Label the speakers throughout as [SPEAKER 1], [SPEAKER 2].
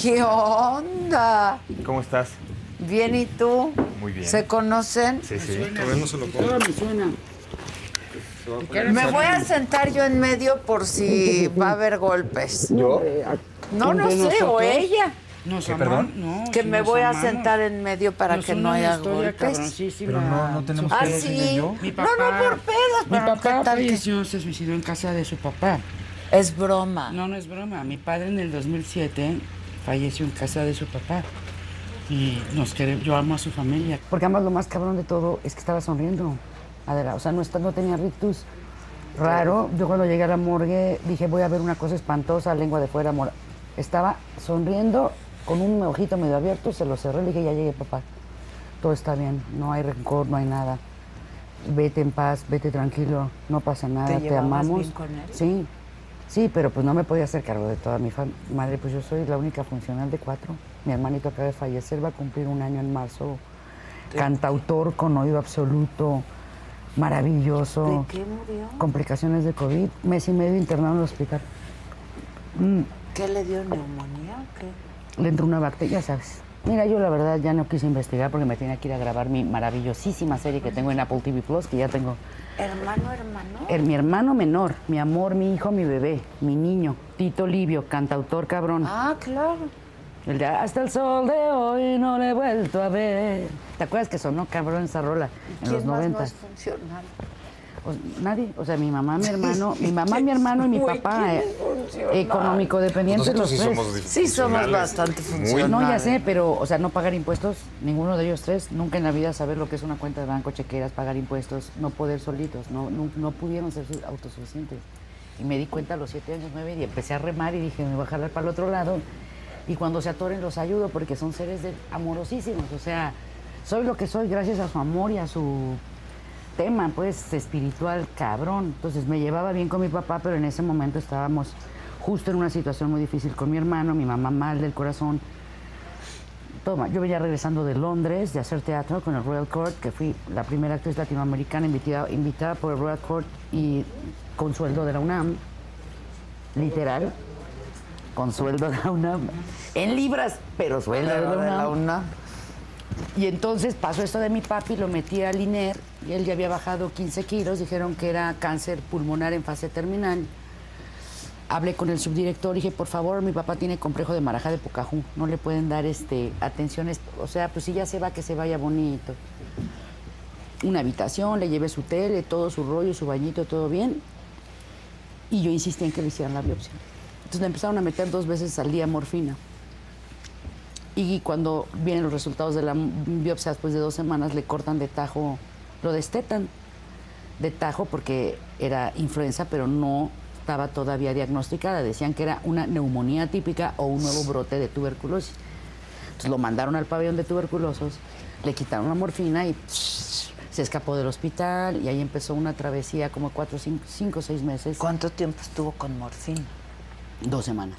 [SPEAKER 1] ¿Qué onda?
[SPEAKER 2] ¿Cómo estás?
[SPEAKER 1] Bien, ¿y tú?
[SPEAKER 2] Muy bien.
[SPEAKER 1] ¿Se conocen?
[SPEAKER 2] Sí, sí.
[SPEAKER 3] Todavía no se lo
[SPEAKER 4] Ahora
[SPEAKER 3] come.
[SPEAKER 4] me suena.
[SPEAKER 1] Me voy a sentar yo en medio por si va a haber golpes.
[SPEAKER 4] ¿Yo?
[SPEAKER 2] eh,
[SPEAKER 1] No, no sé, o ella.
[SPEAKER 4] Nos
[SPEAKER 2] ¿Qué,
[SPEAKER 4] amamos.
[SPEAKER 2] perdón?
[SPEAKER 4] No,
[SPEAKER 1] Que
[SPEAKER 4] sí
[SPEAKER 1] me
[SPEAKER 4] nos
[SPEAKER 1] voy a
[SPEAKER 4] amamos.
[SPEAKER 1] sentar en medio para
[SPEAKER 4] Nos
[SPEAKER 1] que
[SPEAKER 4] une
[SPEAKER 1] no
[SPEAKER 4] una
[SPEAKER 1] haya
[SPEAKER 4] historia
[SPEAKER 1] golpes.
[SPEAKER 4] cabroncísima.
[SPEAKER 2] Pero no- no tenemos
[SPEAKER 1] Ah,
[SPEAKER 2] ¿Qué
[SPEAKER 1] sí. No,
[SPEAKER 4] Mi papá,
[SPEAKER 1] no, por pedos,
[SPEAKER 4] Mi
[SPEAKER 1] pero ¿qué
[SPEAKER 4] papá
[SPEAKER 1] tal que-
[SPEAKER 4] falleció, se suicidó en casa de su papá.
[SPEAKER 1] Es broma.
[SPEAKER 4] No, no es broma. Mi padre en el 2007 falleció en casa de su papá. Y nos quere- yo amo a su familia. Porque además lo más cabrón de todo es que estaba sonriendo. Adela, o sea, no, está- no tenía rictus. Raro. Yo cuando llegué a la morgue dije, voy a ver una cosa espantosa, lengua de fuera, mora. Estaba sonriendo con un ojito medio abierto, se lo cerré, le dije, ya llegué, papá. Todo está bien, no hay rencor, no hay nada. Vete en paz, vete tranquilo, no pasa nada, te,
[SPEAKER 1] llevabas
[SPEAKER 4] amamos.
[SPEAKER 1] bien con él?
[SPEAKER 4] Sí, sí, pero pues no me podía hacer cargo de toda mi fam- madre, pues yo soy la única funcional de cuatro. Mi hermanito acaba de fallecer, va a cumplir un año en marzo. Cantautor con oído absoluto, maravilloso
[SPEAKER 1] ¿De qué murió?
[SPEAKER 4] complicaciones de COVID, mes y medio internado en el hospital.
[SPEAKER 1] ¿Qué le dio neumonía o qué?
[SPEAKER 4] Le entró una bacteria, ya sabes. Mira, yo la verdad ya no quise investigar porque me tenía que ir a grabar mi maravillosísima serie que tengo en Apple TV Plus, que ya tengo.
[SPEAKER 1] Hermano, hermano.
[SPEAKER 4] Er- mi hermano menor, mi amor, mi hijo, mi bebé, mi niño, Tito Livio, cantautor cabrón.
[SPEAKER 1] Ah, claro.
[SPEAKER 4] El de hasta el sol de hoy no le he vuelto a ver. ¿Te acuerdas que sonó cabrón esa rola en
[SPEAKER 1] ¿Quién
[SPEAKER 4] los
[SPEAKER 1] más no
[SPEAKER 4] 90?
[SPEAKER 1] es funcional?
[SPEAKER 4] O- nadie, o sea, mi mamá, mi hermano, mi mamá, mi hermano y mi
[SPEAKER 1] Güey,
[SPEAKER 4] papá,
[SPEAKER 1] ¿quién
[SPEAKER 4] eh,
[SPEAKER 1] es funcional?
[SPEAKER 4] económico dependiente,
[SPEAKER 3] Nosotros
[SPEAKER 4] los
[SPEAKER 3] sí
[SPEAKER 4] tres.
[SPEAKER 3] somos dif-
[SPEAKER 1] Sí, somos
[SPEAKER 3] funcionales.
[SPEAKER 1] bastante funcionales.
[SPEAKER 4] No, ya sé, pero, o sea, no pagar impuestos, ninguno de ellos tres, nunca en la vida saber lo que es una cuenta de banco, chequeras, pagar impuestos, no poder solitos, no, no, no pudieron ser su- autosuficientes. Y me di cuenta a los siete años, nueve, y empecé a remar y dije, me voy a jalar para el otro lado. Y cuando se atoren los ayudo, porque son seres de- amorosísimos, o sea, soy lo que soy gracias a su amor y a su tema, pues, espiritual, cabrón. Entonces me llevaba bien con mi papá, pero en ese momento estábamos justo en una situación muy difícil con mi hermano, mi mamá mal del corazón. Toma, yo venía regresando de Londres de hacer teatro con el Royal Court, que fui la primera actriz latinoamericana invitada, invitada por el Royal Court y con sueldo de la UNAM, literal, con sueldo de la UNAM, en libras, pero sueldo de la
[SPEAKER 1] Pero de la
[SPEAKER 4] UNAM.
[SPEAKER 1] UNAM.
[SPEAKER 4] Y entonces pasó esto de mi papi, lo metí al INER y él ya había bajado 15 kilos, dijeron que era cáncer pulmonar en fase terminal. Hablé con el subdirector y dije, por favor, mi papá tiene complejo de maraja de Pucajú, no le pueden dar este atenciones, o sea, pues si ya se va, que se vaya bonito. Una habitación, le llevé su tele, todo su rollo, su bañito, todo bien. Y yo insistí en que le hicieran la biopsia. Entonces le empezaron a meter dos veces al día morfina. Y cuando vienen los resultados de la biopsia después de dos semanas, le cortan de tajo, lo destetan de tajo porque era influenza, pero no estaba todavía diagnosticada. Decían que era una neumonía típica o un nuevo brote de tuberculosis. Entonces lo mandaron al pabellón de tuberculosos, le quitaron la morfina y se escapó del hospital y ahí empezó una travesía como cuatro, cinco, cinco seis meses,
[SPEAKER 1] ¿Cuánto tiempo estuvo con morfina?
[SPEAKER 4] dos semanas.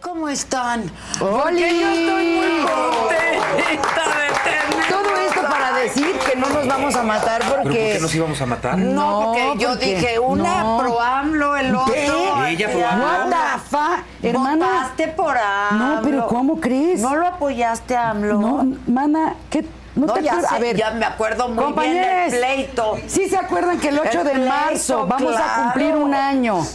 [SPEAKER 1] ¿Cómo están?
[SPEAKER 4] ¡Oli!
[SPEAKER 1] contenta de tener.
[SPEAKER 4] Todo esto para decir que no nos vamos a matar porque...
[SPEAKER 2] ¿Pero por qué nos íbamos a matar?
[SPEAKER 1] No,
[SPEAKER 4] No,
[SPEAKER 1] porque yo
[SPEAKER 4] porque
[SPEAKER 1] dije una
[SPEAKER 4] no.
[SPEAKER 1] pro AMLO, el otro. este,
[SPEAKER 4] ¿Qué?
[SPEAKER 2] Ella pro AMLO.
[SPEAKER 4] What the fa- hermana.
[SPEAKER 1] Votaste por AMLO.
[SPEAKER 4] No, pero ¿cómo crees?
[SPEAKER 1] ¿No lo apoyaste a AMLO?
[SPEAKER 4] No, mana, ¿qué? No,
[SPEAKER 1] No,
[SPEAKER 4] te
[SPEAKER 1] ya
[SPEAKER 4] acuerdas.
[SPEAKER 1] sé,
[SPEAKER 4] a ver,
[SPEAKER 1] ya me acuerdo muy
[SPEAKER 4] compañeros,
[SPEAKER 1] bien del pleito.
[SPEAKER 4] Sí se acuerdan que el 8
[SPEAKER 1] El
[SPEAKER 4] de
[SPEAKER 1] pleito,
[SPEAKER 4] marzo vamos
[SPEAKER 1] claro.
[SPEAKER 4] a cumplir un año.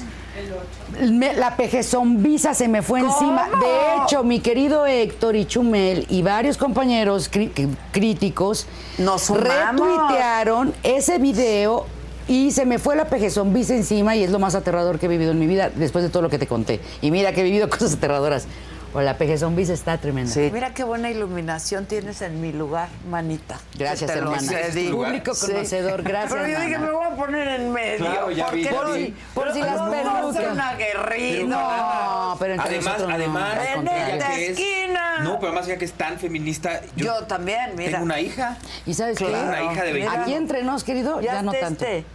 [SPEAKER 4] Me- la pejezombisa se me fue encima.
[SPEAKER 1] ¿Cómo?
[SPEAKER 4] De hecho, mi querido Héctor y Chumel y varios compañeros cri- cri- críticos
[SPEAKER 1] Nos sumamos.
[SPEAKER 4] retuitearon ese video y se me fue la pejezombisa encima y es lo más aterrador que he vivido en mi vida después de todo lo que te conté. Y mira que he vivido cosas aterradoras. O la pejezombisa está tremenda.
[SPEAKER 1] Eh, Mira qué buena iluminación tienes en mi lugar, manita.
[SPEAKER 4] Gracias,
[SPEAKER 1] Te lo
[SPEAKER 4] hermana.
[SPEAKER 1] cedí.
[SPEAKER 4] Público conocedor, gracias,
[SPEAKER 1] Pero yo dije,
[SPEAKER 4] mana.
[SPEAKER 1] me voy a poner en medio.
[SPEAKER 2] Claro, ya vi,
[SPEAKER 1] porque
[SPEAKER 2] ya
[SPEAKER 1] no-
[SPEAKER 2] vi.
[SPEAKER 4] Por si
[SPEAKER 1] no
[SPEAKER 4] las
[SPEAKER 1] puedo ser
[SPEAKER 4] pelucas.
[SPEAKER 1] un aguerrido.
[SPEAKER 4] No, pero entre
[SPEAKER 2] Además-
[SPEAKER 4] nosotros no,
[SPEAKER 2] además-
[SPEAKER 4] al
[SPEAKER 1] En
[SPEAKER 4] contrario.
[SPEAKER 2] ella
[SPEAKER 1] esta
[SPEAKER 2] que es-
[SPEAKER 1] esquina. feminista.
[SPEAKER 2] No, pero más allá que es tan feminista, yo,
[SPEAKER 1] Yo también, mira.
[SPEAKER 2] tengo una hija.
[SPEAKER 4] ¿Y sabes qué?
[SPEAKER 2] Claro. Una hija de
[SPEAKER 4] Mira,
[SPEAKER 2] 21.
[SPEAKER 4] Aquí entre nos, querido, ya, no
[SPEAKER 1] esté
[SPEAKER 4] tanto.
[SPEAKER 1] este.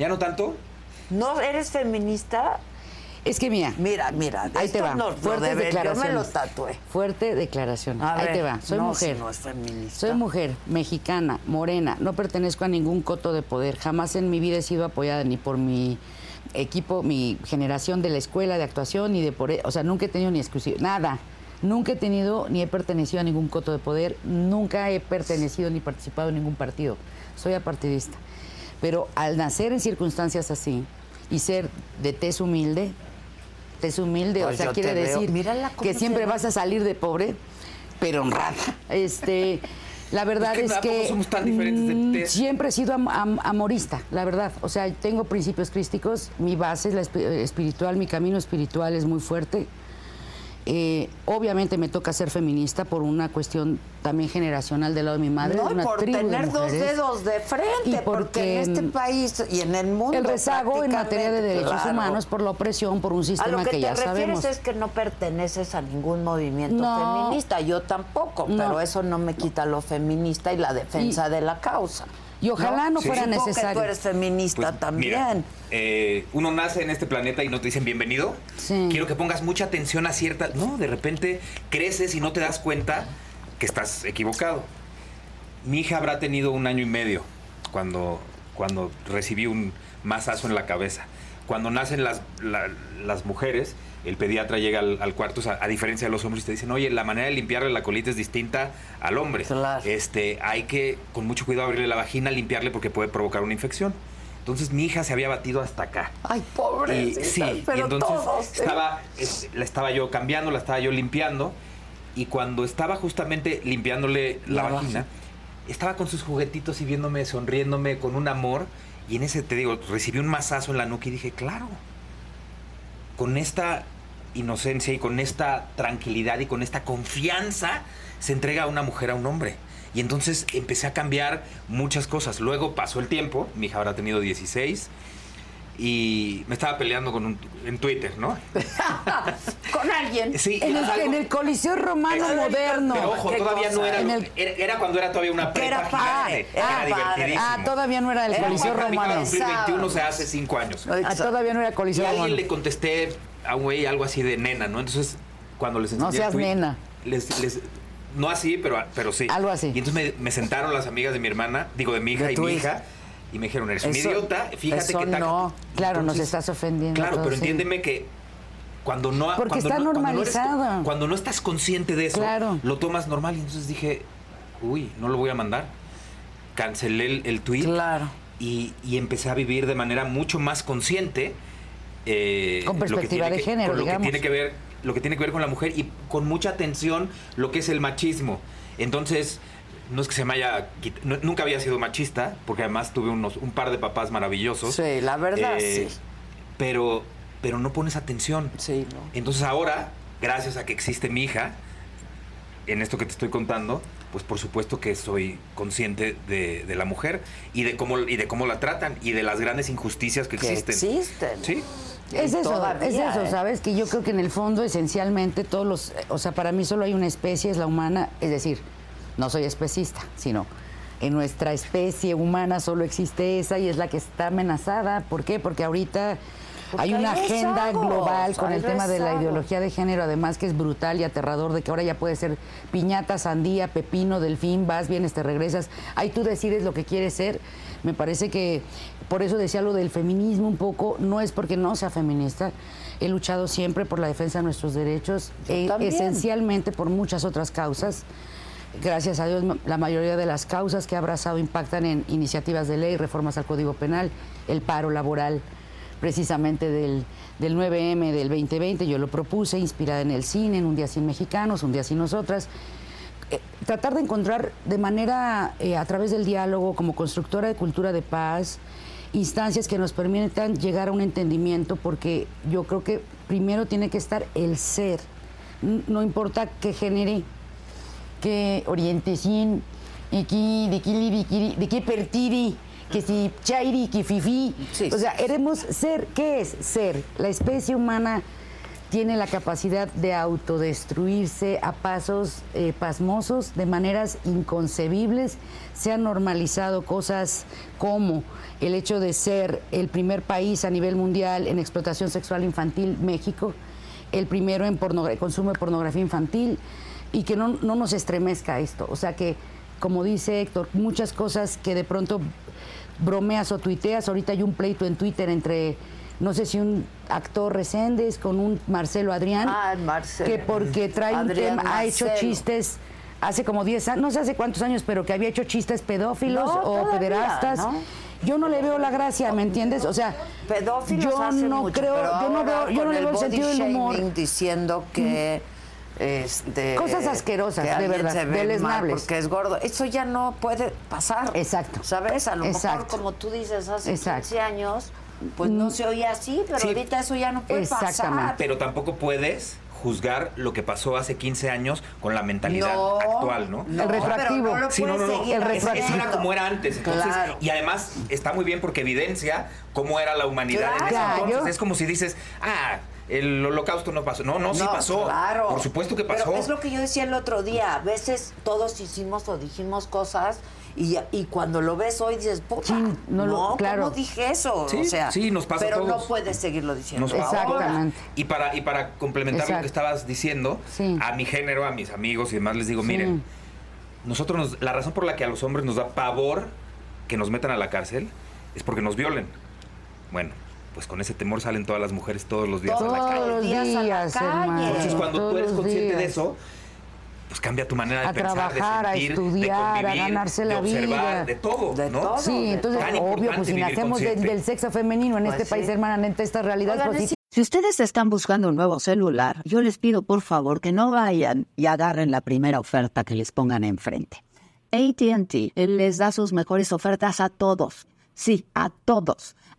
[SPEAKER 2] ¿Ya no tanto?
[SPEAKER 1] ¿No eres feminista?
[SPEAKER 4] Es que mira,
[SPEAKER 1] Mira, mira,
[SPEAKER 4] Ahí
[SPEAKER 1] esto
[SPEAKER 4] te va.
[SPEAKER 1] nos lo
[SPEAKER 4] Fuertes
[SPEAKER 1] debe- Yo me
[SPEAKER 4] declaraciones.
[SPEAKER 1] lo tatué.
[SPEAKER 4] fuerte declaración.
[SPEAKER 1] A
[SPEAKER 4] Ahí
[SPEAKER 1] ver,
[SPEAKER 4] te va. Soy
[SPEAKER 1] no,
[SPEAKER 4] mujer.
[SPEAKER 1] si no es feminista.
[SPEAKER 4] Soy mujer, mexicana, morena, no pertenezco a ningún coto de poder. Jamás en mi vida he sido apoyada ni por mi equipo, mi generación de la escuela de actuación, ni de por... e, O sea, nunca he tenido ni exclusivo, nada. Nunca he tenido ni he pertenecido a ningún coto de poder. Nunca he pertenecido ni participado en ningún partido. Soy apartidista. Pero al nacer en circunstancias así y ser de tez humilde, tez humilde,
[SPEAKER 1] Pues
[SPEAKER 4] o sea,
[SPEAKER 1] yo
[SPEAKER 4] quiere
[SPEAKER 1] te veo.
[SPEAKER 4] decir
[SPEAKER 1] Mírala cómo
[SPEAKER 4] que
[SPEAKER 1] se
[SPEAKER 4] siempre
[SPEAKER 1] ve.
[SPEAKER 4] vas a salir de pobre, pero honrada. Este, la verdad
[SPEAKER 2] Es que
[SPEAKER 4] es
[SPEAKER 2] ¿a poco
[SPEAKER 4] que
[SPEAKER 2] somos tan diferentes de
[SPEAKER 4] mm,
[SPEAKER 2] tez?
[SPEAKER 4] siempre he sido am- am- amorista, la verdad. O sea, tengo principios crísticos, mi base es la espi- eh, espiritual, mi camino espiritual es muy fuerte. Eh, obviamente me toca ser feminista por una cuestión también generacional del lado de mi madre.
[SPEAKER 1] No,
[SPEAKER 4] de
[SPEAKER 1] y
[SPEAKER 4] una
[SPEAKER 1] por
[SPEAKER 4] tribu de
[SPEAKER 1] tener dos
[SPEAKER 4] mujeres.
[SPEAKER 1] dedos de frente,
[SPEAKER 4] Y
[SPEAKER 1] porque,
[SPEAKER 4] porque,
[SPEAKER 1] en este
[SPEAKER 4] mm,
[SPEAKER 1] país y en el mundo.
[SPEAKER 4] El rezago en materia de
[SPEAKER 1] prácticamente,
[SPEAKER 4] derechos
[SPEAKER 1] claro.
[SPEAKER 4] humanos por la opresión, por un
[SPEAKER 1] A lo
[SPEAKER 4] sistema
[SPEAKER 1] que,
[SPEAKER 4] que,
[SPEAKER 1] te
[SPEAKER 4] ya
[SPEAKER 1] refieres
[SPEAKER 4] sabemos.
[SPEAKER 1] es que no perteneces a ningún movimiento
[SPEAKER 4] No.
[SPEAKER 1] feminista, yo tampoco,
[SPEAKER 4] No.
[SPEAKER 1] pero eso no me quita lo feminista y la defensa
[SPEAKER 4] Y-
[SPEAKER 1] de la causa.
[SPEAKER 4] y ojalá no fuera
[SPEAKER 1] Supongo Que
[SPEAKER 4] necesario.
[SPEAKER 1] tú eres feminista
[SPEAKER 2] Pues, mira,
[SPEAKER 1] también.
[SPEAKER 2] eh, uno nace en este planeta y no te dicen bienvenido.
[SPEAKER 4] Sí.
[SPEAKER 2] Quiero que pongas mucha atención a cierta. No, de repente creces y no te das cuenta que estás equivocado. Mi hija habrá tenido un año y medio cuando, cuando recibí un mazazo en la cabeza. Cuando nacen las, la- las mujeres, el pediatra llega al, al cuarto, o sea, a diferencia de los hombres, y te dicen, oye, la manera de limpiarle la colita es distinta al hombre.
[SPEAKER 1] Claro.
[SPEAKER 2] Este, hay que, con mucho cuidado, abrirle la vagina, limpiarle porque puede provocar una infección. Entonces mi hija se había batido hasta acá.
[SPEAKER 1] Ay,
[SPEAKER 2] Y,
[SPEAKER 1] pobre.
[SPEAKER 2] sí,
[SPEAKER 1] pero
[SPEAKER 2] y entonces
[SPEAKER 1] todos. ¿eh?
[SPEAKER 2] estaba, es- la estaba yo cambiando, la estaba yo limpiando. Y cuando estaba justamente limpiándole la,
[SPEAKER 4] La
[SPEAKER 2] vagina,
[SPEAKER 4] vagina.
[SPEAKER 2] estaba con sus juguetitos y viéndome, sonriéndome con un amor. Y en ese, te digo, recibí un mazazo en la nuca y dije, claro, con esta inocencia y con esta tranquilidad y con esta confianza se entrega una mujer a un hombre. Y entonces empecé a cambiar muchas cosas. Luego pasó el tiempo, mi hija habrá tenido 16, y me estaba peleando con un, en Twitter, ¿no?
[SPEAKER 1] Con alguien.
[SPEAKER 2] Sí,
[SPEAKER 4] En el,
[SPEAKER 2] algo-
[SPEAKER 4] en el Coliseo Romano
[SPEAKER 2] Exacto.
[SPEAKER 4] Moderno.
[SPEAKER 2] Pero ojo,
[SPEAKER 1] ¿Qué
[SPEAKER 2] todavía
[SPEAKER 1] cosa?
[SPEAKER 2] no era,
[SPEAKER 4] En
[SPEAKER 2] lo-
[SPEAKER 4] el-
[SPEAKER 2] era. era cuando era todavía una
[SPEAKER 1] Que era
[SPEAKER 2] prepa
[SPEAKER 1] padre,
[SPEAKER 2] gigante. Era,
[SPEAKER 1] ah,
[SPEAKER 2] divertidísimo.
[SPEAKER 4] Ah, todavía no era el
[SPEAKER 1] Era
[SPEAKER 4] Coliseo
[SPEAKER 2] Juan Carlos iba a
[SPEAKER 4] Romano.
[SPEAKER 2] cumplir 21 se hace 5 años.
[SPEAKER 4] Ah, todavía no era
[SPEAKER 2] Y
[SPEAKER 4] Coliseo
[SPEAKER 2] a
[SPEAKER 4] Romano.
[SPEAKER 2] alguien le contesté a un güey algo así de nena, ¿no? Entonces, cuando les enseñé
[SPEAKER 4] No
[SPEAKER 2] el
[SPEAKER 4] seas
[SPEAKER 2] tweet,
[SPEAKER 4] nena.
[SPEAKER 2] Les, les- no así, pero, pero sí.
[SPEAKER 4] Algo así.
[SPEAKER 2] Y entonces me, me sentaron las amigas de mi hermana, digo, de mi hija
[SPEAKER 1] De
[SPEAKER 2] y
[SPEAKER 1] tu
[SPEAKER 2] mi
[SPEAKER 1] hija.
[SPEAKER 2] hija, y me dijeron, eres un
[SPEAKER 1] Eso-
[SPEAKER 2] idiota, fíjate
[SPEAKER 1] eso
[SPEAKER 2] que... taca-
[SPEAKER 1] no.
[SPEAKER 4] Claro, nos
[SPEAKER 2] Entonces,
[SPEAKER 4] estás ofendiendo.
[SPEAKER 2] Claro,
[SPEAKER 4] todo,
[SPEAKER 2] pero
[SPEAKER 4] sí.
[SPEAKER 2] entiéndeme que cuando no...
[SPEAKER 4] Porque
[SPEAKER 2] cuando
[SPEAKER 4] está
[SPEAKER 2] no- cuando no eres-
[SPEAKER 4] normalizado.
[SPEAKER 2] Cuando no estás consciente de eso,
[SPEAKER 4] Claro.
[SPEAKER 2] lo tomas normal. Y entonces dije, uy, no lo voy a mandar. Cancelé el, el tweet
[SPEAKER 1] Claro.
[SPEAKER 2] y, y empecé a vivir de manera mucho más consciente. eh,
[SPEAKER 4] Con
[SPEAKER 2] lo que
[SPEAKER 4] perspectiva
[SPEAKER 2] tiene
[SPEAKER 4] de
[SPEAKER 2] que-
[SPEAKER 4] género,
[SPEAKER 2] con lo
[SPEAKER 4] digamos.
[SPEAKER 2] Que tiene que ver, lo que tiene que ver con la mujer y con mucha atención lo que es el machismo. Entonces, no es que se me haya... quit- no- nunca había sido machista, porque además tuve unos, un par de papás maravillosos.
[SPEAKER 1] Sí, la verdad,
[SPEAKER 2] Eh,
[SPEAKER 1] sí.
[SPEAKER 2] Pero, pero no pones atención.
[SPEAKER 1] Sí, no.
[SPEAKER 2] Entonces ahora, gracias a que existe mi hija, en esto que te estoy contando, pues por supuesto que soy consciente de, de la mujer y de cómo y de cómo la tratan y de las grandes injusticias que
[SPEAKER 1] Que
[SPEAKER 2] existen.
[SPEAKER 1] existen.
[SPEAKER 2] Sí.
[SPEAKER 4] Es eso,
[SPEAKER 1] Todavía,
[SPEAKER 4] es eso,
[SPEAKER 1] ¿eh?
[SPEAKER 4] ¿sabes? Que yo creo que en el fondo, esencialmente, todos los. eh, O sea, para mí solo hay una especie, es la humana. Es decir, no soy especista, sino en nuestra especie humana solo existe esa y es la que está amenazada. ¿Por qué? Porque ahorita.
[SPEAKER 1] Porque
[SPEAKER 4] hay una
[SPEAKER 1] hay
[SPEAKER 4] agenda
[SPEAKER 1] rezagos,
[SPEAKER 4] global con
[SPEAKER 1] hay
[SPEAKER 4] el tema de la
[SPEAKER 1] rezagos.
[SPEAKER 4] ideología de género, además que es brutal y aterrador, de que ahora ya puede ser piñata, sandía, pepino, delfín, vas, vienes, te regresas. Ahí tú decides lo que quieres ser. Me parece que por eso decía lo del feminismo un poco, no es porque no sea feminista. He luchado siempre por la defensa de nuestros derechos,
[SPEAKER 1] Yo
[SPEAKER 4] e-
[SPEAKER 1] también.
[SPEAKER 4] esencialmente por muchas otras causas. Gracias a Dios, ma- la mayoría de las causas que he abrazado impactan en iniciativas de ley, reformas al Código Penal, el paro laboral, precisamente del, del 9M del 2020. Yo lo propuse, inspirada en el cine, en Un Día Sin Mexicanos, Un Día Sin Nosotras. Eh, tratar de encontrar de manera, eh, a través del diálogo, como constructora de cultura de paz, instancias que nos permitan llegar a un entendimiento, porque yo creo que primero tiene que estar el ser, N- no importa qué genere que orientecín, y que de que li- de que- de que pertiri, que si chairi, que fifi.
[SPEAKER 1] Sí.
[SPEAKER 4] O sea, eremos ser. ¿Qué es ser? La especie humana tiene la capacidad de autodestruirse a pasos eh, pasmosos de maneras inconcebibles. Se han normalizado cosas como el hecho de ser el primer país a nivel mundial en explotación sexual infantil, México, el primero en pornogra- consumo de pornografía infantil, y que no, no nos estremezca esto. O sea que, como dice Héctor, muchas cosas que de pronto bromeas o tuiteas, ahorita hay un pleito en Twitter entre no sé si un actor Reséndez con un Marcelo Adrián,
[SPEAKER 1] Ah, el Marcelo.
[SPEAKER 4] que porque trae un
[SPEAKER 1] Adrián
[SPEAKER 4] tema, ha hecho
[SPEAKER 1] Marcelo.
[SPEAKER 4] chistes hace como 10 años, no sé hace cuántos años, pero que había hecho chistes pedófilos
[SPEAKER 1] No,
[SPEAKER 4] o
[SPEAKER 1] todavía,
[SPEAKER 4] pederastas.
[SPEAKER 1] ¿no?
[SPEAKER 4] Yo no le veo la gracia, ¿me entiendes? O sea,
[SPEAKER 1] pedófilos
[SPEAKER 4] yo
[SPEAKER 1] hacen
[SPEAKER 4] no
[SPEAKER 1] mucho,
[SPEAKER 4] creo,
[SPEAKER 1] pero
[SPEAKER 4] yo no
[SPEAKER 1] ahora
[SPEAKER 4] veo, yo no
[SPEAKER 1] con
[SPEAKER 4] le veo el
[SPEAKER 1] body
[SPEAKER 4] sentido del humor. Mm.
[SPEAKER 1] shaming diciendo que este
[SPEAKER 4] Cosas asquerosas,
[SPEAKER 1] que
[SPEAKER 4] de
[SPEAKER 1] alguien
[SPEAKER 4] verdad,
[SPEAKER 1] se ve mal
[SPEAKER 4] deleznables.
[SPEAKER 1] porque es gordo. Eso ya no puede pasar.
[SPEAKER 4] Exacto.
[SPEAKER 1] ¿Sabes? A lo mejor
[SPEAKER 4] Exacto.
[SPEAKER 1] como tú dices hace
[SPEAKER 4] Exacto. Mm.
[SPEAKER 1] 15 años pues no se oía así, pero
[SPEAKER 2] Sí.
[SPEAKER 1] ahorita eso ya no puede
[SPEAKER 4] Exactamente.
[SPEAKER 2] Pero tampoco puedes juzgar lo que pasó hace 15 años con la mentalidad
[SPEAKER 1] No,
[SPEAKER 2] actual, ¿no?
[SPEAKER 1] no,
[SPEAKER 4] El retroactivo.
[SPEAKER 1] pero no lo
[SPEAKER 2] Sí, no,
[SPEAKER 1] puedes
[SPEAKER 2] no, no.
[SPEAKER 1] seguir
[SPEAKER 4] El
[SPEAKER 2] Es-
[SPEAKER 1] haciendo.
[SPEAKER 2] Eso era como era antes. entonces,
[SPEAKER 1] Claro.
[SPEAKER 2] Y además está muy bien porque evidencia cómo era la humanidad en ese
[SPEAKER 4] Claro.
[SPEAKER 2] entonces. Es como si dices, ah, el holocausto no pasó. No, no, sí
[SPEAKER 1] No,
[SPEAKER 2] pasó.
[SPEAKER 1] Claro.
[SPEAKER 2] Por supuesto que pasó.
[SPEAKER 1] Pero es lo que yo decía el otro día. A veces todos hicimos o dijimos cosas y, y cuando lo ves hoy dices, puta,
[SPEAKER 4] Sí,
[SPEAKER 1] no,
[SPEAKER 4] no lo-
[SPEAKER 1] ¿cómo
[SPEAKER 4] claro.
[SPEAKER 1] dije eso?
[SPEAKER 2] Sí,
[SPEAKER 1] o sea,
[SPEAKER 2] sí, nos pasa a
[SPEAKER 1] Pero no
[SPEAKER 2] todos.
[SPEAKER 1] puedes seguirlo diciendo.
[SPEAKER 2] Nos pasa
[SPEAKER 1] ahora.
[SPEAKER 4] Exactamente.
[SPEAKER 2] Y para, y para complementar lo
[SPEAKER 4] Exacto.
[SPEAKER 2] que estabas diciendo,
[SPEAKER 4] Sí.
[SPEAKER 2] a mi género, a mis amigos y demás, les digo, miren, nosotros, nos- la razón por la que a los hombres nos da pavor que nos metan a la cárcel es porque nos violen. Bueno, pues con ese temor salen todas las mujeres todos los días a la calle.
[SPEAKER 4] Todos los
[SPEAKER 1] Días a la
[SPEAKER 4] días,
[SPEAKER 1] calle.
[SPEAKER 4] hermano,
[SPEAKER 2] Entonces, cuando
[SPEAKER 4] todos
[SPEAKER 2] tú eres
[SPEAKER 4] los
[SPEAKER 2] consciente de
[SPEAKER 4] días.
[SPEAKER 2] eso, pues cambia tu manera de
[SPEAKER 4] A
[SPEAKER 2] pensar,
[SPEAKER 4] trabajar, a
[SPEAKER 2] de sentir,
[SPEAKER 4] estudiar, a
[SPEAKER 2] de convivir,
[SPEAKER 4] ganarse la
[SPEAKER 2] de observar,
[SPEAKER 4] vida.
[SPEAKER 2] de todo,
[SPEAKER 1] De
[SPEAKER 2] ¿no?
[SPEAKER 1] todo.
[SPEAKER 4] Sí, entonces,
[SPEAKER 2] Tan
[SPEAKER 4] obvio,
[SPEAKER 2] importante
[SPEAKER 4] pues si
[SPEAKER 2] vivir
[SPEAKER 4] nacemos de-
[SPEAKER 2] consciente.
[SPEAKER 4] del sexo femenino en
[SPEAKER 1] Pues
[SPEAKER 4] este país,
[SPEAKER 1] sí.
[SPEAKER 4] hermana, ante estas realidades,
[SPEAKER 1] Oigan,
[SPEAKER 4] pues
[SPEAKER 1] es
[SPEAKER 4] sí
[SPEAKER 3] Si ustedes están buscando un nuevo celular, yo les pido por favor que no vayan y agarren la primera oferta que les pongan enfrente. ATT les da sus mejores ofertas a todos. Sí, a todos.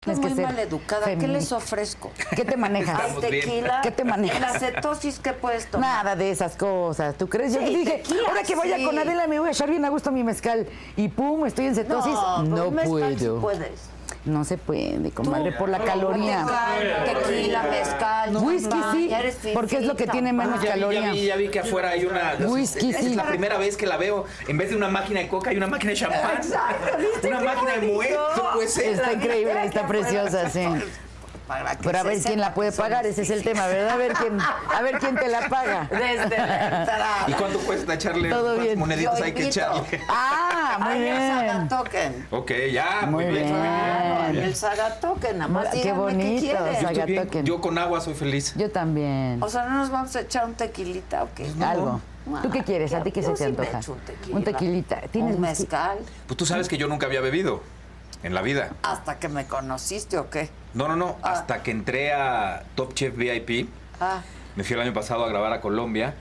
[SPEAKER 4] tienes
[SPEAKER 1] muy
[SPEAKER 4] que ser
[SPEAKER 1] mal educada. ¿Qué
[SPEAKER 4] feminista.
[SPEAKER 1] les ofrezco?
[SPEAKER 4] ¿Qué te manejas?
[SPEAKER 1] ¿Hay
[SPEAKER 2] Estamos bien.
[SPEAKER 1] tequila?
[SPEAKER 4] ¿Qué te manejas?
[SPEAKER 1] ¿El acetosis qué puedes tomar?
[SPEAKER 4] Nada de esas cosas, ¿tú crees? Yo
[SPEAKER 1] Sí,
[SPEAKER 4] dije,
[SPEAKER 1] tequila,
[SPEAKER 4] ahora que vaya
[SPEAKER 1] sí.
[SPEAKER 4] con Adela me voy a echar bien a gusto mi mezcal y pum, estoy en cetosis. No,
[SPEAKER 1] con un pues, mezcal sí
[SPEAKER 4] puedo.
[SPEAKER 1] puedes.
[SPEAKER 4] No se puede, comadre, por la caloría.
[SPEAKER 1] Mezcal, Tequila, mezcal,
[SPEAKER 4] Whisky
[SPEAKER 1] champán,
[SPEAKER 4] sí,
[SPEAKER 1] ya eres
[SPEAKER 4] porque es lo que
[SPEAKER 1] fifí,
[SPEAKER 4] tiene menos
[SPEAKER 1] champán.
[SPEAKER 2] Ya vi, ya, vi,
[SPEAKER 4] caloría.
[SPEAKER 2] ya vi que afuera hay una.
[SPEAKER 4] Whisky,
[SPEAKER 2] es
[SPEAKER 4] sí.
[SPEAKER 2] la primera vez que la veo. En vez de una máquina de coca, hay una máquina de champán.
[SPEAKER 1] Exacto, ¿viste
[SPEAKER 2] Una
[SPEAKER 1] qué
[SPEAKER 2] máquina de
[SPEAKER 1] bonito?
[SPEAKER 2] muerto, pues, ¿eh? puede ser.
[SPEAKER 4] Está increíble,
[SPEAKER 1] Mira,
[SPEAKER 4] está
[SPEAKER 1] qué buena.
[SPEAKER 4] preciosa, sí.
[SPEAKER 1] Para que
[SPEAKER 4] Pero a
[SPEAKER 1] se
[SPEAKER 4] ver quién
[SPEAKER 1] sepa
[SPEAKER 4] la puede
[SPEAKER 1] que somos
[SPEAKER 4] pagar, ese es el tema, ¿verdad? A ver quién, a ver quién te la paga.
[SPEAKER 1] Desde la entrada.
[SPEAKER 2] ¿Y cuánto cuesta echarle
[SPEAKER 4] Todo
[SPEAKER 2] cuántas
[SPEAKER 4] bien.
[SPEAKER 2] moneditas
[SPEAKER 1] Yo
[SPEAKER 2] hay que
[SPEAKER 1] invito.
[SPEAKER 2] echarle?
[SPEAKER 4] Ah, muy
[SPEAKER 1] Ay, el
[SPEAKER 4] bien.
[SPEAKER 1] Sagatoken.
[SPEAKER 2] Ok, ya, pues,
[SPEAKER 4] Muy
[SPEAKER 2] muy, bien.
[SPEAKER 4] bien.
[SPEAKER 1] Claro,
[SPEAKER 2] Yo
[SPEAKER 1] el Sagatoken, nada
[SPEAKER 4] Ma-
[SPEAKER 1] más
[SPEAKER 4] qué
[SPEAKER 1] díganme qué
[SPEAKER 4] bonito,
[SPEAKER 1] quieren.
[SPEAKER 2] estoy bien.
[SPEAKER 4] Sagatoken.
[SPEAKER 2] Yo con agua soy feliz. Pues,
[SPEAKER 4] Yo también.
[SPEAKER 1] O sea, ¿no nos vamos a echar un tequilita o qué?
[SPEAKER 4] Algo.
[SPEAKER 1] No.
[SPEAKER 4] ¿Tú qué quieres? ¿A ti qué
[SPEAKER 1] Yo
[SPEAKER 4] se
[SPEAKER 1] sí
[SPEAKER 4] te
[SPEAKER 1] me
[SPEAKER 4] antoja?
[SPEAKER 1] echo un, tequila,
[SPEAKER 4] Un tequilita. ¿Tienes
[SPEAKER 1] un
[SPEAKER 4] whisky?
[SPEAKER 1] mezcal?
[SPEAKER 2] Pues tú sabes que yo nunca había bebido en la vida.
[SPEAKER 1] ¿Hasta que me conociste o qué?
[SPEAKER 2] No, no, no.
[SPEAKER 1] Ah.
[SPEAKER 2] Hasta que entré a Top Chef VIP.
[SPEAKER 1] Ah,
[SPEAKER 2] Me fui el año pasado a grabar a Colombia.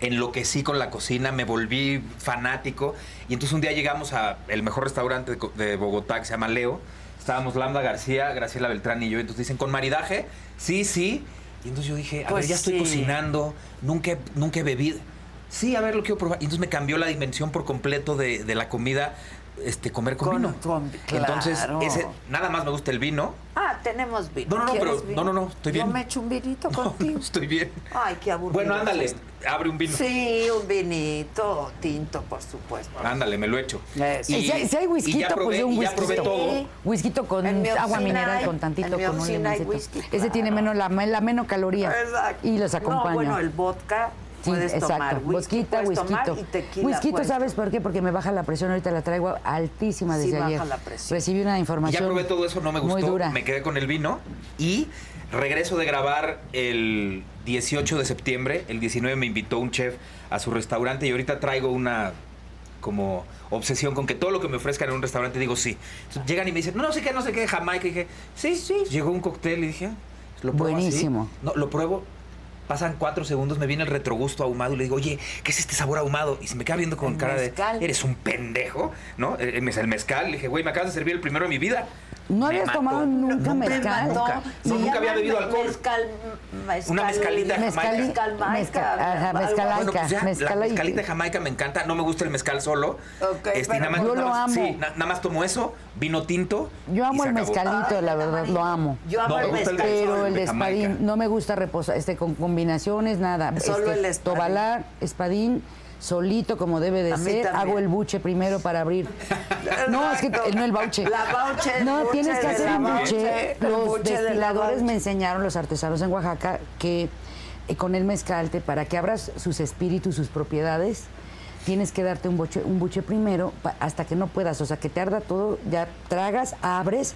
[SPEAKER 2] Enloquecí con la cocina, me volví fanático. Y entonces un día llegamos a el mejor restaurante de, Co- de Bogotá que se llama Leo. Estábamos Lambda García, Graciela Beltrán y yo. Entonces dicen, ¿con maridaje? Sí, sí. Y entonces yo dije, a
[SPEAKER 1] Pues
[SPEAKER 2] ver, ya
[SPEAKER 1] sí.
[SPEAKER 2] estoy cocinando, nunca, he- nunca he bebido. Sí, a ver, lo quiero probar. Y entonces me cambió la dimensión por completo de, de la comida, este, comer con,
[SPEAKER 1] Con-
[SPEAKER 2] vino.
[SPEAKER 1] con-
[SPEAKER 2] Entonces,
[SPEAKER 1] claro.
[SPEAKER 2] ese, nada más me gusta el vino.
[SPEAKER 1] ah, tenemos vino.
[SPEAKER 2] No, no, no,
[SPEAKER 1] ¿Quieres
[SPEAKER 2] pero-
[SPEAKER 1] vino?
[SPEAKER 2] no, no, no, estoy bien.
[SPEAKER 1] Yo me echo un vinito contigo.
[SPEAKER 2] Estoy bien.
[SPEAKER 1] Ay, qué aburrido.
[SPEAKER 2] Bueno, ándale, abre un vino.
[SPEAKER 1] Sí, un vinito tinto, por supuesto.
[SPEAKER 2] Ándale, me lo echo.
[SPEAKER 1] Eso.
[SPEAKER 4] Y si hay, si hay
[SPEAKER 2] y
[SPEAKER 4] whisky,
[SPEAKER 2] ya probé-
[SPEAKER 4] pues de un
[SPEAKER 2] y
[SPEAKER 4] whisky.
[SPEAKER 2] ya probé todo.
[SPEAKER 4] Whisky con
[SPEAKER 1] En mi
[SPEAKER 4] agua
[SPEAKER 1] oficina
[SPEAKER 4] mineral,
[SPEAKER 1] hay-
[SPEAKER 4] con
[SPEAKER 1] en
[SPEAKER 4] tantito,
[SPEAKER 1] mi
[SPEAKER 4] con un
[SPEAKER 1] oficina hay
[SPEAKER 4] limoncito.
[SPEAKER 1] whisky,
[SPEAKER 4] Ese tiene
[SPEAKER 1] claro.
[SPEAKER 4] menos la, la menos caloría.
[SPEAKER 1] Exacto.
[SPEAKER 4] Y los acompaña.
[SPEAKER 1] No, bueno, el vodka puedes tomar whisky,
[SPEAKER 4] Bosquita,
[SPEAKER 1] puedes
[SPEAKER 4] whisky.
[SPEAKER 1] tomar y tequila.
[SPEAKER 4] Whisky,
[SPEAKER 1] puedes
[SPEAKER 4] ¿sabes por qué? Porque me baja la presión, ahorita la traigo altísima
[SPEAKER 1] Sí,
[SPEAKER 4] desde
[SPEAKER 1] baja
[SPEAKER 4] ayer.
[SPEAKER 1] la presión.
[SPEAKER 4] Recibí una
[SPEAKER 2] Y
[SPEAKER 4] información.
[SPEAKER 2] ya probé todo eso, no me gustó.
[SPEAKER 4] Muy dura.
[SPEAKER 2] Me quedé con el vino y regreso de grabar el 18 de septiembre. El 19 me invitó un chef a su restaurante y ahorita traigo una como obsesión con que todo lo que me ofrezcan en un restaurante digo sí. Entonces, llegan y me dicen, no, no sé qué, no sé qué, de Jamaica. Y dije, sí, sí. Llegó un cóctel y dije, ah, lo pruebo así.
[SPEAKER 4] Buenísimo.
[SPEAKER 2] No, lo pruebo. Pasan cuatro segundos, me viene el retrogusto ahumado y le digo, oye, ¿qué es este sabor ahumado? Y se me queda viendo con
[SPEAKER 1] El
[SPEAKER 2] cara
[SPEAKER 1] mezcal.
[SPEAKER 2] de, eres un pendejo, ¿no? El, el mez- el mezcal. Le dije, güey, me acabas de servir el primero de mi vida. Me
[SPEAKER 4] ¿No habías
[SPEAKER 2] mató.
[SPEAKER 4] tomado nunca
[SPEAKER 1] Te
[SPEAKER 4] mezcal?
[SPEAKER 1] mandó-
[SPEAKER 2] Nunca.
[SPEAKER 1] se
[SPEAKER 2] No, nunca
[SPEAKER 1] llama
[SPEAKER 2] había bebido alcohol.
[SPEAKER 1] mezcal- mezcal-
[SPEAKER 2] Una mezcalita de Jamaica.
[SPEAKER 1] mezcali- Mezcalmaica.
[SPEAKER 4] Mezcal- ajá, mezcalaica.
[SPEAKER 1] Algo-
[SPEAKER 2] Bueno, pues ya,
[SPEAKER 4] mezcalaica.
[SPEAKER 2] la mezcalita de Jamaica me encanta. No me gusta el mezcal solo. Este,
[SPEAKER 1] Ok, pero-
[SPEAKER 2] más-
[SPEAKER 4] Yo lo
[SPEAKER 2] más-
[SPEAKER 4] amo.
[SPEAKER 2] sí, na- nada más tomo eso, vino tinto.
[SPEAKER 4] Yo amo
[SPEAKER 2] y se
[SPEAKER 4] el
[SPEAKER 2] acabó.
[SPEAKER 4] mezcal. Mezcalito, la verdad, lo amo.
[SPEAKER 1] Yo amo
[SPEAKER 2] No,
[SPEAKER 1] el
[SPEAKER 2] me gusta el
[SPEAKER 1] mezcal.
[SPEAKER 4] Pero el de
[SPEAKER 2] de Jamaica.
[SPEAKER 4] espadín, no me gusta reposar, este, con combinaciones, nada.
[SPEAKER 1] Solo
[SPEAKER 4] Este,
[SPEAKER 1] el espadín.
[SPEAKER 4] Tobalar, espadín, solito como debe de
[SPEAKER 1] A mí
[SPEAKER 4] ser.
[SPEAKER 1] también.
[SPEAKER 4] Hago el buche primero para abrir. no, es que
[SPEAKER 1] Exacto.
[SPEAKER 4] eh, no el bauche.
[SPEAKER 1] La bauche, el
[SPEAKER 4] No,
[SPEAKER 1] buche
[SPEAKER 4] tienes que
[SPEAKER 1] de
[SPEAKER 4] hacer
[SPEAKER 1] la
[SPEAKER 4] un buche.
[SPEAKER 1] bauche, el
[SPEAKER 4] Los
[SPEAKER 1] buche de la
[SPEAKER 4] destiladores
[SPEAKER 1] bauche.
[SPEAKER 4] me enseñaron, los artesanos en Oaxaca, que eh, con el mezcal, te- para que abras sus espíritus, sus propiedades, tienes que darte un buche, un buche primero pa- hasta que no puedas. O sea, que te arda todo, ya tragas, abres,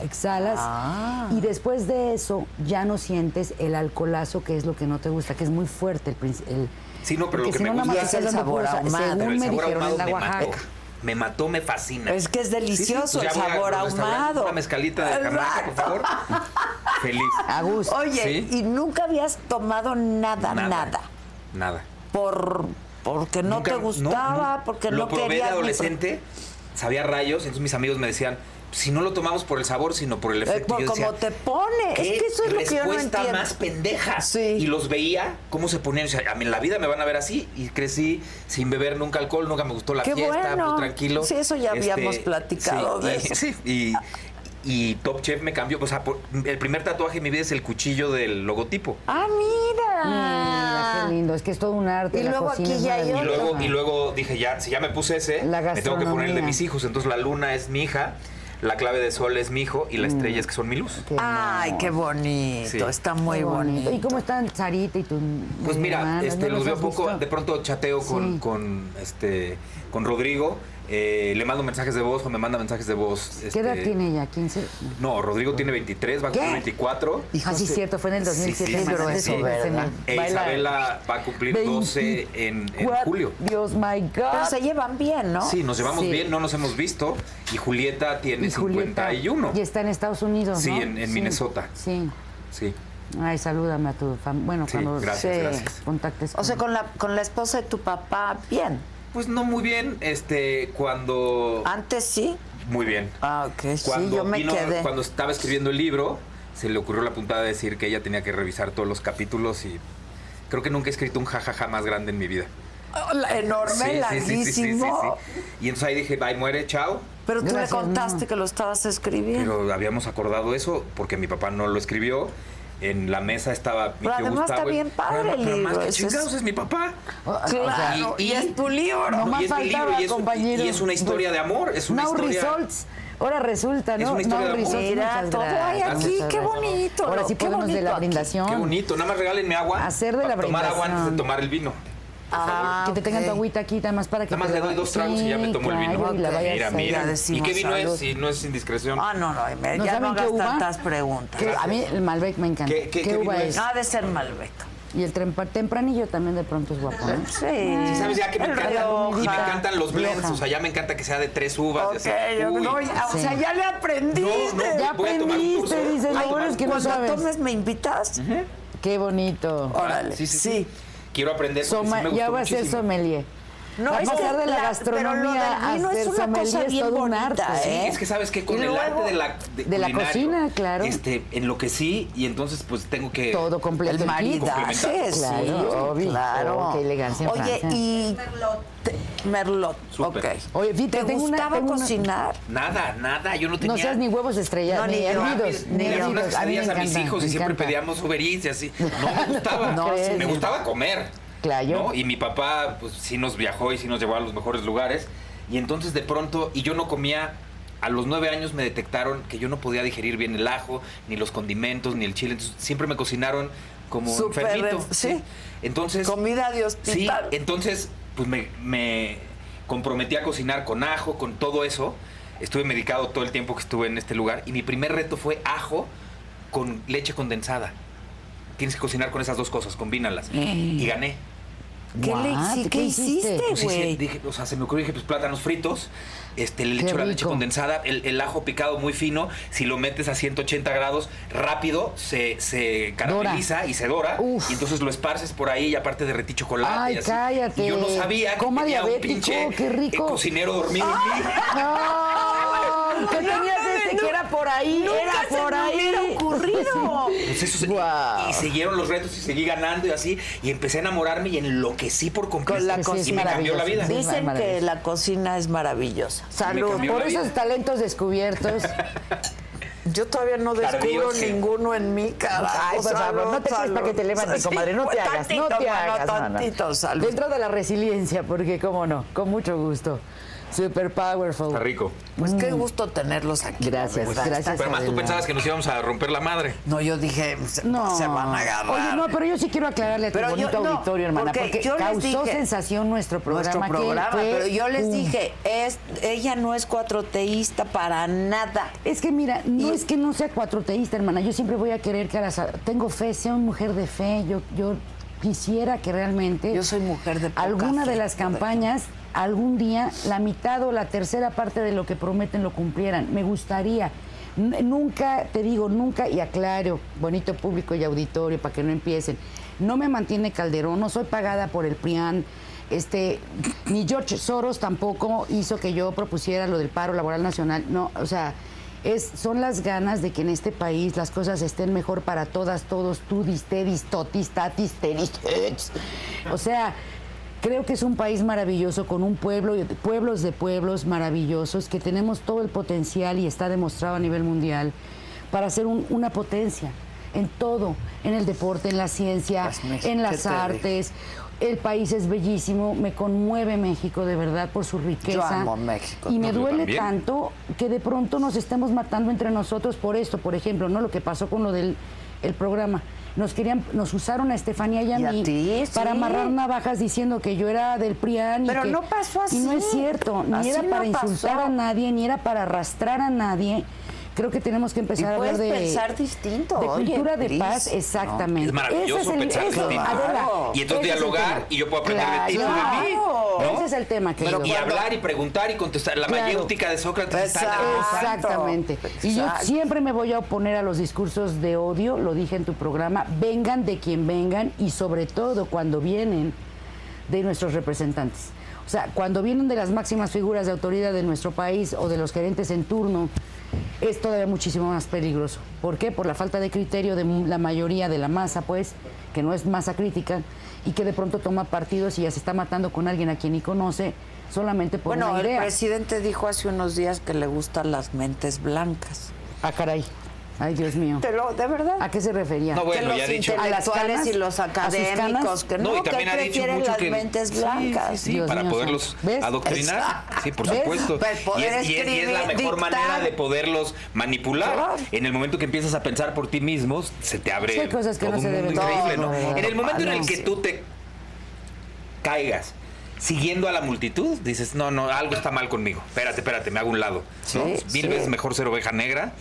[SPEAKER 4] exhalas
[SPEAKER 1] Ah.
[SPEAKER 4] y después de eso ya no sientes el alcoholazo que es lo que no te gusta, que es muy fuerte el, princ- el
[SPEAKER 2] Sí, no, pero
[SPEAKER 4] porque
[SPEAKER 2] lo que
[SPEAKER 4] si
[SPEAKER 2] me
[SPEAKER 4] no, nada
[SPEAKER 2] gusta
[SPEAKER 4] más
[SPEAKER 1] es el
[SPEAKER 4] estás dando
[SPEAKER 1] sabor
[SPEAKER 4] puro sa-
[SPEAKER 1] ahumado.
[SPEAKER 2] Pero
[SPEAKER 4] Según
[SPEAKER 2] el
[SPEAKER 4] me
[SPEAKER 2] sabor
[SPEAKER 4] dijeron
[SPEAKER 2] ahumado
[SPEAKER 4] en la
[SPEAKER 2] me mató.
[SPEAKER 4] Oaxaca.
[SPEAKER 2] Me mató, me fascina.
[SPEAKER 1] Es que es
[SPEAKER 2] Sí, sí, pues
[SPEAKER 1] delicioso
[SPEAKER 2] ya
[SPEAKER 1] el
[SPEAKER 2] voy a
[SPEAKER 1] sabor
[SPEAKER 2] algún restaurante,
[SPEAKER 1] ahumado.
[SPEAKER 2] Una mezcalita de Jamaica, por favor. Feliz.
[SPEAKER 4] A gusto.
[SPEAKER 1] Oye,
[SPEAKER 2] Sí.
[SPEAKER 1] y nunca habías tomado nada, nada.
[SPEAKER 2] Nada.
[SPEAKER 1] Por, porque no
[SPEAKER 2] Nunca-
[SPEAKER 1] te gustaba,
[SPEAKER 2] no.
[SPEAKER 1] porque
[SPEAKER 2] lo
[SPEAKER 1] no
[SPEAKER 2] probé
[SPEAKER 1] querías.
[SPEAKER 2] de
[SPEAKER 1] ni-
[SPEAKER 2] adolescente, sabía rayos, entonces mis amigos me decían, si no lo tomamos por el sabor, sino por el
[SPEAKER 1] Eh,
[SPEAKER 2] efecto.
[SPEAKER 1] por
[SPEAKER 2] Y yo decía,
[SPEAKER 1] como te pone. Es
[SPEAKER 2] "¿Qué
[SPEAKER 1] que eso es lo que yo no
[SPEAKER 2] respuesta
[SPEAKER 1] entiendo.
[SPEAKER 2] más pendeja.
[SPEAKER 1] Sí.
[SPEAKER 2] Y los veía cómo se ponían. O sea, a mí en la vida me van a ver así. Y crecí sin beber nunca alcohol, nunca me gustó la
[SPEAKER 1] Qué
[SPEAKER 2] fiesta,
[SPEAKER 1] bueno.
[SPEAKER 2] muy tranquilo. Este,
[SPEAKER 1] Sí, eso ya habíamos platicado
[SPEAKER 2] sí,
[SPEAKER 1] de
[SPEAKER 2] y-
[SPEAKER 1] eso.
[SPEAKER 2] sí, y, y Top Chef me cambió. O sea, por- el primer tatuaje en mi vida es el cuchillo del logotipo.
[SPEAKER 1] Ah,
[SPEAKER 4] Mira,
[SPEAKER 1] Mm. mira.
[SPEAKER 4] qué lindo, es que es todo un arte.
[SPEAKER 1] Ah. Y
[SPEAKER 4] la
[SPEAKER 1] luego
[SPEAKER 4] cocina
[SPEAKER 1] aquí
[SPEAKER 4] es
[SPEAKER 1] ya hay
[SPEAKER 2] Y
[SPEAKER 1] Ay,
[SPEAKER 4] maravillosa.
[SPEAKER 2] luego,
[SPEAKER 1] ajá.
[SPEAKER 2] y luego dije, ya, si ya me puse ese,
[SPEAKER 4] La
[SPEAKER 2] me tengo que poner el de
[SPEAKER 4] gastronomía.
[SPEAKER 2] mis hijos. Entonces la luna es mi hija, la clave de sol es mi hijo y la
[SPEAKER 1] Mm.
[SPEAKER 2] estrella es que son mi luz.
[SPEAKER 4] Qué
[SPEAKER 1] Ay,
[SPEAKER 4] amor,
[SPEAKER 1] qué bonito.
[SPEAKER 2] Sí.
[SPEAKER 1] Está muy
[SPEAKER 4] qué
[SPEAKER 1] bonito.
[SPEAKER 4] ¿Y cómo están Sarita y tu
[SPEAKER 2] Pues mira,
[SPEAKER 4] hermanas?
[SPEAKER 2] este,
[SPEAKER 4] ¿No
[SPEAKER 2] los veo
[SPEAKER 4] has
[SPEAKER 2] poco,
[SPEAKER 4] visto?
[SPEAKER 2] de pronto chateo
[SPEAKER 4] Sí.
[SPEAKER 2] con, con, este, con Rodrigo, eh, le mando mensajes de voz o me manda mensajes de voz.
[SPEAKER 4] ¿Qué
[SPEAKER 2] este,
[SPEAKER 4] edad tiene ella? ¿15?
[SPEAKER 2] No, Rodrigo tiene 23, va a
[SPEAKER 4] ¿Qué?
[SPEAKER 2] cumplir 24.
[SPEAKER 4] Ah, sí, cierto, fue en el 2007.
[SPEAKER 2] Sí, sí,
[SPEAKER 4] es grueso,
[SPEAKER 2] sí.
[SPEAKER 4] ¿verdad?
[SPEAKER 2] E
[SPEAKER 4] Baila-
[SPEAKER 2] Isabela va a cumplir 12 en, en
[SPEAKER 4] 24.
[SPEAKER 2] julio.
[SPEAKER 4] Dios, my
[SPEAKER 1] Pero
[SPEAKER 4] God.
[SPEAKER 1] se llevan bien, ¿no?
[SPEAKER 2] Sí, nos llevamos
[SPEAKER 4] Sí.
[SPEAKER 2] bien, no nos hemos visto. Y Julieta tiene
[SPEAKER 4] Y Julieta.
[SPEAKER 2] 51.
[SPEAKER 4] Y está en Estados Unidos,
[SPEAKER 2] Sí,
[SPEAKER 4] ¿no?
[SPEAKER 2] en- en Minnesota.
[SPEAKER 4] Sí.
[SPEAKER 2] Sí.
[SPEAKER 4] Ay, salúdame a tu familia. Bueno,
[SPEAKER 2] Sí,
[SPEAKER 4] cuando
[SPEAKER 2] gracias,
[SPEAKER 4] sí,
[SPEAKER 2] gracias.
[SPEAKER 4] contactes.
[SPEAKER 1] O sea, con la, con la esposa de tu papá, bien.
[SPEAKER 2] Pues no muy bien, este, cuando...
[SPEAKER 4] Ah.
[SPEAKER 1] Antes sí.
[SPEAKER 2] Muy bien.
[SPEAKER 1] Ah, ok.
[SPEAKER 2] Cuando
[SPEAKER 1] sí, yo me
[SPEAKER 2] vino-
[SPEAKER 1] quedé.
[SPEAKER 2] Cuando estaba escribiendo el libro, se le ocurrió la puntada de decir que ella tenía que revisar todos los capítulos y creo que nunca he escrito un jajaja más grande en mi vida.
[SPEAKER 1] Oh, la- enorme, larguísimo.
[SPEAKER 2] Y entonces ahí dije, bye, muere, chao.
[SPEAKER 1] Pero tú
[SPEAKER 4] Gracias,
[SPEAKER 1] le contaste
[SPEAKER 4] no.
[SPEAKER 1] que lo estabas escribiendo.
[SPEAKER 2] Pero habíamos acordado eso porque mi papá no lo escribió. En la mesa estaba mi
[SPEAKER 1] Pero
[SPEAKER 2] tío
[SPEAKER 1] además está
[SPEAKER 2] Gustavo y-
[SPEAKER 1] bien padre
[SPEAKER 2] Pero
[SPEAKER 1] el
[SPEAKER 2] además,
[SPEAKER 1] libro,
[SPEAKER 2] ¿qué
[SPEAKER 1] ese es-
[SPEAKER 2] chingados es mi papá.
[SPEAKER 4] O-
[SPEAKER 1] claro,
[SPEAKER 4] o sea,
[SPEAKER 1] y, es tu libro.
[SPEAKER 2] No,
[SPEAKER 4] Nomás
[SPEAKER 2] y es mi libro,
[SPEAKER 4] faltaba,
[SPEAKER 2] y es-
[SPEAKER 4] compañero.
[SPEAKER 2] y es una historia de amor, es una
[SPEAKER 4] Now
[SPEAKER 2] historia-
[SPEAKER 4] results. Ahora resulta, ¿no?
[SPEAKER 2] Es una historia
[SPEAKER 4] Now
[SPEAKER 2] de amor.
[SPEAKER 4] results,
[SPEAKER 1] Mira,
[SPEAKER 4] muchas
[SPEAKER 1] todo hay
[SPEAKER 4] gracias,
[SPEAKER 1] aquí,
[SPEAKER 4] muchas
[SPEAKER 1] qué
[SPEAKER 4] gracias.
[SPEAKER 1] bonito,
[SPEAKER 4] Ahora
[SPEAKER 1] ¿no?
[SPEAKER 4] sí
[SPEAKER 1] Qué
[SPEAKER 4] podemos de
[SPEAKER 1] bonito
[SPEAKER 4] la
[SPEAKER 1] aquí.
[SPEAKER 4] brindación.
[SPEAKER 2] Qué bonito, nada más regálenme agua.
[SPEAKER 4] Hacer de la
[SPEAKER 2] para tomar agua
[SPEAKER 4] brindación.
[SPEAKER 2] antes de tomar el vino.
[SPEAKER 1] Ah,
[SPEAKER 4] que te tengan tu
[SPEAKER 1] ok.
[SPEAKER 4] agüita aquí, nada más para que
[SPEAKER 2] Nada más
[SPEAKER 4] te
[SPEAKER 2] le doy
[SPEAKER 4] beba-
[SPEAKER 2] dos tragos
[SPEAKER 4] Sí,
[SPEAKER 2] y ya me tomo el vino.
[SPEAKER 4] claro, y la
[SPEAKER 1] Ok.
[SPEAKER 4] vayas
[SPEAKER 2] mira,
[SPEAKER 4] ahí.
[SPEAKER 2] mira.
[SPEAKER 1] Ya
[SPEAKER 2] ¿Y
[SPEAKER 1] decimos
[SPEAKER 2] qué vino
[SPEAKER 1] salud.
[SPEAKER 2] es si no es indiscreción?
[SPEAKER 1] Ah, no, no, me-
[SPEAKER 4] ¿No
[SPEAKER 1] ya no
[SPEAKER 4] saben qué
[SPEAKER 1] hagas
[SPEAKER 4] uva?
[SPEAKER 1] tantas preguntas.
[SPEAKER 4] Que a mí el Malbec me encanta.
[SPEAKER 2] ¿Qué- qué- qué
[SPEAKER 4] uva
[SPEAKER 2] vino
[SPEAKER 4] es?
[SPEAKER 2] es?
[SPEAKER 1] No, ha de ser Malbec.
[SPEAKER 4] Y el trempa- tempranillo también de pronto es guapo, ¿no?
[SPEAKER 1] Sí.
[SPEAKER 2] Sí, ¿Sabes ya que me
[SPEAKER 1] El
[SPEAKER 2] encantan?
[SPEAKER 1] Rioja.
[SPEAKER 2] Y me encantan los blends,
[SPEAKER 4] Rioja.
[SPEAKER 2] o sea, ya me encanta que sea de tres uvas. y
[SPEAKER 1] Ok,
[SPEAKER 2] así.
[SPEAKER 1] yo-
[SPEAKER 2] Uy.
[SPEAKER 1] no, ya- o sea,
[SPEAKER 4] Sí.
[SPEAKER 1] ya le aprendiste.
[SPEAKER 2] No, no,
[SPEAKER 4] Ya
[SPEAKER 2] Voy a tomar un curso.
[SPEAKER 4] aprendiste,
[SPEAKER 2] Voy
[SPEAKER 4] dices,
[SPEAKER 2] a
[SPEAKER 4] lo
[SPEAKER 2] tomar
[SPEAKER 4] bueno es que no
[SPEAKER 1] Cuando
[SPEAKER 4] sabes.
[SPEAKER 1] tomes, ¿me invitas?
[SPEAKER 4] Qué bonito.
[SPEAKER 1] Órale.
[SPEAKER 2] Sí, sí, sí.
[SPEAKER 1] Sí.
[SPEAKER 2] Quiero aprender porque
[SPEAKER 4] Soma-
[SPEAKER 2] sí me
[SPEAKER 4] ya
[SPEAKER 2] gustó
[SPEAKER 4] voy a ser
[SPEAKER 2] muchísimo.
[SPEAKER 4] sommelier.
[SPEAKER 1] No,
[SPEAKER 4] Va a
[SPEAKER 1] es que
[SPEAKER 4] pasar de la,
[SPEAKER 1] la- pero lo
[SPEAKER 4] gastronomía
[SPEAKER 1] del
[SPEAKER 4] a
[SPEAKER 1] vino es
[SPEAKER 4] ser
[SPEAKER 1] una cosa
[SPEAKER 4] sommelier es
[SPEAKER 1] bien
[SPEAKER 4] todo un arte.
[SPEAKER 1] bonita,
[SPEAKER 2] Sí,
[SPEAKER 1] ¿eh?
[SPEAKER 2] es que sabes que
[SPEAKER 1] Y
[SPEAKER 2] con el
[SPEAKER 1] luego-
[SPEAKER 2] arte de la
[SPEAKER 4] De la
[SPEAKER 2] culinario,
[SPEAKER 4] cocina, claro.
[SPEAKER 2] Este, en lo que sí y entonces pues tengo que
[SPEAKER 4] Todo completo.
[SPEAKER 1] El maridaje, sí,
[SPEAKER 4] Complementar. Claro, obvio.
[SPEAKER 1] claro.
[SPEAKER 4] Oh, qué elegancia en
[SPEAKER 1] Oye,
[SPEAKER 4] Francia.
[SPEAKER 1] y... Merlot. Merlot,
[SPEAKER 2] Súper.
[SPEAKER 1] ok.
[SPEAKER 4] Oye, fíjate,
[SPEAKER 1] ¿Te
[SPEAKER 4] tengo una-
[SPEAKER 1] gustaba
[SPEAKER 4] tengo una-
[SPEAKER 1] cocinar?
[SPEAKER 2] Nada, nada, yo no tenía
[SPEAKER 4] No seas ni huevos estrellados,
[SPEAKER 1] No,
[SPEAKER 4] ni,
[SPEAKER 1] ni yo.
[SPEAKER 4] hervidos,
[SPEAKER 1] Ni
[SPEAKER 4] ni
[SPEAKER 1] yo.
[SPEAKER 2] Tenía unas
[SPEAKER 4] hervidos. A mí me
[SPEAKER 2] quesadillas a, mis
[SPEAKER 4] encanta,
[SPEAKER 2] hijos y
[SPEAKER 4] me
[SPEAKER 2] siempre
[SPEAKER 4] encanta.
[SPEAKER 2] pedíamos Uber Eats y así. No me gustaba.
[SPEAKER 4] No,
[SPEAKER 2] me
[SPEAKER 4] sí.
[SPEAKER 2] gustaba comer.
[SPEAKER 4] Claro.
[SPEAKER 2] ¿no? Y mi papá, pues sí nos viajó y sí nos llevó a los mejores lugares. Y entonces de pronto, y yo no comía. A los nueve años me detectaron que yo no podía digerir bien el ajo, ni los condimentos, ni el chile. Entonces siempre me cocinaron como
[SPEAKER 1] Súper
[SPEAKER 2] enfermito.
[SPEAKER 1] ref- sí.
[SPEAKER 2] Entonces.
[SPEAKER 1] Comida de
[SPEAKER 2] Sí,
[SPEAKER 1] hospital.
[SPEAKER 4] eh,
[SPEAKER 2] entonces, pues me, me comprometí a cocinar con ajo, con todo eso. Estuve medicado todo el tiempo que estuve en este lugar. Y mi primer reto fue ajo con leche condensada. Tienes que cocinar con esas dos cosas, combínalas. Y gané.
[SPEAKER 1] ¿Qué, le
[SPEAKER 4] What?
[SPEAKER 1] hici-
[SPEAKER 4] ¿Qué
[SPEAKER 1] ¿qué hiciste,
[SPEAKER 4] hiciste?
[SPEAKER 2] Pues hice-
[SPEAKER 1] güey?
[SPEAKER 2] dije, o sea, se me ocurrió, dije, pues plátanos fritos, este, le
[SPEAKER 4] Qué
[SPEAKER 2] echo la leche
[SPEAKER 4] rico.
[SPEAKER 2] condensada, el, el ajo picado muy fino, si lo metes a 180 grados, rápido se, se carameliza y se dora,
[SPEAKER 4] Uf.
[SPEAKER 2] y entonces lo esparces por ahí y aparte derretí chocolate
[SPEAKER 4] Ay,
[SPEAKER 2] y así.
[SPEAKER 4] cállate.
[SPEAKER 2] Y yo no sabía que
[SPEAKER 4] Coma
[SPEAKER 2] tenía un
[SPEAKER 4] diabético,
[SPEAKER 2] pinche
[SPEAKER 4] qué rico. Ah.
[SPEAKER 2] eh, cocinero dormido en mí.
[SPEAKER 4] ¡No! ¿Qué tenías
[SPEAKER 1] mames,
[SPEAKER 4] este
[SPEAKER 1] no.
[SPEAKER 4] que era por ahí?
[SPEAKER 1] Nunca
[SPEAKER 4] era
[SPEAKER 1] se
[SPEAKER 4] por
[SPEAKER 1] me
[SPEAKER 4] ahí.
[SPEAKER 1] hubiera ocurrido.
[SPEAKER 2] Pues eso se-
[SPEAKER 4] Guau.
[SPEAKER 2] y siguieron los retos y seguí ganando y así, y empecé a enamorarme y enloquecí por completo.
[SPEAKER 1] Con la
[SPEAKER 2] y
[SPEAKER 1] cosa.
[SPEAKER 2] me cambió la vida.
[SPEAKER 4] Sí, es
[SPEAKER 1] Dicen que
[SPEAKER 4] maravilloso.
[SPEAKER 1] la cocina es maravillosa.
[SPEAKER 4] Salud.
[SPEAKER 2] cambió
[SPEAKER 4] Por
[SPEAKER 2] la vida.
[SPEAKER 4] esos talentos descubiertos.
[SPEAKER 1] Yo todavía no descubro
[SPEAKER 2] Tardíos que-
[SPEAKER 1] ninguno en mí, carajo.
[SPEAKER 4] Ay, por favor, no te crees
[SPEAKER 1] salud.
[SPEAKER 4] para que te levantes,
[SPEAKER 1] Sí,
[SPEAKER 4] comadre. No te
[SPEAKER 1] pues,
[SPEAKER 4] hagas, no
[SPEAKER 1] tantito,
[SPEAKER 4] te
[SPEAKER 1] mano,
[SPEAKER 4] hagas. mana.
[SPEAKER 1] tantito, salud.
[SPEAKER 4] Dentro de la resiliencia, porque cómo no, con mucho gusto. Super powerful.
[SPEAKER 2] Está rico.
[SPEAKER 1] Pues qué gusto tenerlos aquí. la
[SPEAKER 4] Mm. Gracias,
[SPEAKER 1] verdad.
[SPEAKER 4] gracias.
[SPEAKER 1] Está-
[SPEAKER 2] Pero más tú
[SPEAKER 4] Adela.
[SPEAKER 2] pensabas que nos íbamos a romper la madre.
[SPEAKER 1] No, yo dije, se,
[SPEAKER 4] No.
[SPEAKER 1] se van a agarrar.
[SPEAKER 4] Oye, no, pero yo sí quiero aclararle a tu
[SPEAKER 1] Pero yo-
[SPEAKER 4] bonito
[SPEAKER 1] no,
[SPEAKER 4] auditorio, hermana,
[SPEAKER 1] porque
[SPEAKER 4] porque,
[SPEAKER 1] yo les
[SPEAKER 4] causó
[SPEAKER 1] dije-
[SPEAKER 4] sensación nuestro programa.
[SPEAKER 1] nuestro
[SPEAKER 4] que
[SPEAKER 1] programa,
[SPEAKER 4] fue
[SPEAKER 1] pero yo les
[SPEAKER 4] un-
[SPEAKER 1] dije, es, ella no es cuatroteísta para nada.
[SPEAKER 4] Es que mira, no
[SPEAKER 1] Y-
[SPEAKER 4] es que no sea cuatroteísta, hermana. Yo siempre voy a querer que a las- Tengo fe, sea una mujer de fe. Yo, yo quisiera que realmente.
[SPEAKER 1] Yo soy mujer de poca
[SPEAKER 4] Alguna de
[SPEAKER 1] fe,
[SPEAKER 4] las
[SPEAKER 1] joder.
[SPEAKER 4] campañas, algún día, la mitad o la tercera parte de lo que prometen lo cumplieran. Me gustaría. N- Nunca, te digo, nunca, y aclaro, bonito público y auditorio, para que no empiecen. No me mantiene Calderón, no soy pagada por el PRIAN. Este, ni George Soros tampoco hizo que yo propusiera lo del paro laboral nacional. No, o sea, es, son las ganas de que en este país las cosas estén mejor para todas, todos, tudis, tedis, totis, tatis, teris, ets. O sea, creo que es un país maravilloso con un pueblo, pueblos de pueblos maravillosos que tenemos todo el potencial y está demostrado a nivel mundial para ser un- una potencia en todo, en el deporte, en la ciencia,
[SPEAKER 1] Pues, México,
[SPEAKER 4] en
[SPEAKER 1] ¿qué te
[SPEAKER 4] las
[SPEAKER 1] digo?
[SPEAKER 4] artes. El país es bellísimo, me conmueve México de verdad por su riqueza.
[SPEAKER 1] amo México.
[SPEAKER 4] Y me
[SPEAKER 2] No, yo
[SPEAKER 4] duele
[SPEAKER 2] también.
[SPEAKER 4] tanto tanto que de pronto nos estemos matando entre nosotros por esto, por ejemplo, ¿no? Lo que pasó con lo del el programa. Nos querían, nos usaron a Estefanía y a,
[SPEAKER 1] Y a
[SPEAKER 4] mí
[SPEAKER 1] ti,
[SPEAKER 4] para
[SPEAKER 1] sí.
[SPEAKER 4] amarrar navajas diciendo que yo era del PRIAN. y
[SPEAKER 1] Pero
[SPEAKER 4] que-
[SPEAKER 1] no pasó así.
[SPEAKER 4] Y no es cierto, ni
[SPEAKER 1] Así
[SPEAKER 4] era
[SPEAKER 1] no
[SPEAKER 4] para
[SPEAKER 1] pasó.
[SPEAKER 4] insultar a nadie, ni era para arrastrar a nadie. Creo que tenemos que
[SPEAKER 1] Y
[SPEAKER 4] empezar a hablar
[SPEAKER 1] puedes
[SPEAKER 4] de
[SPEAKER 1] pensar distinto.
[SPEAKER 4] de
[SPEAKER 1] oye,
[SPEAKER 4] cultura de
[SPEAKER 1] Cris,
[SPEAKER 4] paz,
[SPEAKER 1] ¿no?
[SPEAKER 4] exactamente.
[SPEAKER 2] Es maravilloso
[SPEAKER 4] Ese
[SPEAKER 2] pensar
[SPEAKER 4] ese-
[SPEAKER 2] distinto.
[SPEAKER 4] Adela,
[SPEAKER 2] Y entonces
[SPEAKER 4] ese es el
[SPEAKER 2] dialogar
[SPEAKER 4] tema.
[SPEAKER 2] y yo puedo aprender de ti, tú de mí,
[SPEAKER 4] Claro.
[SPEAKER 2] ¿no?
[SPEAKER 4] Ese es el tema,
[SPEAKER 2] Pero-
[SPEAKER 4] querido.
[SPEAKER 2] y hablar y preguntar y contestar. La
[SPEAKER 4] Claro.
[SPEAKER 2] mayéutica de Sócrates está
[SPEAKER 1] Exacto.
[SPEAKER 2] en la voz.
[SPEAKER 4] Exactamente. Y yo
[SPEAKER 1] Exacto.
[SPEAKER 4] siempre me voy a oponer a los discursos de odio, lo dije en tu programa, vengan de quien vengan y sobre todo cuando vienen de nuestros representantes. O sea, cuando vienen de las máximas figuras de autoridad de nuestro país o de los gerentes en turno, es todavía muchísimo más peligroso. ¿Por qué? Por la falta de criterio de m- la mayoría de la masa, pues, que no es masa crítica y que de pronto toma partidos y ya se está matando con alguien a quien ni conoce solamente por
[SPEAKER 1] Bueno,
[SPEAKER 4] una
[SPEAKER 1] el
[SPEAKER 4] idea.
[SPEAKER 1] presidente dijo hace unos días que le gustan las mentes blancas.
[SPEAKER 4] Ah, caray. Ay, Dios mío.
[SPEAKER 1] Te lo, de verdad.
[SPEAKER 4] ¿A qué se refería?
[SPEAKER 2] No, Ah, bueno,
[SPEAKER 1] que
[SPEAKER 2] ya
[SPEAKER 1] los
[SPEAKER 2] he dicho.
[SPEAKER 4] A las
[SPEAKER 1] intelectuales
[SPEAKER 4] canas,
[SPEAKER 1] y los
[SPEAKER 4] a sus canas.
[SPEAKER 1] académicos que no,
[SPEAKER 2] No, y
[SPEAKER 1] que
[SPEAKER 2] también ha dicho
[SPEAKER 1] prefieren
[SPEAKER 2] mucho
[SPEAKER 1] las
[SPEAKER 2] que-
[SPEAKER 1] mentes
[SPEAKER 2] Sí,
[SPEAKER 1] blancas.
[SPEAKER 2] Sí,
[SPEAKER 4] Dios
[SPEAKER 2] para
[SPEAKER 4] mío,
[SPEAKER 2] poderlos
[SPEAKER 4] ¿ves?
[SPEAKER 2] adoctrinar.
[SPEAKER 1] Exacto.
[SPEAKER 2] Sí, por
[SPEAKER 4] ¿Ves?
[SPEAKER 2] supuesto.
[SPEAKER 1] Pues
[SPEAKER 2] y, es,
[SPEAKER 1] poder
[SPEAKER 2] y es- y es la
[SPEAKER 1] escribir,
[SPEAKER 2] mejor
[SPEAKER 1] dictar.
[SPEAKER 2] manera de poderlos manipular.
[SPEAKER 1] Claro.
[SPEAKER 2] En el momento que empiezas a pensar por ti mismos, se te abre
[SPEAKER 4] Sí, hay cosas que
[SPEAKER 2] todo
[SPEAKER 4] no se
[SPEAKER 2] un mundo
[SPEAKER 4] deben tocar.
[SPEAKER 2] increíble, ¿no?
[SPEAKER 4] No, no, no,
[SPEAKER 2] En el momento en el que
[SPEAKER 1] padrísimo.
[SPEAKER 2] tú te caigas siguiendo a la multitud, dices, no, no, algo está mal conmigo. Espérate, espérate, me hago un lado. ¿no?
[SPEAKER 1] Sí,
[SPEAKER 2] Mil
[SPEAKER 1] sí.
[SPEAKER 2] veces mejor ser oveja negra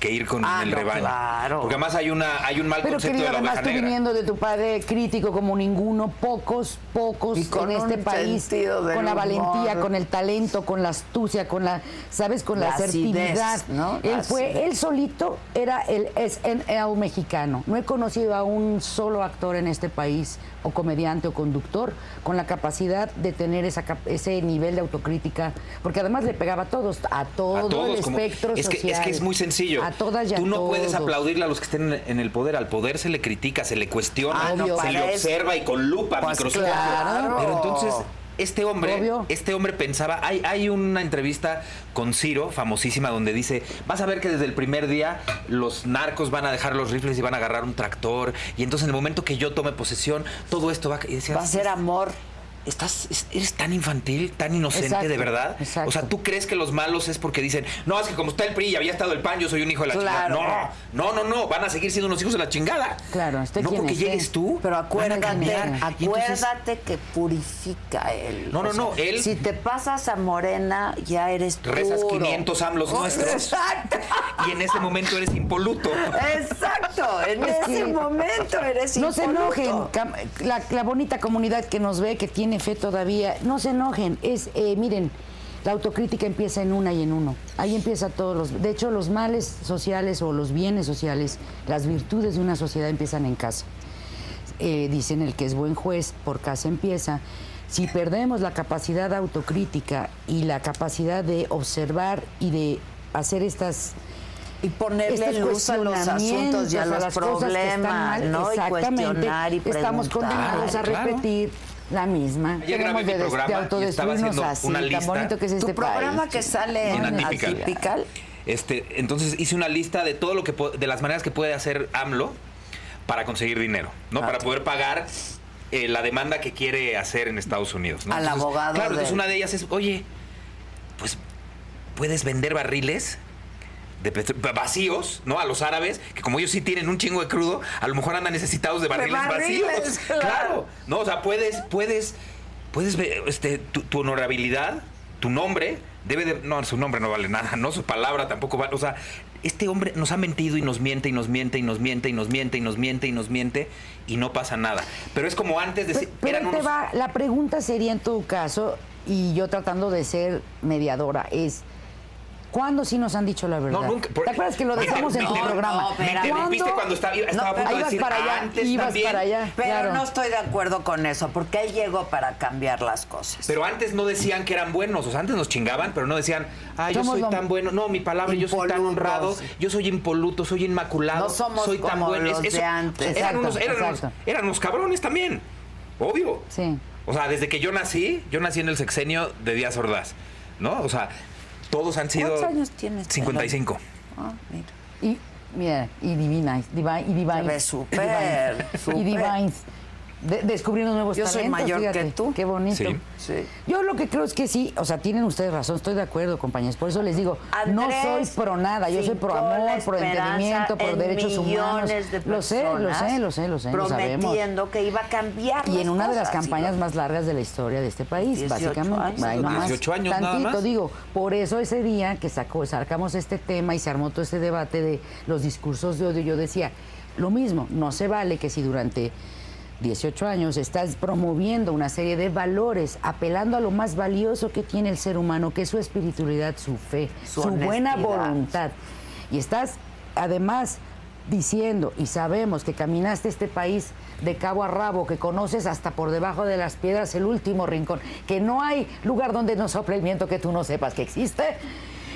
[SPEAKER 2] que ir con
[SPEAKER 1] Ah,
[SPEAKER 2] el
[SPEAKER 1] no,
[SPEAKER 2] rebaño.
[SPEAKER 1] claro.
[SPEAKER 2] Porque además hay, una, hay un mal
[SPEAKER 4] Pero
[SPEAKER 2] concepto
[SPEAKER 4] querido,
[SPEAKER 2] de la
[SPEAKER 4] además
[SPEAKER 2] oveja
[SPEAKER 4] tú
[SPEAKER 2] negra.
[SPEAKER 4] viniendo de tu padre crítico como ninguno, pocos, pocos
[SPEAKER 1] Y con
[SPEAKER 4] en este
[SPEAKER 1] un
[SPEAKER 4] país,
[SPEAKER 1] sentido del
[SPEAKER 4] con la
[SPEAKER 1] humor.
[SPEAKER 4] valentía, con el talento, con la astucia, con la, sabes, con la,
[SPEAKER 1] La acidez,
[SPEAKER 4] asertividad.
[SPEAKER 1] ¿no? La
[SPEAKER 4] Él fue,
[SPEAKER 1] acidez.
[SPEAKER 4] él solito era el SNL mexicano. No he conocido a un solo actor en este país, o comediante o conductor, con la capacidad de tener esa, cap- ese nivel de autocrítica, porque además le pegaba a todos, a todo
[SPEAKER 2] a todos
[SPEAKER 4] el
[SPEAKER 2] como-
[SPEAKER 4] espectro
[SPEAKER 2] es que,
[SPEAKER 4] social.
[SPEAKER 2] Es que es muy sencillo.
[SPEAKER 4] A todas y a
[SPEAKER 2] Tú no
[SPEAKER 4] todos.
[SPEAKER 2] puedes aplaudirle a los que estén en el poder. Al poder se le critica, se le cuestiona,
[SPEAKER 1] Ah,
[SPEAKER 4] no,
[SPEAKER 2] se
[SPEAKER 1] para
[SPEAKER 2] le
[SPEAKER 1] eso.
[SPEAKER 2] observa y con lupa,
[SPEAKER 1] Pues
[SPEAKER 2] microscopio.
[SPEAKER 1] claro.
[SPEAKER 2] Pero entonces, este hombre,
[SPEAKER 4] Obvio.
[SPEAKER 2] este hombre pensaba, hay, hay una entrevista con Ciro, famosísima, donde dice, vas a ver que desde el primer día los narcos van a dejar los rifles y van a agarrar un tractor. Y entonces en el momento que yo tome posesión, todo esto va a... y decía,
[SPEAKER 1] Va a ser amor.
[SPEAKER 2] Estás, es- eres tan infantil, tan inocente,
[SPEAKER 4] Exacto,
[SPEAKER 2] de verdad.
[SPEAKER 4] exacto.
[SPEAKER 2] O sea, tú crees que los malos es porque dicen, no, es que como está el PRI y había estado el PAN, yo soy un hijo de la
[SPEAKER 1] Claro.
[SPEAKER 2] chingada. No, no, no, no, van a seguir siendo unos hijos de la chingada.
[SPEAKER 4] Claro, ¿usted
[SPEAKER 2] No
[SPEAKER 4] quién
[SPEAKER 2] porque
[SPEAKER 4] es?
[SPEAKER 2] llegues tú.
[SPEAKER 1] Pero
[SPEAKER 2] van a
[SPEAKER 1] acuérdate,
[SPEAKER 2] cambiar. Y entonces-
[SPEAKER 1] acuérdate que purifica él.
[SPEAKER 2] No, no, no, él-
[SPEAKER 1] Si te pasas a morena, ya eres puro.
[SPEAKER 2] Rezas 500 AMLOs nuestros.
[SPEAKER 1] Exacto.
[SPEAKER 2] y en ese momento eres impoluto.
[SPEAKER 1] Exacto. En
[SPEAKER 4] Es que-
[SPEAKER 1] ese momento eres
[SPEAKER 4] No se
[SPEAKER 1] impoluto.
[SPEAKER 4] enojen, cam- la, la bonita comunidad que nos ve, que tiene fe todavía, no se enojen, es, eh, miren, la autocrítica empieza en una y en uno, ahí empieza todos los, de hecho los males sociales o los bienes sociales, las virtudes de una sociedad empiezan en casa. Eh, dicen el que es buen juez, por casa empieza. Si perdemos la capacidad autocrítica y la capacidad de observar y de hacer estas
[SPEAKER 1] Y ponerle
[SPEAKER 4] estos
[SPEAKER 1] luz a los
[SPEAKER 4] cuestionamientos,
[SPEAKER 1] asuntos y a
[SPEAKER 4] a
[SPEAKER 1] los
[SPEAKER 4] las cosas que están
[SPEAKER 1] problemas,
[SPEAKER 4] mal,
[SPEAKER 1] ¿no? Y
[SPEAKER 4] exactamente.
[SPEAKER 1] cuestionar y preguntar.
[SPEAKER 4] Estamos condenados a
[SPEAKER 2] Claro.
[SPEAKER 4] repetir la misma.
[SPEAKER 2] Ayer grabé
[SPEAKER 4] Tenemos
[SPEAKER 2] mi
[SPEAKER 4] de, des-
[SPEAKER 2] programa
[SPEAKER 4] de
[SPEAKER 2] y estaba
[SPEAKER 4] autodestruirnos
[SPEAKER 2] haciendo
[SPEAKER 4] así,
[SPEAKER 2] una
[SPEAKER 4] tan
[SPEAKER 2] lista.
[SPEAKER 4] bonito que es este
[SPEAKER 1] tu programa
[SPEAKER 4] país.
[SPEAKER 1] que sale en
[SPEAKER 2] En Atypical.
[SPEAKER 1] Atypical.
[SPEAKER 2] Este, entonces hice una lista de todo lo que po- de las maneras que puede hacer AMLO para conseguir dinero, ¿no?
[SPEAKER 1] Ah.
[SPEAKER 2] Para poder pagar eh, la demanda que quiere hacer en Estados Unidos. ¿no?
[SPEAKER 1] Al
[SPEAKER 2] Entonces,
[SPEAKER 1] abogado
[SPEAKER 2] Claro, entonces
[SPEAKER 1] del-
[SPEAKER 2] una de ellas es, oye, pues puedes vender barriles de petro- va- vacíos, ¿no? A los árabes, que como ellos sí tienen un chingo de crudo, a lo mejor andan necesitados de barriles,
[SPEAKER 1] barriles,
[SPEAKER 2] vacíos.
[SPEAKER 1] claro.
[SPEAKER 2] No, o sea, puedes, puedes, puedes ver, este, tu, tu honorabilidad, tu nombre, debe de, no, su nombre no vale nada, no, su palabra tampoco vale, o sea, este hombre nos ha mentido y nos miente y nos miente y nos miente y nos miente y nos miente y nos miente y no pasa nada. Pero es como antes de,
[SPEAKER 4] Pe-
[SPEAKER 2] si-
[SPEAKER 4] Pero
[SPEAKER 2] eran
[SPEAKER 4] ahí te
[SPEAKER 2] unos-
[SPEAKER 4] va, la pregunta sería en tu caso, y yo tratando de ser mediadora, es... ¿Cuándo sí nos han dicho la verdad?
[SPEAKER 2] No, nunca. por-
[SPEAKER 4] ¿Te acuerdas que lo
[SPEAKER 2] Me
[SPEAKER 4] dejamos
[SPEAKER 2] inter-
[SPEAKER 4] en
[SPEAKER 2] me
[SPEAKER 4] tu
[SPEAKER 2] inter-
[SPEAKER 4] programa?
[SPEAKER 1] no,
[SPEAKER 2] Me
[SPEAKER 1] Espera,
[SPEAKER 2] interrumpiste
[SPEAKER 4] ¿Cuándo?
[SPEAKER 2] cuando estaba, estaba a
[SPEAKER 4] No,
[SPEAKER 2] punto
[SPEAKER 4] ahí
[SPEAKER 2] de
[SPEAKER 4] vas
[SPEAKER 2] decir
[SPEAKER 4] para allá,
[SPEAKER 2] antes
[SPEAKER 4] ibas
[SPEAKER 2] también.
[SPEAKER 4] para allá.
[SPEAKER 1] Pero
[SPEAKER 4] claro.
[SPEAKER 1] no estoy de acuerdo con eso, porque él llegó para cambiar las cosas.
[SPEAKER 2] Pero antes no decían que eran buenos, o sea, antes nos chingaban, pero no decían, ay, yo
[SPEAKER 4] Somos
[SPEAKER 2] soy
[SPEAKER 4] lo-
[SPEAKER 2] tan bueno, no, mi palabra, yo soy tan
[SPEAKER 1] Impolutos.
[SPEAKER 2] honrado, yo soy impoluto, soy inmaculado,
[SPEAKER 1] No somos
[SPEAKER 2] soy tan
[SPEAKER 1] como
[SPEAKER 2] bueno. Es-
[SPEAKER 1] los
[SPEAKER 2] eso-
[SPEAKER 1] de antes.
[SPEAKER 2] Eran,
[SPEAKER 4] Exacto,
[SPEAKER 2] unos, eran, unos,
[SPEAKER 4] exacto.
[SPEAKER 2] eran unos cabrones también, obvio.
[SPEAKER 4] Sí.
[SPEAKER 2] O sea, desde que yo nací, yo nací en el sexenio de Díaz Ordaz, ¿no? O sea, todos han sido...
[SPEAKER 1] ¿Cuántos años tienes?
[SPEAKER 2] 55.
[SPEAKER 1] Ah, mira.
[SPEAKER 4] Y, mira, y divina, divi- y divine.
[SPEAKER 1] ves súper, súper.
[SPEAKER 4] Y divines. De- descubriendo nuevos
[SPEAKER 1] Yo
[SPEAKER 4] talentos.
[SPEAKER 1] soy mayor
[SPEAKER 4] fíjate,
[SPEAKER 1] que tú.
[SPEAKER 4] Qué bonito.
[SPEAKER 2] Sí.
[SPEAKER 1] Sí.
[SPEAKER 4] Yo lo que creo es que sí, o sea, tienen ustedes razón, estoy de acuerdo, compañeros. Por eso les digo, no
[SPEAKER 1] Andrés
[SPEAKER 4] soy pro nada, yo soy pro
[SPEAKER 1] fincó la
[SPEAKER 4] amor, pro
[SPEAKER 1] esperanza
[SPEAKER 4] entendimiento, pro
[SPEAKER 1] en
[SPEAKER 4] derechos humanos.
[SPEAKER 1] millones de
[SPEAKER 4] Lo sé, lo sé,
[SPEAKER 1] personas,
[SPEAKER 4] lo sé, lo sé, lo sabemos.
[SPEAKER 1] Prometiendo que iba a cambiar.
[SPEAKER 4] Y en
[SPEAKER 1] las
[SPEAKER 4] una de las
[SPEAKER 1] cosas,
[SPEAKER 4] campañas
[SPEAKER 1] y
[SPEAKER 4] más largas de la historia de este país,
[SPEAKER 1] 18 años.
[SPEAKER 4] básicamente. Ay, no más.
[SPEAKER 2] 18 años nada
[SPEAKER 4] Tantito,
[SPEAKER 2] más.
[SPEAKER 4] digo, por eso ese día que sacó, sacamos este tema y se armó todo este debate de los discursos de odio, yo decía, lo mismo, no se vale que si durante 18 años estás promoviendo una serie de valores, apelando a lo más valioso que tiene el ser humano, que es su espiritualidad, su fe,
[SPEAKER 1] Su
[SPEAKER 4] su buena
[SPEAKER 1] honestidad.
[SPEAKER 4] voluntad voluntad. Y estás, además, diciendo, y sabemos que caminaste este país de cabo a rabo, que conoces hasta por debajo de las piedras el último rincón, que no hay lugar donde no sople el viento que tú no sepas que existe.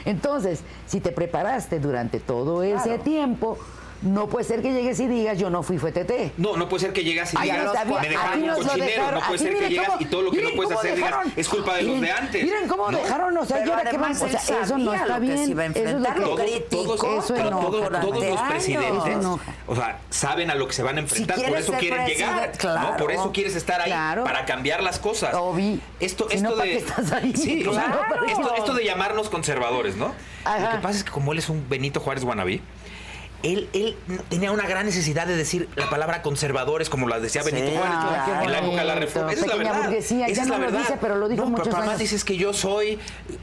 [SPEAKER 4] Entonces, si te preparaste durante todo ese tiempo, no puede ser que llegues y digas, yo no fui, fue TT.
[SPEAKER 2] No, no puede ser que llegas y
[SPEAKER 4] Ay,
[SPEAKER 2] digas,
[SPEAKER 4] ya los
[SPEAKER 2] me
[SPEAKER 4] aquí
[SPEAKER 2] dejaron
[SPEAKER 4] nos lo
[SPEAKER 2] cochinero. No
[SPEAKER 4] dejaron,
[SPEAKER 2] puede
[SPEAKER 4] aquí
[SPEAKER 2] ser que
[SPEAKER 4] miren
[SPEAKER 2] llegas
[SPEAKER 4] cómo-
[SPEAKER 2] y todo lo que no
[SPEAKER 4] miren
[SPEAKER 2] puedes
[SPEAKER 4] cómo
[SPEAKER 2] hacer digas,
[SPEAKER 4] dejaron-
[SPEAKER 2] es culpa de los
[SPEAKER 4] miren-
[SPEAKER 2] de antes.
[SPEAKER 4] Miren cómo
[SPEAKER 2] ¿No?
[SPEAKER 4] dejaron, o sea,
[SPEAKER 1] Pero
[SPEAKER 4] yo ahora que
[SPEAKER 1] además
[SPEAKER 4] vamos, o
[SPEAKER 1] él
[SPEAKER 4] sea, eso no
[SPEAKER 1] sabía
[SPEAKER 4] está
[SPEAKER 1] lo que
[SPEAKER 4] bien.
[SPEAKER 1] se iba a
[SPEAKER 4] eso es lo
[SPEAKER 1] enfrentar,
[SPEAKER 4] que-
[SPEAKER 1] lo
[SPEAKER 2] Todos-
[SPEAKER 1] criticó
[SPEAKER 2] todos-
[SPEAKER 4] eso
[SPEAKER 2] pero
[SPEAKER 4] enoja.
[SPEAKER 2] todos- todos los
[SPEAKER 1] durante
[SPEAKER 2] presidentes,
[SPEAKER 1] años.
[SPEAKER 2] o sea, saben a lo que se van a enfrentar, por
[SPEAKER 1] quieres
[SPEAKER 2] eso
[SPEAKER 1] ser
[SPEAKER 2] quieren
[SPEAKER 1] presi-
[SPEAKER 2] llegar,
[SPEAKER 1] claro.
[SPEAKER 2] ¿no? Por eso quieres estar ahí
[SPEAKER 4] Claro.
[SPEAKER 2] para cambiar las cosas.
[SPEAKER 4] Obvi.
[SPEAKER 2] Esto,
[SPEAKER 4] Si
[SPEAKER 2] esto
[SPEAKER 4] no, ¿para
[SPEAKER 2] de,
[SPEAKER 4] qué estás ahí?
[SPEAKER 2] sí, o sea,
[SPEAKER 4] Claro.
[SPEAKER 2] esto, esto de llamarnos conservadores, ¿no?
[SPEAKER 4] Ajá.
[SPEAKER 2] Lo que pasa es que como él es un Benito Juárez wannabe, él, él tenía una gran necesidad de decir la palabra conservadores, como la decía Benito
[SPEAKER 1] Sí,
[SPEAKER 2] Juárez
[SPEAKER 1] claro.
[SPEAKER 2] en la época de la
[SPEAKER 4] Bonito.
[SPEAKER 2] reforma. Esa es la
[SPEAKER 4] Pequeña
[SPEAKER 2] verdad.
[SPEAKER 4] burguesía,
[SPEAKER 2] Esa
[SPEAKER 4] ya
[SPEAKER 2] es
[SPEAKER 4] no
[SPEAKER 2] la
[SPEAKER 4] lo
[SPEAKER 2] verdad.
[SPEAKER 4] dice, pero lo dijo
[SPEAKER 2] No,
[SPEAKER 4] muchos
[SPEAKER 2] pero además
[SPEAKER 4] años.
[SPEAKER 2] dices que yo soy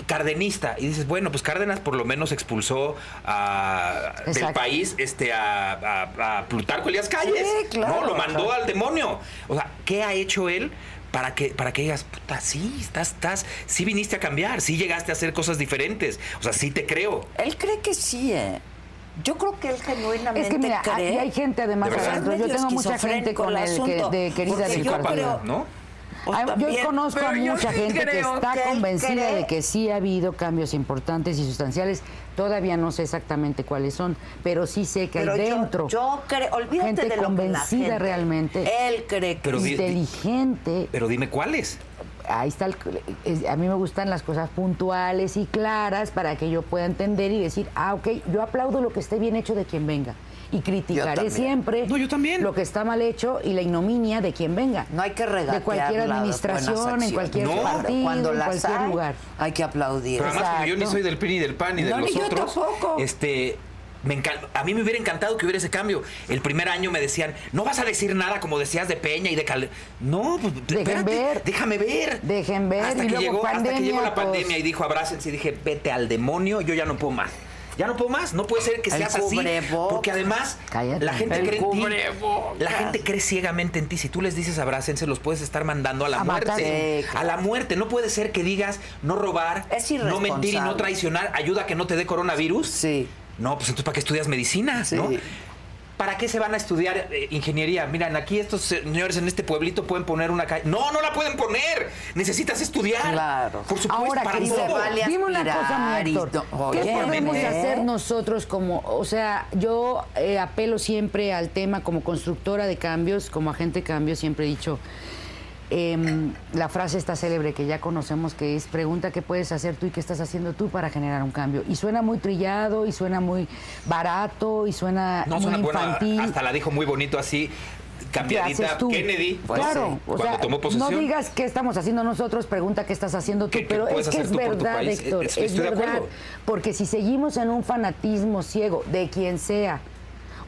[SPEAKER 2] cardenista. Y dices, bueno, pues Cárdenas por lo menos expulsó a, del
[SPEAKER 4] Exacto.
[SPEAKER 2] país este, a, a- a Plutarco Elías Calles.
[SPEAKER 1] Sí, claro,
[SPEAKER 2] No, lo mandó
[SPEAKER 1] claro.
[SPEAKER 2] al demonio. O sea, ¿qué ha hecho él? Para que, para que digas, puta, sí, estás, estás, sí viniste a cambiar, sí llegaste a hacer cosas diferentes. O sea, sí te creo.
[SPEAKER 1] Él cree que sí, ¿eh? Yo creo que él genuinamente
[SPEAKER 4] Es que mira, aquí
[SPEAKER 1] cree-
[SPEAKER 4] hay gente además
[SPEAKER 2] De verdad.
[SPEAKER 4] adentro. Yo
[SPEAKER 1] medio
[SPEAKER 4] tengo mucha gente
[SPEAKER 1] esquizofrénico
[SPEAKER 4] con el que,
[SPEAKER 1] asunto,
[SPEAKER 4] de querida
[SPEAKER 1] porque
[SPEAKER 4] del
[SPEAKER 1] yo
[SPEAKER 4] corazón.
[SPEAKER 1] creo-
[SPEAKER 2] ¿no?
[SPEAKER 1] O
[SPEAKER 4] Ay,
[SPEAKER 1] también,
[SPEAKER 4] yo conozco a
[SPEAKER 1] pero yo
[SPEAKER 4] mucha
[SPEAKER 1] sí
[SPEAKER 4] gente que
[SPEAKER 1] creo
[SPEAKER 4] está
[SPEAKER 1] él
[SPEAKER 4] convencida
[SPEAKER 1] cree-
[SPEAKER 4] de que sí ha habido cambios importantes y sustanciales. Todavía no sé exactamente cuáles son, pero sí sé que
[SPEAKER 1] Pero
[SPEAKER 4] hay
[SPEAKER 1] yo-
[SPEAKER 4] dentro
[SPEAKER 1] Yo, creo, olvídate
[SPEAKER 4] gente
[SPEAKER 1] de lo que la
[SPEAKER 4] convencida
[SPEAKER 1] gente-
[SPEAKER 4] realmente.
[SPEAKER 1] Él cree que
[SPEAKER 2] Pero
[SPEAKER 1] sí.
[SPEAKER 2] di-
[SPEAKER 4] inteligente.
[SPEAKER 2] Pero dime cuáles.
[SPEAKER 4] Ahí está. el- es- a mí me gustan las cosas puntuales y claras para que yo pueda entender y decir, ah, ok, yo aplaudo lo que esté bien hecho de quien venga. y criticaré
[SPEAKER 1] también.
[SPEAKER 4] siempre
[SPEAKER 2] No, yo también.
[SPEAKER 4] lo que está mal hecho y la ignominia de quien venga.
[SPEAKER 1] No hay que regatear
[SPEAKER 4] De cualquier
[SPEAKER 1] las buenas
[SPEAKER 4] administración,
[SPEAKER 1] acciones.
[SPEAKER 4] en cualquier
[SPEAKER 2] No.
[SPEAKER 4] partido,
[SPEAKER 1] Cuando
[SPEAKER 4] en
[SPEAKER 1] las
[SPEAKER 4] cualquier
[SPEAKER 1] hay,
[SPEAKER 4] lugar.
[SPEAKER 1] hay que aplaudir.
[SPEAKER 2] Pero además, como yo ni
[SPEAKER 4] Exacto.
[SPEAKER 2] soy del PRI ni del PAN ni de
[SPEAKER 1] No, ni
[SPEAKER 2] los
[SPEAKER 1] yo
[SPEAKER 2] otros.
[SPEAKER 1] tampoco.
[SPEAKER 2] Este. Me encan- a mí me hubiera encantado que hubiera ese cambio. El primer año me decían, no vas a decir nada como decías de Peña y de Cal... No, pues espérate,
[SPEAKER 4] ver.
[SPEAKER 2] déjame ver.
[SPEAKER 4] Dejen ver,
[SPEAKER 2] Hasta,
[SPEAKER 4] y
[SPEAKER 2] que,
[SPEAKER 4] luego
[SPEAKER 2] llegó, hasta que
[SPEAKER 4] pandemia,
[SPEAKER 2] llegó la
[SPEAKER 4] pues.
[SPEAKER 2] pandemia y dijo, abrácense. Y dije, vete al demonio, yo ya no puedo más. Ya no puedo más, no puede ser que
[SPEAKER 1] El
[SPEAKER 2] seas así.
[SPEAKER 1] cubrebocas.
[SPEAKER 2] Porque además,
[SPEAKER 4] Cállate.
[SPEAKER 2] la gente
[SPEAKER 1] El
[SPEAKER 2] cree en ti.
[SPEAKER 1] cubrebocas.
[SPEAKER 2] La gente cree ciegamente en ti. Si tú les dices abrácense, los puedes estar mandando a la
[SPEAKER 4] A matar.
[SPEAKER 2] muerte.
[SPEAKER 1] Sí,
[SPEAKER 2] A
[SPEAKER 1] claro.
[SPEAKER 2] la muerte. No puede ser que digas no robar,
[SPEAKER 1] Es
[SPEAKER 2] no mentir y no
[SPEAKER 1] irresponsable.
[SPEAKER 2] traicionar ayuda a que no te dé coronavirus.
[SPEAKER 1] Sí.
[SPEAKER 2] No, pues entonces ¿para qué estudias medicina?
[SPEAKER 1] Sí.
[SPEAKER 2] ¿no? ¿Para qué se van a estudiar eh, ingeniería? Miran, aquí estos señores en este pueblito pueden poner una calle. No, no la pueden poner. Necesitas estudiar.
[SPEAKER 1] Claro.
[SPEAKER 2] Por supuesto,
[SPEAKER 4] Ahora
[SPEAKER 2] para
[SPEAKER 4] que
[SPEAKER 1] se
[SPEAKER 2] todo.
[SPEAKER 1] vale
[SPEAKER 4] Pues, dime una
[SPEAKER 1] aspirar
[SPEAKER 4] cosa, mi
[SPEAKER 1] y
[SPEAKER 4] Héctor,
[SPEAKER 1] no-
[SPEAKER 4] ¿qué
[SPEAKER 1] Oye,
[SPEAKER 4] podemos
[SPEAKER 1] nene.
[SPEAKER 4] hacer nosotros como, o sea, yo eh, apelo siempre al tema como constructora de cambios, como agente de cambio, siempre he dicho em, la frase está célebre que ya conocemos que es pregunta qué puedes hacer tú y qué estás haciendo tú para generar un cambio. Y suena muy trillado y suena muy barato y suena
[SPEAKER 2] No
[SPEAKER 4] muy
[SPEAKER 2] suena buena.
[SPEAKER 4] infantil.
[SPEAKER 2] Hasta la dijo muy bonito así,
[SPEAKER 4] ¿Qué haces
[SPEAKER 2] cambiadita.
[SPEAKER 4] tú?
[SPEAKER 2] Kennedy.
[SPEAKER 4] claro,
[SPEAKER 2] Pues cuando
[SPEAKER 4] o sea,
[SPEAKER 2] tomó posesión.
[SPEAKER 4] no digas qué estamos haciendo nosotros, pregunta qué estás haciendo tú,
[SPEAKER 2] ¿Qué- qué
[SPEAKER 4] pero
[SPEAKER 2] puedes
[SPEAKER 4] es que
[SPEAKER 2] hacer
[SPEAKER 4] es
[SPEAKER 2] tú por tu
[SPEAKER 4] verdad,
[SPEAKER 2] país?
[SPEAKER 4] Héctor,
[SPEAKER 2] Es- estoy
[SPEAKER 4] es
[SPEAKER 2] de
[SPEAKER 4] verdad,
[SPEAKER 2] acuerdo.
[SPEAKER 4] porque si seguimos en un fanatismo ciego de quien sea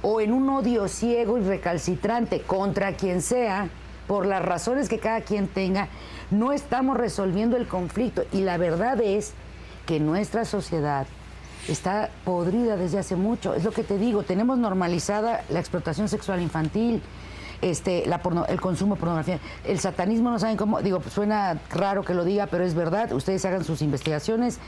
[SPEAKER 4] o en un odio ciego y recalcitrante contra quien sea, por las razones que cada quien tenga, no estamos resolviendo el conflicto y la verdad es que nuestra sociedad está podrida desde hace mucho. Es lo que te digo, tenemos normalizada la explotación sexual infantil, este, la porno- el consumo de pornografía, el satanismo, no saben cómo, digo, suena raro que lo diga, pero es verdad, ustedes hagan sus investigaciones.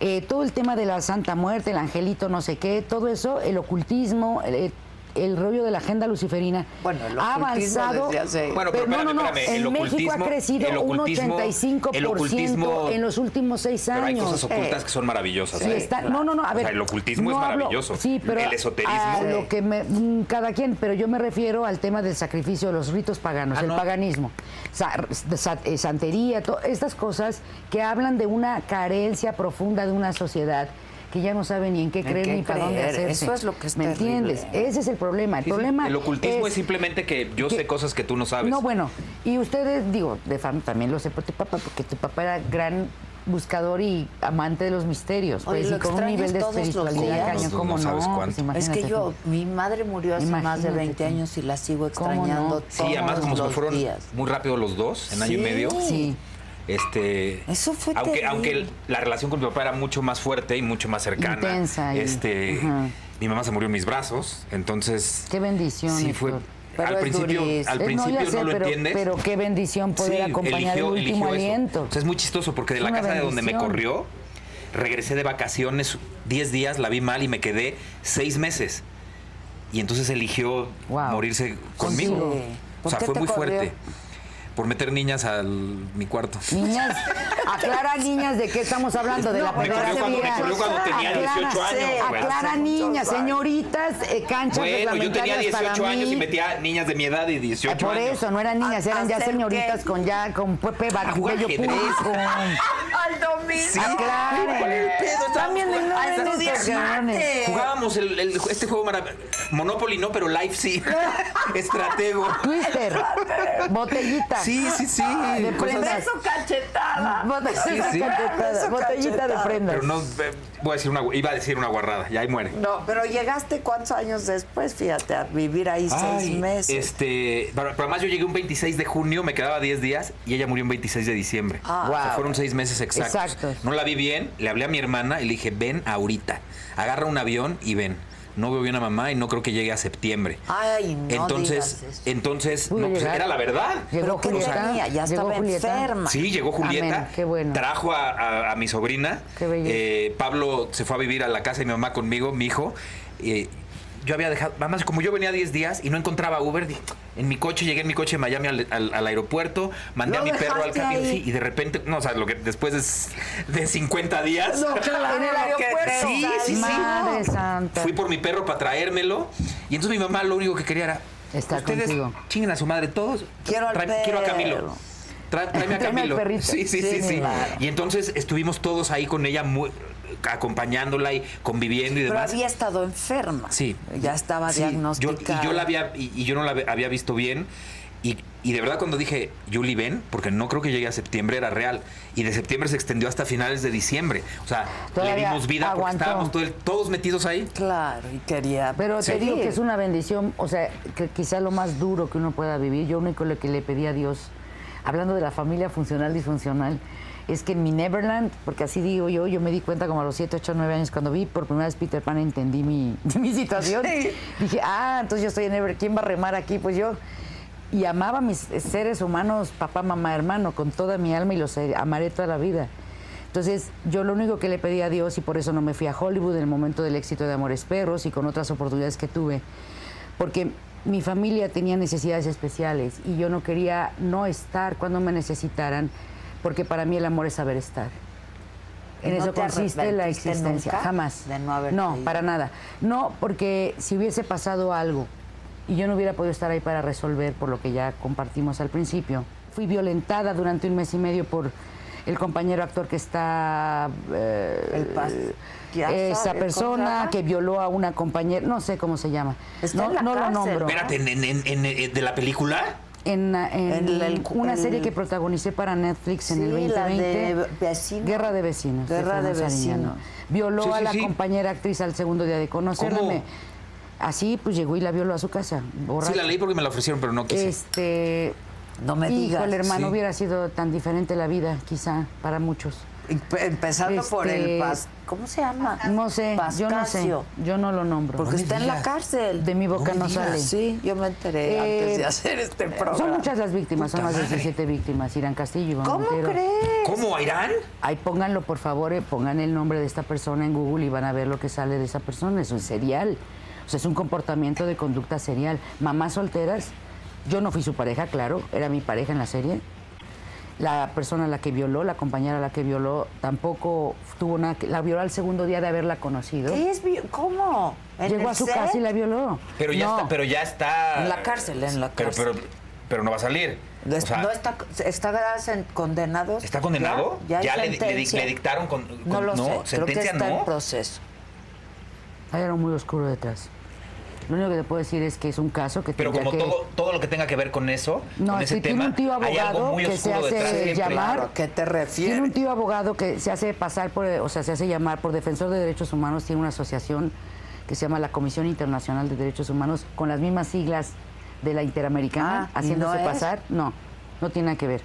[SPEAKER 4] Eh, todo el tema de la Santa Muerte, el angelito, no sé qué, todo eso, el ocultismo, el, el- el rollo de la agenda luciferina,
[SPEAKER 1] Bueno, el
[SPEAKER 4] ha
[SPEAKER 1] ocultismo
[SPEAKER 4] avanzado.
[SPEAKER 1] desde hace-
[SPEAKER 2] Bueno, pero
[SPEAKER 4] no, no,
[SPEAKER 2] espérame,
[SPEAKER 4] no,
[SPEAKER 2] espérame,
[SPEAKER 4] en
[SPEAKER 2] el
[SPEAKER 4] México ha
[SPEAKER 2] ocultismo- el
[SPEAKER 4] crecido un
[SPEAKER 2] ocultismo-
[SPEAKER 4] 85%
[SPEAKER 2] el ocultismo-
[SPEAKER 4] en los últimos seis años.
[SPEAKER 2] Pero hay cosas ocultas
[SPEAKER 1] Eh.
[SPEAKER 2] que son maravillosas.
[SPEAKER 4] Sí,
[SPEAKER 2] ¿eh?
[SPEAKER 4] está- no, no, no, a
[SPEAKER 2] O
[SPEAKER 4] ver.
[SPEAKER 2] sea, el ocultismo
[SPEAKER 4] no
[SPEAKER 2] es
[SPEAKER 4] hablo-
[SPEAKER 2] maravilloso.
[SPEAKER 4] sí, pero
[SPEAKER 2] El esoterismo.
[SPEAKER 4] a lo que me- mm, cada quien, pero yo me refiero al tema del sacrificio de los ritos paganos,
[SPEAKER 2] Ah,
[SPEAKER 4] el
[SPEAKER 2] no.
[SPEAKER 4] paganismo, sa- sa- eh, santería, to- estas cosas que hablan de una carencia profunda de una sociedad que ya no sabe ni en qué
[SPEAKER 1] ¿En
[SPEAKER 4] creer
[SPEAKER 1] qué
[SPEAKER 4] ni para dónde
[SPEAKER 1] creer?
[SPEAKER 4] hacerse.
[SPEAKER 1] Eso es lo que es
[SPEAKER 4] ¿Me
[SPEAKER 1] terrible.
[SPEAKER 4] entiendes? Ese es el problema. El
[SPEAKER 2] Sí, sí.
[SPEAKER 4] problema
[SPEAKER 2] El ocultismo es, simplemente que yo sé cosas que tú no sabes.
[SPEAKER 4] no, bueno, y ustedes, digo, de fam- también lo sé por tu papá, porque tu papá era gran buscador y amante de los misterios,
[SPEAKER 1] Oye,
[SPEAKER 4] pues,
[SPEAKER 1] lo
[SPEAKER 4] y con un
[SPEAKER 1] extrañas
[SPEAKER 4] nivel de
[SPEAKER 1] todos los
[SPEAKER 4] espiritualidad
[SPEAKER 1] días.
[SPEAKER 4] cañón,
[SPEAKER 2] No,
[SPEAKER 4] ¿cómo
[SPEAKER 2] no sabes
[SPEAKER 4] no?
[SPEAKER 2] cuánto.
[SPEAKER 4] Pues,
[SPEAKER 1] Es que
[SPEAKER 4] imagínate
[SPEAKER 1] yo,
[SPEAKER 4] tú.
[SPEAKER 1] mi madre murió hace más de
[SPEAKER 4] Imagínate
[SPEAKER 1] 20
[SPEAKER 4] tú.
[SPEAKER 1] años y la sigo
[SPEAKER 4] ¿Cómo
[SPEAKER 1] extrañando
[SPEAKER 4] no?
[SPEAKER 1] todos
[SPEAKER 2] Sí, además como
[SPEAKER 1] los
[SPEAKER 2] se fueron
[SPEAKER 1] días.
[SPEAKER 2] muy rápido los dos, en año y
[SPEAKER 1] Sí.
[SPEAKER 2] medio.
[SPEAKER 4] Sí.
[SPEAKER 2] Este,
[SPEAKER 1] Eso fue
[SPEAKER 2] aunque
[SPEAKER 1] terrible.
[SPEAKER 2] aunque el- la relación con mi papá era mucho más fuerte y mucho más cercana.
[SPEAKER 4] Intensa y-
[SPEAKER 2] este,
[SPEAKER 4] Ajá.
[SPEAKER 2] mi mamá se murió en mis brazos, entonces
[SPEAKER 4] Qué bendición,
[SPEAKER 2] Sí
[SPEAKER 4] Héctor.
[SPEAKER 2] fue
[SPEAKER 1] Pero
[SPEAKER 2] al
[SPEAKER 1] es
[SPEAKER 2] principio
[SPEAKER 1] durísimo.
[SPEAKER 2] al
[SPEAKER 4] Eh,
[SPEAKER 2] principio
[SPEAKER 4] ya
[SPEAKER 2] no,
[SPEAKER 4] sé,
[SPEAKER 2] lo
[SPEAKER 4] pero,
[SPEAKER 2] entiendes.
[SPEAKER 4] Pero qué bendición poder
[SPEAKER 2] Sí,
[SPEAKER 4] acompañar el último
[SPEAKER 2] eligió eso.
[SPEAKER 4] aliento.
[SPEAKER 2] O sea, es muy chistoso porque de
[SPEAKER 4] Es
[SPEAKER 2] la
[SPEAKER 4] una
[SPEAKER 2] casa de donde me
[SPEAKER 4] bendición.
[SPEAKER 2] corrió, regresé de vacaciones 10 días, la vi mal y me quedé 6 meses. Y entonces eligió
[SPEAKER 4] Wow.
[SPEAKER 2] morirse
[SPEAKER 1] Contigo.
[SPEAKER 2] conmigo. O
[SPEAKER 1] ¿Por
[SPEAKER 2] sea,
[SPEAKER 1] qué
[SPEAKER 2] fue
[SPEAKER 1] te
[SPEAKER 2] muy
[SPEAKER 1] corrió?
[SPEAKER 2] fuerte. Por meter niñas al mi cuarto.
[SPEAKER 4] Niñas, aclara niñas de qué estamos hablando, de la
[SPEAKER 1] No, me corrió
[SPEAKER 4] pornografía.
[SPEAKER 1] cuando- me corrió
[SPEAKER 2] cuando tenía
[SPEAKER 4] Aclara,
[SPEAKER 2] 18 años,
[SPEAKER 4] sí,
[SPEAKER 2] güey.
[SPEAKER 4] Aclara
[SPEAKER 1] Hace
[SPEAKER 4] niñas,
[SPEAKER 1] muchos años.
[SPEAKER 4] señoritas, eh, canchas
[SPEAKER 2] Bueno, yo tenía
[SPEAKER 4] reglamentarias
[SPEAKER 2] 18
[SPEAKER 4] para
[SPEAKER 2] años
[SPEAKER 4] mí.
[SPEAKER 2] y metía niñas de mi edad y 18
[SPEAKER 4] Ah, Por
[SPEAKER 2] años.
[SPEAKER 4] eso, no eran niñas,
[SPEAKER 1] ¿A-
[SPEAKER 4] eran ya
[SPEAKER 1] hacer
[SPEAKER 4] señoritas
[SPEAKER 1] qué?
[SPEAKER 4] con ya con Pepe
[SPEAKER 2] A jugar
[SPEAKER 4] Bello
[SPEAKER 2] ajedrez.
[SPEAKER 4] Público.
[SPEAKER 1] Al domingo.
[SPEAKER 2] Sí.
[SPEAKER 4] Aclaren.
[SPEAKER 2] ¿Cuál es el pedo? Estábamos
[SPEAKER 4] También
[SPEAKER 2] jugando-
[SPEAKER 4] ignoren
[SPEAKER 2] Ah, estábamos
[SPEAKER 4] estos
[SPEAKER 2] jugando-
[SPEAKER 4] cabrones.
[SPEAKER 2] Jugábamos el- el- este juego maravilloso. Monopoly no, pero Life sí. Estratego.
[SPEAKER 4] Twister, botellita.
[SPEAKER 2] Sí, sí, sí.
[SPEAKER 4] de
[SPEAKER 2] cosas-
[SPEAKER 4] prendas.
[SPEAKER 1] Beso cachetada.
[SPEAKER 4] Botellita,
[SPEAKER 2] Sí, sí.
[SPEAKER 4] cachetada,
[SPEAKER 1] Eso
[SPEAKER 4] botellita de
[SPEAKER 1] cachetada.
[SPEAKER 4] prendas.
[SPEAKER 2] Pero no, eh, voy a decir una, gu- iba a decir una guarrada, ya ahí muere.
[SPEAKER 1] No, pero llegaste cuántos años después, fíjate, a vivir ahí
[SPEAKER 2] Ay,
[SPEAKER 1] seis meses.
[SPEAKER 2] Este, pero, pero además yo llegué un 26 de junio, me quedaba 10 días y ella murió un 26 de diciembre.
[SPEAKER 1] Ah.
[SPEAKER 2] O sea,
[SPEAKER 4] Wow.
[SPEAKER 2] fueron seis meses exactos.
[SPEAKER 4] Exactos.
[SPEAKER 2] No la vi bien, le hablé a mi hermana y le dije, ven ahorita, agarra un avión y ven. No veo bien a mamá y no creo que llegue a septiembre.
[SPEAKER 1] Ay, Ah, no
[SPEAKER 2] entonces, eh,
[SPEAKER 1] digas eso.
[SPEAKER 2] entonces,
[SPEAKER 4] Pudo
[SPEAKER 2] no, pues,
[SPEAKER 4] llegar.
[SPEAKER 2] era la verdad.
[SPEAKER 4] Llegó
[SPEAKER 1] ¿Pero qué
[SPEAKER 4] Julieta.
[SPEAKER 1] tenía? Ya
[SPEAKER 4] llegó
[SPEAKER 1] estaba
[SPEAKER 4] Julieta.
[SPEAKER 1] enferma.
[SPEAKER 2] Sí, llegó Julieta.
[SPEAKER 4] Amén, qué bueno.
[SPEAKER 2] Trajo a, a- a mi sobrina.
[SPEAKER 4] Qué belleza.
[SPEAKER 2] Eh, Pablo se fue a vivir a la casa de mi mamá conmigo, mi hijo. Eh, yo había dejado, mamá, como yo venía 10 días y no encontraba Uber, dije, en mi coche, llegué en mi coche de Miami al, al- al aeropuerto, mandé
[SPEAKER 1] Lo
[SPEAKER 2] a mi perro al
[SPEAKER 1] dejaste
[SPEAKER 2] camino
[SPEAKER 1] ahí.
[SPEAKER 2] y de repente, no, o sea, lo que después es de 50 días.
[SPEAKER 1] claro,
[SPEAKER 4] En el
[SPEAKER 1] lo que
[SPEAKER 4] aeropuerto.
[SPEAKER 1] te
[SPEAKER 2] Sí, sí, sí.
[SPEAKER 4] Madre santa.
[SPEAKER 2] Fui por mi perro para traérmelo y entonces mi mamá lo único que quería era
[SPEAKER 4] Estar
[SPEAKER 2] ustedes
[SPEAKER 4] contigo.
[SPEAKER 2] chinguen a su madre todos.
[SPEAKER 1] Quiero al
[SPEAKER 2] Trae- Quiero a
[SPEAKER 1] perro.
[SPEAKER 2] Camilo. tra- tráeme a
[SPEAKER 4] Tráeme al
[SPEAKER 2] Camilo.
[SPEAKER 4] perrito.
[SPEAKER 2] sí, sí,
[SPEAKER 4] Sí,
[SPEAKER 2] sí, sí.
[SPEAKER 4] claro.
[SPEAKER 2] Y entonces estuvimos todos ahí con ella, muy- acompañándola y conviviendo y
[SPEAKER 1] Pero
[SPEAKER 2] demás.
[SPEAKER 1] había estado enferma.
[SPEAKER 2] Sí.
[SPEAKER 1] Ya estaba
[SPEAKER 2] Sí, yo-
[SPEAKER 1] diagnosticada.
[SPEAKER 2] y yo la había, y, y yo no la ve- había visto bien. Y, y de verdad cuando dije, Julie, ven, porque no creo que llegue a septiembre, era real. Y de septiembre se extendió hasta finales de diciembre. O sea, le
[SPEAKER 4] Todavía
[SPEAKER 2] dimos vida
[SPEAKER 4] aguantó.
[SPEAKER 2] porque estábamos todo el- todos metidos ahí.
[SPEAKER 1] Claro, y quería.
[SPEAKER 4] Pero te
[SPEAKER 1] seguir.
[SPEAKER 4] digo que es una bendición, o sea, que quizá lo más duro que uno pueda vivir. Yo único lo que le pedí a Dios, hablando de la familia funcional disfuncional, es que en mi Neverland, porque así digo yo, yo me di cuenta como a los 7, 8, 9 años, cuando vi por primera vez Peter Pan, entendí mi, mi situación. Dije, ah, entonces yo estoy en Neverland, ¿quién va a remar aquí? Pues yo. Y amaba a mis seres humanos, papá, mamá, hermano, con toda mi alma y los eh, amaré toda la vida. Entonces, yo lo único que le pedí a Dios, y por eso no me fui a Hollywood en el momento del éxito de Amores Perros y con otras oportunidades que tuve, porque mi familia tenía necesidades especiales y yo no quería no estar cuando me necesitaran, porque para mí el amor es saber estar. En
[SPEAKER 1] ¿No
[SPEAKER 4] eso
[SPEAKER 1] te
[SPEAKER 4] consiste la
[SPEAKER 1] arrepentiste
[SPEAKER 4] existencia,
[SPEAKER 1] nunca
[SPEAKER 4] jamás.
[SPEAKER 1] de no haber creído?
[SPEAKER 4] para nada. No, porque si hubiese pasado algo y yo no hubiera podido estar ahí para resolver por lo que ya compartimos al principio. Fui violentada durante un mes y medio por el compañero actor que está eh,
[SPEAKER 1] El pas- ya
[SPEAKER 4] esa
[SPEAKER 1] sabes,
[SPEAKER 4] persona
[SPEAKER 1] contra-
[SPEAKER 4] que violó a una compañera, no sé cómo se llama.
[SPEAKER 1] Está
[SPEAKER 4] no
[SPEAKER 1] en la
[SPEAKER 4] no lo
[SPEAKER 1] cárcel,
[SPEAKER 4] nombro.
[SPEAKER 1] ¿verdad?
[SPEAKER 2] Espérate, ¿en, en- en- en- en- ¿de la película?
[SPEAKER 4] En, en
[SPEAKER 1] En el-
[SPEAKER 4] una
[SPEAKER 1] el-
[SPEAKER 4] serie que protagonicé para Netflix en
[SPEAKER 1] Sí,
[SPEAKER 4] el
[SPEAKER 1] la
[SPEAKER 4] 2020.
[SPEAKER 1] de vecinos.
[SPEAKER 4] Guerra de vecinos.
[SPEAKER 1] Guerra de
[SPEAKER 4] Fernando Sariñano.
[SPEAKER 1] vecinos.
[SPEAKER 4] Violó
[SPEAKER 2] Sí,
[SPEAKER 4] a
[SPEAKER 2] sí,
[SPEAKER 4] la
[SPEAKER 2] sí.
[SPEAKER 4] compañera actriz al segundo día de conocerme.
[SPEAKER 2] ¿Cómo?
[SPEAKER 4] Me- Así pues llegó y la violó a su casa. borracha.
[SPEAKER 2] Sí, la leí porque me la ofrecieron, pero no quise.
[SPEAKER 4] Este.
[SPEAKER 1] No me
[SPEAKER 4] Hijo,
[SPEAKER 1] digas.
[SPEAKER 4] el hermano
[SPEAKER 2] Sí.
[SPEAKER 4] hubiera sido tan diferente la vida, quizá, para muchos.
[SPEAKER 1] Empe- Empezando por
[SPEAKER 4] Este-
[SPEAKER 1] el pas. ¿Cómo se llama?
[SPEAKER 4] No sé, yo no sé.
[SPEAKER 1] Pascasio.
[SPEAKER 4] Yo no lo nombro.
[SPEAKER 1] Porque
[SPEAKER 2] me
[SPEAKER 1] está en la
[SPEAKER 2] digas.
[SPEAKER 1] cárcel.
[SPEAKER 4] de mi boca
[SPEAKER 2] no me
[SPEAKER 4] no,
[SPEAKER 2] digas.
[SPEAKER 4] sale.
[SPEAKER 1] Sí, yo me enteré
[SPEAKER 4] Eh,
[SPEAKER 1] antes de hacer este programa.
[SPEAKER 4] Son muchas las víctimas, son
[SPEAKER 2] Puta
[SPEAKER 4] las
[SPEAKER 2] madre.
[SPEAKER 4] 17 víctimas. Irán Castillo, Iván
[SPEAKER 1] ¿Cómo
[SPEAKER 4] Montero.
[SPEAKER 1] crees?
[SPEAKER 2] ¿Cómo, Airán?
[SPEAKER 4] Ahí pónganlo, por favor, eh, pongan el nombre de esta persona en Google y van a ver lo que sale de esa persona. Es un serial. O sea, es un comportamiento de conducta serial. Mamás solteras, yo no fui su pareja, claro, era mi pareja en la serie. La persona a la que violó, la compañera a la que violó, tampoco tuvo nada que... La violó al segundo día de haberla conocido.
[SPEAKER 1] ¿Qué es vi- ¿Cómo? ¿En
[SPEAKER 4] Llegó
[SPEAKER 1] el
[SPEAKER 4] a su
[SPEAKER 1] set?
[SPEAKER 4] casa y la violó.
[SPEAKER 2] Pero ya,
[SPEAKER 4] No.
[SPEAKER 2] está, pero ya está...
[SPEAKER 1] En la cárcel, en la
[SPEAKER 2] Pero,
[SPEAKER 1] cárcel.
[SPEAKER 2] pero- pero no va a salir.
[SPEAKER 1] No
[SPEAKER 2] O sea,
[SPEAKER 1] no está, está sen- condenado.
[SPEAKER 2] ¿Está condenado?
[SPEAKER 1] Ya, ya hay
[SPEAKER 2] le, le di-
[SPEAKER 1] sentencia.
[SPEAKER 2] le dictaron con,
[SPEAKER 1] No
[SPEAKER 2] con-
[SPEAKER 1] lo sé. Creo que
[SPEAKER 2] sentencia
[SPEAKER 1] está
[SPEAKER 2] no.
[SPEAKER 1] en proceso.
[SPEAKER 4] Hay algo muy oscuro detrás. Lo único que te puedo decir es que es un caso que
[SPEAKER 2] Pero
[SPEAKER 4] tendría
[SPEAKER 2] como
[SPEAKER 4] que...
[SPEAKER 2] todo, todo lo que tenga que ver con eso,
[SPEAKER 4] No,
[SPEAKER 2] con
[SPEAKER 4] es
[SPEAKER 2] ese
[SPEAKER 4] que tiene
[SPEAKER 2] tema,
[SPEAKER 4] un tío
[SPEAKER 2] hay algo
[SPEAKER 4] abogado
[SPEAKER 2] muy
[SPEAKER 4] que se
[SPEAKER 2] oscuro
[SPEAKER 4] hace
[SPEAKER 2] detrás siempre.
[SPEAKER 4] llamar-
[SPEAKER 1] ¿A qué te refieres?
[SPEAKER 4] Tiene un tío abogado que se hace pasar por, o sea, se hace llamar por defensor de derechos humanos, tiene una asociación que se llama la Comisión Internacional de Derechos Humanos, con las mismas siglas de la Interamericana,
[SPEAKER 1] Ah, ¿y
[SPEAKER 4] haciéndose
[SPEAKER 1] no es?
[SPEAKER 4] pasar. No, no tiene nada que ver.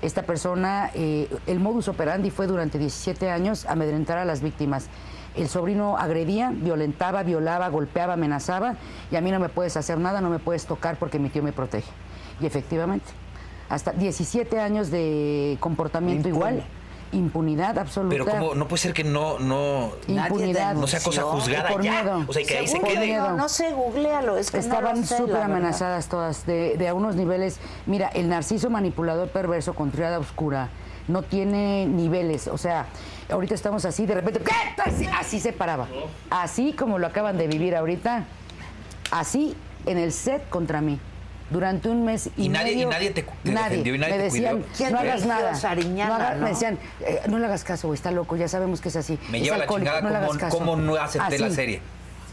[SPEAKER 4] Esta persona, eh, el modus operandi fue durante 17 años amedrentar a las víctimas. El sobrino agredía, violentaba, violaba, golpeaba, amenazaba y a mí no me puedes hacer nada, no me puedes tocar porque mi tío me protege. Y efectivamente, hasta 17 años de comportamiento
[SPEAKER 1] Impune.
[SPEAKER 4] igual, impunidad absoluta.
[SPEAKER 2] Pero como no puede ser que no, no,
[SPEAKER 1] Nadie
[SPEAKER 4] impunidad.
[SPEAKER 2] no sea cosa
[SPEAKER 1] denunció
[SPEAKER 2] juzgada
[SPEAKER 4] por
[SPEAKER 2] ya.
[SPEAKER 4] miedo.
[SPEAKER 2] O sea, que ahí se
[SPEAKER 1] Seguro,
[SPEAKER 4] Por
[SPEAKER 2] quede.
[SPEAKER 4] miedo.
[SPEAKER 1] No, no sé, googlealo. Es que no lo
[SPEAKER 4] Estaban
[SPEAKER 1] sé, la
[SPEAKER 4] súper
[SPEAKER 1] verdad.
[SPEAKER 4] amenazadas todas, de, de a unos niveles. Mira, el narciso manipulador perverso con triada oscura no tiene niveles. O sea, ahorita estamos así, de repente, ¿qué? Así, así se paraba. Así como lo acaban de vivir ahorita, así en el set contra mí. Durante un mes y,
[SPEAKER 2] Y nadie- y
[SPEAKER 4] medio,
[SPEAKER 2] nadie te cu- te
[SPEAKER 4] nadie.
[SPEAKER 2] defendió y nadie
[SPEAKER 4] me
[SPEAKER 2] te
[SPEAKER 4] decían,
[SPEAKER 2] cuidó.
[SPEAKER 1] ¿Quién
[SPEAKER 4] no
[SPEAKER 1] te
[SPEAKER 4] hagas
[SPEAKER 1] eligió?
[SPEAKER 4] nada.
[SPEAKER 1] Sariñana,
[SPEAKER 4] no hagas- Me
[SPEAKER 1] ¿no?
[SPEAKER 4] decían, "Eh, no le hagas caso, güey, está loco, ya sabemos que es así.
[SPEAKER 2] Me
[SPEAKER 4] es
[SPEAKER 2] lleva la
[SPEAKER 4] alcohólico,
[SPEAKER 2] chingada
[SPEAKER 4] no le hagas
[SPEAKER 2] cómo-
[SPEAKER 4] caso".
[SPEAKER 2] cómo no acepté la
[SPEAKER 4] Así.
[SPEAKER 2] serie.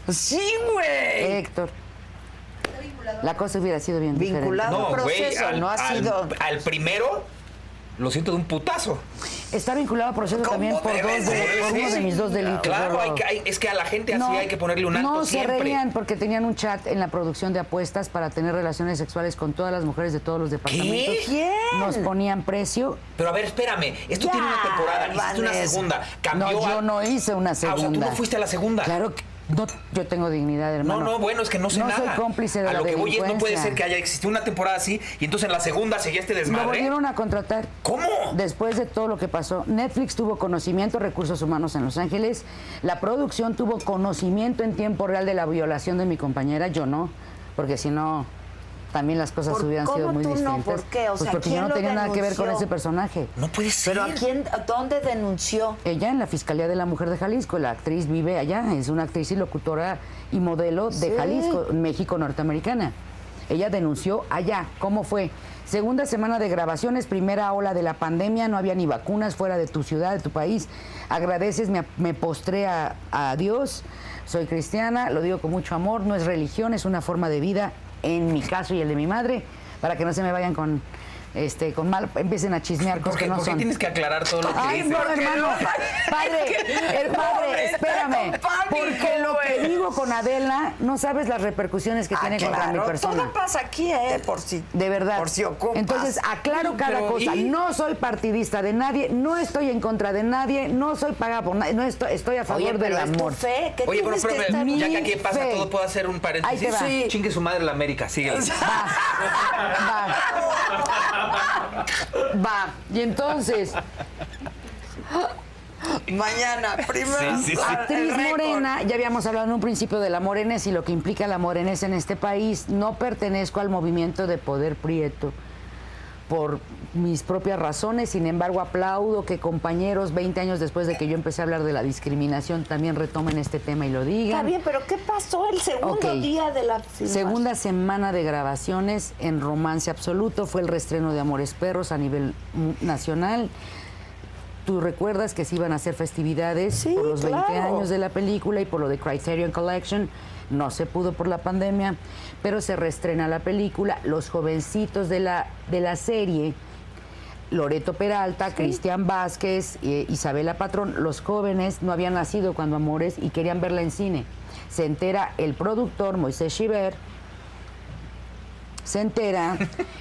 [SPEAKER 1] Sí, güey.
[SPEAKER 4] Héctor. La cosa hubiera sido bien
[SPEAKER 1] Vinculado.
[SPEAKER 4] diferente.
[SPEAKER 1] un
[SPEAKER 2] No, güey,
[SPEAKER 1] proceso,
[SPEAKER 2] al,
[SPEAKER 1] no ha
[SPEAKER 2] al-
[SPEAKER 1] sido-
[SPEAKER 2] al primero lo siento de un putazo.
[SPEAKER 4] Está vinculado a proceso
[SPEAKER 2] ¿Cómo
[SPEAKER 4] también por,
[SPEAKER 2] debe
[SPEAKER 4] dos de,
[SPEAKER 2] ser?
[SPEAKER 4] por uno de mis dos delitos.
[SPEAKER 2] Claro,
[SPEAKER 4] Gordo.
[SPEAKER 2] hay que- hay- es que a la gente así
[SPEAKER 4] No,
[SPEAKER 2] hay que ponerle un alto
[SPEAKER 4] No
[SPEAKER 2] siempre.
[SPEAKER 4] se reían porque tenían un chat en la producción de apuestas para tener relaciones sexuales con todas las mujeres de todos los departamentos.
[SPEAKER 1] ¿Quién?
[SPEAKER 4] Nos ponían precio.
[SPEAKER 2] Pero a ver, espérame, esto
[SPEAKER 1] Ya,
[SPEAKER 2] tiene una temporada, hiciste una
[SPEAKER 1] Vanessa.
[SPEAKER 2] segunda,
[SPEAKER 4] No,
[SPEAKER 2] cambió
[SPEAKER 4] yo
[SPEAKER 2] a-
[SPEAKER 4] no hice una
[SPEAKER 2] Ah, o
[SPEAKER 4] segunda.
[SPEAKER 2] sea, tú no fuiste a la segunda.
[SPEAKER 4] Claro que no, yo tengo dignidad, hermano.
[SPEAKER 2] No, no, bueno, es que no sé nada.
[SPEAKER 4] No soy cómplice de
[SPEAKER 2] A
[SPEAKER 4] la
[SPEAKER 2] lo que voy es, no puede
[SPEAKER 4] delincuencia.
[SPEAKER 2] ser que haya existido una temporada así y entonces en la segunda seguía este
[SPEAKER 4] Lo
[SPEAKER 2] desmadre.
[SPEAKER 4] volvieron a contratar.
[SPEAKER 2] ¿Cómo?
[SPEAKER 4] Después de todo lo que pasó, Netflix tuvo conocimiento de recursos humanos en Los Ángeles. La producción tuvo conocimiento en tiempo real de la violación de mi compañera. Yo no, porque si no, también las cosas
[SPEAKER 1] ¿Por-
[SPEAKER 4] hubieran sido
[SPEAKER 1] cómo
[SPEAKER 4] muy
[SPEAKER 1] tú no?
[SPEAKER 4] distintas.
[SPEAKER 1] ¿Por qué? O
[SPEAKER 4] Pues
[SPEAKER 1] sea,
[SPEAKER 4] porque
[SPEAKER 1] ¿quién
[SPEAKER 4] yo no
[SPEAKER 1] lo
[SPEAKER 4] tenía nada que ver con
[SPEAKER 1] denunció?
[SPEAKER 4] ese personaje.
[SPEAKER 2] No puede ser.
[SPEAKER 1] ¿Pero a quién, a dónde denunció?
[SPEAKER 4] Ella en la Fiscalía de la Mujer de Jalisco, la actriz vive allá, es una actriz y locutora y modelo de Jalisco, México norteamericana. Ella denunció allá. ¿Cómo fue? Segunda semana de grabaciones, primera ola de la pandemia, no había ni vacunas fuera de tu ciudad, de tu país. Agradeces, me, me postré a, a Dios, soy cristiana, lo digo con mucho amor, no es religión, es una forma de vida, en mi caso y el de mi madre, para que no se me vayan con este, con mal, empiecen a chismear cosas
[SPEAKER 2] ¿Por
[SPEAKER 4] que
[SPEAKER 2] qué,
[SPEAKER 4] no
[SPEAKER 2] por qué
[SPEAKER 4] son.
[SPEAKER 2] tienes que aclarar todo lo que
[SPEAKER 4] Ay,
[SPEAKER 2] dices?
[SPEAKER 4] no, hermano. Padre, el padre, espérame. Porque lo que digo con Adela, no sabes las repercusiones que
[SPEAKER 1] Ah,
[SPEAKER 4] tiene contra
[SPEAKER 1] claro,
[SPEAKER 4] mi persona.
[SPEAKER 1] Todo pasa aquí, ¿eh? Por si.
[SPEAKER 4] De verdad.
[SPEAKER 1] Por si ocupas. Mm,
[SPEAKER 4] Entonces, aclaro cada
[SPEAKER 2] Pero,
[SPEAKER 4] cosa.
[SPEAKER 2] ¿y?
[SPEAKER 4] No soy partidista de nadie, no estoy en contra de nadie, no soy pagada por nadie, no estoy, estoy a favor
[SPEAKER 1] Oye,
[SPEAKER 4] del
[SPEAKER 1] pero es tu
[SPEAKER 4] amor.
[SPEAKER 1] fe. ¿Qué
[SPEAKER 2] Oye, pero,
[SPEAKER 1] tienes que
[SPEAKER 2] pero,
[SPEAKER 1] estar
[SPEAKER 2] ya que
[SPEAKER 4] Mi
[SPEAKER 2] aquí pasa
[SPEAKER 4] fe.
[SPEAKER 2] todo, puedo hacer un
[SPEAKER 4] Ahí te
[SPEAKER 2] paréntesis.
[SPEAKER 4] va.
[SPEAKER 2] Sí. Chingue su madre la América, síguele.
[SPEAKER 4] Ah, Va. Va. Y entonces,
[SPEAKER 1] Mañana, primero.
[SPEAKER 2] Sí, sí, sí.
[SPEAKER 1] ah, el
[SPEAKER 4] Actriz
[SPEAKER 1] récord.
[SPEAKER 4] morena, ya habíamos hablado en un principio de la morenés y lo que implica la morenés en este país. No pertenezco al movimiento de poder prieto por mis propias razones, sin embargo aplaudo que compañeros 20 años después de que yo empecé a hablar de la discriminación también retomen este tema y lo digan.
[SPEAKER 1] Está bien, pero ¿qué pasó el segundo
[SPEAKER 4] Ok.
[SPEAKER 1] día de la
[SPEAKER 4] Segunda semana de grabaciones en Romance Absoluto fue el restreno de Amores Perros a nivel mm, nacional. Tú recuerdas que se iban a hacer festividades
[SPEAKER 1] Sí,
[SPEAKER 4] por los 20
[SPEAKER 1] claro.
[SPEAKER 4] años de la película y por lo de Criterion Collection. No se pudo por la pandemia, pero se restrena la película. Los jovencitos de la, de la serie, Loreto Peralta, Cristian Vázquez, eh, Isabela Patrón, los jóvenes no habían nacido cuando Amores y querían verla en cine. Se entera el productor Moisés Chiver, se entera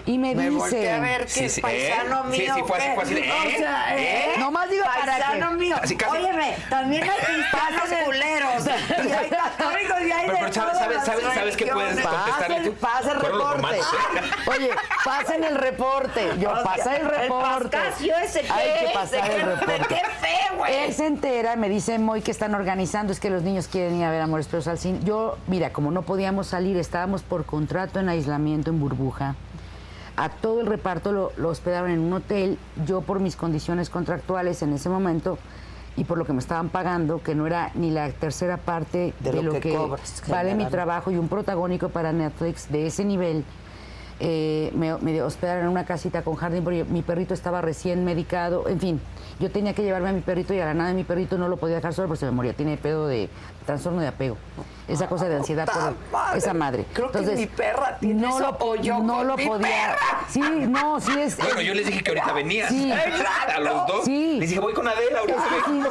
[SPEAKER 4] y me,
[SPEAKER 1] Me volteé
[SPEAKER 4] dice...
[SPEAKER 1] a ver que
[SPEAKER 2] Sí,
[SPEAKER 1] es
[SPEAKER 2] sí,
[SPEAKER 1] paisano
[SPEAKER 2] ¿eh? Sí,
[SPEAKER 1] mío.
[SPEAKER 2] sí, fue así,
[SPEAKER 1] ¿qué?
[SPEAKER 2] fue así de, ¿eh?
[SPEAKER 1] O sea, ¿eh?
[SPEAKER 2] ¿eh?
[SPEAKER 4] Nomás digo para que-
[SPEAKER 1] paisano mío.
[SPEAKER 2] Así casi.
[SPEAKER 1] Óyeme, también hay cristianos
[SPEAKER 4] Pásenle.
[SPEAKER 1] culeros. Y hay católicos y hay
[SPEAKER 2] Pero-
[SPEAKER 1] de
[SPEAKER 2] pero sabes-
[SPEAKER 1] todas
[SPEAKER 2] sabes-
[SPEAKER 1] las
[SPEAKER 2] sabes- sabes que puedes
[SPEAKER 1] religiones.
[SPEAKER 2] contestarle
[SPEAKER 4] Pasen,
[SPEAKER 2] tú.
[SPEAKER 4] pasen
[SPEAKER 2] Fueron los
[SPEAKER 4] reporte.
[SPEAKER 2] romanos.
[SPEAKER 4] Oye, pasen el reporte. Yo,
[SPEAKER 1] O sea,
[SPEAKER 4] pasa el reporte.
[SPEAKER 1] pascasio ese que
[SPEAKER 4] Hay que
[SPEAKER 1] es,
[SPEAKER 4] pasar
[SPEAKER 1] de
[SPEAKER 4] el
[SPEAKER 1] qué- de
[SPEAKER 4] reporte.
[SPEAKER 1] qué fe, güey.
[SPEAKER 4] Él se entera, me dice Moy que están organizando, es que los niños quieren ir a ver Amores Perros al cine. Yo, mira, como no podíamos salir, estábamos por contrato en aislamiento en burbuja. A todo el reparto lo, lo hospedaron en un hotel. Yo, por mis condiciones contractuales en ese momento y por lo que me estaban pagando, que no era ni la tercera parte de, lo, que,
[SPEAKER 1] cobras,
[SPEAKER 4] vale mi
[SPEAKER 1] generalmente.
[SPEAKER 4] trabajo y un protagónico para Netflix de ese nivel, eh, me, me hospedaron en una casita con jardín porque mi perrito estaba recién medicado, en fin, yo tenía que llevarme a mi perrito y a la nada mi perrito no lo podía dejar solo porque se me moría, tiene pedo de trastorno de apego, esa cosa de ansiedad,
[SPEAKER 1] ¡Puta
[SPEAKER 4] por-
[SPEAKER 1] madre!
[SPEAKER 4] esa madre.
[SPEAKER 1] Creo que mi perra tiene eso, o yo
[SPEAKER 4] no
[SPEAKER 1] con
[SPEAKER 4] lo
[SPEAKER 1] mi
[SPEAKER 4] podía,
[SPEAKER 1] perra.
[SPEAKER 4] sí, no, sí es,
[SPEAKER 2] Bueno, yo les dije que ahorita venías.
[SPEAKER 4] Sí.
[SPEAKER 2] A los dos.
[SPEAKER 4] Sí.
[SPEAKER 2] Les dije, voy con Adela, ahorita
[SPEAKER 4] es que
[SPEAKER 2] vengo.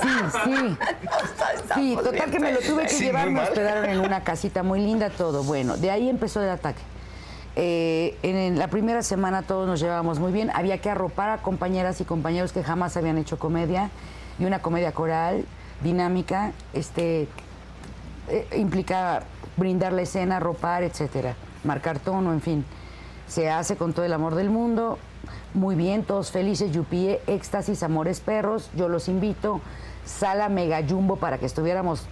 [SPEAKER 4] sí, sí, sí. Sí, total que me lo tuve que
[SPEAKER 2] Sí,
[SPEAKER 4] llevar,
[SPEAKER 2] muy
[SPEAKER 4] me
[SPEAKER 2] mal.
[SPEAKER 4] hospedaron en una casita muy linda, todo. Bueno, de ahí empezó el ataque. Eh, en la primera semana todos nos llevábamos muy bien, había que arropar a compañeras y compañeros que jamás habían hecho comedia, y una comedia coral, dinámica, este, eh, implicaba brindar la escena, ropar, etcétera, marcar tono, en fin. Se hace con todo el amor del mundo, muy bien, todos felices, Yupie, éxtasis, amores perros, yo los invito, sala mega jumbo para que estuviéramos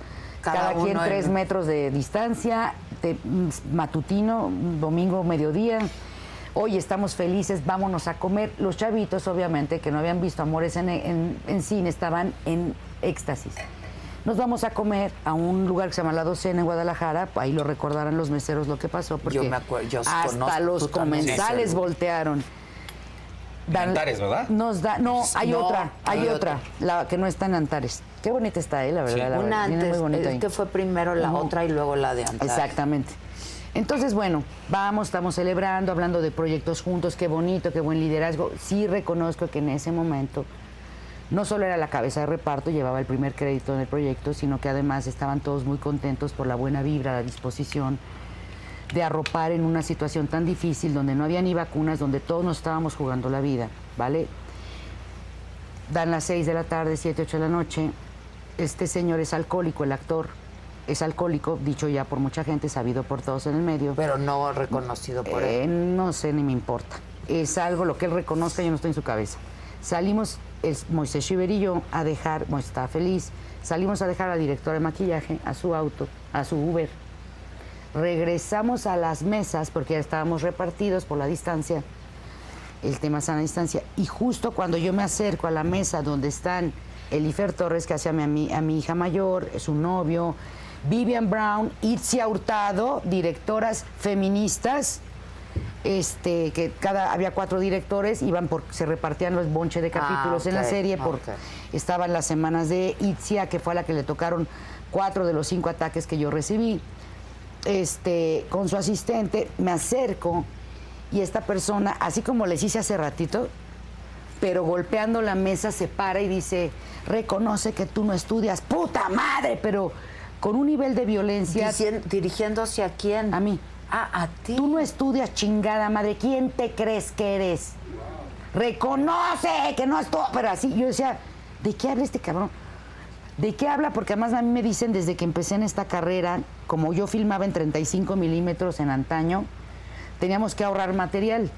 [SPEAKER 4] cada,
[SPEAKER 1] Cada
[SPEAKER 4] quien
[SPEAKER 1] uno en-
[SPEAKER 4] tres metros de distancia, te- mm, matutino, mm, domingo, mediodía. Hoy estamos felices, vámonos a comer. Los chavitos, obviamente, que no habían visto Amores en, en- en cine, estaban en éxtasis. Nos vamos a comer a un lugar que se llama La Docena en Guadalajara. Ahí lo recordarán los meseros lo que pasó, porque
[SPEAKER 1] me acuerdo, yo
[SPEAKER 4] hasta
[SPEAKER 1] conozco,
[SPEAKER 4] los
[SPEAKER 1] tú también.
[SPEAKER 4] comensales
[SPEAKER 1] Sí,
[SPEAKER 4] voltearon. Dan-
[SPEAKER 2] Antares, ¿verdad?
[SPEAKER 4] Nos da, no, hay
[SPEAKER 1] No,
[SPEAKER 4] otra, hay,
[SPEAKER 1] hay
[SPEAKER 4] otra,
[SPEAKER 1] otra.
[SPEAKER 4] la que no está en Antares. Qué bonita está, eh, la verdad. la
[SPEAKER 1] Una
[SPEAKER 4] verdad, tiene
[SPEAKER 1] antes, eh,
[SPEAKER 4] muy bonito ahí.
[SPEAKER 1] es que fue primero la
[SPEAKER 4] Ujú.
[SPEAKER 1] otra y luego la de antes.
[SPEAKER 4] Exactamente. Entonces, bueno, vamos, estamos celebrando, hablando de proyectos juntos, qué bonito, qué buen liderazgo. Sí reconozco que en ese momento no solo era la cabeza de reparto, llevaba el primer crédito en el proyecto, sino que además estaban todos muy contentos por la buena vibra, la disposición de arropar en una situación tan difícil donde no había ni vacunas, donde todos nos estábamos jugando la vida, ¿vale? Dan las 6 de la tarde, 7, 8 de la noche. Este señor es alcohólico, el actor es alcohólico, dicho ya por mucha gente, sabido por todos en el medio.
[SPEAKER 1] Pero no reconocido por él.
[SPEAKER 4] Eh, no sé, ni me importa. Es algo lo que él reconozca, yo no estoy en su cabeza. Salimos, es Moisés Chiver y yo, a dejar, Moisés estaba feliz, salimos a dejar a la directora de maquillaje a su auto, a su Uber. Regresamos a las mesas, porque ya estábamos repartidos por la distancia, el tema sana distancia. Y justo cuando yo me acerco a la mesa donde están Elifer Torres, que hace a mi, a mi, a mi hija mayor, su novio, Vivian Brown, Itzia Hurtado, directoras feministas. Este, que cada había cuatro directores, iban por, se repartían los bonches de capítulos en la
[SPEAKER 1] Ah, ok,
[SPEAKER 4] serie porque
[SPEAKER 1] ok.
[SPEAKER 4] estaban las semanas de Itzia, que fue a la que le tocaron cuatro de los cinco ataques que yo recibí. Este, con su asistente, me acerco y esta persona, así como les hice hace ratito, pero golpeando la mesa se para y dice, reconoce que tú no estudias, puta madre, pero con un nivel de violencia,
[SPEAKER 1] Dicien- dirigiéndose a quién?
[SPEAKER 4] A mí.
[SPEAKER 1] Ah, a ti.
[SPEAKER 4] tú no estudias chingada madre, ¿quién te crees que eres? Reconoce que no estuvo, pero así, yo decía, ¿de qué habla este cabrón? ¿De qué habla? Porque además a mí me dicen desde que empecé en esta carrera, como yo filmaba en 35 milímetros en antaño, teníamos que ahorrar material.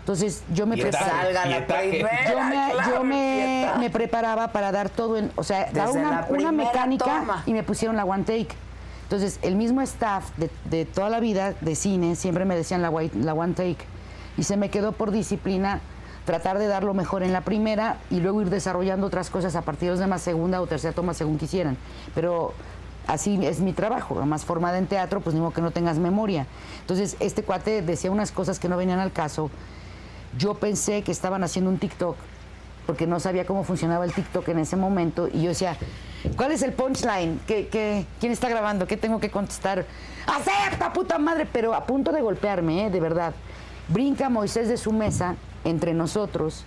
[SPEAKER 4] Entonces yo me
[SPEAKER 2] Y etaje,
[SPEAKER 4] preparaba
[SPEAKER 1] Salga
[SPEAKER 2] y
[SPEAKER 1] la
[SPEAKER 2] etaje.
[SPEAKER 1] primera.
[SPEAKER 4] yo me,
[SPEAKER 1] claro,
[SPEAKER 4] yo me-
[SPEAKER 1] quieta.
[SPEAKER 4] me preparaba para dar todo en, o sea, daba
[SPEAKER 1] Desde la
[SPEAKER 4] una, una
[SPEAKER 1] primera
[SPEAKER 4] mecánica
[SPEAKER 1] toma.
[SPEAKER 4] y me pusieron la one take. Entonces, el mismo staff de, de toda la vida de cine siempre me decían la, guai- la one take. Y se me quedó por disciplina tratar de dar lo mejor en la primera y luego ir desarrollando otras cosas a partir de las demás segunda o tercera toma según quisieran. Pero así es mi trabajo. Además, formada en teatro, pues ni modo que no tengas memoria. Entonces, este cuate decía unas cosas que no venían al caso yo pensé que estaban haciendo un TikTok, porque no sabía cómo funcionaba el TikTok en ese momento, y yo decía, ¿cuál es el punchline? ¿Qué, qué, quién está grabando? ¿Qué tengo que contestar? ¡Acepta, puta madre! Pero a punto de golpearme, ¿eh? de verdad. Brinca Moisés de su mesa entre nosotros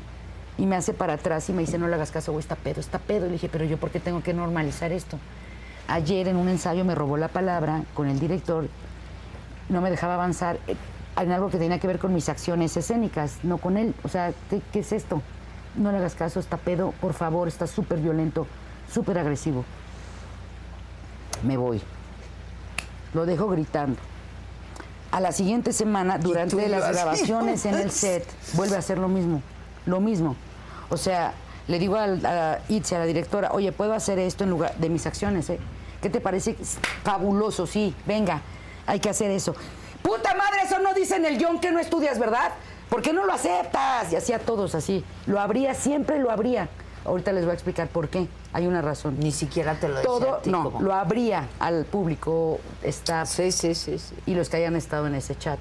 [SPEAKER 4] y me hace para atrás y me dice, no le hagas caso, güey, está pedo, está pedo. Y le dije, pero yo, ¿por qué tengo que normalizar esto? Ayer en un ensayo me robó la palabra con el director no me dejaba avanzar eh, en algo que tenía que ver con mis acciones escénicas, no con él. O sea, ¿qué, qué es esto? No le hagas caso, está pedo, por favor, está súper violento, súper agresivo. Me voy. Lo dejo gritando. A la siguiente semana, durante las
[SPEAKER 1] ibas.
[SPEAKER 4] grabaciones en el set, vuelve a hacer lo mismo. Lo mismo. O sea, le digo al- a Itzi, a la directora, oye, ¿puedo hacer esto en lugar de mis acciones? eh? ¿Qué te parece? Fabuloso, sí, venga, hay que hacer eso. ¡Puta madre! Eso no dice en el guión que no estudias, ¿verdad? ¿Por qué no lo aceptas? Y hacía a todos así. Lo habría, siempre lo habría. Ahorita les voy a explicar por qué. Hay una razón.
[SPEAKER 1] Ni siquiera te lo decía
[SPEAKER 4] Todo,
[SPEAKER 1] a ti,
[SPEAKER 4] no,
[SPEAKER 1] como-
[SPEAKER 4] lo abría al público, staff,
[SPEAKER 1] Sí, sí, sí, sí.
[SPEAKER 4] y los que hayan estado en ese chat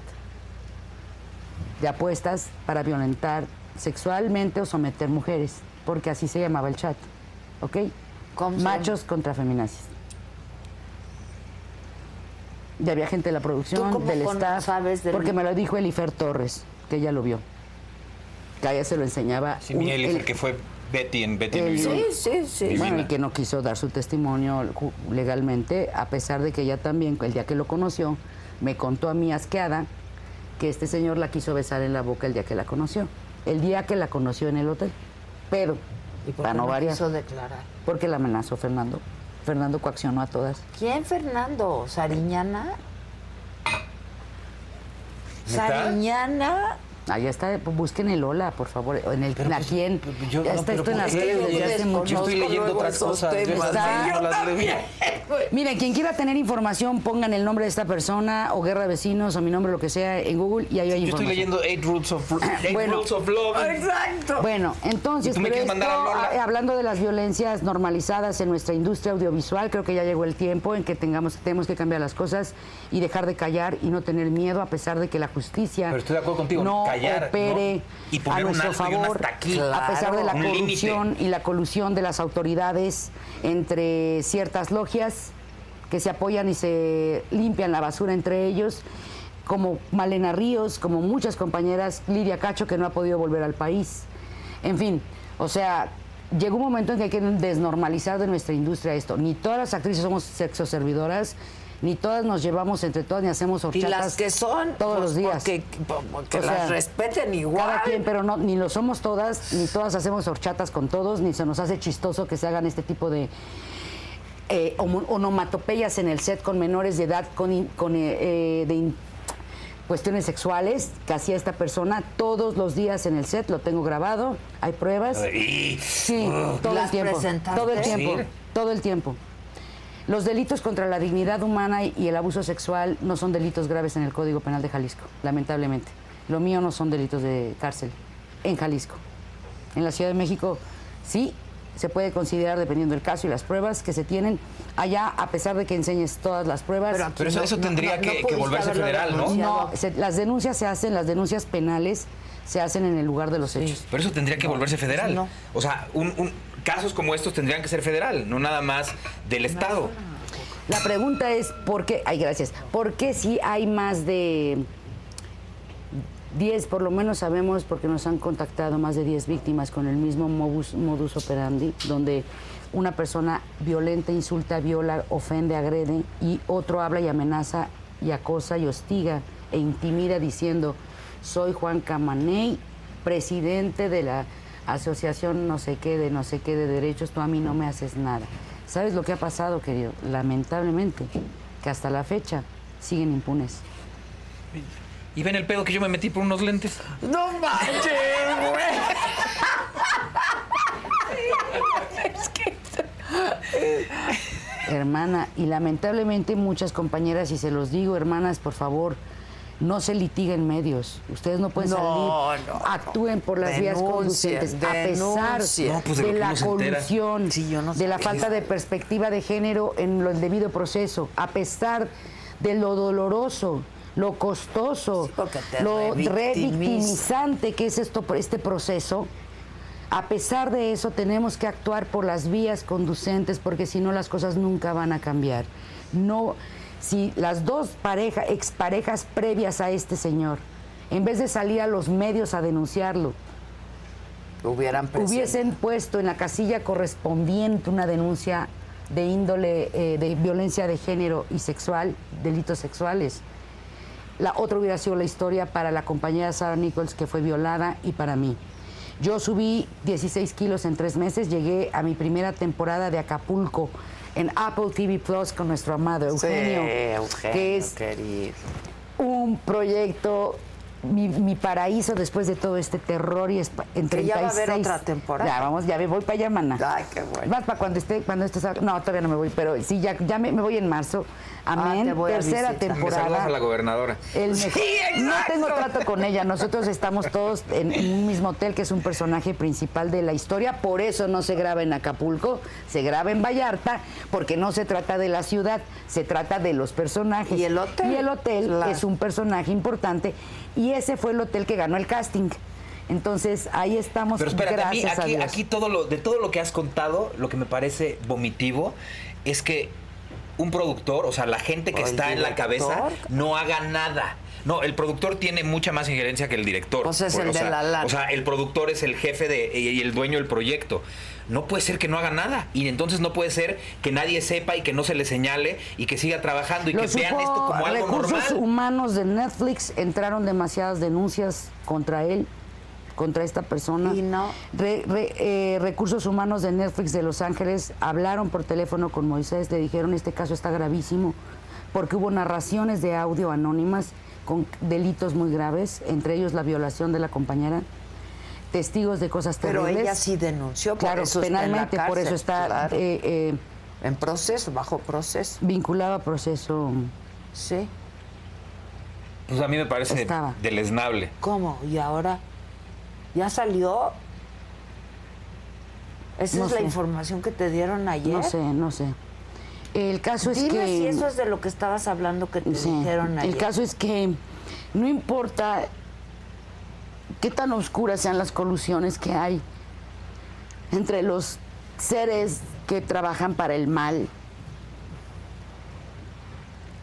[SPEAKER 4] de apuestas para violentar sexualmente o someter mujeres, porque así se llamaba el chat, ¿ok?
[SPEAKER 1] ¿Cómo se
[SPEAKER 4] Machos contra feminazis. Y había gente de la
[SPEAKER 1] ¿Tú
[SPEAKER 4] producción,
[SPEAKER 1] cómo
[SPEAKER 4] del
[SPEAKER 1] con-
[SPEAKER 4] staff,
[SPEAKER 1] sabes del-
[SPEAKER 4] porque me lo dijo Elifer Torres, que ella lo vio, que a ella se lo enseñaba.
[SPEAKER 2] Sí,
[SPEAKER 4] un-
[SPEAKER 2] mi Elifer,
[SPEAKER 4] el-
[SPEAKER 2] que fue Betty en Betty en
[SPEAKER 4] el-
[SPEAKER 2] New York.
[SPEAKER 1] Sí, sí, sí.
[SPEAKER 4] bueno,
[SPEAKER 2] Divina.
[SPEAKER 4] y que no quiso dar su testimonio ju- legalmente, a pesar de que ella también, el día que lo conoció, me contó a mí asqueada que este señor la quiso besar en la boca el día que la conoció. El día que la conoció en el hotel. Pero,
[SPEAKER 1] ¿Y por
[SPEAKER 4] para
[SPEAKER 1] qué
[SPEAKER 4] no
[SPEAKER 1] no
[SPEAKER 4] variar,
[SPEAKER 1] quiso declarar?
[SPEAKER 4] porque la amenazó Fernando. Fernando coaccionó a todas.
[SPEAKER 1] ¿Quién, Fernando? ¿Sariñana?
[SPEAKER 2] ¿Neta?
[SPEAKER 1] ¿Sariñana?
[SPEAKER 4] Allá está, pues, busquen el hola, por favor. o En el,
[SPEAKER 2] Pero,
[SPEAKER 4] ¿la
[SPEAKER 2] pues,
[SPEAKER 4] quién?
[SPEAKER 2] pero yo
[SPEAKER 4] ya
[SPEAKER 2] no,
[SPEAKER 4] está
[SPEAKER 2] pero
[SPEAKER 4] esto en
[SPEAKER 2] ¿por
[SPEAKER 4] las
[SPEAKER 2] qué?
[SPEAKER 4] calles
[SPEAKER 1] Yo
[SPEAKER 4] desde hace
[SPEAKER 1] desconozco
[SPEAKER 4] mucho
[SPEAKER 2] Yo estoy leyendo
[SPEAKER 1] luego
[SPEAKER 2] otras
[SPEAKER 1] esos
[SPEAKER 2] cosas. Yo
[SPEAKER 1] temas.
[SPEAKER 2] estas no
[SPEAKER 1] Yo
[SPEAKER 2] las leo.
[SPEAKER 1] también.
[SPEAKER 4] Miren, quien quiera tener información, pongan el nombre de esta persona o Guerra de Vecinos o mi nombre, lo que sea, en Google y ahí hay
[SPEAKER 2] Yo estoy
[SPEAKER 4] información.
[SPEAKER 2] leyendo Eight Rules of, Eight
[SPEAKER 4] Bueno.
[SPEAKER 2] Rules of Love.
[SPEAKER 1] Exacto.
[SPEAKER 4] Bueno,
[SPEAKER 2] Y
[SPEAKER 4] entonces,
[SPEAKER 2] tú me
[SPEAKER 4] pero
[SPEAKER 2] quieres mandar
[SPEAKER 4] esto,
[SPEAKER 2] a Lola.
[SPEAKER 4] a- hablando de las violencias normalizadas en nuestra industria audiovisual, creo que ya llegó el tiempo en que tengamos, tenemos que cambiar las cosas y dejar de callar y no tener miedo a pesar de que la justicia
[SPEAKER 2] Pero estoy de acuerdo contigo,
[SPEAKER 4] no
[SPEAKER 2] callar,
[SPEAKER 4] opere
[SPEAKER 2] ¿no? Y
[SPEAKER 4] a
[SPEAKER 2] poner un
[SPEAKER 4] nuestro
[SPEAKER 2] alto y un
[SPEAKER 4] favor,
[SPEAKER 2] hasta aquí.
[SPEAKER 4] a pesar de la
[SPEAKER 2] Claro. Un límite.
[SPEAKER 4] corrupción y la colusión de las autoridades entre ciertas logias que se apoyan y se limpian la basura entre ellos, como Malena Ríos, como muchas compañeras, Lidia Cacho, que no ha podido volver al país. En fin, o sea, llegó un momento en que hay que desnormalizar de nuestra industria esto. Ni todas las actrices somos sexoservidoras, ni todas nos llevamos entre todas, ni hacemos
[SPEAKER 1] Y
[SPEAKER 4] horchatas
[SPEAKER 1] las que son,
[SPEAKER 4] todos
[SPEAKER 1] pues,
[SPEAKER 4] los días.
[SPEAKER 1] porque- porque
[SPEAKER 4] O sea,
[SPEAKER 1] las respeten igual.
[SPEAKER 4] Cada quien, pero no, ni lo somos todas, ni todas hacemos horchatas con todos, ni se nos hace chistoso que se hagan este tipo de eh, homo- onomatopeyas en el set con menores de edad, con, in- con, eh, eh, de in- cuestiones sexuales que hacía esta persona todos los días en el set, lo tengo grabado, hay pruebas.
[SPEAKER 2] Y-
[SPEAKER 4] Sí, todo el
[SPEAKER 1] ¿Las
[SPEAKER 4] tiempo.
[SPEAKER 1] presentaste?
[SPEAKER 4] Todo el tiempo.
[SPEAKER 2] Sí.
[SPEAKER 4] Todo el tiempo. Los delitos contra la dignidad humana y el abuso sexual no son delitos graves en el Código Penal de Jalisco, lamentablemente. Lo mío no son delitos de cárcel en Jalisco. En la Ciudad de México sí se puede considerar, dependiendo del caso y las pruebas que se tienen, allá, a pesar de que enseñes todas las pruebas.
[SPEAKER 1] Pero aquí
[SPEAKER 2] Pero eso- eso tendría que- que
[SPEAKER 1] pudiste
[SPEAKER 2] volverse
[SPEAKER 1] haberlo
[SPEAKER 2] federal, ¿no?
[SPEAKER 1] denunciado.
[SPEAKER 4] No, se- las denuncias se hacen, las denuncias penales se hacen en el lugar de los hechos.
[SPEAKER 2] Pero eso tendría que volverse federal.
[SPEAKER 1] no.
[SPEAKER 2] O sea, un- un- casos como estos tendrían que ser federal, no nada más del Estado.
[SPEAKER 4] La pregunta es, ¿por qué? Ay, gracias. ¿Por qué si hay más de 10, por lo menos sabemos, porque nos han contactado más de 10 víctimas con el mismo modus, modus operandi, donde una persona violenta insulta, viola, ofende, agrede, y otro habla y amenaza y acosa y hostiga e intimida diciendo, soy Juan Camaney, presidente de la asociación no sé qué, de no sé qué de derechos, tú a mí no me haces nada. ¿Sabes lo que ha pasado, querido? Lamentablemente, que hasta la fecha siguen impunes.
[SPEAKER 2] Y ven el pedo que yo me metí por unos lentes.
[SPEAKER 1] ¡No manches, güey!
[SPEAKER 4] Hermana, y lamentablemente muchas compañeras, y se los digo, hermanas, por favor, no se litiga en medios. Ustedes no pueden
[SPEAKER 1] No,
[SPEAKER 4] salir.
[SPEAKER 1] no, no.
[SPEAKER 4] Actúen por las vías
[SPEAKER 1] Denuncien,
[SPEAKER 4] conducentes, a pesar
[SPEAKER 1] denuncien. No,
[SPEAKER 2] pues, de lo
[SPEAKER 4] de
[SPEAKER 2] que
[SPEAKER 4] la
[SPEAKER 2] uno se entera.
[SPEAKER 4] corrupción,
[SPEAKER 1] Sí, yo no sé
[SPEAKER 4] de la
[SPEAKER 1] qué
[SPEAKER 4] falta de perspectiva de género en lo- el debido proceso, a pesar de lo doloroso, lo costoso,
[SPEAKER 1] Sí, porque te
[SPEAKER 4] lo
[SPEAKER 1] revictimiza.
[SPEAKER 4] revictimizante que es esto, este proceso. A pesar de eso, tenemos que actuar por las vías conducentes, porque si no, las cosas nunca van a cambiar. No, si las dos parejas, exparejas previas a este señor, en vez de salir a los medios a denunciarlo,
[SPEAKER 1] Hubieran presentado.
[SPEAKER 4] hubiesen puesto en la casilla correspondiente una denuncia de índole eh, de violencia de género y sexual, delitos sexuales. La otra hubiera sido la historia para la compañera Sarah Nichols que fue violada y para mí. Yo subí 16 kilos en tres meses, llegué a mi primera temporada de Acapulco en Apple TV Plus con nuestro amado
[SPEAKER 1] Sí,
[SPEAKER 4] Eugenio,
[SPEAKER 1] Eugenio,
[SPEAKER 4] que es
[SPEAKER 1] querido.
[SPEAKER 4] un proyecto, mi, mi paraíso después de todo este terror y espa- en
[SPEAKER 1] Que
[SPEAKER 4] 36.
[SPEAKER 1] ya va a haber otra temporada.
[SPEAKER 4] Ya vamos, ya me voy para allá, mana.
[SPEAKER 1] Ay, qué bueno.
[SPEAKER 4] Vas para cuando esté, cuando estés, a- no, todavía no me voy, pero sí, ya, ya me, me voy en marzo. Amén.
[SPEAKER 1] Ah, te voy a
[SPEAKER 4] Tercera
[SPEAKER 1] visitar.
[SPEAKER 2] Me saludas
[SPEAKER 4] temporada.
[SPEAKER 2] a la gobernadora.
[SPEAKER 4] El mejor-
[SPEAKER 1] Sí,
[SPEAKER 4] no
[SPEAKER 1] exacto.
[SPEAKER 4] tengo trato con ella. Nosotros estamos todos en, en un mismo hotel, que es un personaje principal de la historia. Por eso no se graba en Acapulco, se graba en Vallarta, porque no se trata de la ciudad, se trata de los personajes.
[SPEAKER 1] Y el hotel.
[SPEAKER 4] Y el hotel
[SPEAKER 1] Claro.
[SPEAKER 4] es un personaje importante. Y ese fue el hotel que ganó el casting. Entonces, ahí estamos.
[SPEAKER 2] Pero espérate, a mí,
[SPEAKER 4] gracias a
[SPEAKER 2] aquí,
[SPEAKER 4] Dios.
[SPEAKER 2] aquí todo lo, de todo lo que has contado, lo que me parece vomitivo es que un productor, o sea, la gente que
[SPEAKER 1] O el
[SPEAKER 2] está en la
[SPEAKER 1] director.
[SPEAKER 2] cabeza, no haga nada. No, el productor tiene mucha más injerencia que el director.
[SPEAKER 1] Pues es
[SPEAKER 2] Por-
[SPEAKER 1] el de
[SPEAKER 2] sea,
[SPEAKER 1] la lana.
[SPEAKER 2] O sea, el productor es el jefe de, y y el dueño del proyecto. No puede ser que no haga nada. Y entonces no puede ser que nadie sepa y que no se le señale y que siga trabajando y
[SPEAKER 4] Lo
[SPEAKER 2] que vean
[SPEAKER 4] supo,
[SPEAKER 2] esto como algo
[SPEAKER 4] recursos
[SPEAKER 2] normal.
[SPEAKER 4] humanos de Netflix entraron demasiadas denuncias contra él, contra esta persona.
[SPEAKER 1] Y no.
[SPEAKER 4] Re- re- eh, recursos humanos de Netflix de Los Ángeles hablaron por teléfono con Moisés, le dijeron este caso está gravísimo porque hubo narraciones de audio anónimas con delitos muy graves, entre ellos la violación de la compañera, testigos de cosas
[SPEAKER 1] Pero
[SPEAKER 4] terribles.
[SPEAKER 1] ella sí denunció, por
[SPEAKER 4] claro,
[SPEAKER 1] eso está en la
[SPEAKER 4] penalmente, por
[SPEAKER 1] cárcel,
[SPEAKER 4] eso está
[SPEAKER 1] claro.
[SPEAKER 4] eh, eh,
[SPEAKER 1] En proceso, bajo proceso.
[SPEAKER 4] vinculado a proceso.
[SPEAKER 1] Sí.
[SPEAKER 2] Pues a mí me parece
[SPEAKER 4] Estaba.
[SPEAKER 2] deleznable.
[SPEAKER 1] ¿Cómo? ¿Y ahora? ¿Ya salió? ¿Esa
[SPEAKER 4] No
[SPEAKER 1] es la
[SPEAKER 4] sé.
[SPEAKER 1] información que te dieron ayer?
[SPEAKER 4] No sé, no sé. El caso es
[SPEAKER 1] Dime
[SPEAKER 4] que.
[SPEAKER 1] si eso es de lo que estabas hablando que te
[SPEAKER 4] Sí.
[SPEAKER 1] dijeron ayer.
[SPEAKER 4] El caso es que no importa qué tan oscuras sean las colusiones que hay entre los seres que trabajan para el mal,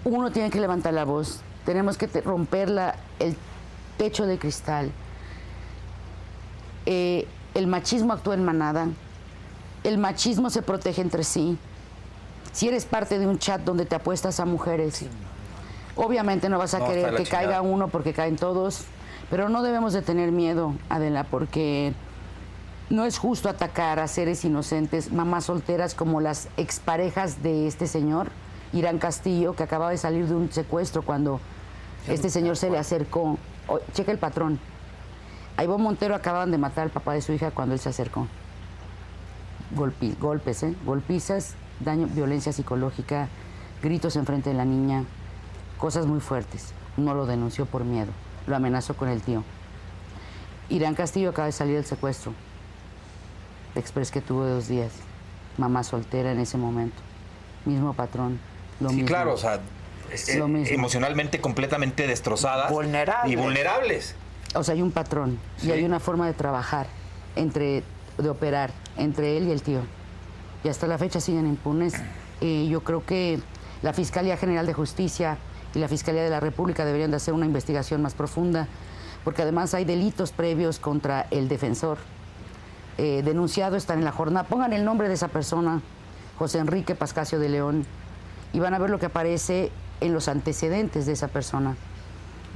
[SPEAKER 4] uno tiene que levantar la voz. Tenemos que te- romper la- el techo de cristal. Eh, el machismo actúa en manada. El machismo se protege entre sí. Si eres parte de un chat donde te apuestas a mujeres, obviamente no vas a
[SPEAKER 2] No,
[SPEAKER 4] querer
[SPEAKER 2] está la
[SPEAKER 4] que
[SPEAKER 2] chingada.
[SPEAKER 4] caiga uno porque caen todos. Pero no debemos de tener miedo, Adela, porque no es justo atacar a seres inocentes, mamás solteras como las exparejas de este señor, Irán Castillo, que acababa de salir de un secuestro cuando este señor se le acercó. O- checa el patrón. A Ivonne Montero acababan de matar al papá de su hija cuando él se acercó. Golpi- golpes, ¿eh? Golpizas, daño, violencia psicológica, gritos enfrente de la niña, cosas muy fuertes. No lo denunció por miedo, lo amenazó con el tío. Irán Castillo acaba de salir del secuestro. Express que tuve dos días. Mamá soltera en ese momento. Mismo patrón. Lo
[SPEAKER 2] sí,
[SPEAKER 4] mismo.
[SPEAKER 2] claro, o sea, es- eh,
[SPEAKER 4] Lo mismo.
[SPEAKER 2] emocionalmente completamente destrozadas.
[SPEAKER 1] Vulnerables.
[SPEAKER 2] Y vulnerables.
[SPEAKER 4] O sea, hay un patrón
[SPEAKER 2] Sí.
[SPEAKER 4] y hay una forma de trabajar, entre, de operar entre él y el tío. Y hasta la fecha siguen impunes. Eh, yo creo que la Fiscalía General de Justicia y la Fiscalía de la República deberían de hacer una investigación más profunda, porque además hay delitos previos contra el defensor. Eh, denunciado están en la jornada. Pongan el nombre de esa persona, José Enrique Pascasio de León, y van a ver lo que aparece en los antecedentes de esa persona.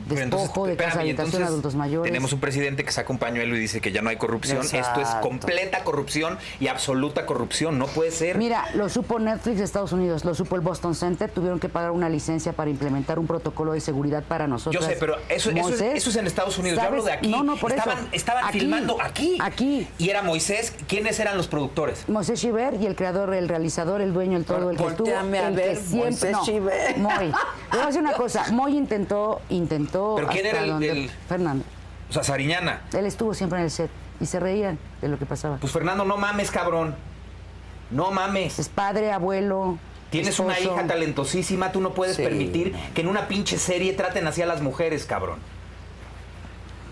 [SPEAKER 2] Pero entonces,
[SPEAKER 4] Despojo de casa
[SPEAKER 2] espérame, y
[SPEAKER 4] habitación,
[SPEAKER 2] entonces
[SPEAKER 4] adultos mayores.
[SPEAKER 2] Tenemos un presidente que saca un pañuelo y dice que ya no hay corrupción. Esto es
[SPEAKER 1] Exacto.
[SPEAKER 2] completa corrupción y absoluta corrupción. No puede ser.
[SPEAKER 4] Mira, lo supo Netflix de Estados Unidos, lo supo el Boston Center, tuvieron que pagar una licencia para implementar un protocolo de seguridad para nosotros.
[SPEAKER 2] Yo sé, pero eso, eso es, eso es en Estados Unidos. Yo hablo de aquí.
[SPEAKER 4] No, no, por
[SPEAKER 2] estaban,
[SPEAKER 4] eso.
[SPEAKER 2] Estaban
[SPEAKER 4] Aquí,
[SPEAKER 2] filmando aquí.
[SPEAKER 4] Aquí.
[SPEAKER 2] Y era Moisés. ¿Quiénes eran los productores?
[SPEAKER 4] Moisés Chiver y el creador, el realizador, el dueño, el todo, el que estuvo,
[SPEAKER 1] Voltéame a
[SPEAKER 4] el que
[SPEAKER 1] ver, Moisés Chiver.
[SPEAKER 4] Moy. Te voy a decir una cosa, Moy intentó, intentó.
[SPEAKER 2] ¿Pero quién
[SPEAKER 4] hasta
[SPEAKER 2] era el-
[SPEAKER 4] donde-
[SPEAKER 2] el-
[SPEAKER 4] Fernando.
[SPEAKER 2] O sea, Sariñana.
[SPEAKER 4] Él estuvo siempre en el set y se reían de lo que pasaba.
[SPEAKER 2] Pues Fernando, no mames, cabrón. No mames.
[SPEAKER 4] Es padre, abuelo.
[SPEAKER 2] Tienes una
[SPEAKER 4] esposo.
[SPEAKER 2] hija talentosísima, tú no puedes
[SPEAKER 1] Sí.
[SPEAKER 2] permitir que en una pinche serie traten así a las mujeres, cabrón.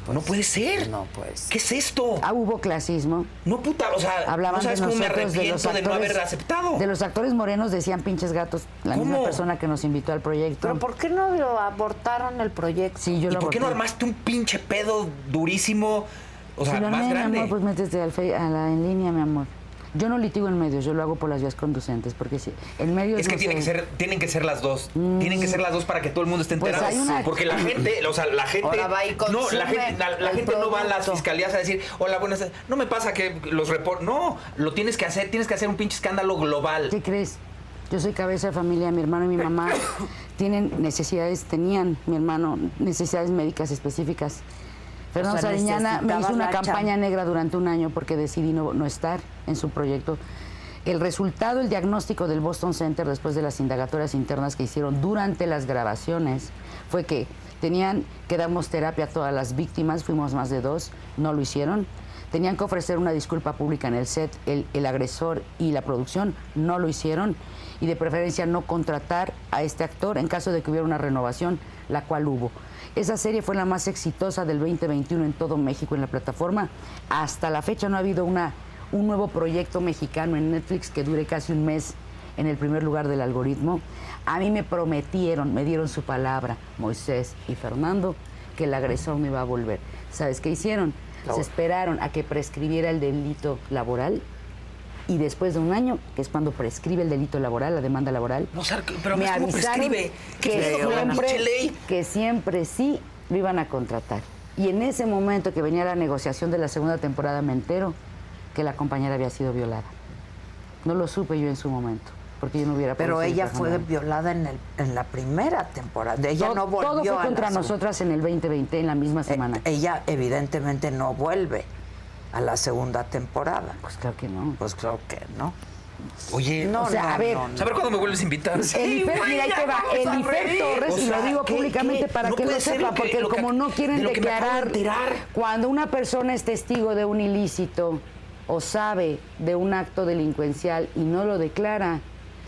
[SPEAKER 4] Pues
[SPEAKER 2] no puede ser.
[SPEAKER 1] no pues. puede ser.
[SPEAKER 2] ¿Qué es esto?
[SPEAKER 4] Ah, hubo clasismo.
[SPEAKER 2] No puta, o sea,
[SPEAKER 4] Hablaban
[SPEAKER 2] no sabes
[SPEAKER 4] de
[SPEAKER 2] cómo me
[SPEAKER 4] nosotros, de
[SPEAKER 2] arrepiento
[SPEAKER 4] los
[SPEAKER 2] de,
[SPEAKER 4] actores.
[SPEAKER 2] no haber aceptado.
[SPEAKER 4] De los actores morenos decían pinches gatos, la misma
[SPEAKER 2] ¿Cómo?
[SPEAKER 4] persona que nos invitó al proyecto.
[SPEAKER 1] Pero ¿por qué no lo abortaron el proyecto?
[SPEAKER 4] Sí, yo
[SPEAKER 2] ¿Y
[SPEAKER 4] lo
[SPEAKER 2] por qué no
[SPEAKER 4] aborté.
[SPEAKER 2] armaste un pinche pedo durísimo, o sea,
[SPEAKER 4] Si lo
[SPEAKER 2] más
[SPEAKER 4] armé, mi
[SPEAKER 2] grande?
[SPEAKER 4] amor, pues métete al fe- a la en línea, mi amor. Yo no litigo en medios, yo lo hago por las vías conducentes, porque si en medios
[SPEAKER 2] Es que
[SPEAKER 4] no
[SPEAKER 2] tienen que
[SPEAKER 4] sé. Mm.
[SPEAKER 2] ser, tienen que ser las dos. Tienen que ser las dos para que todo el mundo esté
[SPEAKER 4] Pues
[SPEAKER 2] enterado.
[SPEAKER 4] hay una-
[SPEAKER 2] Porque la gente, o sea, la gente.
[SPEAKER 1] Ahora va y
[SPEAKER 2] no,
[SPEAKER 1] consume
[SPEAKER 2] la gente, la, la
[SPEAKER 1] el
[SPEAKER 2] gente no va a las
[SPEAKER 1] producto.
[SPEAKER 2] fiscalías a decir, hola, buenas. tardes". No me pasa que los reportes. No, lo tienes que hacer, tienes que hacer un pinche escándalo global.
[SPEAKER 4] ¿Qué crees? Yo soy cabeza de familia, mi hermano y mi mamá tienen necesidades, tenían, mi hermano, necesidades médicas específicas. Fernando
[SPEAKER 1] sea,
[SPEAKER 4] Sariñana me hizo
[SPEAKER 1] necesitabas
[SPEAKER 4] una
[SPEAKER 1] la
[SPEAKER 4] campaña
[SPEAKER 1] chamba.
[SPEAKER 4] negra durante un año porque decidí no, no estar en su proyecto. El resultado, el diagnóstico del Boston Center después de las indagatorias internas que hicieron durante las grabaciones fue que tenían que damos terapia a todas las víctimas, fuimos más de dos, no lo hicieron. Tenían que ofrecer una disculpa pública en el set, el, el agresor y la producción no lo hicieron. Y de preferencia no contratar a este actor en caso de que hubiera una renovación, la cual hubo. Esa serie fue la más exitosa del 2021 en todo México en la plataforma. Hasta la fecha no ha habido una, un nuevo proyecto mexicano en Netflix que dure casi un mes en el primer lugar del algoritmo. A mí me prometieron, me dieron su palabra, Moisés y Fernando, que el agresor me iba a volver. ¿Sabes qué hicieron? Se esperaron a que prescribiera el delito laboral y después de un año, que es cuando prescribe el delito laboral, la demanda laboral,
[SPEAKER 2] No, o sea, pero
[SPEAKER 4] me
[SPEAKER 2] ¿cómo
[SPEAKER 4] avisaron
[SPEAKER 2] prescribe? ¿Qué
[SPEAKER 4] que
[SPEAKER 2] pedo con la
[SPEAKER 4] siempre,
[SPEAKER 2] pinche ley?
[SPEAKER 4] que siempre sí lo iban a contratar. Y en ese momento que venía la negociación de la segunda temporada me entero que la compañera había sido violada. No lo supe yo en su momento, porque yo no hubiera
[SPEAKER 1] Pero
[SPEAKER 4] podido seguir
[SPEAKER 1] ella fue
[SPEAKER 4] trabajando.
[SPEAKER 1] violada en, el, en la primera temporada. Ella
[SPEAKER 4] todo,
[SPEAKER 1] no volvió
[SPEAKER 4] todo
[SPEAKER 1] a
[SPEAKER 4] fue
[SPEAKER 1] la
[SPEAKER 4] contra
[SPEAKER 1] segunda.
[SPEAKER 4] nosotras en el 2020, en la misma
[SPEAKER 1] Eh,
[SPEAKER 4] semana.
[SPEAKER 1] ella evidentemente no vuelve a la segunda temporada.
[SPEAKER 4] Pues claro que no.
[SPEAKER 1] Pues creo que no.
[SPEAKER 2] Oye,
[SPEAKER 1] No,
[SPEAKER 4] o sea,
[SPEAKER 1] no,
[SPEAKER 4] a ver,
[SPEAKER 1] no, no.
[SPEAKER 2] ¿saber cuándo me vuelves a invitar?
[SPEAKER 4] Elifer,
[SPEAKER 2] güey,
[SPEAKER 4] mira, ahí
[SPEAKER 2] ya
[SPEAKER 4] te va.
[SPEAKER 2] vamos a
[SPEAKER 4] Elifer
[SPEAKER 2] reír.
[SPEAKER 4] Torres,
[SPEAKER 2] O
[SPEAKER 4] y lo
[SPEAKER 2] sea,
[SPEAKER 4] digo
[SPEAKER 2] ¿qué-
[SPEAKER 4] públicamente
[SPEAKER 2] qué?
[SPEAKER 4] para
[SPEAKER 2] No
[SPEAKER 4] que lo
[SPEAKER 2] puede ser
[SPEAKER 4] sepa,
[SPEAKER 2] que-
[SPEAKER 4] porque
[SPEAKER 2] lo que-
[SPEAKER 4] como no quieren
[SPEAKER 2] de lo que me acabo de
[SPEAKER 4] declarar,
[SPEAKER 2] enterar.
[SPEAKER 4] cuando una persona es testigo de un ilícito o sabe de un acto delincuencial y no lo declara,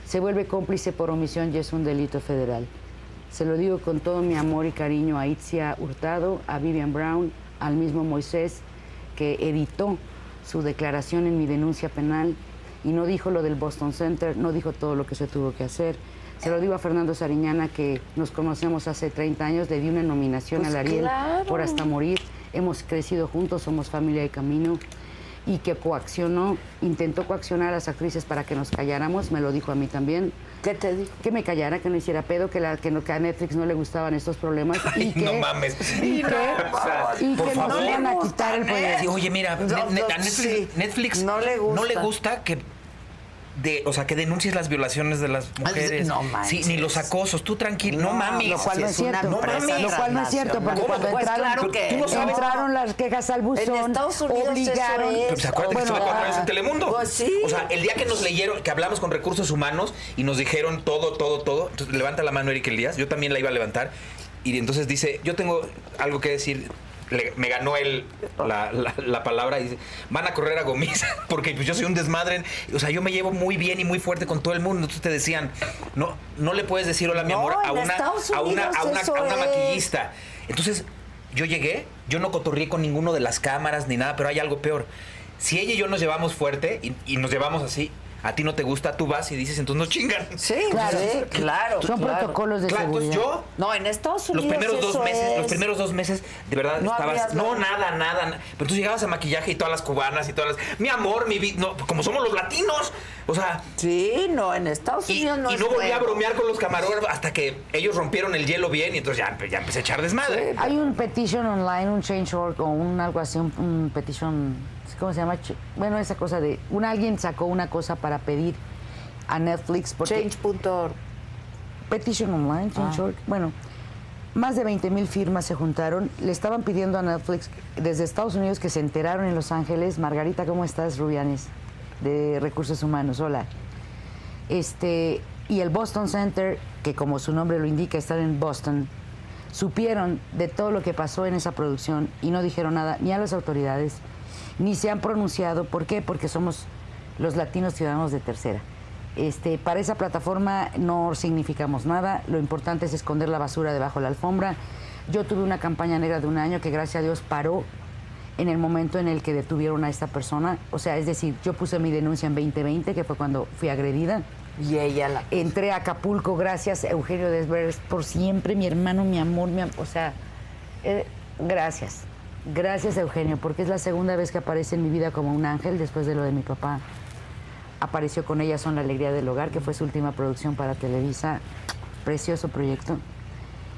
[SPEAKER 4] se vuelve cómplice por omisión y es un delito federal. Se lo digo con todo mi amor y cariño a Itzia Hurtado, a Vivian Brown, al mismo Moisés, que editó su declaración en mi denuncia penal y no dijo lo del Boston Center, no dijo todo lo que se tuvo que hacer. Se lo digo a Fernando Sariñana, que nos conocemos hace 30 años, le di una nominación
[SPEAKER 1] Pues
[SPEAKER 4] a la Ariel
[SPEAKER 1] claro.
[SPEAKER 4] por Hasta Morir. Hemos crecido juntos, somos familia de camino. Y que coaccionó, intentó coaccionar a las actrices para que nos calláramos, me lo dijo a mí también
[SPEAKER 1] ¿Qué te dijo?
[SPEAKER 4] que me callara, que no hiciera pedo, que, la, que, no, que a Netflix no le gustaban estos problemas. y
[SPEAKER 2] Ay,
[SPEAKER 4] que,
[SPEAKER 2] no mames.
[SPEAKER 4] Y que,
[SPEAKER 2] o sea,
[SPEAKER 4] y
[SPEAKER 2] por
[SPEAKER 4] que nos
[SPEAKER 2] favor.
[SPEAKER 4] iban a quitar el poder.
[SPEAKER 2] Sí, pues, oye, mira,
[SPEAKER 1] No,
[SPEAKER 2] ne- ne-
[SPEAKER 1] no,
[SPEAKER 2] a Netflix,
[SPEAKER 1] sí.
[SPEAKER 2] Netflix
[SPEAKER 1] No le gusta.
[SPEAKER 2] que de, o sea, que denuncies las violaciones de las mujeres.
[SPEAKER 1] no
[SPEAKER 2] sí,
[SPEAKER 1] manches.
[SPEAKER 2] ni los acosos, tú tranquilo, no, mames.
[SPEAKER 1] lo cual
[SPEAKER 4] Sí,
[SPEAKER 1] no es
[SPEAKER 4] es una
[SPEAKER 1] cierto.
[SPEAKER 2] empresa
[SPEAKER 1] Lo cual no es cierto,
[SPEAKER 4] porque
[SPEAKER 1] porque
[SPEAKER 4] cuando
[SPEAKER 1] cuando
[SPEAKER 4] entraron-
[SPEAKER 1] entraron,
[SPEAKER 2] tú Pues no sabes.
[SPEAKER 4] Entraron las quejas al buzón,
[SPEAKER 1] En Estados Unidos
[SPEAKER 4] obligaron-
[SPEAKER 1] eso es.
[SPEAKER 2] Pero, pues, acuérdate que
[SPEAKER 4] Bueno,
[SPEAKER 2] estuve con
[SPEAKER 4] ah,
[SPEAKER 2] ellos en Telemundo.
[SPEAKER 1] pues, sí.
[SPEAKER 2] O sea, el día que nos leyeron, que hablamos con recursos humanos y nos dijeron todo, todo, todo. Entonces levanta la mano Eric Elías, yo también la iba a levantar. Y entonces dice, yo tengo algo que decir. le- me ganó él la, la- la palabra y dice, van a correr a Gomis, porque pues, yo soy un desmadre. O sea, yo me llevo muy bien y muy fuerte con todo el mundo. Entonces te decían, no, no le puedes decir hola, mi
[SPEAKER 1] No,
[SPEAKER 2] amor, a
[SPEAKER 1] en
[SPEAKER 2] una,
[SPEAKER 1] Estados
[SPEAKER 2] a una, a una,
[SPEAKER 1] Unidos eso
[SPEAKER 2] a una
[SPEAKER 1] es.
[SPEAKER 2] maquillista. Entonces, yo llegué, yo no cotorrié con ninguno de las cámaras ni nada, pero hay algo peor. Si ella y yo nos llevamos fuerte y, y nos llevamos así, a ti no te gusta, tú vas y dices, entonces nos chingan.
[SPEAKER 1] Sí,
[SPEAKER 4] Claro.
[SPEAKER 1] sí, claro.
[SPEAKER 4] Son
[SPEAKER 1] claro.
[SPEAKER 4] protocolos de
[SPEAKER 2] Claro, entonces
[SPEAKER 4] seguridad.
[SPEAKER 2] yo
[SPEAKER 1] No, en Estados
[SPEAKER 2] los
[SPEAKER 1] Unidos.
[SPEAKER 2] primeros dos
[SPEAKER 1] eso
[SPEAKER 2] meses, los
[SPEAKER 1] es-
[SPEAKER 2] primeros dos meses, de verdad
[SPEAKER 1] No habías
[SPEAKER 2] estabas. No,
[SPEAKER 1] dado-
[SPEAKER 2] nada, nada. na- Pero tú llegabas a maquillaje y todas las cubanas y todas las. Mi amor, mi vida. No, como somos los latinos. O sea.
[SPEAKER 1] Sí, no, en Estados
[SPEAKER 2] Y,
[SPEAKER 1] Unidos no
[SPEAKER 2] y
[SPEAKER 1] es
[SPEAKER 2] no volví a
[SPEAKER 1] bueno.
[SPEAKER 2] bromear con los camarógrafos hasta que ellos rompieron el hielo bien y entonces ya, empe- ya empecé a echar desmadre.
[SPEAKER 4] Hay un petition online, un change.org o un algo así, un, un petition, ¿cómo se llama? Ch- Bueno, esa cosa de, un alguien sacó una cosa para pedir a Netflix porque
[SPEAKER 1] Change.org.
[SPEAKER 4] petition online,
[SPEAKER 1] Ah.
[SPEAKER 4] change.org, bueno, más de 20 mil firmas se juntaron, le estaban pidiendo a Netflix desde Estados Unidos que se enteraron en Los Ángeles, Margarita, ¿cómo estás, Rubianes? De Recursos Humanos, hola. Este, y el Boston Center, que como su nombre lo indica, está en Boston, supieron de todo lo que pasó en esa producción y no dijeron nada ni a las autoridades, ni se han pronunciado. ¿Por qué? Porque somos los latinos ciudadanos de tercera. Este, para esa plataforma no significamos nada, lo importante es esconder la basura debajo de la alfombra. Yo tuve una campaña negra de un año que gracias a Dios paró en el momento en el que detuvieron a esta persona. O sea, es decir, yo puse mi denuncia en 2020, que fue cuando fui agredida.
[SPEAKER 1] Y ella la.
[SPEAKER 4] Entré a Acapulco, gracias Eugenio Desveres, por siempre, mi hermano, mi amor, mi am- o sea, eh, gracias. Gracias Eugenio, porque es la segunda vez que aparece en mi vida como un ángel después de lo de mi papá. Apareció con ella Son la Alegría del Hogar, que fue su última producción para Televisa. Precioso proyecto.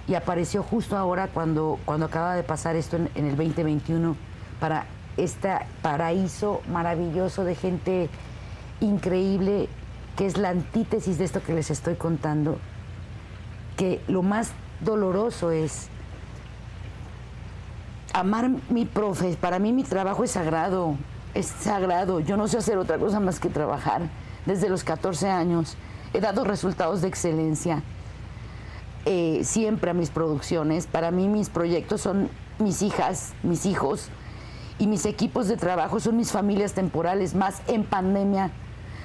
[SPEAKER 4] Y apareció justo ahora cuando, cuando acaba de pasar esto en, en el 2021 para este paraíso maravilloso de gente increíble que es la antítesis de esto que les estoy contando, que lo más doloroso es amar mi profe. Para mí mi trabajo es sagrado, es sagrado. Yo no sé hacer otra cosa más que trabajar. Desde los 14 años he dado resultados de excelencia eh, siempre a mis producciones. Para mí mis proyectos son mis hijas, mis hijos y mis equipos de trabajo son mis familias temporales, más en pandemia,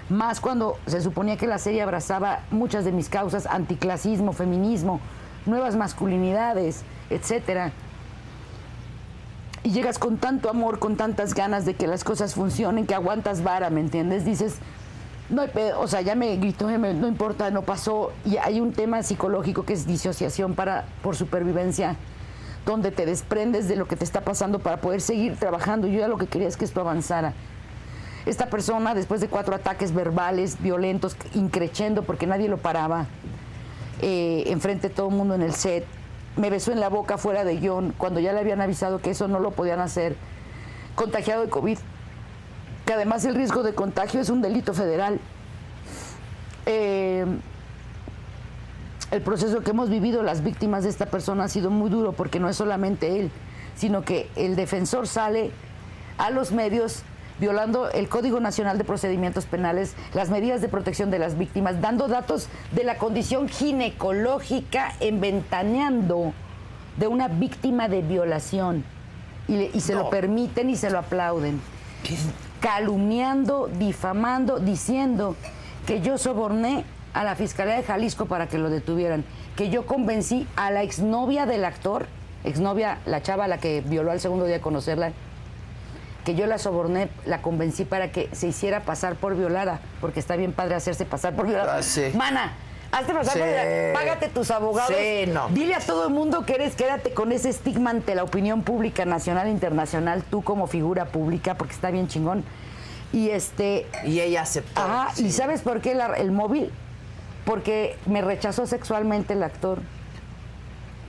[SPEAKER 4] más cuando se suponía que la serie abrazaba muchas de mis causas, anticlasismo, feminismo, nuevas masculinidades, etcétera. Y llegas con tanto amor, con tantas ganas de que las cosas funcionen, que aguantas vara, ¿me entiendes? Dices, no hay pedo, o sea, ya me gritó, ya me- no importa, no pasó. Y hay un tema psicológico que es disociación para, por supervivencia, donde te desprendes de lo que te está pasando para poder seguir trabajando. Yo ya lo que quería es que esto avanzara. Esta persona, después de cuatro ataques verbales, violentos, increchendo, porque nadie lo paraba, eh, enfrente de todo el mundo en el set. Me besó en la boca fuera de guión, cuando ya le habían avisado que eso no lo podían hacer. Contagiado de COVID, que además el riesgo de contagio es un delito federal. Eh, el proceso que hemos vivido las víctimas de esta persona ha sido muy duro porque no es solamente él, sino que el defensor sale a los medios violando el Código Nacional de Procedimientos Penales, las medidas de protección de las víctimas, dando datos de la condición ginecológica en ventaneando de una víctima de violación. Y, le- y se lo permiten y se lo aplauden calumniando, difamando, diciendo que yo soborné a la Fiscalía de Jalisco para que lo detuvieran, que yo convencí a la exnovia del actor, exnovia, la chava a la que violó al segundo día de conocerla, que yo la soborné, la convencí para que se hiciera pasar por violada, porque está bien padre hacerse pasar por violada.
[SPEAKER 1] Ah, sí.
[SPEAKER 4] Mana, hazte pasar
[SPEAKER 1] Sí.
[SPEAKER 4] por violada, págate tus abogados,
[SPEAKER 1] Sí, no.
[SPEAKER 4] dile a todo el mundo que eres, quédate con ese estigma ante la opinión pública nacional e internacional, tú como figura pública, porque está bien chingón. Y este,
[SPEAKER 1] Y ella aceptó.
[SPEAKER 2] Ah,
[SPEAKER 4] ajá, ¿y sabes por qué la- el móvil? Porque me rechazó sexualmente el actor.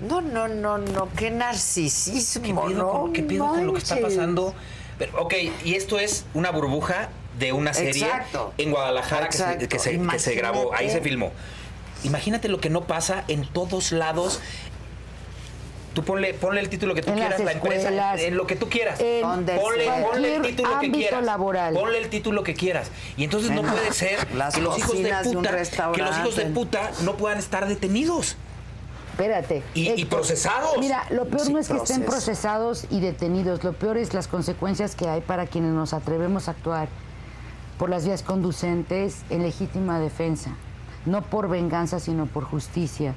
[SPEAKER 1] No, no, no, no, qué narcisismo,
[SPEAKER 2] ¿Qué pedo,
[SPEAKER 1] ¿no?
[SPEAKER 2] con, qué pedo con lo que está
[SPEAKER 1] Manches.
[SPEAKER 2] pasando? Pero, ok, y esto es una burbuja de una serie
[SPEAKER 1] Exacto.
[SPEAKER 2] en Guadalajara que se-
[SPEAKER 1] Exacto.
[SPEAKER 2] que, se, que se
[SPEAKER 1] Imagínate.
[SPEAKER 2] grabó, ahí se filmó. Imagínate lo que no pasa en todos lados. Tú ponle, ponle el título que tú
[SPEAKER 4] En las
[SPEAKER 2] quieras, la empresa,
[SPEAKER 4] escuelas,
[SPEAKER 2] en lo que tú quieras.
[SPEAKER 4] en
[SPEAKER 1] Donde
[SPEAKER 2] ponle,
[SPEAKER 1] sea.
[SPEAKER 2] ponle
[SPEAKER 4] cualquier
[SPEAKER 2] el título que
[SPEAKER 4] ámbito
[SPEAKER 2] quieras.
[SPEAKER 4] laboral.
[SPEAKER 2] Ponle el título que quieras. Y entonces
[SPEAKER 1] En
[SPEAKER 2] no puede ser
[SPEAKER 1] las
[SPEAKER 2] que los hijos de
[SPEAKER 1] cocinas de un
[SPEAKER 2] puta, que los hijos de
[SPEAKER 1] restaurante.
[SPEAKER 2] puta no puedan estar detenidos.
[SPEAKER 4] espérate.
[SPEAKER 2] Y- y procesados.
[SPEAKER 4] Mira, lo peor
[SPEAKER 1] Sí,
[SPEAKER 4] no es que estén
[SPEAKER 1] proceso.
[SPEAKER 4] procesados y detenidos, lo peor es las consecuencias que hay para quienes nos atrevemos a actuar por las vías conducentes en legítima defensa, no por venganza, sino por justicia,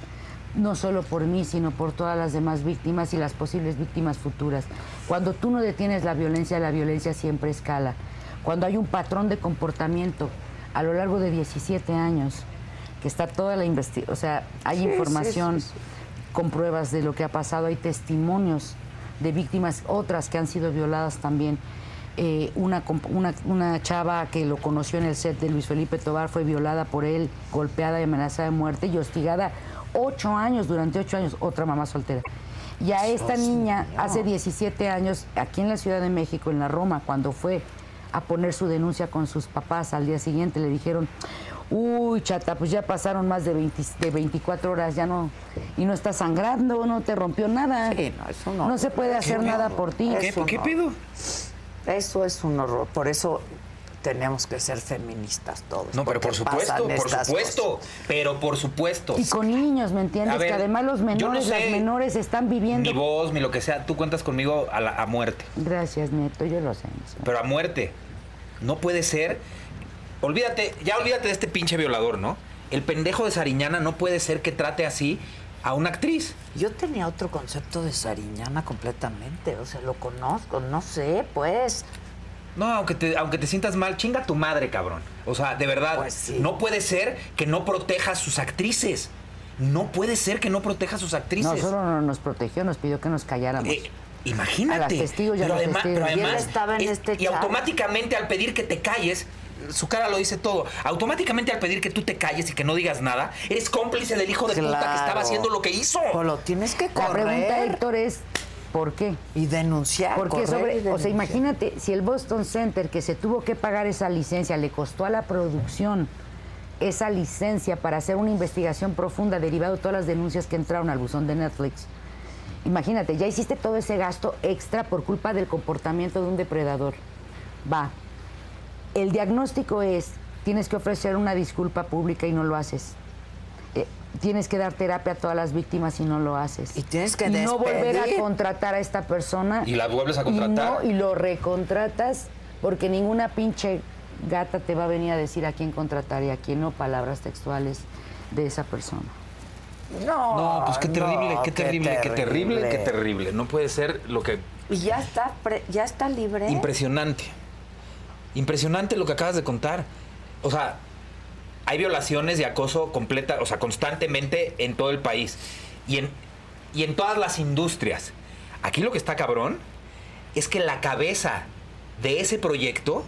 [SPEAKER 4] no solo por mí, sino por todas las demás víctimas y las posibles víctimas futuras. Cuando tú no detienes la violencia, la violencia siempre escala. Cuando hay un patrón de comportamiento a lo largo de 17 años, que está toda la investigación, o sea, hay
[SPEAKER 1] Sí, sí,
[SPEAKER 4] información
[SPEAKER 1] sí, sí.
[SPEAKER 4] con pruebas de lo que ha pasado, hay testimonios de víctimas, otras que han sido violadas también. Eh, una, comp- una, una chava que lo conoció en el set de Luis Felipe Tobar fue violada por él, golpeada y amenazada de muerte y hostigada ocho años, durante ocho años, otra mamá soltera. Y a esta niña, hace 17 años, aquí en la Ciudad de México, en la Roma, cuando fue a poner su denuncia con sus papás, al día siguiente le dijeron, uy, chata, pues ya pasaron más de, 20 de 24 horas, ya no, y no está sangrando, no te rompió nada.
[SPEAKER 1] Sí, no, eso no.
[SPEAKER 4] se puede hacer
[SPEAKER 2] miedo.
[SPEAKER 4] nada por ti.
[SPEAKER 2] ¿Qué,
[SPEAKER 1] Eso
[SPEAKER 2] ¿qué
[SPEAKER 1] no.
[SPEAKER 2] pedo?
[SPEAKER 1] Eso es un horror. Por eso tenemos que ser feministas todos.
[SPEAKER 2] No, pero por
[SPEAKER 1] Pues porque pasan
[SPEAKER 2] supuesto, por
[SPEAKER 1] estas
[SPEAKER 2] supuesto, pero por supuesto.
[SPEAKER 4] Y con niños, ¿me entiendes?
[SPEAKER 2] A ver,
[SPEAKER 4] que además los
[SPEAKER 2] yo no
[SPEAKER 4] menores,
[SPEAKER 2] sé.
[SPEAKER 4] las menores están viviendo.
[SPEAKER 2] Mi voz, mi lo que sea, tú cuentas conmigo a, la- a muerte,
[SPEAKER 4] Gracias, Neto, yo lo sé.
[SPEAKER 2] pero a muerte. No puede ser. Olvídate, ya olvídate de este pinche violador, ¿no? El pendejo de Sariñana no puede ser que trate así a una actriz.
[SPEAKER 1] Yo tenía otro concepto de Sariñana completamente, o sea, lo conozco, no sé, pues.
[SPEAKER 2] No, aunque te, aunque te sientas mal, chinga tu madre, cabrón. O sea, de verdad,
[SPEAKER 1] Pues sí.
[SPEAKER 2] no puede ser que no proteja a sus actrices. No puede ser que no proteja a sus
[SPEAKER 4] No
[SPEAKER 2] actrices.
[SPEAKER 4] solo no nos protegió, nos pidió que nos calláramos.
[SPEAKER 2] Eh, imagínate.
[SPEAKER 4] A las testigos y a
[SPEAKER 2] pero,
[SPEAKER 4] los
[SPEAKER 2] además,
[SPEAKER 4] testigos.
[SPEAKER 2] pero
[SPEAKER 4] Y él
[SPEAKER 2] además,
[SPEAKER 1] estaba en
[SPEAKER 2] eh,
[SPEAKER 1] este
[SPEAKER 2] y
[SPEAKER 1] chat.
[SPEAKER 2] automáticamente al pedir que te calles, su cara lo dice todo. Automáticamente al pedir que tú te calles y que no digas nada, eres cómplice del hijo de puta que
[SPEAKER 1] Claro.
[SPEAKER 2] estaba haciendo lo que hizo.
[SPEAKER 1] Pero lo tienes que
[SPEAKER 4] La pregunta,
[SPEAKER 1] correr
[SPEAKER 4] Héctor, es ¿por qué?
[SPEAKER 1] y denunciar.
[SPEAKER 4] Porque
[SPEAKER 1] correr y
[SPEAKER 4] sobre, o sea,
[SPEAKER 1] denunciar.
[SPEAKER 4] imagínate, si el Boston Center que se tuvo que pagar esa licencia le costó a la producción esa licencia para hacer una investigación profunda derivado de todas las denuncias que entraron al buzón de Netflix. Imagínate, ya hiciste todo ese gasto extra por culpa del comportamiento de un depredador. Va. El diagnóstico es, tienes que ofrecer una disculpa pública y no lo haces. Eh, tienes que dar terapia a todas las víctimas y no lo haces.
[SPEAKER 1] Y tienes que
[SPEAKER 4] Y no volver a
[SPEAKER 1] despedir.
[SPEAKER 4] contratar a esta persona.
[SPEAKER 2] Y la vuelves a contratar.
[SPEAKER 4] Y, no, y lo recontratas porque ninguna pinche gata te va a venir a decir a quién contratar y a quién no palabras textuales de esa persona.
[SPEAKER 1] No,
[SPEAKER 2] No, pues qué terrible,
[SPEAKER 1] no,
[SPEAKER 2] qué terrible, qué terrible, qué terrible. No puede ser lo que.
[SPEAKER 1] Y ya está, pre- ya está libre.
[SPEAKER 2] Impresionante. Impresionante lo que acabas de contar. O sea, hay violaciones y acoso completa, o sea, constantemente en todo el país. Y en, y en todas las industrias. Aquí lo que está cabrón es que la cabeza de ese proyecto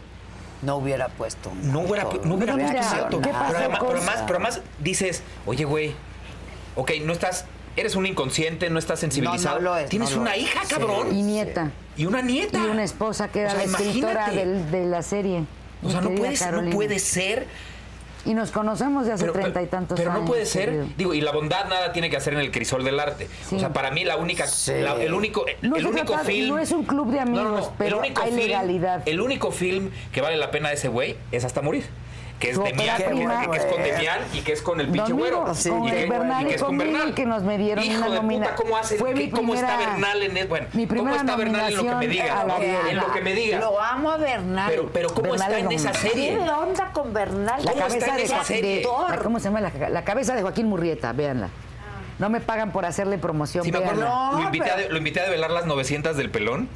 [SPEAKER 1] no hubiera puesto. un
[SPEAKER 2] no hubiera,
[SPEAKER 1] alto,
[SPEAKER 2] no hubiera
[SPEAKER 4] Mira,
[SPEAKER 2] puesto ese alto.
[SPEAKER 4] ¿qué
[SPEAKER 2] Pero
[SPEAKER 4] pasó
[SPEAKER 2] además,
[SPEAKER 4] con-
[SPEAKER 2] pero además- pero además dices, oye, güey, ok, no estás, eres un inconsciente, no estás sensibilizado.
[SPEAKER 1] lo es,
[SPEAKER 2] Tienes
[SPEAKER 1] no lo
[SPEAKER 2] una
[SPEAKER 1] es.
[SPEAKER 2] hija,
[SPEAKER 1] Sí.
[SPEAKER 2] cabrón.
[SPEAKER 4] Y nieta.
[SPEAKER 2] Y una nieta.
[SPEAKER 4] Y una esposa que era
[SPEAKER 2] O sea,
[SPEAKER 4] la escritora
[SPEAKER 2] imagínate.
[SPEAKER 4] del- de la serie.
[SPEAKER 2] O sea, no
[SPEAKER 4] Mi querida
[SPEAKER 2] puede, ser, no
[SPEAKER 4] Carolina.
[SPEAKER 2] puede ser.
[SPEAKER 4] Y nos conocemos de hace
[SPEAKER 2] Pero,
[SPEAKER 4] treinta y tantos
[SPEAKER 2] pero
[SPEAKER 4] años.
[SPEAKER 2] no puede ser.
[SPEAKER 4] querido.
[SPEAKER 2] Digo, y la bondad nada tiene que hacer en el crisol del arte.
[SPEAKER 4] Sí.
[SPEAKER 2] O sea, para mí la única,
[SPEAKER 1] Sí.
[SPEAKER 2] la- el único, el
[SPEAKER 4] No se
[SPEAKER 2] único
[SPEAKER 4] trata-
[SPEAKER 2] film.
[SPEAKER 4] no es un club de amigos, pero hay legalidad.
[SPEAKER 2] El único film que vale la pena de ese güey es hasta morir. Que es
[SPEAKER 4] Tu
[SPEAKER 2] de Mian,
[SPEAKER 4] ópera
[SPEAKER 2] que,
[SPEAKER 4] prima.
[SPEAKER 2] que es con Demian y que es con el pinche
[SPEAKER 4] Domingo,
[SPEAKER 2] güero.
[SPEAKER 4] sí,
[SPEAKER 2] y
[SPEAKER 4] con
[SPEAKER 2] que-
[SPEAKER 4] el Bernal y
[SPEAKER 2] que es con
[SPEAKER 4] conmigo,
[SPEAKER 2] Bernal.
[SPEAKER 4] que nos me dieron
[SPEAKER 2] Hijo
[SPEAKER 4] una
[SPEAKER 2] de
[SPEAKER 4] nomina-
[SPEAKER 2] puta, ¿cómo hace?
[SPEAKER 4] Fue mi
[SPEAKER 2] ¿Cómo está
[SPEAKER 4] primera-
[SPEAKER 2] Bernal en el- Bueno,
[SPEAKER 4] mi
[SPEAKER 2] ¿cómo
[SPEAKER 4] primera
[SPEAKER 2] está Bernal en lo que me
[SPEAKER 4] nominación
[SPEAKER 2] diga?
[SPEAKER 4] a la
[SPEAKER 2] ¿no? En lo que me diga.
[SPEAKER 1] Lo amo a Bernal.
[SPEAKER 2] Pero, pero ¿cómo
[SPEAKER 4] Bernal
[SPEAKER 2] está
[SPEAKER 4] es
[SPEAKER 2] en esa
[SPEAKER 4] nominado.
[SPEAKER 2] serie?
[SPEAKER 1] ¿Qué onda con Bernal?
[SPEAKER 4] La
[SPEAKER 2] ¿Cómo está
[SPEAKER 4] cabeza
[SPEAKER 2] en
[SPEAKER 4] de,
[SPEAKER 2] esa
[SPEAKER 4] Joaquín-
[SPEAKER 2] serie?
[SPEAKER 4] de- la- ¿Cómo se llama? La, la cabeza de Joaquín Murrieta, véanla. No me pagan por hacerle promoción,
[SPEAKER 2] Ah. Sí, me acuerdo.
[SPEAKER 4] véanla.
[SPEAKER 1] No,
[SPEAKER 2] lo, invité a,
[SPEAKER 1] pero-
[SPEAKER 2] lo invité a develar las 900 del pelón.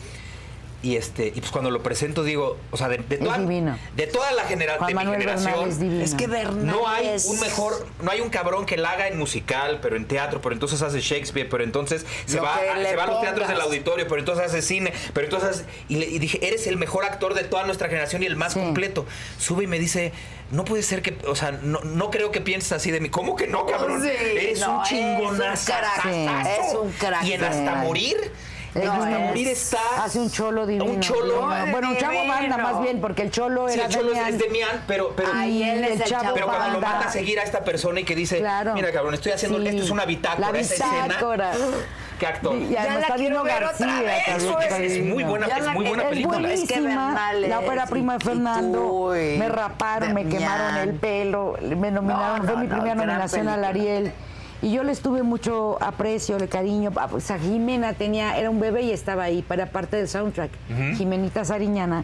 [SPEAKER 2] Y este, y pues cuando lo presento digo, o sea, de, de
[SPEAKER 4] Es
[SPEAKER 2] toda,
[SPEAKER 4] divino.
[SPEAKER 2] de toda la genera- de
[SPEAKER 4] Juan
[SPEAKER 2] mi
[SPEAKER 4] Manuel Bernal es
[SPEAKER 2] generación.
[SPEAKER 4] divino.
[SPEAKER 1] Es que Bernal
[SPEAKER 2] No hay
[SPEAKER 1] es-
[SPEAKER 2] un mejor, no hay un cabrón que la haga en musical, pero en teatro, pero entonces hace Shakespeare, pero entonces se
[SPEAKER 1] Lo
[SPEAKER 2] va,
[SPEAKER 1] que
[SPEAKER 2] a-
[SPEAKER 1] le
[SPEAKER 2] se va a los
[SPEAKER 1] pongas.
[SPEAKER 2] teatros del auditorio, pero entonces hace cine, pero entonces hace- y, le- y dije, eres el mejor actor de toda nuestra generación y el más
[SPEAKER 4] Sí.
[SPEAKER 2] completo. Sube y me dice, no puede ser que, o sea, no, no creo que pienses así de mí. ¿Cómo que no, cabrón?
[SPEAKER 1] Sí,
[SPEAKER 2] eres
[SPEAKER 1] no,
[SPEAKER 2] un
[SPEAKER 1] es un
[SPEAKER 2] chingonazo.
[SPEAKER 1] crack, es un crack.
[SPEAKER 2] Y en hasta
[SPEAKER 4] Sí.
[SPEAKER 2] morir.
[SPEAKER 4] Es
[SPEAKER 2] en hasta
[SPEAKER 4] divino.
[SPEAKER 2] morir está.
[SPEAKER 4] Hace un cholo divino.
[SPEAKER 2] Un cholo.
[SPEAKER 4] divino. Bueno, un chavo
[SPEAKER 1] Divino.
[SPEAKER 4] banda más bien, porque el cholo
[SPEAKER 2] Sí,
[SPEAKER 4] era
[SPEAKER 2] el cholo es-
[SPEAKER 4] Demián.
[SPEAKER 2] es de Mian, pero, pero,
[SPEAKER 1] Ay, Y él es el chavo
[SPEAKER 2] pero cuando lo
[SPEAKER 1] banda.
[SPEAKER 2] manda a seguir a esta persona y que dice,
[SPEAKER 4] Claro.
[SPEAKER 2] mira cabrón, estoy haciendo,
[SPEAKER 4] Sí.
[SPEAKER 2] esto es una bitácora,
[SPEAKER 4] La bitácora.
[SPEAKER 2] esa escena. Qué actor.
[SPEAKER 4] Y además
[SPEAKER 1] la
[SPEAKER 4] está
[SPEAKER 1] quiero
[SPEAKER 4] Dino
[SPEAKER 1] ver otra
[SPEAKER 4] García.
[SPEAKER 1] vez,
[SPEAKER 4] también,
[SPEAKER 1] pues.
[SPEAKER 4] que está
[SPEAKER 2] Es
[SPEAKER 4] divino.
[SPEAKER 2] muy buena,
[SPEAKER 1] Ya
[SPEAKER 2] es
[SPEAKER 1] la-
[SPEAKER 2] muy buena
[SPEAKER 1] es
[SPEAKER 4] Es
[SPEAKER 2] película.
[SPEAKER 1] buenísima. que
[SPEAKER 4] buenísima.
[SPEAKER 1] Bernal
[SPEAKER 4] la
[SPEAKER 1] es-
[SPEAKER 4] ópera prima de
[SPEAKER 1] y- y tú,
[SPEAKER 4] Fernando.
[SPEAKER 1] y
[SPEAKER 4] me raparon, me
[SPEAKER 1] Demián.
[SPEAKER 4] quemaron el pelo, me nominaron.
[SPEAKER 1] No,
[SPEAKER 4] fue
[SPEAKER 1] no,
[SPEAKER 4] mi
[SPEAKER 1] no,
[SPEAKER 4] primera
[SPEAKER 1] gran
[SPEAKER 4] nominación al
[SPEAKER 1] película.
[SPEAKER 4] Ariel. Y yo les tuve mucho aprecio, le cariño. Ah, pues, O sea, Jimena tenía, era un bebé y estaba ahí para parte del soundtrack.
[SPEAKER 2] Ujú.
[SPEAKER 4] Jimenita Sariñana.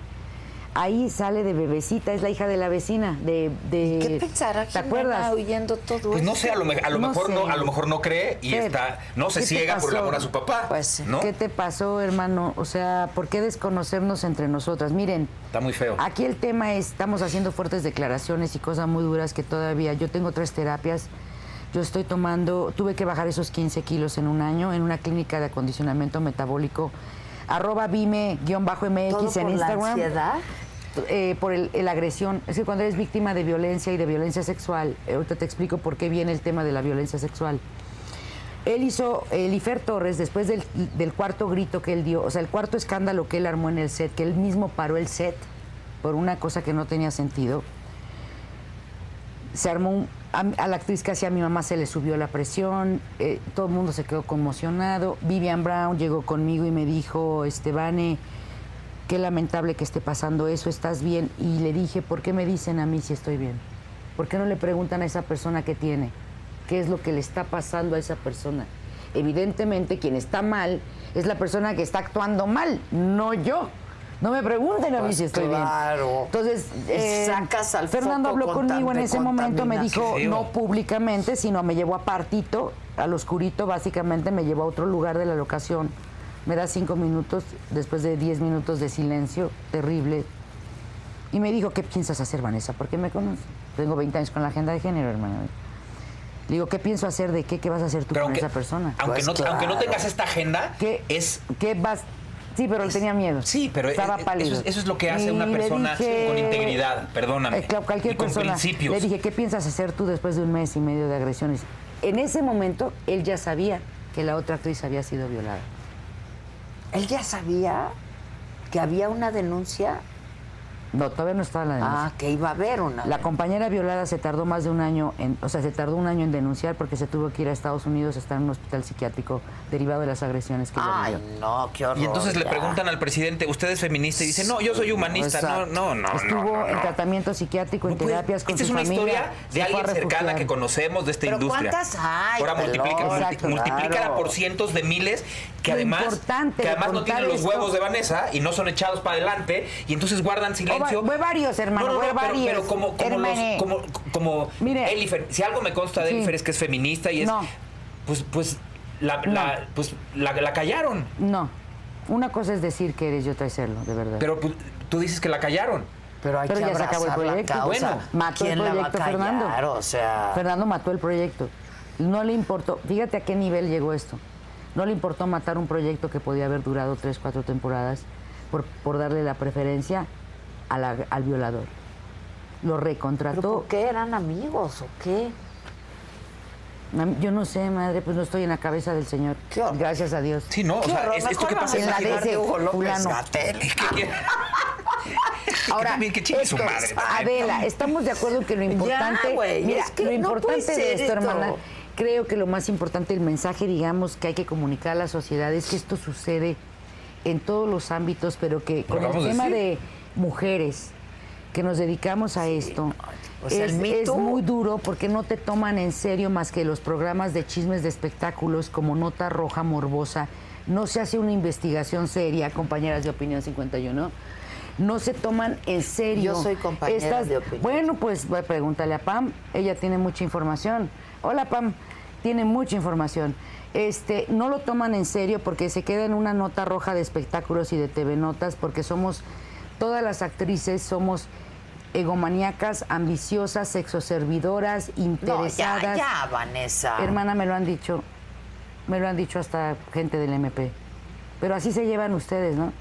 [SPEAKER 4] Ahí sale de bebecita, es la hija de la vecina, de... de-
[SPEAKER 1] ¿Qué pensará
[SPEAKER 4] ¿Te
[SPEAKER 1] Jimena
[SPEAKER 4] acuerdas?
[SPEAKER 1] oyendo todo
[SPEAKER 2] Pues no
[SPEAKER 1] esto?
[SPEAKER 2] sé, a lo, me- a lo
[SPEAKER 4] No
[SPEAKER 2] mejor
[SPEAKER 4] sé.
[SPEAKER 2] no, a lo mejor no cree y
[SPEAKER 4] Fer,
[SPEAKER 2] está, no se
[SPEAKER 4] ¿qué te
[SPEAKER 2] ciega por el
[SPEAKER 4] pasó?
[SPEAKER 2] amor a su papá.
[SPEAKER 1] Pues sí.
[SPEAKER 2] ¿no?
[SPEAKER 4] ¿Qué te pasó, hermano? O sea, ¿por qué desconocernos entre nosotras? Miren,
[SPEAKER 2] Está muy feo.
[SPEAKER 4] Aquí el tema es, estamos haciendo fuertes declaraciones y cosas muy duras que todavía, yo tengo tres terapias, yo estoy tomando, tuve que bajar esos 15 kilos en un año en una clínica de acondicionamiento metabólico, arroba
[SPEAKER 1] ¿Todo
[SPEAKER 4] vime-mx en
[SPEAKER 1] por la
[SPEAKER 4] Instagram.
[SPEAKER 1] ansiedad?
[SPEAKER 4] Eh, por el, el agresión. Es que cuando eres víctima de violencia y de violencia sexual, eh, ahorita te explico por qué viene el tema de la violencia sexual. Él hizo, eh, Elifer Torres, después del, del cuarto grito que él dio, o sea, el cuarto escándalo que él armó en el set, que él mismo paró el set por una cosa que no tenía sentido, se armó un- a, a la actriz que hacía mi mamá se le subió la presión, eh, todo el mundo se quedó conmocionado. Vivian Brown llegó conmigo y me dijo, Estebane, qué lamentable que esté pasando eso, estás bien. Y le dije, ¿por qué me dicen a mí si estoy bien? ¿Por qué no le preguntan a esa persona qué tiene? ¿Qué es lo que le está pasando a esa persona? Evidentemente, quien está mal es la persona que está actuando mal, no yo. No me pregunten a mí
[SPEAKER 1] Pues
[SPEAKER 4] si estoy
[SPEAKER 1] claro.
[SPEAKER 4] bien. Entonces,
[SPEAKER 1] Y sacas al
[SPEAKER 4] eh, Fernando
[SPEAKER 1] foco
[SPEAKER 4] habló
[SPEAKER 1] con
[SPEAKER 4] conmigo en
[SPEAKER 1] tanta
[SPEAKER 4] ese momento, me dijo,
[SPEAKER 2] contaminación. Sí,
[SPEAKER 4] no
[SPEAKER 2] o-
[SPEAKER 4] públicamente, sino me llevó apartito, al oscurito, básicamente me llevó a otro lugar de la locación. Me da cinco minutos, después de diez minutos de silencio terrible. Y me dijo, ¿qué piensas hacer, Vanessa? ¿Por qué me conoces? Tengo 20 años con la agenda de género, hermano. Le digo, ¿qué pienso hacer? ¿De qué? ¿Qué vas a hacer tú
[SPEAKER 2] Pero
[SPEAKER 4] con
[SPEAKER 2] aunque,
[SPEAKER 4] esa persona?
[SPEAKER 2] aunque,
[SPEAKER 1] Pues
[SPEAKER 2] no, aunque no
[SPEAKER 1] claro.
[SPEAKER 2] tengas esta agenda,
[SPEAKER 4] ¿Qué,
[SPEAKER 2] es
[SPEAKER 4] ¿Qué vas? Sí, pero él tenía miedo.
[SPEAKER 2] Sí, pero
[SPEAKER 4] estaba
[SPEAKER 2] e- e-
[SPEAKER 4] pálido.
[SPEAKER 2] eso es- eso es lo que hace una
[SPEAKER 4] le
[SPEAKER 2] persona con integridad, perdóname,
[SPEAKER 4] claro, cualquier
[SPEAKER 2] y con
[SPEAKER 4] persona.
[SPEAKER 2] principios.
[SPEAKER 4] Le dije, ¿qué piensas hacer tú después de un mes y medio de agresiones? En ese momento, él ya sabía que la otra actriz había sido violada.
[SPEAKER 1] Él ya sabía que había una denuncia.
[SPEAKER 4] No, todavía no estaba la denuncia.
[SPEAKER 1] Ah, que iba a haber una.
[SPEAKER 4] La compañera violada se tardó más de un año, en, o sea, se tardó un año en denunciar porque se tuvo que ir a Estados Unidos a estar en un hospital psiquiátrico derivado de las agresiones que ella
[SPEAKER 1] Ay,
[SPEAKER 4] vivió.
[SPEAKER 1] no, qué horror.
[SPEAKER 2] Y
[SPEAKER 4] Oh,
[SPEAKER 2] entonces le
[SPEAKER 1] ya.
[SPEAKER 2] preguntan al presidente, ¿usted es feminista? Y dice, no, yo soy humanista.
[SPEAKER 1] Exacto.
[SPEAKER 2] No, no, no.
[SPEAKER 4] Pues, Estuvo
[SPEAKER 2] no, no,
[SPEAKER 4] en
[SPEAKER 2] no.
[SPEAKER 4] tratamiento psiquiátrico, en
[SPEAKER 2] No puede-
[SPEAKER 4] terapias con
[SPEAKER 2] Esta es
[SPEAKER 4] su
[SPEAKER 2] una
[SPEAKER 4] familia.
[SPEAKER 2] historia de
[SPEAKER 4] se fue a
[SPEAKER 2] alguien cercana
[SPEAKER 4] refugiar.
[SPEAKER 2] que conocemos de esta
[SPEAKER 1] Pero
[SPEAKER 2] industria.
[SPEAKER 1] ¿cuántas hay,
[SPEAKER 2] Ahora multiplica,
[SPEAKER 1] Pelón?
[SPEAKER 2] multi-
[SPEAKER 4] Exacto,
[SPEAKER 2] multiplícala
[SPEAKER 1] claro.
[SPEAKER 2] por cientos de miles que
[SPEAKER 4] Lo
[SPEAKER 2] además,
[SPEAKER 4] importante
[SPEAKER 2] que
[SPEAKER 4] de
[SPEAKER 2] además no
[SPEAKER 4] contar
[SPEAKER 2] tienen los
[SPEAKER 4] esto-
[SPEAKER 2] huevos de Vanessa y no son echados para adelante y entonces guardan silencio.
[SPEAKER 4] Hue- huevarios, hermano,
[SPEAKER 2] No, no, no, pero-
[SPEAKER 4] huevarios,
[SPEAKER 2] Pero, como, como, los-
[SPEAKER 4] hermane.
[SPEAKER 2] como, como
[SPEAKER 4] Mire.
[SPEAKER 2] Elifer, si algo me consta de
[SPEAKER 4] Sí.
[SPEAKER 2] Elifer es que es feminista y es,
[SPEAKER 4] No.
[SPEAKER 2] pues, pues, la, la- pues la, la callaron.
[SPEAKER 4] No. Una cosa es decir que eres y otra es serlo, de verdad.
[SPEAKER 2] Pero pues, tú dices que la callaron.
[SPEAKER 1] Pero hay
[SPEAKER 4] Pero
[SPEAKER 1] que
[SPEAKER 4] ya se
[SPEAKER 1] abrazar
[SPEAKER 4] acabó el proyecto.
[SPEAKER 1] la causa.
[SPEAKER 2] Bueno,
[SPEAKER 4] mató el
[SPEAKER 1] ¿Quién la va a
[SPEAKER 4] proyecto,
[SPEAKER 1] callar?
[SPEAKER 4] Fernando.
[SPEAKER 1] O sea,
[SPEAKER 4] Fernando mató el proyecto. No le importó. Fíjate a qué nivel llegó esto. No le importó matar un proyecto que podía haber durado tres, cuatro temporadas por, por darle la preferencia a la- al violador. Lo
[SPEAKER 1] ¿pero
[SPEAKER 4] recontrató.
[SPEAKER 1] por qué eran amigos o qué?
[SPEAKER 4] Mam- Yo no sé, madre, pues no estoy en la cabeza del señor.
[SPEAKER 1] Qué horror.
[SPEAKER 4] Gracias a Dios.
[SPEAKER 2] Sí, no, o
[SPEAKER 1] Qué
[SPEAKER 2] sea,
[SPEAKER 1] horror,
[SPEAKER 2] es- esto
[SPEAKER 1] mejor
[SPEAKER 2] que pasa
[SPEAKER 1] vamos
[SPEAKER 2] en
[SPEAKER 1] a
[SPEAKER 2] la
[SPEAKER 1] hablar de
[SPEAKER 4] DC,
[SPEAKER 1] Hugo López
[SPEAKER 4] fulano.
[SPEAKER 1] Gatell.
[SPEAKER 4] Ah.
[SPEAKER 2] Ahora, también que chingue su
[SPEAKER 1] esto
[SPEAKER 2] madre.
[SPEAKER 1] es-
[SPEAKER 2] también.
[SPEAKER 4] Adela, estamos de acuerdo que lo importante,
[SPEAKER 1] güey,
[SPEAKER 4] mira,
[SPEAKER 1] es que
[SPEAKER 4] lo
[SPEAKER 1] no puede
[SPEAKER 4] importante de
[SPEAKER 1] ser
[SPEAKER 4] esto,
[SPEAKER 1] esto.
[SPEAKER 4] hermana, creo que lo más importante, el mensaje, digamos, que hay que comunicar a la sociedad es que esto sucede en todos los ámbitos, pero que con el
[SPEAKER 2] acabamos de
[SPEAKER 4] tema
[SPEAKER 2] decir.
[SPEAKER 4] de mujeres que nos dedicamos a esto,
[SPEAKER 1] o sea,
[SPEAKER 4] es,
[SPEAKER 1] el Me
[SPEAKER 4] es
[SPEAKER 1] Too.
[SPEAKER 4] muy duro porque no te toman en serio más que los programas de chismes de espectáculos como Nota Roja Morbosa. No se hace una investigación seria, compañeras de Opinión 51. No se toman en serio.
[SPEAKER 1] Yo soy compañera de Opinión.
[SPEAKER 4] Bueno, pues va, pregúntale a Pam. Ella tiene mucha información. Hola, Pam. Tiene mucha información. Este, no lo toman en serio porque se queda en una nota roja de espectáculos y de TV Notas porque somos, todas las actrices somos egomaníacas, ambiciosas, sexoservidoras,
[SPEAKER 1] No, ya,
[SPEAKER 4] interesadas.
[SPEAKER 1] ya, Vanessa.
[SPEAKER 4] Hermana, me lo han dicho. Me lo han dicho hasta gente del MP. Pero así se llevan ustedes, ¿no?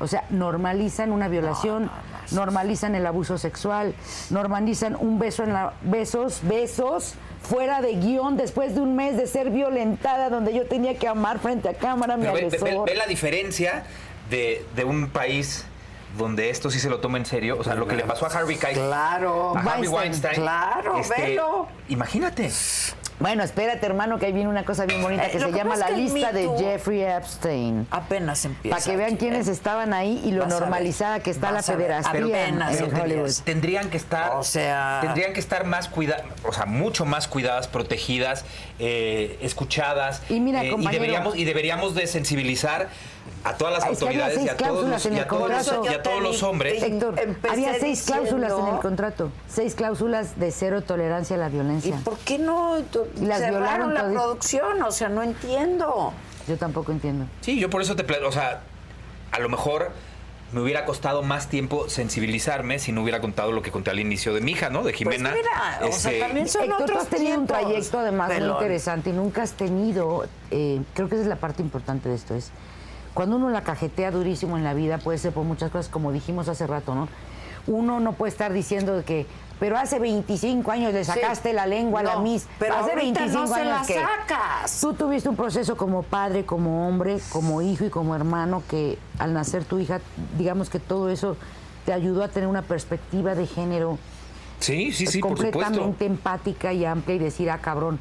[SPEAKER 4] O sea, normalizan una violación, normalizan el abuso sexual, normalizan un beso en la besos, besos fuera de guión después de un mes de ser violentada donde yo tenía que amar frente a cámara a mi
[SPEAKER 2] Pero ve, ve- ve-
[SPEAKER 4] agresor.
[SPEAKER 2] ve la diferencia de, de un país donde esto sí se lo toma en serio. O sea, lo que le pasó a Harvey Keitel.
[SPEAKER 1] Claro,
[SPEAKER 2] A Harvey
[SPEAKER 4] Weinstein,
[SPEAKER 2] Weinstein.
[SPEAKER 1] claro, velo.
[SPEAKER 2] Imagínate.
[SPEAKER 4] Bueno, espérate, hermano, que ahí viene una cosa bien bonita
[SPEAKER 1] Eh,
[SPEAKER 4] que
[SPEAKER 1] lo
[SPEAKER 4] se
[SPEAKER 1] que
[SPEAKER 4] llama la
[SPEAKER 1] pasa es que el
[SPEAKER 4] lista
[SPEAKER 1] Me
[SPEAKER 4] de
[SPEAKER 1] Too-
[SPEAKER 4] Jeffrey Epstein.
[SPEAKER 1] Apenas empieza.
[SPEAKER 4] Para que vean
[SPEAKER 1] aquí,
[SPEAKER 4] quiénes
[SPEAKER 1] ¿eh?
[SPEAKER 4] estaban ahí y lo
[SPEAKER 1] Vas a ver,
[SPEAKER 4] normalizada que está la
[SPEAKER 1] vas a ver,
[SPEAKER 4] pederastía en
[SPEAKER 1] apenas
[SPEAKER 4] en
[SPEAKER 1] empieza.
[SPEAKER 4] Hollywood.
[SPEAKER 1] Pues-
[SPEAKER 2] tendrían que estar
[SPEAKER 1] O sea-
[SPEAKER 2] tendrían que estar más cuidadas o sea mucho más cuidadas protegidas eh, escuchadas
[SPEAKER 4] Y mira,
[SPEAKER 2] eh,
[SPEAKER 4] compañero-
[SPEAKER 2] deberíamos y deberíamos de sensibilizar a todas las
[SPEAKER 4] Ah, es que había
[SPEAKER 2] autoridades y
[SPEAKER 4] seis
[SPEAKER 2] a todos
[SPEAKER 4] cláusulas
[SPEAKER 2] los,
[SPEAKER 4] en
[SPEAKER 2] y
[SPEAKER 4] el
[SPEAKER 2] a todos los-
[SPEAKER 4] contrato.
[SPEAKER 2] y a todos los hombres
[SPEAKER 4] Héctor,
[SPEAKER 1] Empecé
[SPEAKER 4] había seis
[SPEAKER 1] diciendo-
[SPEAKER 4] cláusulas en el contrato, seis cláusulas de cero tolerancia a la
[SPEAKER 1] ¿Y
[SPEAKER 4] violencia.
[SPEAKER 1] por qué no to-
[SPEAKER 4] Las
[SPEAKER 1] cerraron
[SPEAKER 4] violaron
[SPEAKER 1] la
[SPEAKER 4] todi-
[SPEAKER 1] producción? O sea, no entiendo.
[SPEAKER 4] Yo tampoco entiendo.
[SPEAKER 2] Sí, yo por eso te pla- O sea, a lo mejor me hubiera costado más tiempo sensibilizarme si no hubiera contado lo que conté al inicio de mi hija, ¿no? De
[SPEAKER 1] Pues
[SPEAKER 2] Jimena.
[SPEAKER 1] mira, o sea,
[SPEAKER 2] Este,
[SPEAKER 1] también son
[SPEAKER 4] Héctor, tú
[SPEAKER 1] otros
[SPEAKER 4] has tenido un
[SPEAKER 1] tiempos.
[SPEAKER 4] trayecto además muy
[SPEAKER 1] Pelón.
[SPEAKER 4] interesante y nunca has tenido, eh, creo que esa es la parte importante de esto, es cuando uno la cajetea durísimo en la vida, puede ser por muchas cosas, como dijimos hace rato, ¿no? Uno no puede estar diciendo que, pero hace 25 años le sacaste la lengua a la
[SPEAKER 1] No,
[SPEAKER 4] Miss,
[SPEAKER 1] pero
[SPEAKER 4] hace
[SPEAKER 1] ahorita
[SPEAKER 4] 25
[SPEAKER 1] no se
[SPEAKER 4] años
[SPEAKER 1] la
[SPEAKER 4] que...
[SPEAKER 1] sacas.
[SPEAKER 4] Tú tuviste un proceso como padre, como hombre, como hijo y como hermano que al nacer tu hija, digamos que todo eso te ayudó a tener una perspectiva de género
[SPEAKER 2] sí, sí, sí, por
[SPEAKER 4] completamente
[SPEAKER 2] supuesto.
[SPEAKER 4] empática y amplia y decir, ah, cabrón,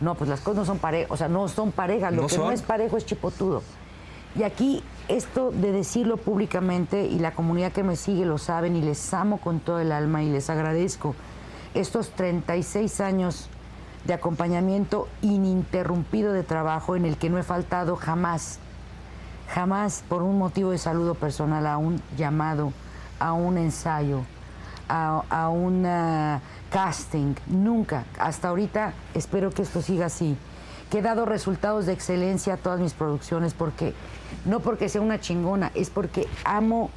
[SPEAKER 4] no, pues las cosas no son parejas, o sea, no son parejas, lo
[SPEAKER 2] No
[SPEAKER 4] que no
[SPEAKER 2] son.
[SPEAKER 4] es parejo es chipotudo. Y aquí esto de decirlo públicamente y la comunidad que me sigue lo saben y les amo con todo el alma y les agradezco estos 36 años de acompañamiento ininterrumpido de trabajo en el que no he faltado jamás jamás por un motivo de saludo personal a un llamado, a un ensayo, a, a un ah, casting, nunca. Hasta ahorita espero que esto siga así. Que he dado resultados de excelencia a todas mis producciones porque no porque sea una chingona, es porque amo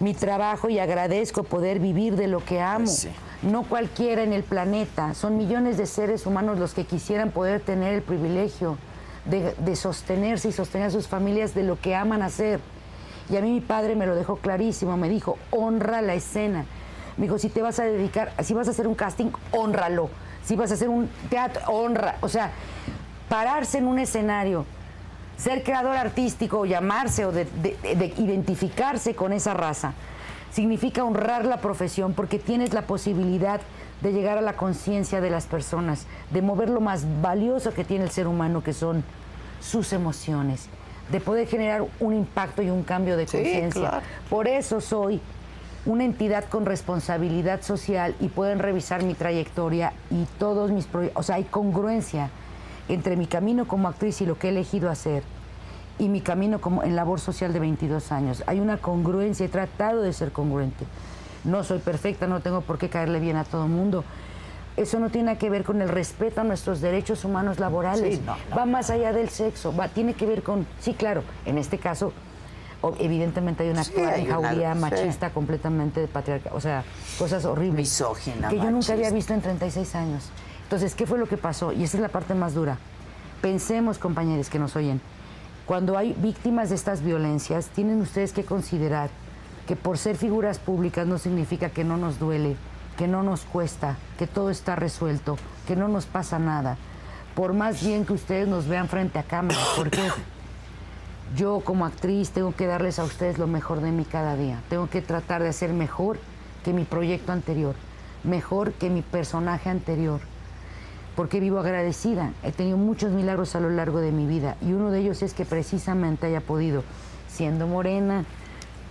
[SPEAKER 4] mi trabajo y agradezco poder vivir de lo que amo.
[SPEAKER 1] Pues sí.
[SPEAKER 4] No cualquiera en el planeta, son millones de seres humanos los que quisieran poder tener el privilegio de, de sostenerse y sostener a sus familias de lo que aman hacer. Y a mí mi padre me lo dejó clarísimo, me dijo, honra la escena. Me dijo, si te vas a dedicar, si vas a hacer un casting, honralo. Si vas a hacer un teatro, honra. O sea, pararse en un escenario ser creador artístico o llamarse o de, de- de identificarse con esa raza significa honrar la profesión porque tienes la posibilidad de llegar a la conciencia de las personas, de mover lo más valioso que tiene el ser humano, que son sus emociones, de poder generar un impacto y un cambio de conciencia.
[SPEAKER 1] claro.
[SPEAKER 4] Por eso soy una entidad con responsabilidad social y pueden revisar mi trayectoria y todos mis proyectos. O sea, hay congruencia entre mi camino como actriz y lo que he elegido hacer y mi camino como en labor social de 22 años. Hay una congruencia, he tratado de ser congruente. No soy perfecta, no tengo por qué caerle bien a todo el mundo. Eso no tiene nada que ver con el respeto a nuestros derechos humanos laborales.
[SPEAKER 1] Sí, no, no.
[SPEAKER 4] Va más allá del sexo, va, tiene que ver con, sí, claro, en este caso, o- evidentemente hay una
[SPEAKER 1] Sí,
[SPEAKER 4] actual
[SPEAKER 1] hay una-
[SPEAKER 4] jauría
[SPEAKER 1] sí.
[SPEAKER 4] machista completamente patriarcal, o sea, cosas horribles.
[SPEAKER 1] Misógina,
[SPEAKER 4] Que yo nunca había
[SPEAKER 1] machista.
[SPEAKER 4] visto en 36 años. Entonces, ¿qué fue lo que pasó? Y esa es la parte más dura. Pensemos, compañeros que nos oyen, cuando hay víctimas de estas violencias, tienen ustedes que considerar que por ser figuras públicas no significa que no nos duele, que no nos cuesta, que todo está resuelto, que no nos pasa nada. Por más bien que ustedes nos vean frente a cámara, porque yo como actriz tengo que darles a ustedes lo mejor de mí cada día. Tengo que tratar de hacer mejor que mi proyecto anterior, mejor que mi personaje anterior. Porque vivo agradecida. He tenido muchos milagros a lo largo de mi vida y uno de ellos es que precisamente haya podido, siendo morena,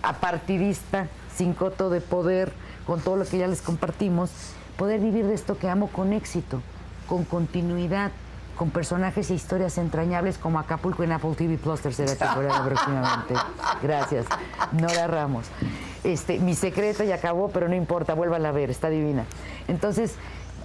[SPEAKER 4] apartidista, sin coto de poder, con todo lo que ya les compartimos, poder vivir de esto que amo con éxito, con continuidad, con personajes e historias entrañables como Acapulco en Apple TV Plus, tercera temporada próximamente. Gracias. Nora Ramos. Este, mi secreto ya acabó, pero no importa, vuélvala a ver, está divina. Entonces,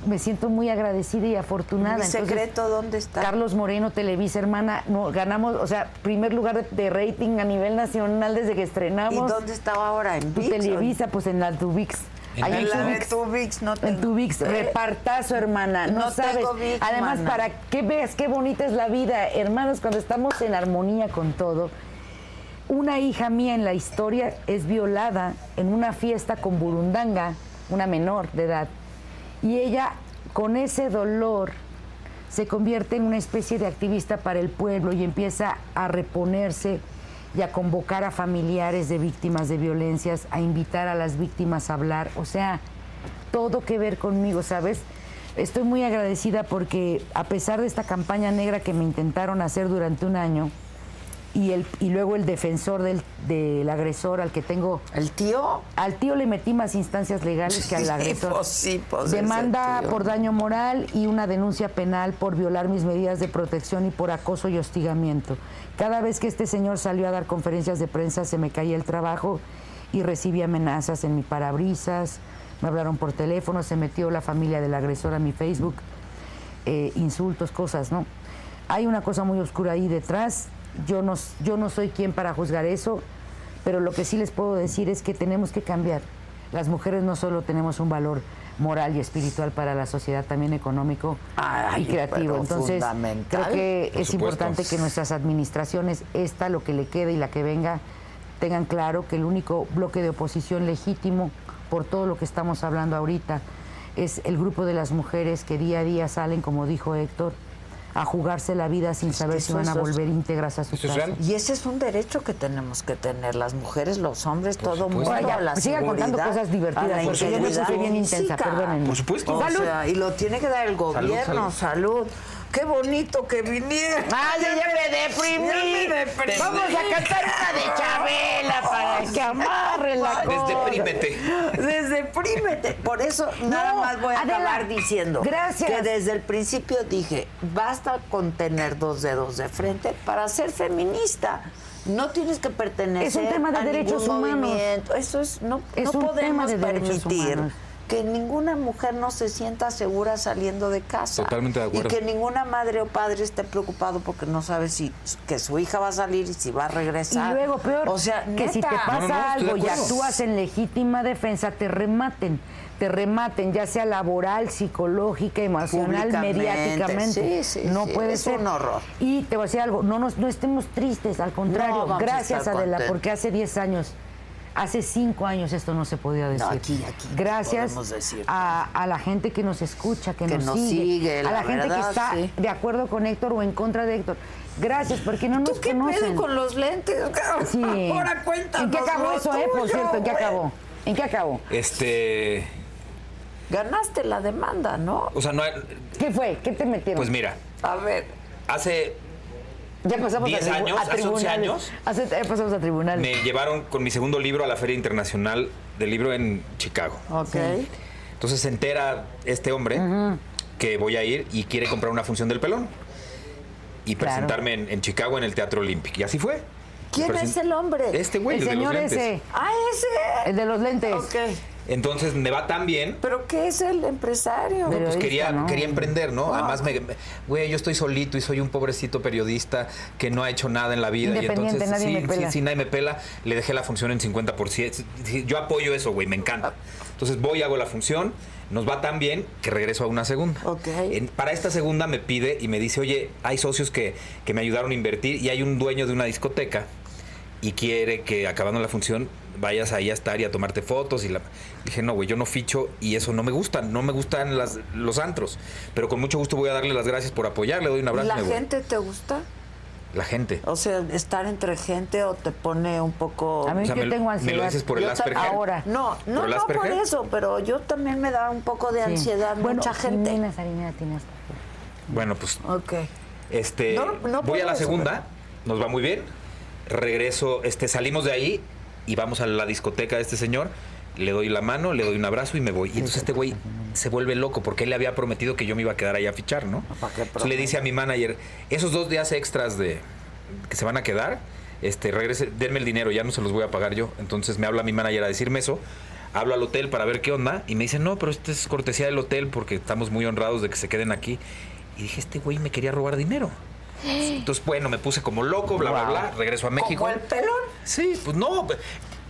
[SPEAKER 4] me siento muy agradecida y afortunada.
[SPEAKER 1] ¿Mi
[SPEAKER 4] Entonces,
[SPEAKER 1] secreto dónde está?
[SPEAKER 4] Carlos Moreno, Televisa, hermana, no, ganamos, o sea, primer lugar de, de rating a nivel nacional desde que
[SPEAKER 1] ¿Y
[SPEAKER 4] estrenamos.
[SPEAKER 1] dónde estaba ahora? ¿En
[SPEAKER 4] Tu
[SPEAKER 1] VIX o en-
[SPEAKER 4] Televisa, pues en la Tubix.
[SPEAKER 2] En
[SPEAKER 4] Ahí
[SPEAKER 1] En la de
[SPEAKER 4] Tubix.
[SPEAKER 1] tu VIX no
[SPEAKER 4] En tu VIX, repartazo, hermana. No,
[SPEAKER 1] Eh, No
[SPEAKER 4] sabes.
[SPEAKER 1] tengo VIX,
[SPEAKER 4] Además,
[SPEAKER 1] mana.
[SPEAKER 4] para que veas qué bonita es la vida, hermanos, cuando estamos en armonía con todo. Una hija mía en la historia es violada en una fiesta con Burundanga, una menor de edad. Y ella, con ese dolor, se convierte en una especie de activista para el pueblo y empieza a reponerse y a convocar a familiares de víctimas de violencias, a invitar a las víctimas a hablar. O sea, todo que ver conmigo, ¿sabes? Estoy muy agradecida porque a pesar de esta campaña negra que me intentaron hacer durante un año y, el, y luego el defensor del, del agresor al que tengo...
[SPEAKER 1] ¿El tío?
[SPEAKER 4] Al tío le metí más instancias legales que al agresor.
[SPEAKER 1] pues sí, pues es el
[SPEAKER 4] Demanda
[SPEAKER 1] tío.
[SPEAKER 4] por daño moral y una denuncia penal por violar mis medidas de protección y por acoso y hostigamiento. Cada vez que este señor salió a dar conferencias de prensa se me caía el trabajo y recibí amenazas en mi parabrisas, me hablaron por teléfono, se metió la familia del agresor a mi Facebook, eh, insultos, cosas, ¿no? Hay una cosa muy oscura ahí detrás, yo no, s- yo no soy quien para juzgar eso, pero lo que sí les puedo decir es que tenemos que cambiar. Las mujeres no solo tenemos un valor moral y espiritual para la sociedad, también económico
[SPEAKER 1] Ay,
[SPEAKER 4] y creativo.
[SPEAKER 1] pero
[SPEAKER 4] Entonces,
[SPEAKER 1] fundamental.
[SPEAKER 4] creo que
[SPEAKER 5] Por
[SPEAKER 4] es
[SPEAKER 5] supuesto.
[SPEAKER 4] importante que nuestras administraciones, esta, lo que le quede y la que venga, tengan claro que el único bloque de oposición legítimo, por todo lo que estamos hablando ahorita, es el grupo de las mujeres que día a día salen, como dijo Héctor, a jugarse la vida sin
[SPEAKER 1] Es que
[SPEAKER 4] saber si
[SPEAKER 1] eso
[SPEAKER 4] van a
[SPEAKER 1] es os-
[SPEAKER 4] volver íntegras a su
[SPEAKER 5] eso es
[SPEAKER 4] casa.
[SPEAKER 5] real.
[SPEAKER 1] Y ese es un derecho que tenemos que tener las mujeres, los hombres, todo mundo.
[SPEAKER 5] supuesto.
[SPEAKER 1] a la
[SPEAKER 4] Oiga, Pues siga
[SPEAKER 1] seguridad,
[SPEAKER 4] contando cosas divertidas,
[SPEAKER 1] a la
[SPEAKER 4] porque yo me
[SPEAKER 1] integridad
[SPEAKER 4] puse bien intensa,
[SPEAKER 1] física.
[SPEAKER 4] perdónenme.
[SPEAKER 5] Por supuesto.
[SPEAKER 1] O
[SPEAKER 5] Salud.
[SPEAKER 1] sea, y lo tiene que dar el gobierno, salud.
[SPEAKER 5] salud.
[SPEAKER 1] Qué bonito que vinieron.
[SPEAKER 4] ¡Ay, ya, me deprimí!
[SPEAKER 1] Ya me deprimí.
[SPEAKER 4] Vamos a cantar una de Chabela para que amarre la cosa.
[SPEAKER 5] Desdeprímete.
[SPEAKER 1] Desdeprímete. Por eso nada
[SPEAKER 4] No,
[SPEAKER 1] más voy a
[SPEAKER 4] Adela,
[SPEAKER 1] acabar diciendo
[SPEAKER 4] gracias.
[SPEAKER 1] que desde el principio dije, basta con tener dos dedos de frente para ser feminista. No tienes que pertenecer
[SPEAKER 4] Es un tema de
[SPEAKER 1] a ningún
[SPEAKER 4] derechos humanos.
[SPEAKER 1] movimiento. Eso es no,
[SPEAKER 4] Es
[SPEAKER 1] no
[SPEAKER 4] un tema
[SPEAKER 1] podemos
[SPEAKER 4] de derechos
[SPEAKER 1] permitir
[SPEAKER 4] humanos.
[SPEAKER 1] que ninguna mujer no se sienta segura saliendo de casa.
[SPEAKER 2] Totalmente de acuerdo.
[SPEAKER 1] Y que ninguna madre o padre esté preocupado porque no sabe si que su hija va a salir y si va a
[SPEAKER 4] Y
[SPEAKER 1] regresar.
[SPEAKER 4] luego peor,
[SPEAKER 1] o sea,
[SPEAKER 4] que si te
[SPEAKER 1] neta.
[SPEAKER 4] pasa
[SPEAKER 2] No, no, no, estoy de
[SPEAKER 4] algo y
[SPEAKER 2] acuerdo.
[SPEAKER 4] actúas en legítima defensa, te rematen. Te rematen, ya sea laboral, psicológica, emocional,
[SPEAKER 1] Públicamente,
[SPEAKER 4] mediáticamente.
[SPEAKER 1] sí, sí,
[SPEAKER 4] no
[SPEAKER 1] sí,
[SPEAKER 4] puede
[SPEAKER 1] es
[SPEAKER 4] ser.
[SPEAKER 1] un horror.
[SPEAKER 4] Y te voy a decir algo, no, nos, no estemos tristes, al contrario.
[SPEAKER 1] vamos a
[SPEAKER 4] gracias,
[SPEAKER 1] estar
[SPEAKER 4] Adela,
[SPEAKER 1] contentos.
[SPEAKER 4] porque hace 10 años, hace 5 años esto no se podía decir.
[SPEAKER 1] aquí, aquí podemos
[SPEAKER 4] Gracias
[SPEAKER 1] decir.
[SPEAKER 4] a, a la gente que nos escucha, que,
[SPEAKER 1] Que nos sigue,
[SPEAKER 4] a la,
[SPEAKER 1] la
[SPEAKER 4] gente que
[SPEAKER 1] verdad,
[SPEAKER 4] está
[SPEAKER 1] sí.
[SPEAKER 4] de acuerdo con Héctor o en contra de Héctor. Gracias, porque no nos
[SPEAKER 1] ¿Tú qué
[SPEAKER 4] conocen.
[SPEAKER 1] pedo con los lentes? cabrón?
[SPEAKER 4] Sí.
[SPEAKER 1] Ahora cuéntanos.
[SPEAKER 4] ¿En qué acabó
[SPEAKER 1] lo
[SPEAKER 4] eso, eh? Por
[SPEAKER 1] tuyo,
[SPEAKER 4] cierto, ¿en qué
[SPEAKER 1] güey.
[SPEAKER 4] acabó? ¿En qué acabó?
[SPEAKER 2] Este,
[SPEAKER 1] Ganaste la demanda, ¿no?
[SPEAKER 2] o sea, no hay,
[SPEAKER 4] ¿Qué fue? ¿Qué te metieron?
[SPEAKER 2] pues mira,
[SPEAKER 1] A ver.
[SPEAKER 2] hace
[SPEAKER 4] ya pasamos a,
[SPEAKER 2] 10
[SPEAKER 4] tribu-
[SPEAKER 2] años,
[SPEAKER 4] a
[SPEAKER 2] hace 11
[SPEAKER 4] tribunales.
[SPEAKER 2] años.
[SPEAKER 4] Hace- ya pasamos a tribunales.
[SPEAKER 2] me llevaron con mi segundo libro a la Feria Internacional del Libro en Chicago.
[SPEAKER 1] Ok.
[SPEAKER 2] Entonces se entera este hombre que voy a ir y quiere comprar una función del pelón y
[SPEAKER 4] Claro.
[SPEAKER 2] presentarme en, en Chicago en el Teatro Olímpico. Y así fue.
[SPEAKER 1] ¿Quién
[SPEAKER 2] Me presen-
[SPEAKER 1] es el hombre?
[SPEAKER 2] Este güey,
[SPEAKER 4] El
[SPEAKER 2] el, de los
[SPEAKER 4] señor
[SPEAKER 2] lentes.
[SPEAKER 4] ese,
[SPEAKER 1] Ah, ese.
[SPEAKER 4] el de los lentes.
[SPEAKER 1] Ok.
[SPEAKER 2] Entonces me va tan bien
[SPEAKER 1] ¿Pero qué es el
[SPEAKER 4] Pero-
[SPEAKER 1] empresario?
[SPEAKER 2] pues
[SPEAKER 4] periodista,
[SPEAKER 2] quería,
[SPEAKER 4] ¿no? Ah.
[SPEAKER 2] quería emprender, ¿no? Además, me- me- güey, yo estoy solito y soy un pobrecito periodista que no ha hecho nada en la vida. Y
[SPEAKER 4] Independiente,
[SPEAKER 2] entonces,
[SPEAKER 4] nadie
[SPEAKER 2] sí,
[SPEAKER 4] me
[SPEAKER 2] sí,
[SPEAKER 4] pela.
[SPEAKER 2] sí, nadie me pela. Le dejé la función en 50%. Sí, Yo apoyo eso, güey, me encanta. Entonces voy, hago la función, nos va tan bien que regreso a una segunda.
[SPEAKER 1] Ok.
[SPEAKER 2] En- para esta segunda me pide y me dice, oye, hay socios que, que me ayudaron a invertir y hay un dueño de una discoteca y quiere que acabando la función vayas ahí a estar y a tomarte fotos y la dije no güey yo no ficho y eso no me gusta no me gustan las, los antros pero con mucho gusto voy a darle las gracias por apoyar le doy un abrazo
[SPEAKER 1] ¿La
[SPEAKER 2] y me voy.
[SPEAKER 1] gente te gusta?
[SPEAKER 2] la gente
[SPEAKER 1] O sea, estar entre gente o te pone un poco...
[SPEAKER 4] A mí
[SPEAKER 2] O sea,
[SPEAKER 4] yo
[SPEAKER 2] me-
[SPEAKER 4] tengo
[SPEAKER 2] me lo
[SPEAKER 4] ansiedad.
[SPEAKER 2] dices por el
[SPEAKER 4] Yo ta-
[SPEAKER 2] Asperger.
[SPEAKER 4] Ahora.
[SPEAKER 1] No, no,
[SPEAKER 2] ¿Por el
[SPEAKER 1] no por
[SPEAKER 2] Asperger?
[SPEAKER 1] eso, pero yo también me da un poco de
[SPEAKER 4] Sí.
[SPEAKER 1] ansiedad,
[SPEAKER 4] Bueno,
[SPEAKER 1] mucha gente.
[SPEAKER 4] Jimena Sariñana tiene Asperger.
[SPEAKER 2] bueno pues
[SPEAKER 1] Ok.
[SPEAKER 2] este
[SPEAKER 1] No, no
[SPEAKER 2] voy a la
[SPEAKER 1] puedes,
[SPEAKER 2] segunda nos va muy bien regreso este salimos de ahí y vamos a la discoteca de este señor le doy la mano le doy un abrazo y me voy y entonces este güey se vuelve loco porque él le había prometido que yo me iba a quedar ahí a fichar no
[SPEAKER 1] Ah, ¿Para qué
[SPEAKER 2] Entonces le dice a mi manager, esos dos días extras de que se van a quedar, este, regrese, denme el dinero, ya no se los voy a pagar yo. Entonces me habla mi manager a decirme eso, hablo al hotel para ver qué onda, y me dice, no, pero esta es cortesía del hotel porque estamos muy honrados de que se queden aquí. Y dije, este güey me quería robar dinero. Entonces, bueno, me puse como loco, bla, bla, bla, regreso a México.
[SPEAKER 1] ¿Como el pelón?
[SPEAKER 2] Sí, pues no.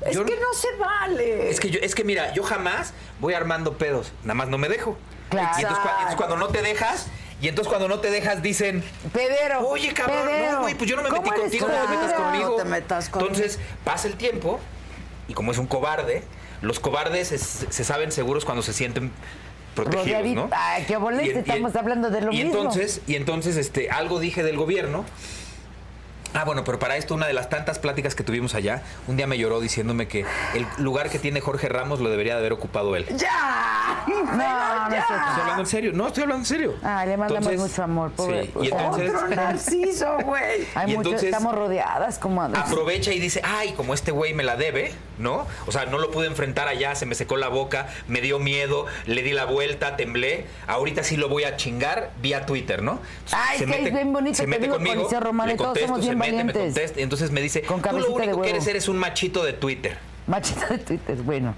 [SPEAKER 1] Es
[SPEAKER 2] yo-
[SPEAKER 1] que no se vale.
[SPEAKER 2] es que, yo, es que mira, yo jamás voy armando pedos, nada más no me dejo.
[SPEAKER 4] Claro.
[SPEAKER 2] Y entonces, cua- entonces cuando no te dejas, y entonces cuando no te dejas dicen,
[SPEAKER 4] Pedero.
[SPEAKER 2] oye cabrón,
[SPEAKER 4] pedero.
[SPEAKER 2] no, güey, pues yo no me
[SPEAKER 4] ¿Cómo
[SPEAKER 2] metí
[SPEAKER 4] eres
[SPEAKER 2] contigo, no te
[SPEAKER 4] culera?
[SPEAKER 2] metas conmigo.
[SPEAKER 1] No te metas conmigo.
[SPEAKER 2] Entonces pasa el tiempo y como es un cobarde, los cobardes se, se saben seguros cuando se sienten protegidos,
[SPEAKER 4] Rodeadito.
[SPEAKER 2] ¿no?
[SPEAKER 4] Ay, qué bolete, estamos hablando de lo
[SPEAKER 2] y
[SPEAKER 4] mismo.
[SPEAKER 2] Entonces, y entonces, este, algo dije del gobierno Ah, bueno, pero para esto, una de las tantas pláticas que tuvimos allá, un día me lloró diciéndome que el lugar que tiene Jorge Ramos lo debería de haber ocupado él.
[SPEAKER 1] ¡Ya!
[SPEAKER 4] No, no es cierto.
[SPEAKER 2] Estoy hablando en serio, no, estoy hablando en serio.
[SPEAKER 4] Ah, le mandamos
[SPEAKER 2] Entonces,
[SPEAKER 4] mucho amor, pobre.
[SPEAKER 2] sí, y entonces
[SPEAKER 1] Otro narciso, güey.
[SPEAKER 4] Hay
[SPEAKER 2] y
[SPEAKER 4] mucho-
[SPEAKER 2] entonces-
[SPEAKER 4] estamos rodeadas como
[SPEAKER 2] aprovecha y dice, ay, como este güey me la debe, ¿no? O sea, no lo pude enfrentar allá, se me secó la boca, me dio miedo, le di la vuelta, temblé, ahorita sí lo voy a chingar vía Twitter, ¿no?
[SPEAKER 4] Ay, es que es bien bonito,
[SPEAKER 2] se
[SPEAKER 4] te
[SPEAKER 2] mete
[SPEAKER 4] digo,
[SPEAKER 2] conmigo,
[SPEAKER 4] Policía Romana,
[SPEAKER 2] le
[SPEAKER 4] todos
[SPEAKER 2] contesto,
[SPEAKER 4] somos bien
[SPEAKER 2] se mete, me
[SPEAKER 4] valientes.
[SPEAKER 2] contesta, y entonces me dice,
[SPEAKER 4] Con
[SPEAKER 2] tú lo
[SPEAKER 4] camiseta de
[SPEAKER 2] único que
[SPEAKER 4] huevo".
[SPEAKER 2] eres eres un machito de Twitter.
[SPEAKER 4] machita de Twitter. Bueno,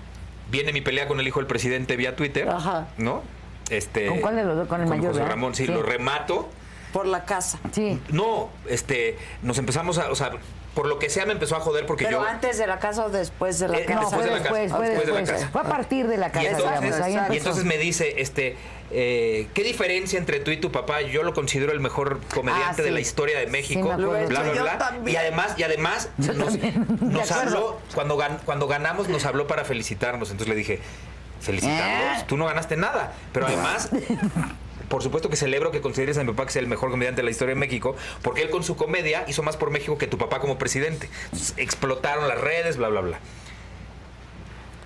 [SPEAKER 2] Viene mi pelea con el hijo del presidente vía Twitter,
[SPEAKER 4] Ajá.
[SPEAKER 2] ¿no? Este,
[SPEAKER 4] ¿Con cuál de los dos? Con el mayor,
[SPEAKER 2] José
[SPEAKER 4] ¿verdad?
[SPEAKER 2] Ramón, sí,
[SPEAKER 4] Sí.
[SPEAKER 2] lo remato.
[SPEAKER 1] Por la casa.
[SPEAKER 4] sí.
[SPEAKER 2] No, este, nos empezamos a, o sea, por lo que sea me empezó a joder porque
[SPEAKER 1] Pero
[SPEAKER 2] yo...
[SPEAKER 1] antes de la casa o después de la
[SPEAKER 2] Eh,
[SPEAKER 1] casa.
[SPEAKER 4] No,
[SPEAKER 2] después
[SPEAKER 4] fue
[SPEAKER 2] de la casa,
[SPEAKER 4] después, fue
[SPEAKER 2] después de la
[SPEAKER 4] después.
[SPEAKER 2] casa.
[SPEAKER 4] Fue a partir de la casa,
[SPEAKER 2] Y entonces,
[SPEAKER 4] digamos. Ahí
[SPEAKER 2] y
[SPEAKER 4] empezó.
[SPEAKER 2] entonces me dice, este, eh, ¿qué diferencia entre tú y tu papá? Yo lo considero el mejor comediante
[SPEAKER 4] Ah, sí.
[SPEAKER 2] de la historia de México.
[SPEAKER 4] Sí, me acuerdo.
[SPEAKER 2] bla, bla,
[SPEAKER 1] Lo he hecho yo
[SPEAKER 2] bla.
[SPEAKER 1] también.
[SPEAKER 2] Y además, y además nos, nos
[SPEAKER 4] de acuerdo.
[SPEAKER 2] habló, cuando, gan- cuando ganamos, nos habló para felicitarnos. Entonces le dije, felicitarnos,
[SPEAKER 4] Eh.
[SPEAKER 2] tú no ganaste nada. Pero además. Por supuesto que celebro que consideres a mi papá que sea el mejor comediante de la historia de México, porque él con su comedia hizo más por México que tu papá como presidente. Entonces, explotaron las redes, bla, bla, bla.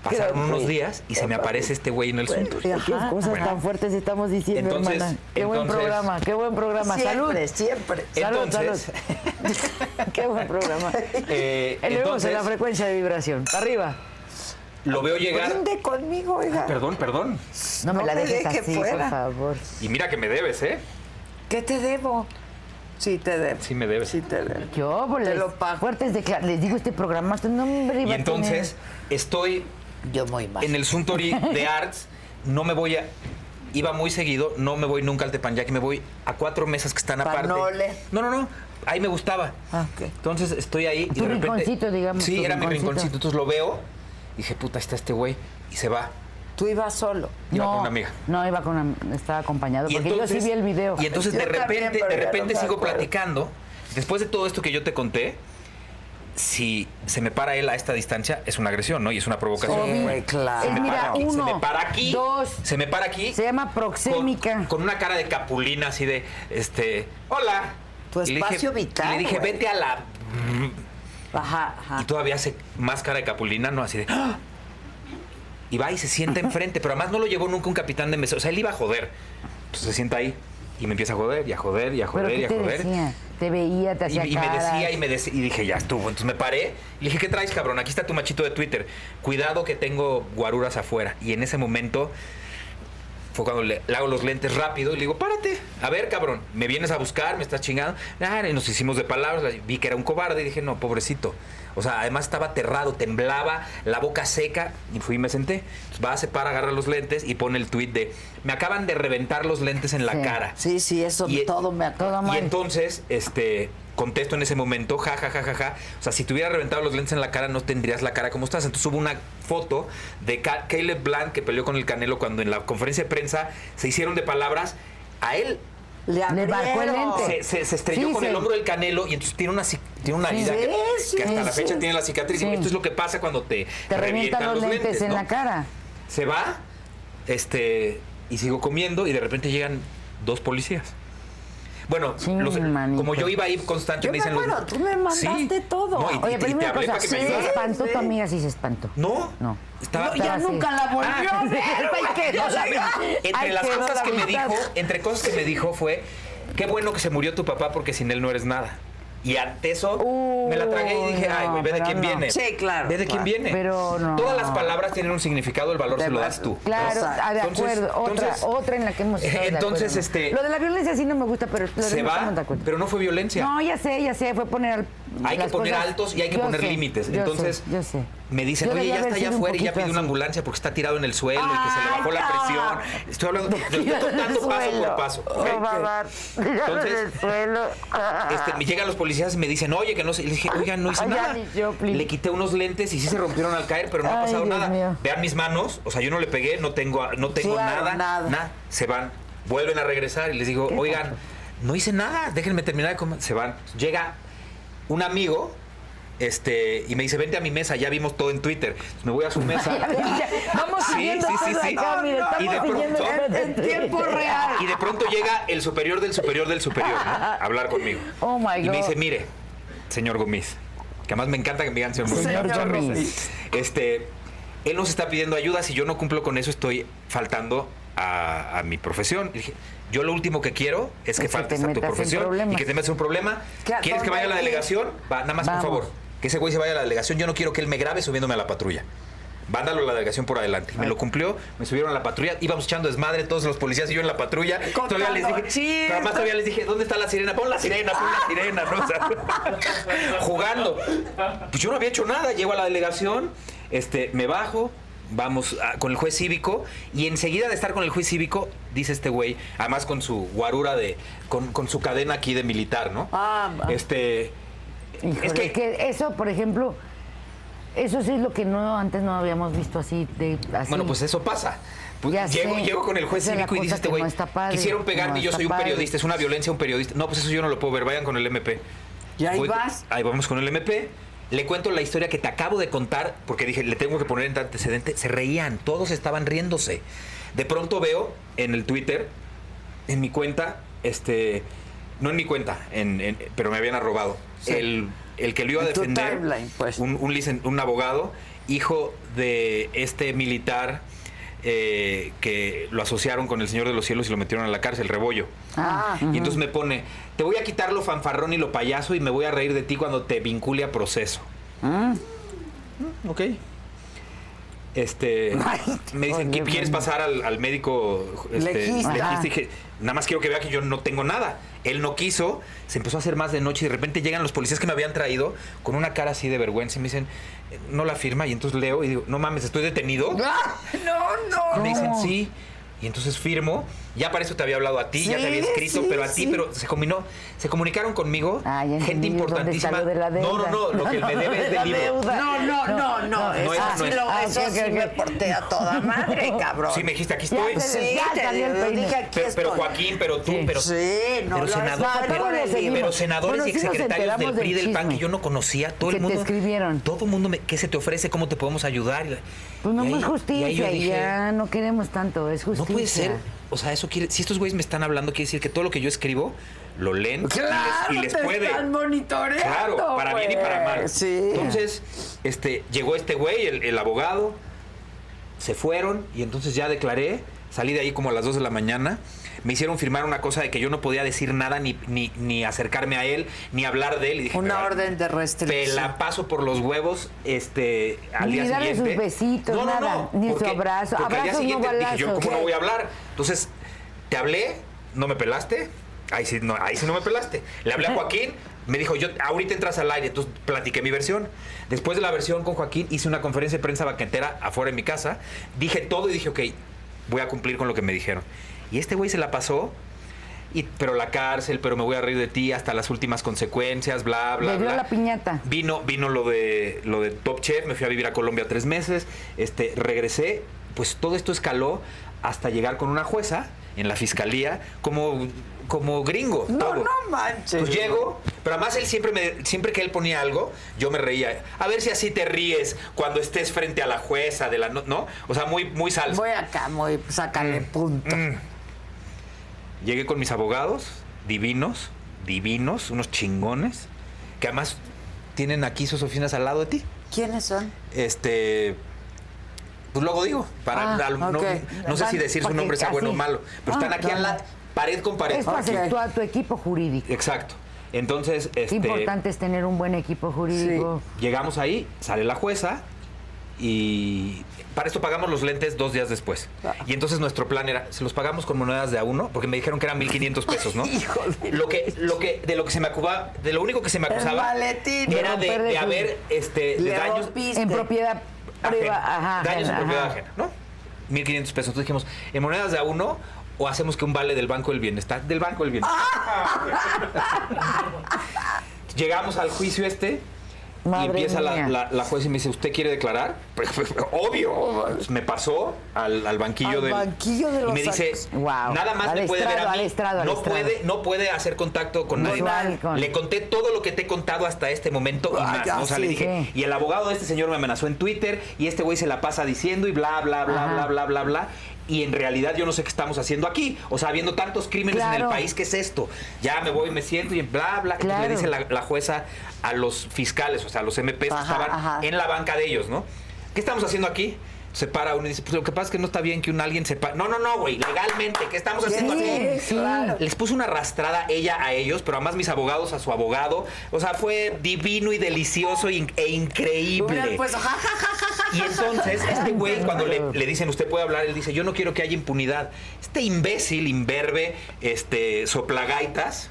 [SPEAKER 2] Pasaron unos días y se me aparece este güey en el Suntory.
[SPEAKER 4] Mira, qué cosas
[SPEAKER 2] Bueno.
[SPEAKER 4] tan fuertes estamos diciendo,
[SPEAKER 2] Entonces,
[SPEAKER 4] hermana. Qué buen
[SPEAKER 2] entonces-
[SPEAKER 4] programa, qué buen programa. Salud.
[SPEAKER 1] Siempre, siempre.
[SPEAKER 4] Salud,
[SPEAKER 2] Entonces-
[SPEAKER 4] salud. Qué buen programa.
[SPEAKER 2] Eh,
[SPEAKER 4] Elevemos
[SPEAKER 2] entonces,
[SPEAKER 4] la frecuencia de vibración. Para arriba.
[SPEAKER 2] lo veo llegar. Ah,
[SPEAKER 1] Brinde conmigo, oiga.
[SPEAKER 2] Perdón, perdón.
[SPEAKER 4] No, me
[SPEAKER 1] No
[SPEAKER 4] la
[SPEAKER 1] me
[SPEAKER 4] dejes
[SPEAKER 1] deje
[SPEAKER 4] así,
[SPEAKER 1] fuera.
[SPEAKER 4] por favor.
[SPEAKER 2] Y mira que me debes, ¿eh?
[SPEAKER 1] ¿Qué te debo? Sí, te debo.
[SPEAKER 2] Sí me debes.
[SPEAKER 1] Sí, te debo.
[SPEAKER 4] Yo, óboles.
[SPEAKER 1] Te lo pago.
[SPEAKER 4] Fuertes decla- Les digo, este programa, este nombre
[SPEAKER 2] Y
[SPEAKER 4] iba a
[SPEAKER 2] entonces estoy
[SPEAKER 1] Yo muy mal.
[SPEAKER 2] en el Suntory de Arts. No me voy a. Iba muy seguido, no me voy nunca al Teppanyaki, me voy a cuatro mesas que están aparte.
[SPEAKER 1] Panole.
[SPEAKER 2] No, no, no. Ahí me gustaba.
[SPEAKER 1] Ah, ok.
[SPEAKER 2] Entonces estoy ahí. y
[SPEAKER 4] Tu
[SPEAKER 2] de repente-
[SPEAKER 4] rinconcito, digamos,
[SPEAKER 2] Sí,
[SPEAKER 4] tu
[SPEAKER 2] era mi
[SPEAKER 4] rinconcito.
[SPEAKER 2] rinconcito. Entonces lo veo. Dije, puta, ahí está este güey. Y se va.
[SPEAKER 1] Tú ibas solo.
[SPEAKER 2] Iba
[SPEAKER 4] no,
[SPEAKER 2] con una amiga.
[SPEAKER 4] No, iba con una, estaba acompañado.
[SPEAKER 2] Y
[SPEAKER 4] Porque yo
[SPEAKER 2] entonces-
[SPEAKER 4] sí vi el video.
[SPEAKER 2] Y entonces
[SPEAKER 1] Yo
[SPEAKER 2] de
[SPEAKER 1] también,
[SPEAKER 2] repente,
[SPEAKER 1] pero
[SPEAKER 2] de
[SPEAKER 1] ya no
[SPEAKER 2] repente
[SPEAKER 1] me
[SPEAKER 2] sigo
[SPEAKER 1] acuerdo.
[SPEAKER 2] platicando. Después de todo esto que yo te conté, si se me para él a esta distancia, es una agresión, ¿no? Y es una provocación.
[SPEAKER 1] Sí, güey, claro.
[SPEAKER 2] Se me
[SPEAKER 4] Eh, Mira,
[SPEAKER 2] para aquí,
[SPEAKER 4] uno,
[SPEAKER 2] se me para aquí,
[SPEAKER 4] dos.
[SPEAKER 2] se me para aquí.
[SPEAKER 4] Se llama proxémica.
[SPEAKER 2] Con, con una cara de capulina así de, este, hola.
[SPEAKER 1] Tu
[SPEAKER 2] Y le
[SPEAKER 1] espacio
[SPEAKER 2] dije-
[SPEAKER 1] vital,
[SPEAKER 2] y Le dije,
[SPEAKER 1] güey.
[SPEAKER 2] vete a la...
[SPEAKER 1] Ajá,
[SPEAKER 4] Ah.
[SPEAKER 1] ajá.
[SPEAKER 2] Y todavía hace más cara de capulina, ¿no? Así de... "¡Ah!". Y va y se sienta enfrente, pero además no lo llevó nunca un capitán de mesa. O sea, él iba a joder. Pues se sienta ahí y me empieza a joder y a joder y a
[SPEAKER 4] Pero
[SPEAKER 2] joder y
[SPEAKER 4] ¿qué
[SPEAKER 2] a
[SPEAKER 4] te
[SPEAKER 2] joder.
[SPEAKER 4] decía? Te veía, te
[SPEAKER 2] Y,
[SPEAKER 4] hacía
[SPEAKER 2] y me
[SPEAKER 4] caras.
[SPEAKER 2] decía y me decía, y dije, ya estuvo. Entonces me paré y le dije, ¿qué traes, cabrón? Aquí está tu machito de Twitter. Cuidado que tengo guaruras afuera. Y en ese momento fue cuando le, le hago los lentes rápido y le digo, párate, a ver, cabrón, me vienes a buscar, me estás chingando. Ah, y nos hicimos de palabras, la- vi que era un cobarde y dije, no, pobrecito. O sea, además estaba aterrado, temblaba, la boca seca, y fui y me senté. Entonces, va, se para, agarra los lentes y pone el tuit de, me acaban de reventar los lentes en la
[SPEAKER 4] Sí.
[SPEAKER 2] cara.
[SPEAKER 1] Sí, sí, eso
[SPEAKER 2] Y-
[SPEAKER 1] todo me acuerdo.
[SPEAKER 4] Todo mal.
[SPEAKER 2] Y entonces, este, contesto en ese momento, ja, ja, ja, ja, ja. O sea, si te hubiera reventado los lentes en la cara, no tendrías la cara como estás. Entonces hubo una foto de Ca- Caleb Bland que peleó con el Canelo cuando en la conferencia de prensa se hicieron de palabras. A él
[SPEAKER 1] Le, abrieron.
[SPEAKER 4] bajó el
[SPEAKER 2] se,
[SPEAKER 4] lente.
[SPEAKER 2] se- se estrelló
[SPEAKER 4] Sí,
[SPEAKER 2] con
[SPEAKER 4] sí.
[SPEAKER 2] el hombro del Canelo y entonces tiene una, cic- tiene una
[SPEAKER 4] Sí.
[SPEAKER 2] herida que,
[SPEAKER 1] Sí,
[SPEAKER 2] que hasta
[SPEAKER 4] sí,
[SPEAKER 2] la fecha
[SPEAKER 4] sí.
[SPEAKER 2] tiene la cicatriz.
[SPEAKER 4] Sí.
[SPEAKER 2] Esto es lo que pasa cuando te,
[SPEAKER 4] Te revientan los lentes, en
[SPEAKER 2] ¿no?
[SPEAKER 4] la cara.
[SPEAKER 2] Se va, este, y sigo comiendo y de repente llegan dos policías. Bueno,
[SPEAKER 4] Chin,
[SPEAKER 2] los-
[SPEAKER 4] manito.
[SPEAKER 2] como yo iba a ir constante,
[SPEAKER 1] Yo
[SPEAKER 2] me
[SPEAKER 1] me
[SPEAKER 2] dicen
[SPEAKER 1] acuerdo,
[SPEAKER 2] los,
[SPEAKER 1] tú me mandaste todo.
[SPEAKER 2] No, y,
[SPEAKER 4] Oye,
[SPEAKER 2] y-
[SPEAKER 4] pero
[SPEAKER 2] y te
[SPEAKER 4] una
[SPEAKER 2] hablé
[SPEAKER 4] cosa,
[SPEAKER 2] para que
[SPEAKER 4] ¿se
[SPEAKER 2] me ayudaras.
[SPEAKER 4] espantó
[SPEAKER 1] Sí.
[SPEAKER 4] tu amiga? Sí, se espantó.
[SPEAKER 2] No,
[SPEAKER 4] No.
[SPEAKER 2] Estaba
[SPEAKER 1] Ya
[SPEAKER 4] Estaba así.
[SPEAKER 1] nunca la volvió
[SPEAKER 2] Ah,
[SPEAKER 1] a ver.
[SPEAKER 4] Ahí quedó la-
[SPEAKER 2] entre
[SPEAKER 4] ahí
[SPEAKER 2] las
[SPEAKER 4] quedó
[SPEAKER 2] cosas
[SPEAKER 4] la
[SPEAKER 2] que me
[SPEAKER 4] amistad.
[SPEAKER 2] dijo, entre cosas que me dijo fue, qué bueno que se murió tu papá porque sin él no eres nada. Y ante eso me la tragué y dije,
[SPEAKER 4] Uy,
[SPEAKER 2] ay, güey, ve de
[SPEAKER 4] no,
[SPEAKER 2] quién
[SPEAKER 4] pero no.
[SPEAKER 2] viene.
[SPEAKER 1] Sí, claro,
[SPEAKER 2] Ve de quién
[SPEAKER 1] claro.
[SPEAKER 2] viene.
[SPEAKER 4] Pero no.
[SPEAKER 2] Todas las palabras tienen un significado, el valor
[SPEAKER 1] De
[SPEAKER 2] se lo
[SPEAKER 1] verdad.
[SPEAKER 2] das tú.
[SPEAKER 4] Claro,
[SPEAKER 1] Exacto.
[SPEAKER 4] ah, de
[SPEAKER 2] Entonces-
[SPEAKER 4] acuerdo. otra,
[SPEAKER 2] entonces- eh,
[SPEAKER 4] otra en la que hemos estado de
[SPEAKER 2] Entonces,
[SPEAKER 4] acuerdo.
[SPEAKER 2] este-
[SPEAKER 4] Lo de la violencia sí no me gusta, pero lo
[SPEAKER 2] Se
[SPEAKER 4] demás
[SPEAKER 2] va,
[SPEAKER 4] estamos de acuerdo.
[SPEAKER 2] pero no fue violencia.
[SPEAKER 4] No, ya sé, ya sé, fue poner al-
[SPEAKER 2] Hay que
[SPEAKER 4] las
[SPEAKER 2] poner
[SPEAKER 4] cosas-
[SPEAKER 2] altos y hay que
[SPEAKER 4] Yo
[SPEAKER 2] poner
[SPEAKER 4] sé,
[SPEAKER 2] límites.
[SPEAKER 4] yo
[SPEAKER 2] Entonces,
[SPEAKER 4] sé, yo sé.
[SPEAKER 2] me dicen,
[SPEAKER 4] Yo
[SPEAKER 2] oye,
[SPEAKER 4] debía
[SPEAKER 2] ya
[SPEAKER 4] haber
[SPEAKER 2] está allá
[SPEAKER 4] sido un
[SPEAKER 2] afuera y ya
[SPEAKER 4] poquito
[SPEAKER 2] pide una
[SPEAKER 4] así.
[SPEAKER 2] ambulancia porque está tirado en el suelo y que se le bajó la presión. Estoy hablando, lo estoy contando paso por paso.
[SPEAKER 4] Oh,
[SPEAKER 2] ¿ok? Entonces, este, me llegan los policías y me dicen, oye, que no sé. Y le dije, oiga, no hice
[SPEAKER 4] Ay, ya
[SPEAKER 2] nada.
[SPEAKER 4] ni yo, please.
[SPEAKER 2] Le quité unos lentes y sí se rompieron al caer, pero no ha
[SPEAKER 4] Ay,
[SPEAKER 2] pasado
[SPEAKER 4] Dios
[SPEAKER 2] nada.
[SPEAKER 4] mío.
[SPEAKER 2] Vean mis manos, o sea, yo no le pegué, no tengo, no tengo
[SPEAKER 1] Claro,
[SPEAKER 2] nada,
[SPEAKER 1] nada.
[SPEAKER 2] nada. Se van, vuelven a regresar y les digo, oigan, no hice nada, déjenme terminar de comer. Se van. Llega un amigo. Este, y me dice, vente a mi mesa, ya vimos todo en Twitter. Me voy a su mesa.
[SPEAKER 4] Vamos
[SPEAKER 2] Sí,
[SPEAKER 4] siguiendo
[SPEAKER 2] sí, sí,
[SPEAKER 4] todo
[SPEAKER 2] sí.
[SPEAKER 4] acá, mira,
[SPEAKER 2] Y de
[SPEAKER 4] estamos siguiendo
[SPEAKER 2] pronto-
[SPEAKER 4] todo
[SPEAKER 1] En tiempo real.
[SPEAKER 2] Eh, Y de pronto llega el superior del superior del superior ¿no? a hablar conmigo.
[SPEAKER 4] Oh, my
[SPEAKER 2] Y me
[SPEAKER 4] God.
[SPEAKER 2] dice, mire, señor Gómez, que además me encanta que me digan señor Gómez.
[SPEAKER 1] Señor
[SPEAKER 2] me da mucha
[SPEAKER 1] Gómez.
[SPEAKER 2] risa. Este, él nos está pidiendo ayuda, si yo no cumplo con eso estoy faltando a, a mi profesión. Le dije, yo lo último que quiero es que
[SPEAKER 4] Es que
[SPEAKER 2] faltes
[SPEAKER 4] te
[SPEAKER 2] a tu
[SPEAKER 4] metas en
[SPEAKER 2] profesión y
[SPEAKER 4] problemas.
[SPEAKER 2] que te metas en un problema.
[SPEAKER 1] Que a
[SPEAKER 2] ¿Quieres que
[SPEAKER 1] dónde
[SPEAKER 2] vaya a la
[SPEAKER 1] ir?
[SPEAKER 2] delegación? Va, nada más,
[SPEAKER 4] Vamos.
[SPEAKER 2] por favor. Que ese güey se vaya a la delegación. Yo no quiero que él me grabe subiéndome a la patrulla. Vándalo a la delegación por adelante. Me lo cumplió, me subieron a la patrulla, íbamos echando desmadre, todos los policías y yo en la patrulla.
[SPEAKER 1] Contando
[SPEAKER 2] Todavía les dije,
[SPEAKER 1] chistes.
[SPEAKER 2] además todavía les dije, ¿dónde está la sirena? Pon la sirena, pon la sirena, ¿no? O sea, jugando. Pues yo no había hecho nada, llego a la delegación, este, me bajo, vamos a- con el juez cívico, y enseguida de estar con el juez cívico, dice este güey, además con su guarura de, con, con su cadena aquí de militar, ¿no?
[SPEAKER 1] Ah, ah.
[SPEAKER 2] Este.
[SPEAKER 4] Híjole,
[SPEAKER 2] es que,
[SPEAKER 4] eso, por ejemplo, eso sí es lo que no antes no habíamos visto así de así.
[SPEAKER 2] Bueno, pues eso pasa. Pues
[SPEAKER 4] Ah, Ya
[SPEAKER 2] llego,
[SPEAKER 4] sé.
[SPEAKER 2] llego con el juez
[SPEAKER 4] Esa es la
[SPEAKER 2] cívico y
[SPEAKER 4] cosa
[SPEAKER 2] dice este
[SPEAKER 4] que
[SPEAKER 2] güey,
[SPEAKER 4] no está padre,
[SPEAKER 2] quisieron pegarme
[SPEAKER 4] no
[SPEAKER 2] y yo
[SPEAKER 4] está
[SPEAKER 2] soy un
[SPEAKER 4] padre".
[SPEAKER 2] periodista, es una violencia a un periodista. No, pues eso yo no lo puedo ver, vayan con el MP.
[SPEAKER 1] Y ahí
[SPEAKER 2] Voy-
[SPEAKER 1] vas.
[SPEAKER 2] Ahí vamos con el MP. Le cuento la historia que te acabo de contar, porque dije, le tengo que poner en antecedente. Se reían, todos estaban riéndose. De pronto veo en el Twitter, en mi cuenta, este. No en mi cuenta, en- en- pero me habían arrobado.
[SPEAKER 1] Sí.
[SPEAKER 2] El, el que lo iba a
[SPEAKER 1] En tu
[SPEAKER 2] defender.
[SPEAKER 1] timeline, pues.
[SPEAKER 2] un, un licen- un abogado, hijo de este militar eh, que lo asociaron con el Señor de los Cielos y lo metieron a la cárcel, Rebollo.
[SPEAKER 1] Ah,
[SPEAKER 2] Y entonces me pone, te voy a quitar lo fanfarrón y lo payaso y me voy a reír de ti cuando te vincule a proceso.
[SPEAKER 1] Ah.
[SPEAKER 2] Mm, ok. Este, me dice,
[SPEAKER 4] Oye,
[SPEAKER 2] "¿Qué ¿quieres
[SPEAKER 4] bueno.
[SPEAKER 2] pasar al, al médico este,
[SPEAKER 1] Legista.
[SPEAKER 2] legista?" Y dije, nada más quiero que vea que yo no tengo nada. Él no quiso, se empezó a hacer más de noche y de repente llegan los policías que me habían traído con una cara así de vergüenza y me dicen, "Eh, no la firma. Y entonces leo y digo, no mames, estoy detenido.
[SPEAKER 1] Ah, no,
[SPEAKER 2] Y
[SPEAKER 1] no.
[SPEAKER 2] me dicen sí. Y entonces firmo. Ya para eso te había hablado a ti, ya te había
[SPEAKER 1] Sí,
[SPEAKER 2] escrito,
[SPEAKER 1] sí,
[SPEAKER 2] pero a
[SPEAKER 1] sí.
[SPEAKER 2] ti, pero se combinó, se comunicaron conmigo.
[SPEAKER 4] Ah, ya
[SPEAKER 2] gente
[SPEAKER 4] entendí, ¿dónde
[SPEAKER 2] importantísima.
[SPEAKER 4] está lo de la
[SPEAKER 2] no, no, no, lo que me debe es
[SPEAKER 1] La
[SPEAKER 2] del libro.
[SPEAKER 1] deuda. No, no, no, no.
[SPEAKER 2] no,
[SPEAKER 1] eso
[SPEAKER 2] no,
[SPEAKER 1] sí,
[SPEAKER 2] no.
[SPEAKER 1] lo-
[SPEAKER 4] Ah,
[SPEAKER 1] eso
[SPEAKER 4] ok,
[SPEAKER 1] sí
[SPEAKER 4] ok,
[SPEAKER 1] me
[SPEAKER 4] ok.
[SPEAKER 1] porté a toda madre, cabrón.
[SPEAKER 2] Sí, me dijiste, aquí
[SPEAKER 4] Ya
[SPEAKER 2] estoy.
[SPEAKER 4] se
[SPEAKER 1] Sí,
[SPEAKER 4] Ya
[SPEAKER 1] te
[SPEAKER 4] salió el
[SPEAKER 1] digo,
[SPEAKER 4] peine.
[SPEAKER 1] dije aquí
[SPEAKER 2] Pero, pero
[SPEAKER 1] estoy.
[SPEAKER 2] Joaquín, pero tú,
[SPEAKER 4] Sí.
[SPEAKER 2] pero.
[SPEAKER 1] sí, no,
[SPEAKER 2] pero
[SPEAKER 1] lo has
[SPEAKER 2] senador-
[SPEAKER 1] madreado
[SPEAKER 4] Pero
[SPEAKER 1] el libro.
[SPEAKER 4] seguimos.
[SPEAKER 2] Pero senadores
[SPEAKER 4] Bueno,
[SPEAKER 2] y
[SPEAKER 4] sí nos
[SPEAKER 2] exsecretarios del
[SPEAKER 4] enteramos
[SPEAKER 2] PRI,
[SPEAKER 4] del
[SPEAKER 2] del PAN, que
[SPEAKER 4] chisme.
[SPEAKER 2] yo no conocía, todo
[SPEAKER 4] Que
[SPEAKER 2] el
[SPEAKER 4] te
[SPEAKER 2] mundo.
[SPEAKER 4] escribieron.
[SPEAKER 2] Todo el mundo, me, ¿qué se te ofrece? ¿Cómo te podemos ayudar? Y-
[SPEAKER 4] Pues no
[SPEAKER 2] y ahí-
[SPEAKER 4] es
[SPEAKER 2] y ahí yo
[SPEAKER 4] justicia,
[SPEAKER 2] dije,
[SPEAKER 4] ya no queremos tanto, es
[SPEAKER 2] No
[SPEAKER 4] justicia.
[SPEAKER 2] puede ser. O sea, eso quiere. Si estos güeyes me están hablando, quiere decir que todo lo que yo escribo lo leen y les-
[SPEAKER 1] Claro,
[SPEAKER 2] y les,
[SPEAKER 1] te
[SPEAKER 2] puede.
[SPEAKER 1] están monitoreando,
[SPEAKER 2] Claro, para bien y para
[SPEAKER 1] güey.
[SPEAKER 2] mal.
[SPEAKER 1] Sí.
[SPEAKER 2] Entonces, este, llegó este güey, el, el abogado, se fueron y entonces ya declaré. Salí de ahí como a las 2 de la mañana. Me hicieron firmar una cosa de que yo no podía decir nada, ni, ni, ni acercarme a él, ni hablar de él. Y dije,
[SPEAKER 1] Una
[SPEAKER 2] "Me vale".
[SPEAKER 1] orden
[SPEAKER 2] Te
[SPEAKER 1] de restricción.
[SPEAKER 2] la paso por los huevos este, al
[SPEAKER 4] Ni
[SPEAKER 2] día
[SPEAKER 4] darle
[SPEAKER 2] siguiente.
[SPEAKER 4] sus besitos,
[SPEAKER 2] no, no,
[SPEAKER 4] nada,
[SPEAKER 2] no,
[SPEAKER 4] ni su
[SPEAKER 2] porque-
[SPEAKER 4] abrazo.
[SPEAKER 2] Porque al día
[SPEAKER 4] Abrazos, no
[SPEAKER 2] siguiente dije, yo
[SPEAKER 4] balazos.
[SPEAKER 2] cómo no voy a hablar. Entonces, te hablé, no me pelaste. Ahí sí, no, ahí sí no me pelaste. Le hablé a Joaquín, me dijo, yo ahorita entras al aire. Entonces platiqué mi versión. Después de la versión con Joaquín, hice una conferencia de prensa vaquetera afuera de mi casa. Dije todo y dije, ok, voy a cumplir con lo que me dijeron. Y este güey se la pasó y- pero la cárcel, pero me voy a reír de ti hasta las últimas consecuencias, bla, bla,
[SPEAKER 4] Le dio
[SPEAKER 2] bla.
[SPEAKER 4] la piñata.
[SPEAKER 2] Vino, vino lo de lo de Top Chef, me fui a vivir a Colombia tres meses, este, regresé, pues todo esto escaló hasta llegar con una jueza en la fiscalía, como, como gringo.
[SPEAKER 1] No,
[SPEAKER 2] todo.
[SPEAKER 1] no manches.
[SPEAKER 2] Pues llego, pero además él siempre me, siempre que él ponía algo, yo me reía. A ver si así te ríes cuando estés frente a la jueza de la no, ¿no? O sea, muy, muy salsa.
[SPEAKER 1] Voy acá, voy,
[SPEAKER 2] Mm.
[SPEAKER 1] sácale punto.
[SPEAKER 2] Llegué con mis abogados, divinos, divinos, unos chingones, que además tienen aquí sus oficinas al lado de ti.
[SPEAKER 1] ¿Quiénes son?
[SPEAKER 2] Este. Pues luego digo, para
[SPEAKER 1] Ah,
[SPEAKER 2] al- no,
[SPEAKER 1] ok.
[SPEAKER 2] no sé si
[SPEAKER 4] Van-
[SPEAKER 2] decir su
[SPEAKER 4] porque
[SPEAKER 2] nombre sea bueno o
[SPEAKER 4] así.
[SPEAKER 2] malo, pero
[SPEAKER 4] Ah,
[SPEAKER 2] están aquí
[SPEAKER 4] no,
[SPEAKER 2] al
[SPEAKER 4] no.
[SPEAKER 2] lado, pared con pared.
[SPEAKER 4] Es para
[SPEAKER 2] Aquí.
[SPEAKER 4] aceptar a tu equipo jurídico.
[SPEAKER 2] Exacto. Entonces,
[SPEAKER 4] Qué
[SPEAKER 2] este.
[SPEAKER 4] importante es tener un buen equipo jurídico.
[SPEAKER 2] Llegamos ahí, sale la jueza y para esto pagamos los lentes dos días después.
[SPEAKER 4] Ah.
[SPEAKER 2] Y entonces nuestro plan era, se los pagamos con monedas de a uno, porque me dijeron que eran 1500 pesos, ¿no? lo que, lo que, de lo que se me acusaba, de lo único que se me
[SPEAKER 1] El
[SPEAKER 2] acusaba
[SPEAKER 1] maletín.
[SPEAKER 2] era
[SPEAKER 4] De
[SPEAKER 2] de,
[SPEAKER 4] romper de
[SPEAKER 2] de
[SPEAKER 4] su-
[SPEAKER 2] haber este de
[SPEAKER 1] Le
[SPEAKER 2] daños
[SPEAKER 1] rompiste.
[SPEAKER 4] En propiedad priva-
[SPEAKER 2] ajena,
[SPEAKER 4] ajá,
[SPEAKER 2] daños en
[SPEAKER 4] ajena,
[SPEAKER 2] propiedad
[SPEAKER 4] ajá.
[SPEAKER 2] ajena, ¿no? 1500 pesos. Entonces dijimos, en monedas de a uno o hacemos que un vale del Banco del Bienestar, del Banco del Bienestar. Llegamos al juicio este
[SPEAKER 4] Madre
[SPEAKER 2] y empieza la,
[SPEAKER 4] mía.
[SPEAKER 2] la- la jueza y me dice, ¿usted quiere declarar? Obvio, me pasó al, al banquillo
[SPEAKER 1] Al
[SPEAKER 2] del...
[SPEAKER 1] banquillo de
[SPEAKER 2] y
[SPEAKER 1] los
[SPEAKER 2] me dice,
[SPEAKER 1] sacos.
[SPEAKER 4] Guau.
[SPEAKER 2] nada más
[SPEAKER 4] Al
[SPEAKER 2] le puede ver
[SPEAKER 4] estrado,
[SPEAKER 2] a mí.
[SPEAKER 4] al estrado, al
[SPEAKER 2] no,
[SPEAKER 4] estrado.
[SPEAKER 2] Puede, no puede hacer contacto con nadie.
[SPEAKER 4] Visual, con-
[SPEAKER 2] Le conté todo lo que te he contado hasta este momento y
[SPEAKER 1] Ah,
[SPEAKER 2] más.
[SPEAKER 1] ya,
[SPEAKER 2] ¿no? O sea, le
[SPEAKER 1] sí.
[SPEAKER 2] dije,
[SPEAKER 4] Sí.
[SPEAKER 2] y el abogado de este señor me amenazó en Twitter y este güey se la pasa diciendo y bla, bla, bla,
[SPEAKER 4] Ajá.
[SPEAKER 2] bla, bla, bla, bla. y en realidad yo no sé qué estamos haciendo aquí. O sea, habiendo tantos crímenes en el
[SPEAKER 4] Claro.
[SPEAKER 2] país, ¿qué es esto? Ya me voy, me siento y bla, bla. Entonces,
[SPEAKER 4] Claro.
[SPEAKER 2] Le dice la, la jueza a los fiscales, o sea, a los MPs
[SPEAKER 1] Ajá,
[SPEAKER 2] que estaban
[SPEAKER 1] ajá.
[SPEAKER 2] en la banca de ellos, ¿no? ¿Qué estamos haciendo aquí? Se para uno y dice, pues lo que pasa es que no está bien que un alguien sepa. No, no, no, güey, legalmente, ¿qué estamos haciendo aquí?
[SPEAKER 1] Sí, claro.
[SPEAKER 2] Les puso una arrastrada ella a ellos, pero además mis abogados a su abogado. O sea, fue divino y delicioso y- e
[SPEAKER 1] Hubieran
[SPEAKER 2] increíble.
[SPEAKER 1] puesto, pues, ja, ja, ja, ja, ja.
[SPEAKER 2] Y entonces, este güey, cuando le, le dicen, usted puede hablar, él dice, yo no quiero que haya impunidad. Este imbécil, imberbe, este, soplagaitas,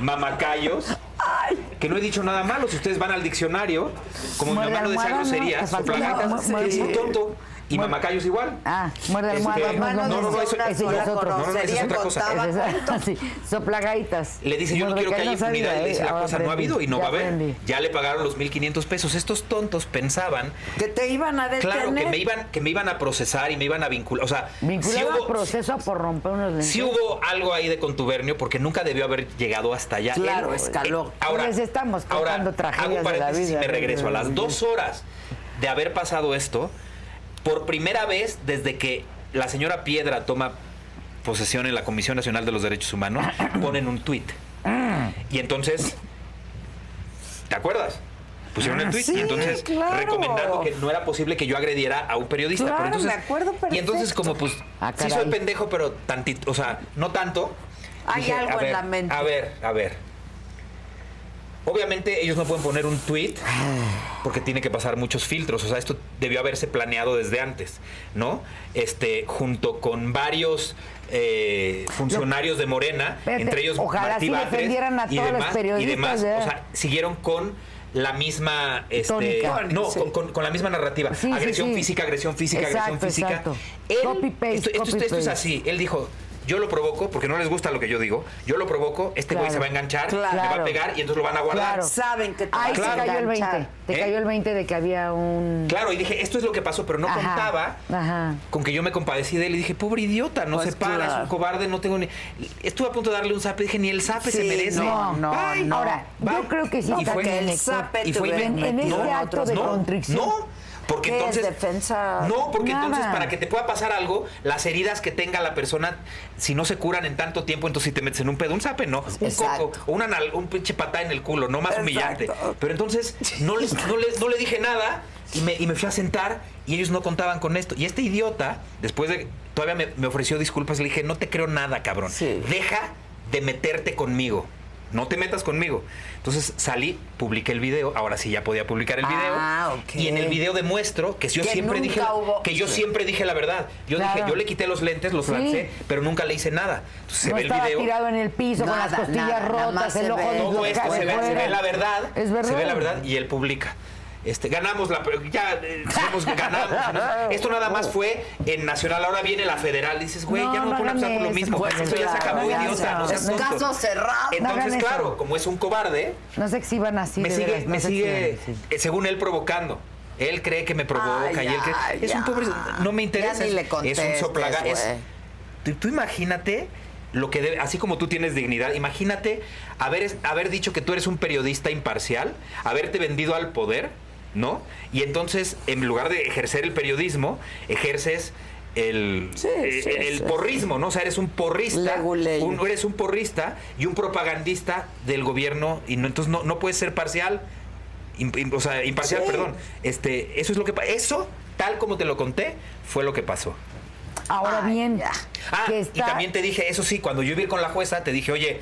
[SPEAKER 2] mamacayos, que no he dicho nada malo. Si ustedes van al diccionario, como mi
[SPEAKER 4] Muerde
[SPEAKER 2] mamá no decía
[SPEAKER 4] almohada, ¿no? Te
[SPEAKER 2] groserías,
[SPEAKER 4] faltó la-
[SPEAKER 2] soplagaitas
[SPEAKER 4] mu-
[SPEAKER 2] es muy
[SPEAKER 4] muerde-
[SPEAKER 2] tonto. Y mamacayos igual.
[SPEAKER 4] Ah, muerde
[SPEAKER 2] Este,
[SPEAKER 4] almohadas.
[SPEAKER 2] no,
[SPEAKER 1] Manos
[SPEAKER 2] no, no,
[SPEAKER 1] decía
[SPEAKER 2] eso-
[SPEAKER 1] una
[SPEAKER 2] eso ya
[SPEAKER 1] sola
[SPEAKER 2] es otro. No, no, esa es
[SPEAKER 1] grosería,
[SPEAKER 2] otra cosa.
[SPEAKER 1] contaba
[SPEAKER 4] Esa- sí, soplagaitas.
[SPEAKER 2] Le dice, yo no
[SPEAKER 4] Bueno,
[SPEAKER 2] quiero que
[SPEAKER 4] ya
[SPEAKER 2] haya
[SPEAKER 4] sabía,
[SPEAKER 2] impunidad. Y le
[SPEAKER 4] ¿eh?
[SPEAKER 2] dice, la
[SPEAKER 4] Ahora
[SPEAKER 2] cosa no ha
[SPEAKER 4] aprendí,
[SPEAKER 2] habido y no
[SPEAKER 4] ya
[SPEAKER 2] va a haber.
[SPEAKER 4] aprendí.
[SPEAKER 2] Ya le pagaron los 1.500 pesos. Estos tontos pensaban
[SPEAKER 1] que te iban a detener.
[SPEAKER 2] Claro, que me iban, que me iban a procesar y me iban a vincular. O sea, sí
[SPEAKER 4] Vinculado al
[SPEAKER 2] hubo,
[SPEAKER 4] proceso a por romper unos lentes.
[SPEAKER 2] sí hubo algo ahí de contubernio porque nunca debió haber llegado hasta allá.
[SPEAKER 1] Claro,
[SPEAKER 2] Él-
[SPEAKER 1] escaló.
[SPEAKER 2] eh, ahora,
[SPEAKER 4] Pues estamos
[SPEAKER 2] ahora
[SPEAKER 4] contando tragedias
[SPEAKER 2] hago un
[SPEAKER 4] de la
[SPEAKER 2] paréntesis
[SPEAKER 4] vida,
[SPEAKER 2] y me
[SPEAKER 4] ¿no?
[SPEAKER 2] regreso. A las dos horas de haber pasado esto, por primera vez desde que la señora Piedra toma posesión en la Comisión Nacional de los Derechos Humanos, ponen un tuit. Y entonces, ¿te acuerdas? Pusieron el tuit
[SPEAKER 1] Sí,
[SPEAKER 2] y entonces
[SPEAKER 1] claro.
[SPEAKER 2] recomendando que no era posible que yo agrediera a un periodista.
[SPEAKER 1] Claro,
[SPEAKER 2] pero entonces,
[SPEAKER 1] me acuerdo
[SPEAKER 2] Y entonces
[SPEAKER 1] perfecto.
[SPEAKER 2] como pues,
[SPEAKER 4] Ah,
[SPEAKER 2] sí soy
[SPEAKER 4] caray.
[SPEAKER 2] pendejo, pero tantito, o sea, no tanto.
[SPEAKER 1] Hay algo
[SPEAKER 2] a
[SPEAKER 1] en
[SPEAKER 2] ver,
[SPEAKER 1] la mente.
[SPEAKER 2] A ver, a ver. Obviamente ellos no pueden poner un tweet porque tiene que pasar muchos filtros. O sea, esto debió haberse planeado desde antes, ¿no? Este, junto con varios eh, funcionarios de Morena,
[SPEAKER 4] Espérate,
[SPEAKER 2] entre ellos
[SPEAKER 4] ojalá
[SPEAKER 2] Martí
[SPEAKER 4] sí
[SPEAKER 2] Batres
[SPEAKER 4] defendieran a
[SPEAKER 2] y
[SPEAKER 4] todos los
[SPEAKER 2] demás,
[SPEAKER 4] periodistas,
[SPEAKER 2] y demás.
[SPEAKER 4] ¿eh?
[SPEAKER 2] O sea, siguieron con la misma este,
[SPEAKER 4] Tónica.
[SPEAKER 2] no con, con- con la misma narrativa
[SPEAKER 4] Sí, sí,
[SPEAKER 2] agresión
[SPEAKER 4] sí.
[SPEAKER 2] física agresión física agresión
[SPEAKER 4] Exacto,
[SPEAKER 2] física
[SPEAKER 4] exacto.
[SPEAKER 2] Él-
[SPEAKER 4] Copy paste,
[SPEAKER 2] esto, esto-
[SPEAKER 4] copy
[SPEAKER 2] esto es
[SPEAKER 4] paste.
[SPEAKER 2] así él dijo yo lo provoco porque no les gusta lo que yo digo yo lo provoco este güey
[SPEAKER 4] Claro.
[SPEAKER 2] se va a enganchar le va
[SPEAKER 4] Claro.
[SPEAKER 2] a pegar y entonces lo van a guardar
[SPEAKER 4] Claro.
[SPEAKER 1] Saben que te
[SPEAKER 4] Ahí
[SPEAKER 1] vas a
[SPEAKER 4] se cayó el 20.
[SPEAKER 1] enganchar.
[SPEAKER 4] Te
[SPEAKER 2] ¿Eh?
[SPEAKER 4] cayó el 20 de que había un...
[SPEAKER 2] Claro, y dije, esto es lo que pasó, pero no
[SPEAKER 4] Ajá,
[SPEAKER 2] contaba
[SPEAKER 4] ajá.
[SPEAKER 2] con que yo me compadecí de él y dije, pobre idiota, no
[SPEAKER 1] Pues
[SPEAKER 2] se para, es
[SPEAKER 1] claro.
[SPEAKER 2] un cobarde, no tengo ni. Estuve a punto de darle un zape, dije, ni el zape
[SPEAKER 1] Sí,
[SPEAKER 2] se merece.
[SPEAKER 1] no, no,
[SPEAKER 2] Bye.
[SPEAKER 1] no.
[SPEAKER 4] Ahora, yo creo que sí
[SPEAKER 2] Y
[SPEAKER 4] está
[SPEAKER 2] fue-
[SPEAKER 1] que el
[SPEAKER 2] y
[SPEAKER 1] zape te
[SPEAKER 2] fue-
[SPEAKER 1] hubieran
[SPEAKER 2] no,
[SPEAKER 1] metido
[SPEAKER 4] en ese
[SPEAKER 2] no,
[SPEAKER 4] acto de
[SPEAKER 2] no,
[SPEAKER 4] contrición.
[SPEAKER 2] No, porque
[SPEAKER 1] ¿Qué es
[SPEAKER 2] entonces.
[SPEAKER 1] defensa?
[SPEAKER 2] No, porque
[SPEAKER 4] Nada.
[SPEAKER 2] entonces, para que te pueda pasar algo, las heridas que tenga la persona, si no se curan en tanto tiempo, entonces si te metes en un pedo, un zape, no. Un
[SPEAKER 1] Exacto.
[SPEAKER 2] coco, o una nal- un pinche patá en el culo, no más
[SPEAKER 1] Exacto.
[SPEAKER 2] humillante. Pero entonces no, les, no, les- no le dije nada y me, y me fui a sentar y ellos no contaban con esto. Y este idiota, después de... Todavía me, me ofreció disculpas, le dije, no te creo nada, cabrón.
[SPEAKER 1] Sí.
[SPEAKER 2] Deja de meterte conmigo. No te metas conmigo. Entonces salí, publiqué el video. Ahora sí ya podía publicar el video.
[SPEAKER 1] Ah, ok.
[SPEAKER 2] Y en el video demuestro que yo
[SPEAKER 1] Que
[SPEAKER 2] siempre
[SPEAKER 1] nunca
[SPEAKER 2] dije
[SPEAKER 1] hubo-
[SPEAKER 2] que yo
[SPEAKER 1] Sí.
[SPEAKER 2] siempre dije la verdad. Yo
[SPEAKER 4] Claro.
[SPEAKER 2] dije, yo le quité los lentes, los lancé, pero nunca le hice nada. Entonces se
[SPEAKER 4] no
[SPEAKER 2] ve el
[SPEAKER 4] estaba
[SPEAKER 2] video.
[SPEAKER 4] tirado en el piso con
[SPEAKER 1] Nada,
[SPEAKER 4] las costillas
[SPEAKER 1] nada, nada más
[SPEAKER 4] rotas,
[SPEAKER 1] se
[SPEAKER 4] el ojo
[SPEAKER 1] ve.
[SPEAKER 2] todo
[SPEAKER 4] deslocado
[SPEAKER 2] esto pues, se ve,
[SPEAKER 4] fuera.
[SPEAKER 2] se ve la verdad,
[SPEAKER 4] Es verdad.
[SPEAKER 2] se ve la verdad y él publica. Este, ganamos la pre- ya eh, hemos ganado. ¿no? Esto nada más fue en nacional, ahora viene la federal, dices, güey,
[SPEAKER 4] Oh. No,
[SPEAKER 2] ya no
[SPEAKER 4] no pues,
[SPEAKER 2] me ponen a acusar por lo
[SPEAKER 4] hagan
[SPEAKER 2] mismo,
[SPEAKER 4] eso,
[SPEAKER 2] esto ya se
[SPEAKER 1] claro,
[SPEAKER 2] acabó,
[SPEAKER 1] ya
[SPEAKER 2] idiota,
[SPEAKER 1] se-
[SPEAKER 2] no seas
[SPEAKER 1] es
[SPEAKER 2] tonto.
[SPEAKER 1] caso
[SPEAKER 4] No
[SPEAKER 1] cerrado.
[SPEAKER 4] hagan
[SPEAKER 2] Entonces,
[SPEAKER 4] eso.
[SPEAKER 2] claro, como es un cobarde,
[SPEAKER 4] No se exhiban así.
[SPEAKER 2] me
[SPEAKER 4] de
[SPEAKER 2] sigue,
[SPEAKER 4] veras, no
[SPEAKER 2] me
[SPEAKER 4] se
[SPEAKER 2] sigue,
[SPEAKER 4] exhiban, sí.
[SPEAKER 2] eh, según él provocando. Él cree que me provoca
[SPEAKER 1] Ay,
[SPEAKER 2] y él
[SPEAKER 1] ya,
[SPEAKER 2] cree. Es un
[SPEAKER 1] ya.
[SPEAKER 2] pobre. No me
[SPEAKER 1] Ya
[SPEAKER 2] interesa.
[SPEAKER 1] ni le
[SPEAKER 2] es un
[SPEAKER 1] contestes,
[SPEAKER 2] soplaga. Es,
[SPEAKER 1] güey.
[SPEAKER 2] tú, tú imagínate lo que debe, así como tú tienes dignidad, imagínate haber, es- haber dicho que tú eres un periodista imparcial, haberte vendido al poder, ¿no? Y entonces, en lugar de ejercer el periodismo, ejerces el,
[SPEAKER 1] Sí,
[SPEAKER 2] eh,
[SPEAKER 1] sí,
[SPEAKER 2] el
[SPEAKER 1] sí.
[SPEAKER 2] porrismo, ¿no? O sea, eres un porrista,
[SPEAKER 1] Leguleyo.
[SPEAKER 2] un, eres un porrista y un propagandista del gobierno, y no, entonces no, no puedes ser parcial, im- im- o sea, imparcial,
[SPEAKER 1] Sí.
[SPEAKER 2] perdón. Este, eso es lo que pa- eso, tal como te lo conté, fue lo que pasó.
[SPEAKER 4] Ahora
[SPEAKER 1] Ay,
[SPEAKER 4] bien,
[SPEAKER 1] ya.
[SPEAKER 2] Ah,
[SPEAKER 4] que
[SPEAKER 2] y
[SPEAKER 4] está...
[SPEAKER 2] también te dije, eso sí, cuando yo iba a ir con la jueza, te dije, oye,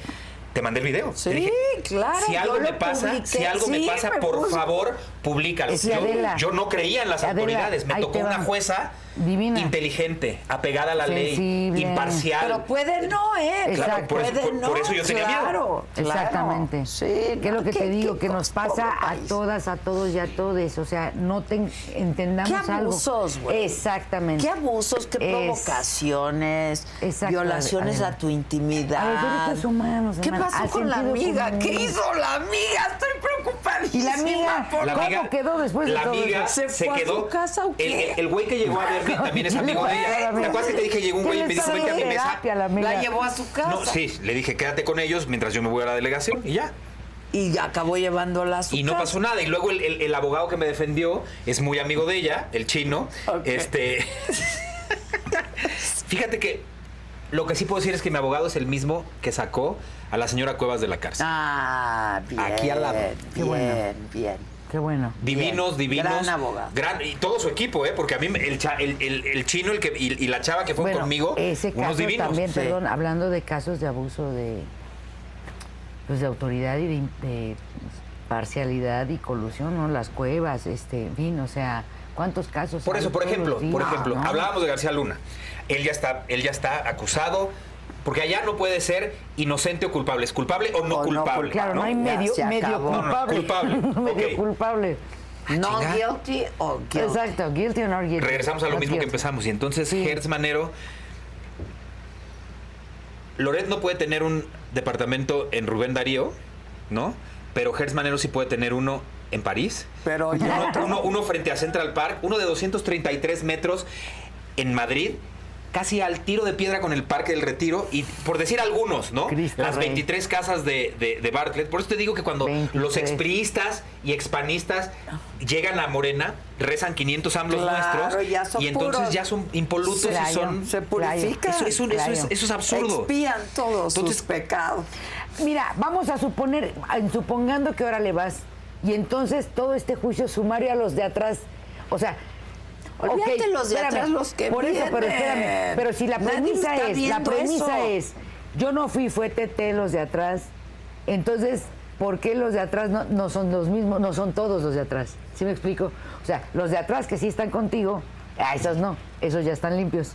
[SPEAKER 2] te mandé el video. Te
[SPEAKER 1] Sí,
[SPEAKER 2] dije,
[SPEAKER 1] claro,
[SPEAKER 2] Si
[SPEAKER 1] yo
[SPEAKER 2] algo
[SPEAKER 1] lo
[SPEAKER 2] me pasa,
[SPEAKER 1] publiqué,
[SPEAKER 2] si algo
[SPEAKER 1] sí,
[SPEAKER 2] me pasa,
[SPEAKER 1] me
[SPEAKER 2] por
[SPEAKER 1] puso.
[SPEAKER 2] favor, públicalo.
[SPEAKER 4] Es que
[SPEAKER 2] yo,
[SPEAKER 4] Adela-
[SPEAKER 2] yo no creía en las
[SPEAKER 4] Adela,
[SPEAKER 2] autoridades. Me
[SPEAKER 4] ahí
[SPEAKER 2] tocó
[SPEAKER 4] te va.
[SPEAKER 2] una jueza
[SPEAKER 4] Divina.
[SPEAKER 2] inteligente, apegada a la
[SPEAKER 4] Sensible.
[SPEAKER 2] ley, imparcial.
[SPEAKER 1] Pero puede no, ¿eh?
[SPEAKER 4] Exacto.
[SPEAKER 2] por eso-
[SPEAKER 1] puede
[SPEAKER 2] por-
[SPEAKER 1] no.
[SPEAKER 2] por eso yo tenía miedo.
[SPEAKER 1] claro, claro.
[SPEAKER 4] Exactamente.
[SPEAKER 1] Sí.
[SPEAKER 4] Que es lo que
[SPEAKER 1] ¿Qué-
[SPEAKER 4] te digo,
[SPEAKER 1] qué
[SPEAKER 4] que nos
[SPEAKER 1] cosa?
[SPEAKER 4] pasa
[SPEAKER 1] Pobre
[SPEAKER 4] a
[SPEAKER 1] país.
[SPEAKER 4] todas, a todos y a todos. O sea, no te entendamos
[SPEAKER 1] ¿Qué
[SPEAKER 4] algo.
[SPEAKER 1] abusos, güey?
[SPEAKER 4] Exactamente.
[SPEAKER 1] Qué abusos, qué
[SPEAKER 4] Es-
[SPEAKER 1] provocaciones,
[SPEAKER 4] Exacto,
[SPEAKER 1] violaciones
[SPEAKER 4] Adela.
[SPEAKER 1] a tu intimidad.
[SPEAKER 4] A los derechos humanos,
[SPEAKER 1] ¿Qué
[SPEAKER 4] hermana,
[SPEAKER 1] pasó
[SPEAKER 4] al
[SPEAKER 1] con la
[SPEAKER 4] sentido
[SPEAKER 1] amiga?
[SPEAKER 4] común.
[SPEAKER 1] ¿Qué hizo la amiga? Estoy preocupadísima.
[SPEAKER 4] ¿Y la amiga?
[SPEAKER 1] por-
[SPEAKER 2] La
[SPEAKER 4] ¿Cómo
[SPEAKER 2] amiga-
[SPEAKER 4] quedó después de
[SPEAKER 2] la
[SPEAKER 4] todo
[SPEAKER 2] amiga
[SPEAKER 4] eso?
[SPEAKER 1] ¿Se
[SPEAKER 2] ¿Se,
[SPEAKER 1] fue a
[SPEAKER 2] quedó.
[SPEAKER 1] su casa o qué?
[SPEAKER 2] El, el güey que llegó a verme también es amigo de ella. ¿Te acuerdas que te dije llegó un güey y me dijo, vete a mi mesa?
[SPEAKER 4] terapia, la amiga.
[SPEAKER 1] La llevó a su casa.
[SPEAKER 2] No, sí, le dije, quédate con ellos mientras yo me voy a la delegación y ya.
[SPEAKER 1] Y acabó llevándola a su
[SPEAKER 2] Y no
[SPEAKER 1] casa.
[SPEAKER 2] pasó nada. Y luego el, el- el abogado que me defendió es muy amigo de ella, el chino.
[SPEAKER 1] Ok.
[SPEAKER 2] Este. Fíjate que lo que sí puedo decir es que mi abogado es el mismo que sacó a la señora Cuevas de la cárcel.
[SPEAKER 1] Ah, bien.
[SPEAKER 2] Aquí al lado.
[SPEAKER 1] Qué
[SPEAKER 4] Qué bueno.
[SPEAKER 1] Bien, bien.
[SPEAKER 4] Qué bueno.
[SPEAKER 2] Divinos,
[SPEAKER 1] Bien.
[SPEAKER 2] divinos.
[SPEAKER 1] Gran abogado.
[SPEAKER 2] Gran- y todo su equipo, ¿eh? Porque a mí el, cha- el- el- el chino el que, y, y la chava que fue
[SPEAKER 4] Bueno,
[SPEAKER 2] conmigo,
[SPEAKER 4] ese
[SPEAKER 2] unos
[SPEAKER 4] caso
[SPEAKER 2] divinos.
[SPEAKER 4] también,
[SPEAKER 1] Sí.
[SPEAKER 4] perdón, hablando de casos de abuso de pues de autoridad y de, in- de parcialidad y colusión, ¿no? Las cuevas, este, en fin, o sea, ¿cuántos casos?
[SPEAKER 2] Por
[SPEAKER 4] hay
[SPEAKER 2] eso, por
[SPEAKER 4] todos
[SPEAKER 2] ejemplo,
[SPEAKER 4] los días,
[SPEAKER 2] por ejemplo,
[SPEAKER 4] no?
[SPEAKER 2] hablábamos de García Luna. Él ya está, él ya está acusado, porque allá no puede ser inocente o culpable, es culpable o no
[SPEAKER 1] O no
[SPEAKER 2] culpable.
[SPEAKER 1] culpable,
[SPEAKER 4] Claro, no, hay
[SPEAKER 1] Ya
[SPEAKER 4] medio,
[SPEAKER 1] se
[SPEAKER 4] medio
[SPEAKER 1] acabó.
[SPEAKER 2] no,
[SPEAKER 1] No,
[SPEAKER 4] culpable.
[SPEAKER 2] culpable,
[SPEAKER 4] medio
[SPEAKER 2] ok.
[SPEAKER 4] culpable.
[SPEAKER 1] No
[SPEAKER 2] chinga.
[SPEAKER 1] guilty o guilty.
[SPEAKER 4] Exacto, guilty or not guilty.
[SPEAKER 2] Regresamos a lo
[SPEAKER 4] Not
[SPEAKER 2] mismo que
[SPEAKER 4] guilty.
[SPEAKER 2] empezamos. Y entonces
[SPEAKER 4] Sí.
[SPEAKER 2] Hertz Manero. Loret no puede tener un departamento en Rubén Darío, ¿no? Pero Hertz Manero sí puede tener uno en París.
[SPEAKER 1] Pero ya
[SPEAKER 2] Uno, uno- uno frente a Central Park, uno de 233 metros en Madrid, casi al tiro de piedra con el Parque del Retiro, y por decir algunos, ¿no?
[SPEAKER 4] Cristo
[SPEAKER 2] Las
[SPEAKER 4] Rey.
[SPEAKER 2] 23 casas de, de- de Bartlett. Por eso te digo que cuando
[SPEAKER 4] 23.
[SPEAKER 2] los expriistas y expanistas llegan a Morena, rezan 500 ambos
[SPEAKER 1] Claro,
[SPEAKER 2] nuestros,
[SPEAKER 1] ya son
[SPEAKER 2] y entonces
[SPEAKER 1] puros.
[SPEAKER 2] ya son impolutos
[SPEAKER 4] Claro.
[SPEAKER 2] y son...
[SPEAKER 1] se purifica.
[SPEAKER 2] Eso, eso- eso es, eso es absurdo.
[SPEAKER 1] Expían todos
[SPEAKER 2] Entonces-
[SPEAKER 1] sus pecados.
[SPEAKER 4] Mira, vamos a suponer, en- supongando que ahora le vas, y entonces todo este juicio sumario a los de atrás, o sea... ok,
[SPEAKER 1] Olvídate los de atrás, los que
[SPEAKER 4] Por eso, pero
[SPEAKER 1] vienen.
[SPEAKER 4] espérame, pero si la
[SPEAKER 1] Nadie
[SPEAKER 4] premisa
[SPEAKER 1] está
[SPEAKER 4] es, la
[SPEAKER 1] viendo
[SPEAKER 4] premisa es,
[SPEAKER 1] eso.
[SPEAKER 4] yo no fui, fue TT los de atrás, entonces, ¿por qué los de atrás no, no son los mismos, no son todos los de atrás? ¿Sí me explico? O sea, los de atrás que sí están contigo, ah, esos no, esos ya están limpios.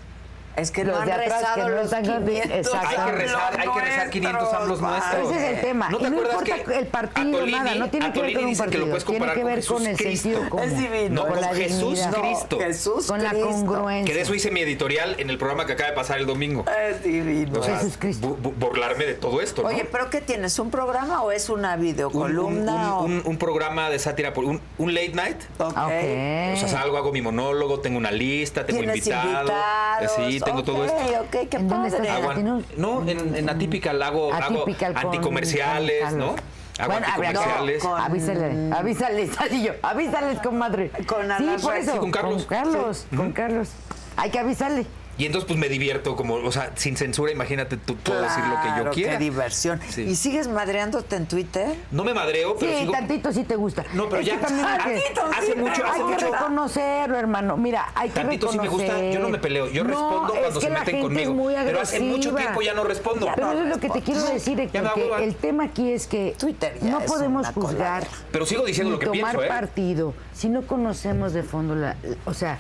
[SPEAKER 1] Es que no
[SPEAKER 4] Los
[SPEAKER 1] han
[SPEAKER 4] de atrás
[SPEAKER 1] rezado
[SPEAKER 4] que no
[SPEAKER 1] los
[SPEAKER 4] están grandes.
[SPEAKER 1] 500
[SPEAKER 4] Exacto.
[SPEAKER 2] Hay que rezar, hay que rezar 500 amblos nuestros.
[SPEAKER 4] Ese es el tema.
[SPEAKER 2] ¿No te
[SPEAKER 4] y no
[SPEAKER 2] acuerdas
[SPEAKER 4] importa
[SPEAKER 2] que
[SPEAKER 4] el partido,
[SPEAKER 2] Atolini-
[SPEAKER 4] nada, no tiene que ver con
[SPEAKER 2] Atolini
[SPEAKER 4] un
[SPEAKER 2] dicen que lo
[SPEAKER 4] partido.
[SPEAKER 2] puedes
[SPEAKER 4] tiene
[SPEAKER 2] comparar
[SPEAKER 4] que
[SPEAKER 2] con
[SPEAKER 4] ver con el
[SPEAKER 2] Jesucristo.
[SPEAKER 4] sentido común.
[SPEAKER 1] Es divino.
[SPEAKER 2] No,
[SPEAKER 4] con
[SPEAKER 2] con
[SPEAKER 4] la
[SPEAKER 2] Jesús
[SPEAKER 4] dignidad.
[SPEAKER 1] No,
[SPEAKER 2] Cristo.
[SPEAKER 1] Jesús
[SPEAKER 4] Con la
[SPEAKER 1] Cristo.
[SPEAKER 4] congruencia.
[SPEAKER 2] Que de eso hice mi editorial en el programa que acaba de pasar el domingo.
[SPEAKER 1] Es divino.
[SPEAKER 2] O sea,
[SPEAKER 4] Jesús Cristo.
[SPEAKER 2] bu- bu- burlarme de todo esto. ¿no?
[SPEAKER 1] Oye, ¿pero qué tienes? ¿Un programa o es una
[SPEAKER 2] Un- un-
[SPEAKER 1] videocolumna?
[SPEAKER 2] un,
[SPEAKER 1] o-
[SPEAKER 2] un- un programa de sátira, por- un, un late night.
[SPEAKER 1] Ok.
[SPEAKER 4] Ah,
[SPEAKER 2] O sea,
[SPEAKER 4] ok.
[SPEAKER 2] salgo, hago mi monólogo, tengo una lista, tengo
[SPEAKER 1] ¿Tienes
[SPEAKER 2] invitado.
[SPEAKER 1] invitados?
[SPEAKER 2] Sí, tengo todo esto.
[SPEAKER 1] Ok, ok, qué
[SPEAKER 4] ¿En dónde
[SPEAKER 1] padre.
[SPEAKER 4] estás?
[SPEAKER 2] Hago
[SPEAKER 4] Aguanta.
[SPEAKER 2] an-
[SPEAKER 4] Latino.
[SPEAKER 2] Ah, no, en, en Atypical hago, hago
[SPEAKER 4] Atypical con-
[SPEAKER 2] anticomerciales,
[SPEAKER 4] con
[SPEAKER 2] ¿no?
[SPEAKER 4] Carlos.
[SPEAKER 2] Hago
[SPEAKER 4] Bueno, habrá- no,
[SPEAKER 2] anticomerciales.
[SPEAKER 1] con-
[SPEAKER 4] Avísale, avísale, Salillo, avísales con madre.
[SPEAKER 1] Con
[SPEAKER 4] sí,
[SPEAKER 1] Alas
[SPEAKER 4] por
[SPEAKER 1] Rex.
[SPEAKER 4] eso.
[SPEAKER 2] Sí, con Carlos.
[SPEAKER 4] Con Carlos,
[SPEAKER 2] Sí.
[SPEAKER 4] con
[SPEAKER 2] Ujú.
[SPEAKER 4] Carlos. Hay que avisarle.
[SPEAKER 2] Y entonces pues me divierto como, o sea, sin censura, imagínate, tú puedo decir lo que yo
[SPEAKER 1] Claro,
[SPEAKER 2] quiera.
[SPEAKER 1] Qué diversión.
[SPEAKER 2] Sí.
[SPEAKER 1] ¿Y sigues madreándote en Twitter?
[SPEAKER 2] No me madreo, pero
[SPEAKER 4] Sí,
[SPEAKER 2] sigo-
[SPEAKER 4] tantito sí te gusta.
[SPEAKER 2] No, pero
[SPEAKER 4] Es
[SPEAKER 2] ya-
[SPEAKER 4] que también hay que-
[SPEAKER 2] Tantito sí, Hace mucho-
[SPEAKER 4] hay
[SPEAKER 2] hace
[SPEAKER 4] que
[SPEAKER 2] mucho-
[SPEAKER 4] reconocerlo, hermano. Mira, hay que
[SPEAKER 2] Tantito sí me
[SPEAKER 4] reconocer.
[SPEAKER 2] gusta, yo no me peleo, yo
[SPEAKER 4] No,
[SPEAKER 2] respondo
[SPEAKER 4] es
[SPEAKER 2] cuando
[SPEAKER 4] que
[SPEAKER 2] se
[SPEAKER 4] la
[SPEAKER 2] meten
[SPEAKER 4] gente
[SPEAKER 2] conmigo.
[SPEAKER 4] Es muy
[SPEAKER 2] Pero hace mucho
[SPEAKER 4] agresiva.
[SPEAKER 2] tiempo ya no respondo.
[SPEAKER 4] Pero
[SPEAKER 1] no
[SPEAKER 4] eso es lo que te
[SPEAKER 1] respondo.
[SPEAKER 4] quiero decir, Héctor,
[SPEAKER 2] me hago-
[SPEAKER 4] que el tema aquí es que
[SPEAKER 1] Twitter ya
[SPEAKER 4] no
[SPEAKER 1] es
[SPEAKER 4] podemos
[SPEAKER 1] una
[SPEAKER 4] juzgar.
[SPEAKER 1] coladera.
[SPEAKER 2] Pero sigo diciendo
[SPEAKER 4] ni
[SPEAKER 2] lo que
[SPEAKER 4] tomar
[SPEAKER 2] pienso, ¿eh?
[SPEAKER 4] partido. Si no conocemos de fondo la, o sea,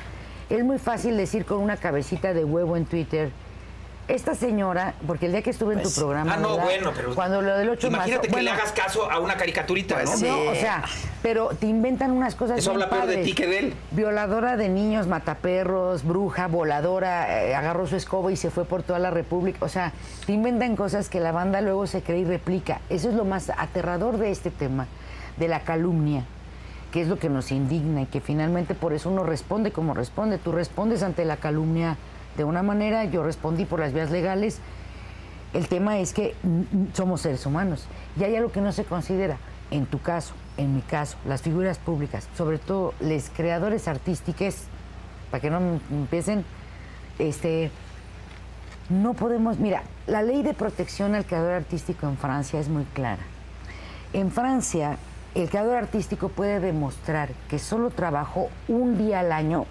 [SPEAKER 4] es muy fácil decir con una cabecita de huevo en Twitter. Esta señora, porque el día que estuve en tu programa,
[SPEAKER 2] Ah, no,
[SPEAKER 4] ¿verdad?
[SPEAKER 2] bueno, pero...
[SPEAKER 4] cuando lo del 8
[SPEAKER 2] Imagínate que le hagas caso a una caricaturita, ¿no?
[SPEAKER 1] Pues sí.
[SPEAKER 4] no, o sea, pero te inventan unas cosas.
[SPEAKER 2] Eso
[SPEAKER 4] bien
[SPEAKER 2] habla peor de
[SPEAKER 4] padres.
[SPEAKER 2] ti que de él.
[SPEAKER 4] Violadora de niños, mataperros, bruja, voladora, eh, agarró su escoba y se fue por toda la República. O sea, te inventan cosas que la banda luego se cree y replica. Eso es lo más aterrador de este tema, de la calumnia, que es lo que nos indigna y que finalmente por eso uno responde como responde. Tú respondes ante la calumnia de una manera, yo respondí por las vías legales. El tema es que mm, mm, somos seres humanos y hay algo que no se considera, en tu caso, en mi caso, las figuras públicas, sobre todo los creadores artísticos, para que no me empiecen, este, no podemos, mira, la ley de protección al creador artístico en Francia es muy clara. En Francia, el creador artístico puede demostrar que solo trabajó un día al año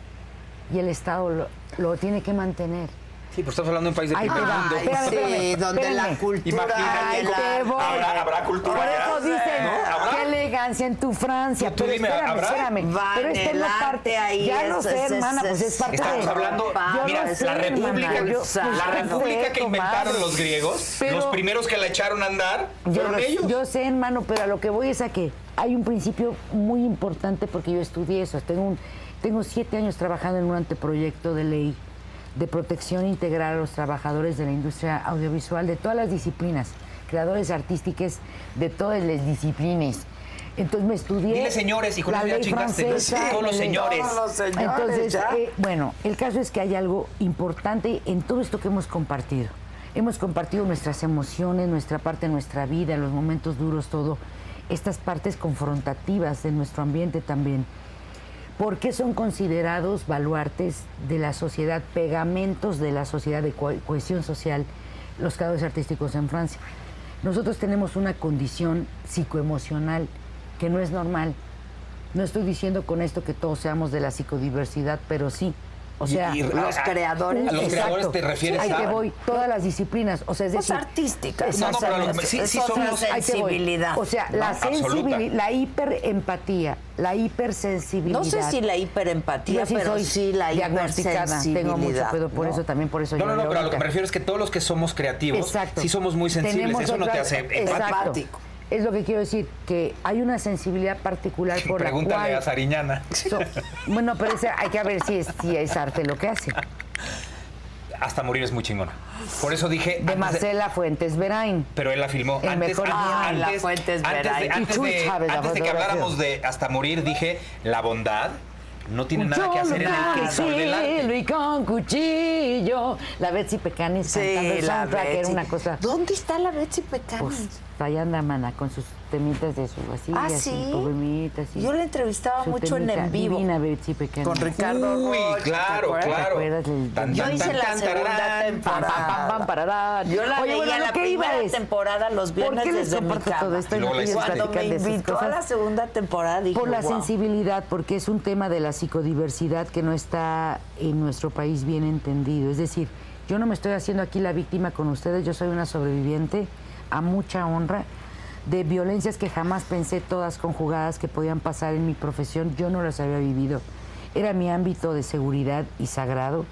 [SPEAKER 4] y el Estado lo- lo tiene que mantener.
[SPEAKER 2] Sí, pues estamos hablando de un país de
[SPEAKER 4] Ay,
[SPEAKER 2] primer
[SPEAKER 4] va.
[SPEAKER 2] mundo.
[SPEAKER 1] Ay,
[SPEAKER 4] espérame,
[SPEAKER 1] sí,
[SPEAKER 4] espérame,
[SPEAKER 1] donde
[SPEAKER 4] espérame.
[SPEAKER 1] la cultura
[SPEAKER 2] Imagínate,
[SPEAKER 1] y
[SPEAKER 4] Ay,
[SPEAKER 1] el
[SPEAKER 4] te
[SPEAKER 1] arte-
[SPEAKER 4] voy.
[SPEAKER 2] Habrá- habrá cultura
[SPEAKER 4] Por
[SPEAKER 2] ya.
[SPEAKER 4] eso dicen,
[SPEAKER 2] ¿No? ¿Habrá?
[SPEAKER 4] qué elegancia en tu Francia.
[SPEAKER 2] Tú- tú
[SPEAKER 4] pero
[SPEAKER 2] dime,
[SPEAKER 4] espérame,
[SPEAKER 2] ¿habrá?
[SPEAKER 4] espérame.
[SPEAKER 1] Van
[SPEAKER 4] pero esta es
[SPEAKER 1] el
[SPEAKER 4] la
[SPEAKER 1] arte
[SPEAKER 4] parte.
[SPEAKER 1] ahí,
[SPEAKER 4] ya lo
[SPEAKER 1] es-
[SPEAKER 4] sé,
[SPEAKER 1] es-
[SPEAKER 4] hermana,
[SPEAKER 1] es-
[SPEAKER 4] pues es parte
[SPEAKER 2] Estamos
[SPEAKER 4] de...
[SPEAKER 2] hablando,
[SPEAKER 1] Yo
[SPEAKER 2] mira,
[SPEAKER 1] lo sé,
[SPEAKER 2] la república,
[SPEAKER 4] hermana, yo-
[SPEAKER 2] la
[SPEAKER 4] yo
[SPEAKER 2] república que
[SPEAKER 4] respeto,
[SPEAKER 2] inventaron
[SPEAKER 4] madre.
[SPEAKER 2] los griegos,
[SPEAKER 4] Pero-
[SPEAKER 2] los primeros que la echaron a andar,
[SPEAKER 4] Yo,
[SPEAKER 2] fueron
[SPEAKER 4] res-
[SPEAKER 2] ellos.
[SPEAKER 4] yo sé, hermano, pero a lo que voy es a que hay un principio muy importante porque yo estudié eso. Tengo, un- tengo siete años trabajando en un anteproyecto de ley de protección integral a los trabajadores de la industria audiovisual de todas las disciplinas, creadores artísticos de todas las disciplinas. Entonces me estudié.
[SPEAKER 2] Dile señores, hijo,
[SPEAKER 4] la
[SPEAKER 2] no, ya
[SPEAKER 4] ley
[SPEAKER 2] chingaste, ¿no?
[SPEAKER 4] francesa,
[SPEAKER 2] Sí, todos los
[SPEAKER 4] la ley-
[SPEAKER 2] señores.
[SPEAKER 1] Todos los señores,
[SPEAKER 4] entonces,
[SPEAKER 1] ya.
[SPEAKER 4] eh, bueno, el caso es que hay algo importante en todo esto que hemos compartido. Hemos compartido nuestras emociones, nuestra parte de nuestra vida, los momentos duros, todo. Estas partes confrontativas de nuestro ambiente también. ¿Por qué son considerados baluartes de la sociedad, pegamentos de la sociedad de co- cohesión social, los creadores artísticos en Francia? Nosotros tenemos una condición psicoemocional que no es normal. No estoy diciendo con esto que todos seamos de la psicodiversidad, pero sí. O
[SPEAKER 2] Y-
[SPEAKER 4] sea,
[SPEAKER 2] y-
[SPEAKER 1] los
[SPEAKER 2] a- a-
[SPEAKER 1] creadores.
[SPEAKER 2] ah, A los
[SPEAKER 4] Exacto.
[SPEAKER 2] creadores te refieres
[SPEAKER 4] Ahí
[SPEAKER 2] a.
[SPEAKER 4] te voy, todas las disciplinas, o sea, es
[SPEAKER 1] Pues
[SPEAKER 4] decir,
[SPEAKER 1] artísticas.
[SPEAKER 2] No, no,
[SPEAKER 1] o sea,
[SPEAKER 2] pero lo que-
[SPEAKER 1] es-
[SPEAKER 2] sí- sí
[SPEAKER 1] es
[SPEAKER 2] somos-
[SPEAKER 1] otra
[SPEAKER 2] Ahí
[SPEAKER 4] Ahí te voy.
[SPEAKER 1] sensibilidad.
[SPEAKER 4] O sea, la
[SPEAKER 6] No, absoluta.
[SPEAKER 4] sensibilidad, la hiperempatía, la hipersensibilidad.
[SPEAKER 1] No sé si la hiperempatía,
[SPEAKER 4] Yo sí
[SPEAKER 1] pero
[SPEAKER 4] soy
[SPEAKER 1] sí la
[SPEAKER 4] diagnosticada, tengo mucho
[SPEAKER 1] hipersensibilidad.
[SPEAKER 4] pedo por
[SPEAKER 1] ¿no?
[SPEAKER 4] eso también por eso
[SPEAKER 2] No,
[SPEAKER 4] yo
[SPEAKER 2] no, no,
[SPEAKER 4] lloro
[SPEAKER 2] pero a lo
[SPEAKER 4] ahorita.
[SPEAKER 2] que me refiero es que todos los que somos creativos,
[SPEAKER 4] Exacto.
[SPEAKER 2] sí somos muy sensibles.
[SPEAKER 4] Tenemos
[SPEAKER 2] Eso no
[SPEAKER 4] otra-
[SPEAKER 2] te hace empático.
[SPEAKER 4] Exacto.
[SPEAKER 1] empático.
[SPEAKER 4] Es lo que quiero decir, que hay una sensibilidad particular por la
[SPEAKER 2] Pregúntale
[SPEAKER 4] cual...
[SPEAKER 2] a Sariñana.
[SPEAKER 4] So- bueno, pero ese- hay que ver si es, si es arte lo que hace.
[SPEAKER 2] Hasta morir es muy chingona. Por eso dije. antes
[SPEAKER 4] De Marcela Fuentes Verain.
[SPEAKER 2] Pero él la filmó.
[SPEAKER 4] El
[SPEAKER 2] antes,
[SPEAKER 4] mejor
[SPEAKER 2] an-
[SPEAKER 4] guión.
[SPEAKER 1] Ah, la
[SPEAKER 2] antes-
[SPEAKER 1] Fuentes
[SPEAKER 2] antes de-
[SPEAKER 1] Veray.
[SPEAKER 2] antes
[SPEAKER 4] Y Chuy
[SPEAKER 2] de-
[SPEAKER 4] Chávez, la
[SPEAKER 2] antes de que
[SPEAKER 4] fotografía.
[SPEAKER 2] habláramos de hasta morir, dije la bondad no tiene nada que hacer en el
[SPEAKER 4] lo que
[SPEAKER 2] interior del
[SPEAKER 4] sí,
[SPEAKER 2] arte.
[SPEAKER 4] Luis con cuchillo. La Betsy Pecanis cantando
[SPEAKER 1] Sí,
[SPEAKER 4] el
[SPEAKER 1] la
[SPEAKER 4] soundtrack, era
[SPEAKER 1] Betsy.
[SPEAKER 4] una cosa...
[SPEAKER 1] ¿Dónde está la Betsy Pecanis?
[SPEAKER 4] Pues allá anda, mana, con sus temitas de su así,
[SPEAKER 1] ah,
[SPEAKER 4] así,
[SPEAKER 1] sí.
[SPEAKER 4] pobremitas, así.
[SPEAKER 1] Yo la entrevistaba
[SPEAKER 4] Su
[SPEAKER 1] mucho en
[SPEAKER 4] temita
[SPEAKER 1] en vivo.
[SPEAKER 4] Divina, Betsy Pecanis.
[SPEAKER 1] Con Ricardo
[SPEAKER 2] Uy,
[SPEAKER 1] Rocha, ¿te
[SPEAKER 2] claro,
[SPEAKER 1] acuerdas?
[SPEAKER 2] claro.
[SPEAKER 4] acuerdas del-
[SPEAKER 2] Tan,
[SPEAKER 1] Yo
[SPEAKER 2] tan,
[SPEAKER 1] hice
[SPEAKER 2] tan,
[SPEAKER 1] la
[SPEAKER 2] tan,
[SPEAKER 1] segunda
[SPEAKER 2] tararán.
[SPEAKER 1] temporada.
[SPEAKER 4] Pam, pam, pam, pararán.
[SPEAKER 1] Yo la
[SPEAKER 4] Oye,
[SPEAKER 1] veía
[SPEAKER 4] bueno,
[SPEAKER 1] la
[SPEAKER 4] ¿lo que iba
[SPEAKER 1] primera
[SPEAKER 4] es?
[SPEAKER 1] temporada los
[SPEAKER 4] ¿Por qué
[SPEAKER 1] viernes
[SPEAKER 4] les
[SPEAKER 1] desde mi
[SPEAKER 4] comparto
[SPEAKER 1] cama.
[SPEAKER 4] todo esto y
[SPEAKER 2] Luego
[SPEAKER 4] no
[SPEAKER 2] la
[SPEAKER 4] ellos
[SPEAKER 2] historia.
[SPEAKER 1] Cuando me
[SPEAKER 4] platican de sus
[SPEAKER 1] invitó a
[SPEAKER 4] cosas?
[SPEAKER 1] la segunda temporada dije,
[SPEAKER 4] Por la
[SPEAKER 1] "Guau". pues
[SPEAKER 4] sensibilidad, porque es un tema de la psicodiversidad que no está en nuestro país bien entendido. Es decir, yo no me estoy haciendo aquí la víctima con ustedes, yo soy una sobreviviente a mucha honra de violencias que jamás pensé todas conjugadas que podían pasar en mi profesión, yo no las había vivido. Era mi ámbito de seguridad y sagrado,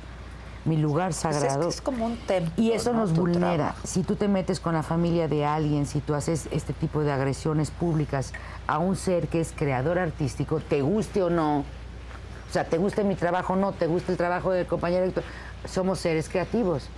[SPEAKER 4] mi lugar
[SPEAKER 1] Pues
[SPEAKER 4] sagrado.
[SPEAKER 1] es, que es como un templo.
[SPEAKER 4] Y eso
[SPEAKER 1] ¿no?
[SPEAKER 4] nos
[SPEAKER 1] Tu
[SPEAKER 4] vulnera.
[SPEAKER 1] trabajo.
[SPEAKER 4] Si tú te metes con la familia de alguien, si tú haces este tipo de agresiones públicas a un ser que es creador artístico, te guste o no, o sea, te guste mi trabajo o no, te guste el trabajo del compañero Héctor, somos seres creativos.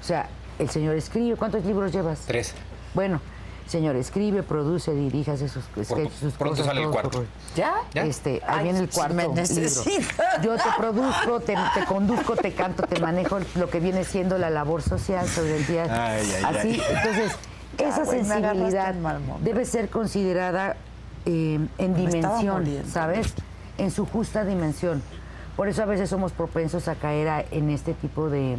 [SPEAKER 4] O sea, el señor escribe, ¿cuántos libros llevas?
[SPEAKER 2] Tres.
[SPEAKER 4] Bueno, el señor escribe, produce, dirige, hace sus, escribe sus
[SPEAKER 2] pronto
[SPEAKER 4] cosas.
[SPEAKER 2] sale el
[SPEAKER 4] todo, pues.
[SPEAKER 2] cuarto.
[SPEAKER 4] todo.
[SPEAKER 1] ¿Ya?
[SPEAKER 2] ¿Ya?
[SPEAKER 4] Este, ahí
[SPEAKER 1] Ay,
[SPEAKER 4] viene el
[SPEAKER 1] si
[SPEAKER 4] cuarto
[SPEAKER 1] me
[SPEAKER 4] libro.
[SPEAKER 1] necesitas.
[SPEAKER 4] Yo te produzco, te, te conduzco, te canto, te manejo lo que viene siendo la labor social sobre el día.
[SPEAKER 2] Ay, ay,
[SPEAKER 4] Así,
[SPEAKER 2] ay.
[SPEAKER 4] entonces, esa
[SPEAKER 1] güey, me agarraste
[SPEAKER 4] sensibilidad
[SPEAKER 1] en mal momento.
[SPEAKER 4] debe ser considerada eh, en
[SPEAKER 1] estaba
[SPEAKER 4] dimensión,
[SPEAKER 1] muriendo.
[SPEAKER 4] ¿sabes? En su justa dimensión. Por eso a veces somos propensos a caer a- en este tipo de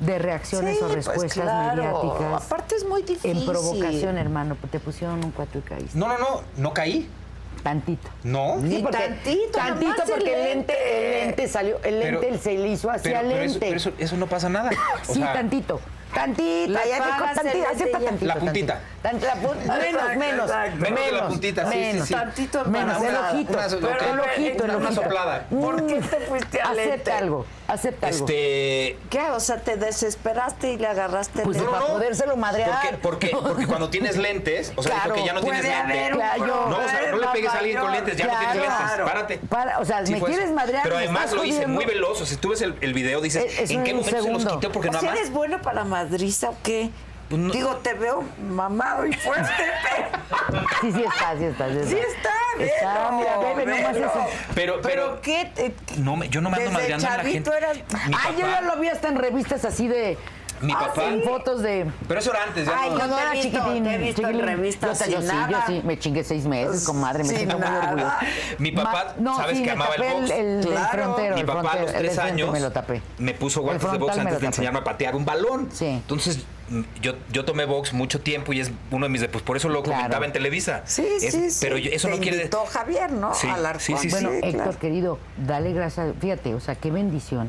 [SPEAKER 4] de reacciones
[SPEAKER 1] Sí,
[SPEAKER 4] o
[SPEAKER 1] pues,
[SPEAKER 4] respuestas
[SPEAKER 1] claro.
[SPEAKER 4] mediáticas.
[SPEAKER 1] Aparte es muy difícil.
[SPEAKER 4] En provocación, hermano, te pusieron un cuatro y caíste.
[SPEAKER 2] No, no, no, no caí.
[SPEAKER 4] Tantito.
[SPEAKER 2] No.
[SPEAKER 1] Ni tantito,
[SPEAKER 4] Tantito
[SPEAKER 1] nomás
[SPEAKER 4] porque
[SPEAKER 1] el
[SPEAKER 4] el lente, el lente salió, el
[SPEAKER 2] Pero-
[SPEAKER 4] lente se le hizo
[SPEAKER 2] Pero,
[SPEAKER 4] hacia el
[SPEAKER 2] pero
[SPEAKER 4] lente.
[SPEAKER 2] eso, pero eso, eso no pasa nada. O
[SPEAKER 4] sí,
[SPEAKER 2] sea,
[SPEAKER 4] tantito. Tantito,
[SPEAKER 1] La
[SPEAKER 4] ya te-
[SPEAKER 1] pagas,
[SPEAKER 4] tantito,
[SPEAKER 1] el lente
[SPEAKER 4] acepta
[SPEAKER 1] ya.
[SPEAKER 4] tantito.
[SPEAKER 2] La
[SPEAKER 4] tantito.
[SPEAKER 2] puntita.
[SPEAKER 4] Tan- la pun- menos,
[SPEAKER 1] Exacto,
[SPEAKER 4] menos.
[SPEAKER 1] exacto.
[SPEAKER 2] Menos la puntita, sí, sí,
[SPEAKER 4] menos.
[SPEAKER 2] sí.
[SPEAKER 1] Tantito
[SPEAKER 4] Menos, el
[SPEAKER 1] embarazada.
[SPEAKER 4] ojito.
[SPEAKER 2] Una- ok.
[SPEAKER 4] el ojito, el
[SPEAKER 2] Una
[SPEAKER 4] ojito. Mm,
[SPEAKER 2] soplada.
[SPEAKER 1] ¿Por qué te fuiste al lente?
[SPEAKER 4] Acepta algo, acepta algo.
[SPEAKER 2] Este.
[SPEAKER 1] ¿Qué? O sea, te desesperaste y le agarraste
[SPEAKER 4] Pues
[SPEAKER 1] el
[SPEAKER 4] no,
[SPEAKER 1] dedo.
[SPEAKER 4] para podérselo madrear.
[SPEAKER 2] Porque, porque, porque cuando tienes lentes, o sea,
[SPEAKER 4] Claro,
[SPEAKER 2] dijo que ya no tienes
[SPEAKER 1] puede
[SPEAKER 2] lente.
[SPEAKER 1] haber un
[SPEAKER 4] Claro.
[SPEAKER 2] no, o sea, no le pegues a alguien con lentes, ya no tienes
[SPEAKER 4] Claro.
[SPEAKER 2] lentes. Párate.
[SPEAKER 4] Para- o sea, me
[SPEAKER 2] fue
[SPEAKER 4] quieres
[SPEAKER 2] eso.
[SPEAKER 4] madrear,
[SPEAKER 2] Pero
[SPEAKER 4] me
[SPEAKER 2] además
[SPEAKER 4] estás
[SPEAKER 2] lo hice
[SPEAKER 4] jodiendo.
[SPEAKER 2] muy veloz. O sea, si tú ves el, el video, dices,
[SPEAKER 4] Es- es
[SPEAKER 2] ¿en qué
[SPEAKER 4] un
[SPEAKER 2] momento se los
[SPEAKER 4] segundo.
[SPEAKER 2] quité? Porque
[SPEAKER 1] O
[SPEAKER 2] nada
[SPEAKER 1] sea,
[SPEAKER 2] más.
[SPEAKER 1] ¿eres bueno para la madriza o qué?
[SPEAKER 2] Pues no-
[SPEAKER 1] Digo, te veo mamado y fuerte, pero...
[SPEAKER 4] Sí, sí está, sí está. Sí está,
[SPEAKER 1] Sí está,
[SPEAKER 4] Está,
[SPEAKER 1] velo,
[SPEAKER 4] mira, bebe, nomás
[SPEAKER 1] velo.
[SPEAKER 4] eso.
[SPEAKER 2] Pero- pero-
[SPEAKER 1] ¿qué? te-
[SPEAKER 2] No, me- yo no me ando
[SPEAKER 1] Desde
[SPEAKER 2] madreando a la
[SPEAKER 1] chavito
[SPEAKER 2] gente.
[SPEAKER 1] eras-
[SPEAKER 2] Mi
[SPEAKER 4] Ah, yo
[SPEAKER 2] papá-
[SPEAKER 4] ya lo vi hasta en revistas así de...
[SPEAKER 2] Mi
[SPEAKER 4] Ah,
[SPEAKER 2] papá-
[SPEAKER 4] En fotos de...
[SPEAKER 2] Pero eso era antes, ya
[SPEAKER 1] Ay,
[SPEAKER 2] no.
[SPEAKER 1] no,
[SPEAKER 4] Cuando
[SPEAKER 1] te he
[SPEAKER 4] era
[SPEAKER 1] visto,
[SPEAKER 4] chiquitín,
[SPEAKER 1] te he visto en
[SPEAKER 4] chiquitín.
[SPEAKER 1] revistas
[SPEAKER 4] Yo, sí, yo
[SPEAKER 1] sin
[SPEAKER 4] sí,
[SPEAKER 1] nada.
[SPEAKER 4] yo sí, me chingué seis meses, comadre, me
[SPEAKER 1] Sin
[SPEAKER 4] siento muy
[SPEAKER 1] nada.
[SPEAKER 4] orgullosa.
[SPEAKER 2] Mi papá,
[SPEAKER 4] no,
[SPEAKER 2] ¿sabes
[SPEAKER 4] sí,
[SPEAKER 2] que
[SPEAKER 4] me
[SPEAKER 2] amaba el
[SPEAKER 4] tapé
[SPEAKER 2] box?
[SPEAKER 4] El, el
[SPEAKER 1] Claro.
[SPEAKER 4] frontero,
[SPEAKER 2] Mi
[SPEAKER 4] el
[SPEAKER 2] papá a
[SPEAKER 4] frontero,
[SPEAKER 2] los
[SPEAKER 4] el
[SPEAKER 2] tres
[SPEAKER 4] frente
[SPEAKER 2] años
[SPEAKER 4] me lo tapé.
[SPEAKER 2] me puso
[SPEAKER 4] El
[SPEAKER 2] guantes de
[SPEAKER 4] frontal
[SPEAKER 2] box
[SPEAKER 4] me lo
[SPEAKER 2] antes de
[SPEAKER 4] tapé.
[SPEAKER 2] enseñarme a patear un balón.
[SPEAKER 4] Sí.
[SPEAKER 2] Entonces, mm, yo, yo tomé box mucho tiempo y es uno de mis... de- Pues por eso lo
[SPEAKER 4] Claro.
[SPEAKER 2] comentaba en Televisa.
[SPEAKER 1] Sí,
[SPEAKER 2] Es-
[SPEAKER 1] sí, sí.
[SPEAKER 2] Pero yo- eso
[SPEAKER 1] Te
[SPEAKER 2] no quiere... de-
[SPEAKER 1] invitó Javier, ¿no?
[SPEAKER 2] Sí,
[SPEAKER 1] Alarcón.
[SPEAKER 2] sí, sí, sí.
[SPEAKER 4] Bueno, Héctor,
[SPEAKER 1] claro.
[SPEAKER 4] querido, dale gracias. a- Fíjate, o sea, qué bendición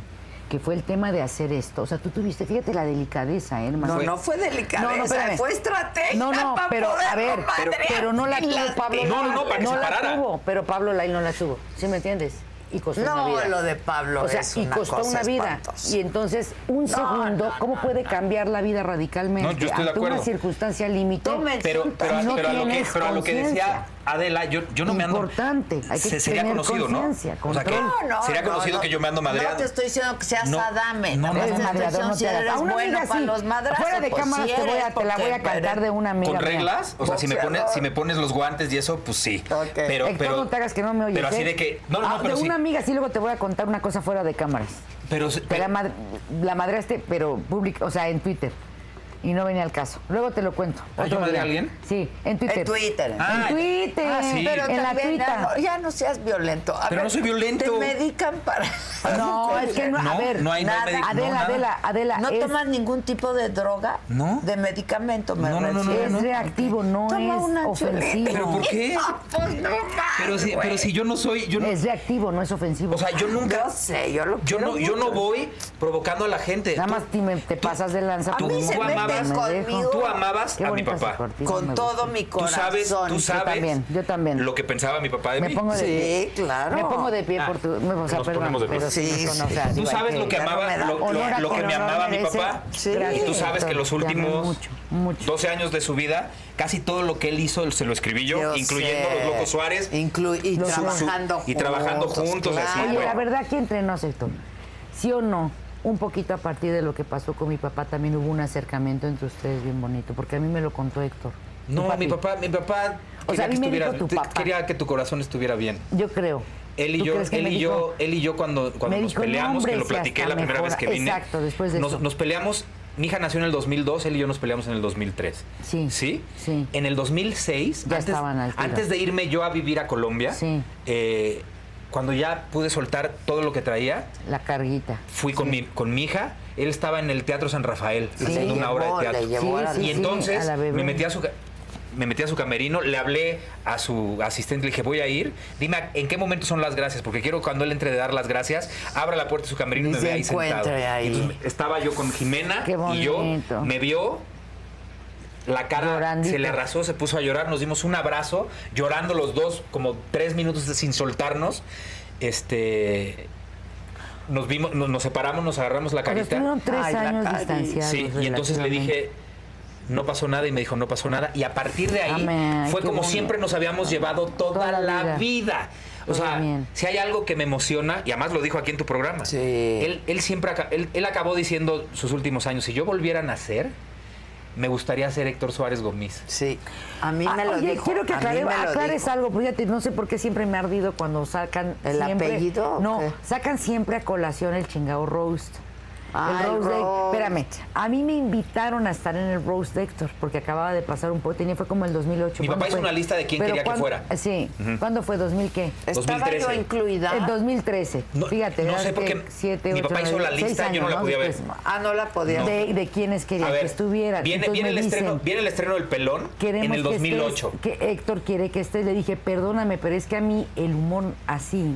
[SPEAKER 4] que fue el tema de hacer esto. O sea, tú tuviste, fíjate la delicadeza, ¿eh, hermano.
[SPEAKER 1] No, no fue delicadeza,
[SPEAKER 4] espérame.
[SPEAKER 1] fue estrategia
[SPEAKER 4] No, no,
[SPEAKER 1] para
[SPEAKER 4] pero
[SPEAKER 1] poder
[SPEAKER 4] a ver, pero,
[SPEAKER 1] madrearte
[SPEAKER 4] pero no la
[SPEAKER 1] en
[SPEAKER 4] tuvo
[SPEAKER 1] las
[SPEAKER 4] Pablo.
[SPEAKER 2] No, no, no, para que se
[SPEAKER 4] la
[SPEAKER 2] parara.
[SPEAKER 4] tuvo, pero Pablo Lai no la tuvo. ¿Sí me entiendes? Y costó
[SPEAKER 1] No,
[SPEAKER 4] una vida.
[SPEAKER 1] lo de Pablo
[SPEAKER 4] O sea,
[SPEAKER 1] es
[SPEAKER 4] y
[SPEAKER 1] una
[SPEAKER 4] costó
[SPEAKER 1] cosa
[SPEAKER 4] una vida.
[SPEAKER 1] espantosa.
[SPEAKER 4] Y entonces, un segundo, ¿cómo puede cambiar la vida radicalmente?
[SPEAKER 2] No, yo estoy de
[SPEAKER 4] Ante
[SPEAKER 2] acuerdo.
[SPEAKER 4] una circunstancia límite.
[SPEAKER 1] Toma el
[SPEAKER 2] Pero, pero,
[SPEAKER 4] Si no
[SPEAKER 2] pero a lo que,
[SPEAKER 4] tienes
[SPEAKER 2] pero a lo que decía
[SPEAKER 4] conciencia.
[SPEAKER 2] Adela, yo, yo no me ando...
[SPEAKER 4] Importante, hay que
[SPEAKER 2] se- sería
[SPEAKER 4] tener
[SPEAKER 2] conocido, ¿no? O sea,
[SPEAKER 4] conciencia,
[SPEAKER 2] que
[SPEAKER 4] control.
[SPEAKER 1] No, no,
[SPEAKER 2] sería
[SPEAKER 1] no,
[SPEAKER 2] conocido
[SPEAKER 1] no.
[SPEAKER 2] que yo me ando madreando.
[SPEAKER 1] No te estoy diciendo que seas
[SPEAKER 2] No.
[SPEAKER 1] Adame.
[SPEAKER 2] No,
[SPEAKER 1] No,
[SPEAKER 2] no,
[SPEAKER 1] no,
[SPEAKER 4] Eres
[SPEAKER 2] no.
[SPEAKER 4] madreador, no
[SPEAKER 1] Si
[SPEAKER 4] te hagas.
[SPEAKER 1] eres
[SPEAKER 4] A una
[SPEAKER 1] bueno
[SPEAKER 4] amiga
[SPEAKER 1] para
[SPEAKER 4] sí.
[SPEAKER 1] los madrazos.
[SPEAKER 4] Fuera de
[SPEAKER 1] pues
[SPEAKER 4] cámara
[SPEAKER 1] sí
[SPEAKER 4] te voy
[SPEAKER 1] eres,
[SPEAKER 4] a- te la voy a
[SPEAKER 1] porque-
[SPEAKER 4] cantar de una amiga
[SPEAKER 2] ¿Con
[SPEAKER 4] mía.
[SPEAKER 2] reglas? O sea, si me, pones,
[SPEAKER 1] Boxeador.
[SPEAKER 2] si me pones los guantes y eso, pues sí.
[SPEAKER 1] Ok.
[SPEAKER 2] Pero,
[SPEAKER 4] Héctor,
[SPEAKER 2] pero,
[SPEAKER 4] no te hagas que no me oyes.
[SPEAKER 2] Pero así
[SPEAKER 4] ¿eh?
[SPEAKER 2] de que... No, no,
[SPEAKER 4] Ah,
[SPEAKER 2] no, pero
[SPEAKER 4] de
[SPEAKER 2] sí.
[SPEAKER 4] una amiga sí luego te voy a contar una cosa fuera de cámaras.
[SPEAKER 2] Pero,
[SPEAKER 4] Te la,
[SPEAKER 2] pero-
[SPEAKER 4] mad- la madreaste, pero pública, o sea, en Twitter. y no venía al caso. Luego te lo cuento.
[SPEAKER 2] Ah, ¿yo
[SPEAKER 4] otro
[SPEAKER 2] madré
[SPEAKER 4] día.
[SPEAKER 2] a alguien?
[SPEAKER 4] Sí, en Twitter.
[SPEAKER 1] En Twitter.
[SPEAKER 2] Ah,
[SPEAKER 4] en Twitter.
[SPEAKER 2] ah, sí.
[SPEAKER 1] Pero
[SPEAKER 4] en la
[SPEAKER 1] también,
[SPEAKER 4] tuita.
[SPEAKER 1] no, ya no seas violento. A
[SPEAKER 2] Pero no soy violento.
[SPEAKER 1] Te medican para.
[SPEAKER 4] No, es que no, a
[SPEAKER 2] No,
[SPEAKER 4] ver,
[SPEAKER 2] no hay- no hay
[SPEAKER 4] nada.
[SPEAKER 2] medic- no,
[SPEAKER 4] Adela,
[SPEAKER 2] nada.
[SPEAKER 4] Adela, Adela,
[SPEAKER 1] ¿No
[SPEAKER 4] es,
[SPEAKER 1] tomas ningún tipo de droga?
[SPEAKER 2] No.
[SPEAKER 1] De medicamento, me
[SPEAKER 2] No, no, no, no,
[SPEAKER 1] refiero.
[SPEAKER 4] es
[SPEAKER 2] no.
[SPEAKER 4] reactivo, no
[SPEAKER 1] Toma
[SPEAKER 4] es
[SPEAKER 1] una
[SPEAKER 4] ofensivo.
[SPEAKER 1] chuleta.
[SPEAKER 2] ¿Pero por qué?
[SPEAKER 1] Pues no mames,
[SPEAKER 2] Pero si,
[SPEAKER 1] güey.
[SPEAKER 2] pero si yo no soy. Yo no-
[SPEAKER 4] Es reactivo, no es ofensivo.
[SPEAKER 2] o sea, yo nunca.
[SPEAKER 1] Yo sé, yo lo
[SPEAKER 2] Yo
[SPEAKER 1] quiero
[SPEAKER 2] no, yo no
[SPEAKER 1] mucho.
[SPEAKER 2] voy provocando a la gente.
[SPEAKER 4] Nada
[SPEAKER 2] Tú-
[SPEAKER 4] más te, me- te
[SPEAKER 2] tú-
[SPEAKER 4] pasas de lanza.
[SPEAKER 2] A
[SPEAKER 4] por
[SPEAKER 2] mí
[SPEAKER 4] un
[SPEAKER 2] se
[SPEAKER 4] momento,
[SPEAKER 2] meten
[SPEAKER 4] me dejo.
[SPEAKER 1] conmigo.
[SPEAKER 2] Tú amabas
[SPEAKER 4] Qué
[SPEAKER 2] a mi
[SPEAKER 4] bonito ese
[SPEAKER 2] papá.
[SPEAKER 4] cortijo,
[SPEAKER 1] Con
[SPEAKER 4] me
[SPEAKER 1] todo
[SPEAKER 4] gusta.
[SPEAKER 1] mi
[SPEAKER 2] Tú
[SPEAKER 1] corazón.
[SPEAKER 2] sabes, tú sabes.
[SPEAKER 4] también, yo también.
[SPEAKER 2] Lo que pensaba mi papá de
[SPEAKER 4] Me
[SPEAKER 2] mí.
[SPEAKER 4] pongo de pie.
[SPEAKER 1] Sí, claro.
[SPEAKER 4] Me pongo de pie
[SPEAKER 2] Ah,
[SPEAKER 4] por tu. me- O sea,
[SPEAKER 2] nos
[SPEAKER 4] perdón,
[SPEAKER 2] ponemos de pie.
[SPEAKER 4] pero sí,
[SPEAKER 1] Sí,
[SPEAKER 4] nos
[SPEAKER 1] sí.
[SPEAKER 4] conoce,
[SPEAKER 2] Tú
[SPEAKER 4] digo, hay
[SPEAKER 2] sabes lo que
[SPEAKER 1] ya no
[SPEAKER 2] amaba,
[SPEAKER 1] me da
[SPEAKER 2] lo, lo-
[SPEAKER 4] honor a
[SPEAKER 2] lo que
[SPEAKER 4] quien
[SPEAKER 2] me
[SPEAKER 4] honor
[SPEAKER 2] amaba mi
[SPEAKER 4] merece.
[SPEAKER 2] papá.
[SPEAKER 4] Sí.
[SPEAKER 2] Y tú sabes que los
[SPEAKER 4] Te amé
[SPEAKER 2] últimos
[SPEAKER 4] mucho, mucho.
[SPEAKER 2] 12 aos de su vida, casi todo lo que él hizo se lo escribí yo,
[SPEAKER 1] Yo
[SPEAKER 2] incluyendo
[SPEAKER 1] sé.
[SPEAKER 2] los Locos Suárez.
[SPEAKER 1] Inclu- y,
[SPEAKER 4] Los-
[SPEAKER 1] trabajando
[SPEAKER 2] y trabajando juntos, así,
[SPEAKER 1] claro.
[SPEAKER 4] Oye,
[SPEAKER 2] güey.
[SPEAKER 4] la verdad que entre nos, Héctor, sí o no, un poquito a partir de lo que pasó con mi papá, también hubo un acercamiento entre ustedes bien bonito, porque a mí me lo contó Héctor. tu
[SPEAKER 2] No,
[SPEAKER 4] papi.
[SPEAKER 2] mi papá, mi papá
[SPEAKER 4] O sea,
[SPEAKER 2] quería,
[SPEAKER 4] a
[SPEAKER 2] que
[SPEAKER 4] mí me
[SPEAKER 2] estuviera-
[SPEAKER 4] dijo tu
[SPEAKER 2] te-
[SPEAKER 4] papá.
[SPEAKER 2] quería que tu corazón estuviera bien.
[SPEAKER 4] Yo creo.
[SPEAKER 2] Él y
[SPEAKER 4] ¿Tú
[SPEAKER 2] yo,
[SPEAKER 4] crees que
[SPEAKER 2] él
[SPEAKER 4] me
[SPEAKER 2] y
[SPEAKER 4] dijo?
[SPEAKER 2] yo, él y yo cuando, cuando
[SPEAKER 4] Me
[SPEAKER 2] nos
[SPEAKER 4] dijo, no,
[SPEAKER 2] peleamos,
[SPEAKER 4] hombre,
[SPEAKER 2] que lo
[SPEAKER 4] si
[SPEAKER 2] platiqué
[SPEAKER 4] hasta
[SPEAKER 2] la primera
[SPEAKER 4] mejora.
[SPEAKER 2] vez que vine.
[SPEAKER 4] Exacto, después de
[SPEAKER 2] nos,
[SPEAKER 4] esto.
[SPEAKER 2] nos peleamos, mi hija nació en el 2002, él y yo nos peleamos en el 2003.
[SPEAKER 4] Sí,
[SPEAKER 2] ¿Sí?
[SPEAKER 4] sí.
[SPEAKER 2] En el 2006,
[SPEAKER 4] Ya
[SPEAKER 2] antes,
[SPEAKER 4] estaban al tiro.
[SPEAKER 2] antes de irme yo a vivir a Colombia,
[SPEAKER 4] Sí.
[SPEAKER 2] eh, cuando ya pude soltar todo lo que traía,
[SPEAKER 4] La carguita.
[SPEAKER 2] fui con, mi, con mi hija, él estaba en el Teatro San Rafael
[SPEAKER 4] Sí.
[SPEAKER 2] haciendo una obra de
[SPEAKER 1] Llevó, le
[SPEAKER 2] teatro.
[SPEAKER 1] llevó a la-
[SPEAKER 4] Sí,
[SPEAKER 2] y entonces
[SPEAKER 4] a la bebé.
[SPEAKER 2] me metí a su ca- me metí a su camerino, le hablé a su asistente, le dije, voy a ir, dime a- en qué momento son las gracias, porque quiero cuando él entre de dar las gracias, abra la puerta de su camerino y
[SPEAKER 1] Y
[SPEAKER 2] me
[SPEAKER 1] se
[SPEAKER 2] vea ahí sentado.
[SPEAKER 1] encuentre ahí.
[SPEAKER 2] Y entonces estaba yo con Jimena
[SPEAKER 4] Qué
[SPEAKER 2] y yo
[SPEAKER 4] bonito.
[SPEAKER 2] me vio, la cara
[SPEAKER 4] Llorandito.
[SPEAKER 2] se le arrasó, se puso a llorar, nos dimos un abrazo, llorando los dos como tres minutos de- sin soltarnos. Este nos vimos, nos, nos separamos, nos agarramos la
[SPEAKER 4] Pero
[SPEAKER 2] carita.
[SPEAKER 4] estuvieron tres
[SPEAKER 1] Ay, la
[SPEAKER 4] años
[SPEAKER 1] Cari.
[SPEAKER 4] distanciados.
[SPEAKER 2] Sí, y entonces le
[SPEAKER 4] relativamente.
[SPEAKER 2] dije, no pasó nada, y me dijo, no pasó nada. Y a partir de ahí
[SPEAKER 4] Amén, ay,
[SPEAKER 2] fue
[SPEAKER 4] qué
[SPEAKER 2] como
[SPEAKER 4] bonito.
[SPEAKER 2] siempre nos habíamos llevado toda,
[SPEAKER 4] Toda la
[SPEAKER 2] la
[SPEAKER 4] vida.
[SPEAKER 2] vida. O
[SPEAKER 4] Todo
[SPEAKER 2] sea,
[SPEAKER 4] bien.
[SPEAKER 2] si hay algo que me emociona, y además lo dijo aquí en tu programa,
[SPEAKER 1] Sí.
[SPEAKER 2] él, él siempre aca- él, él acabó diciendo sus últimos años, si yo volviera a nacer, me gustaría ser Héctor Suárez Gómez.
[SPEAKER 1] Sí. A mí
[SPEAKER 4] Ah,
[SPEAKER 1] me lo
[SPEAKER 4] oye,
[SPEAKER 1] dijo,
[SPEAKER 4] quiero que
[SPEAKER 1] a mí
[SPEAKER 4] aclare-
[SPEAKER 1] me lo
[SPEAKER 4] aclares
[SPEAKER 1] dijo.
[SPEAKER 4] algo, porque ya te- no sé por qué siempre me ha ardido cuando sacan
[SPEAKER 1] ¿El
[SPEAKER 4] siempre-
[SPEAKER 1] apellido o
[SPEAKER 4] No,
[SPEAKER 1] qué?
[SPEAKER 4] sacan siempre a colación el chingado roast.
[SPEAKER 1] Ah, el
[SPEAKER 4] de-
[SPEAKER 1] roast.
[SPEAKER 4] Espérame, a mí me invitaron a estar en el roast de Héctor, porque acababa de pasar un poco, tenía, fue como el 2008.
[SPEAKER 2] Mi
[SPEAKER 4] ¿cuándo
[SPEAKER 2] papá hizo
[SPEAKER 4] fue?
[SPEAKER 2] una lista de quién quería que
[SPEAKER 4] ¿cuándo- Eh,
[SPEAKER 2] fuera?
[SPEAKER 4] Sí, ¿cuándo fue? ¿2000 qué?
[SPEAKER 1] Estaba
[SPEAKER 2] 2013.
[SPEAKER 1] yo incluida.
[SPEAKER 4] En 2013,
[SPEAKER 2] No-
[SPEAKER 4] fíjate.
[SPEAKER 2] no
[SPEAKER 4] ¿verdad?
[SPEAKER 2] sé por
[SPEAKER 4] Que
[SPEAKER 2] qué
[SPEAKER 4] siete,
[SPEAKER 2] mi
[SPEAKER 4] ocho,
[SPEAKER 2] papá hizo
[SPEAKER 4] nueve,
[SPEAKER 2] la
[SPEAKER 4] seis
[SPEAKER 2] lista, yo
[SPEAKER 4] años,
[SPEAKER 2] no la podía ver.
[SPEAKER 4] Después,
[SPEAKER 1] Ah, no la podía.
[SPEAKER 4] de, de quienes querían
[SPEAKER 2] A
[SPEAKER 4] que
[SPEAKER 2] ver,
[SPEAKER 4] estuvieran.
[SPEAKER 2] viene,
[SPEAKER 4] Entonces
[SPEAKER 2] viene
[SPEAKER 4] me
[SPEAKER 2] el estreno,
[SPEAKER 4] dicen,
[SPEAKER 2] viene el estreno del pelón en el
[SPEAKER 4] Queremos que
[SPEAKER 2] 2008.
[SPEAKER 4] estés- que Héctor quiere que estés. Le dije, perdóname, pero es que a mí el humor así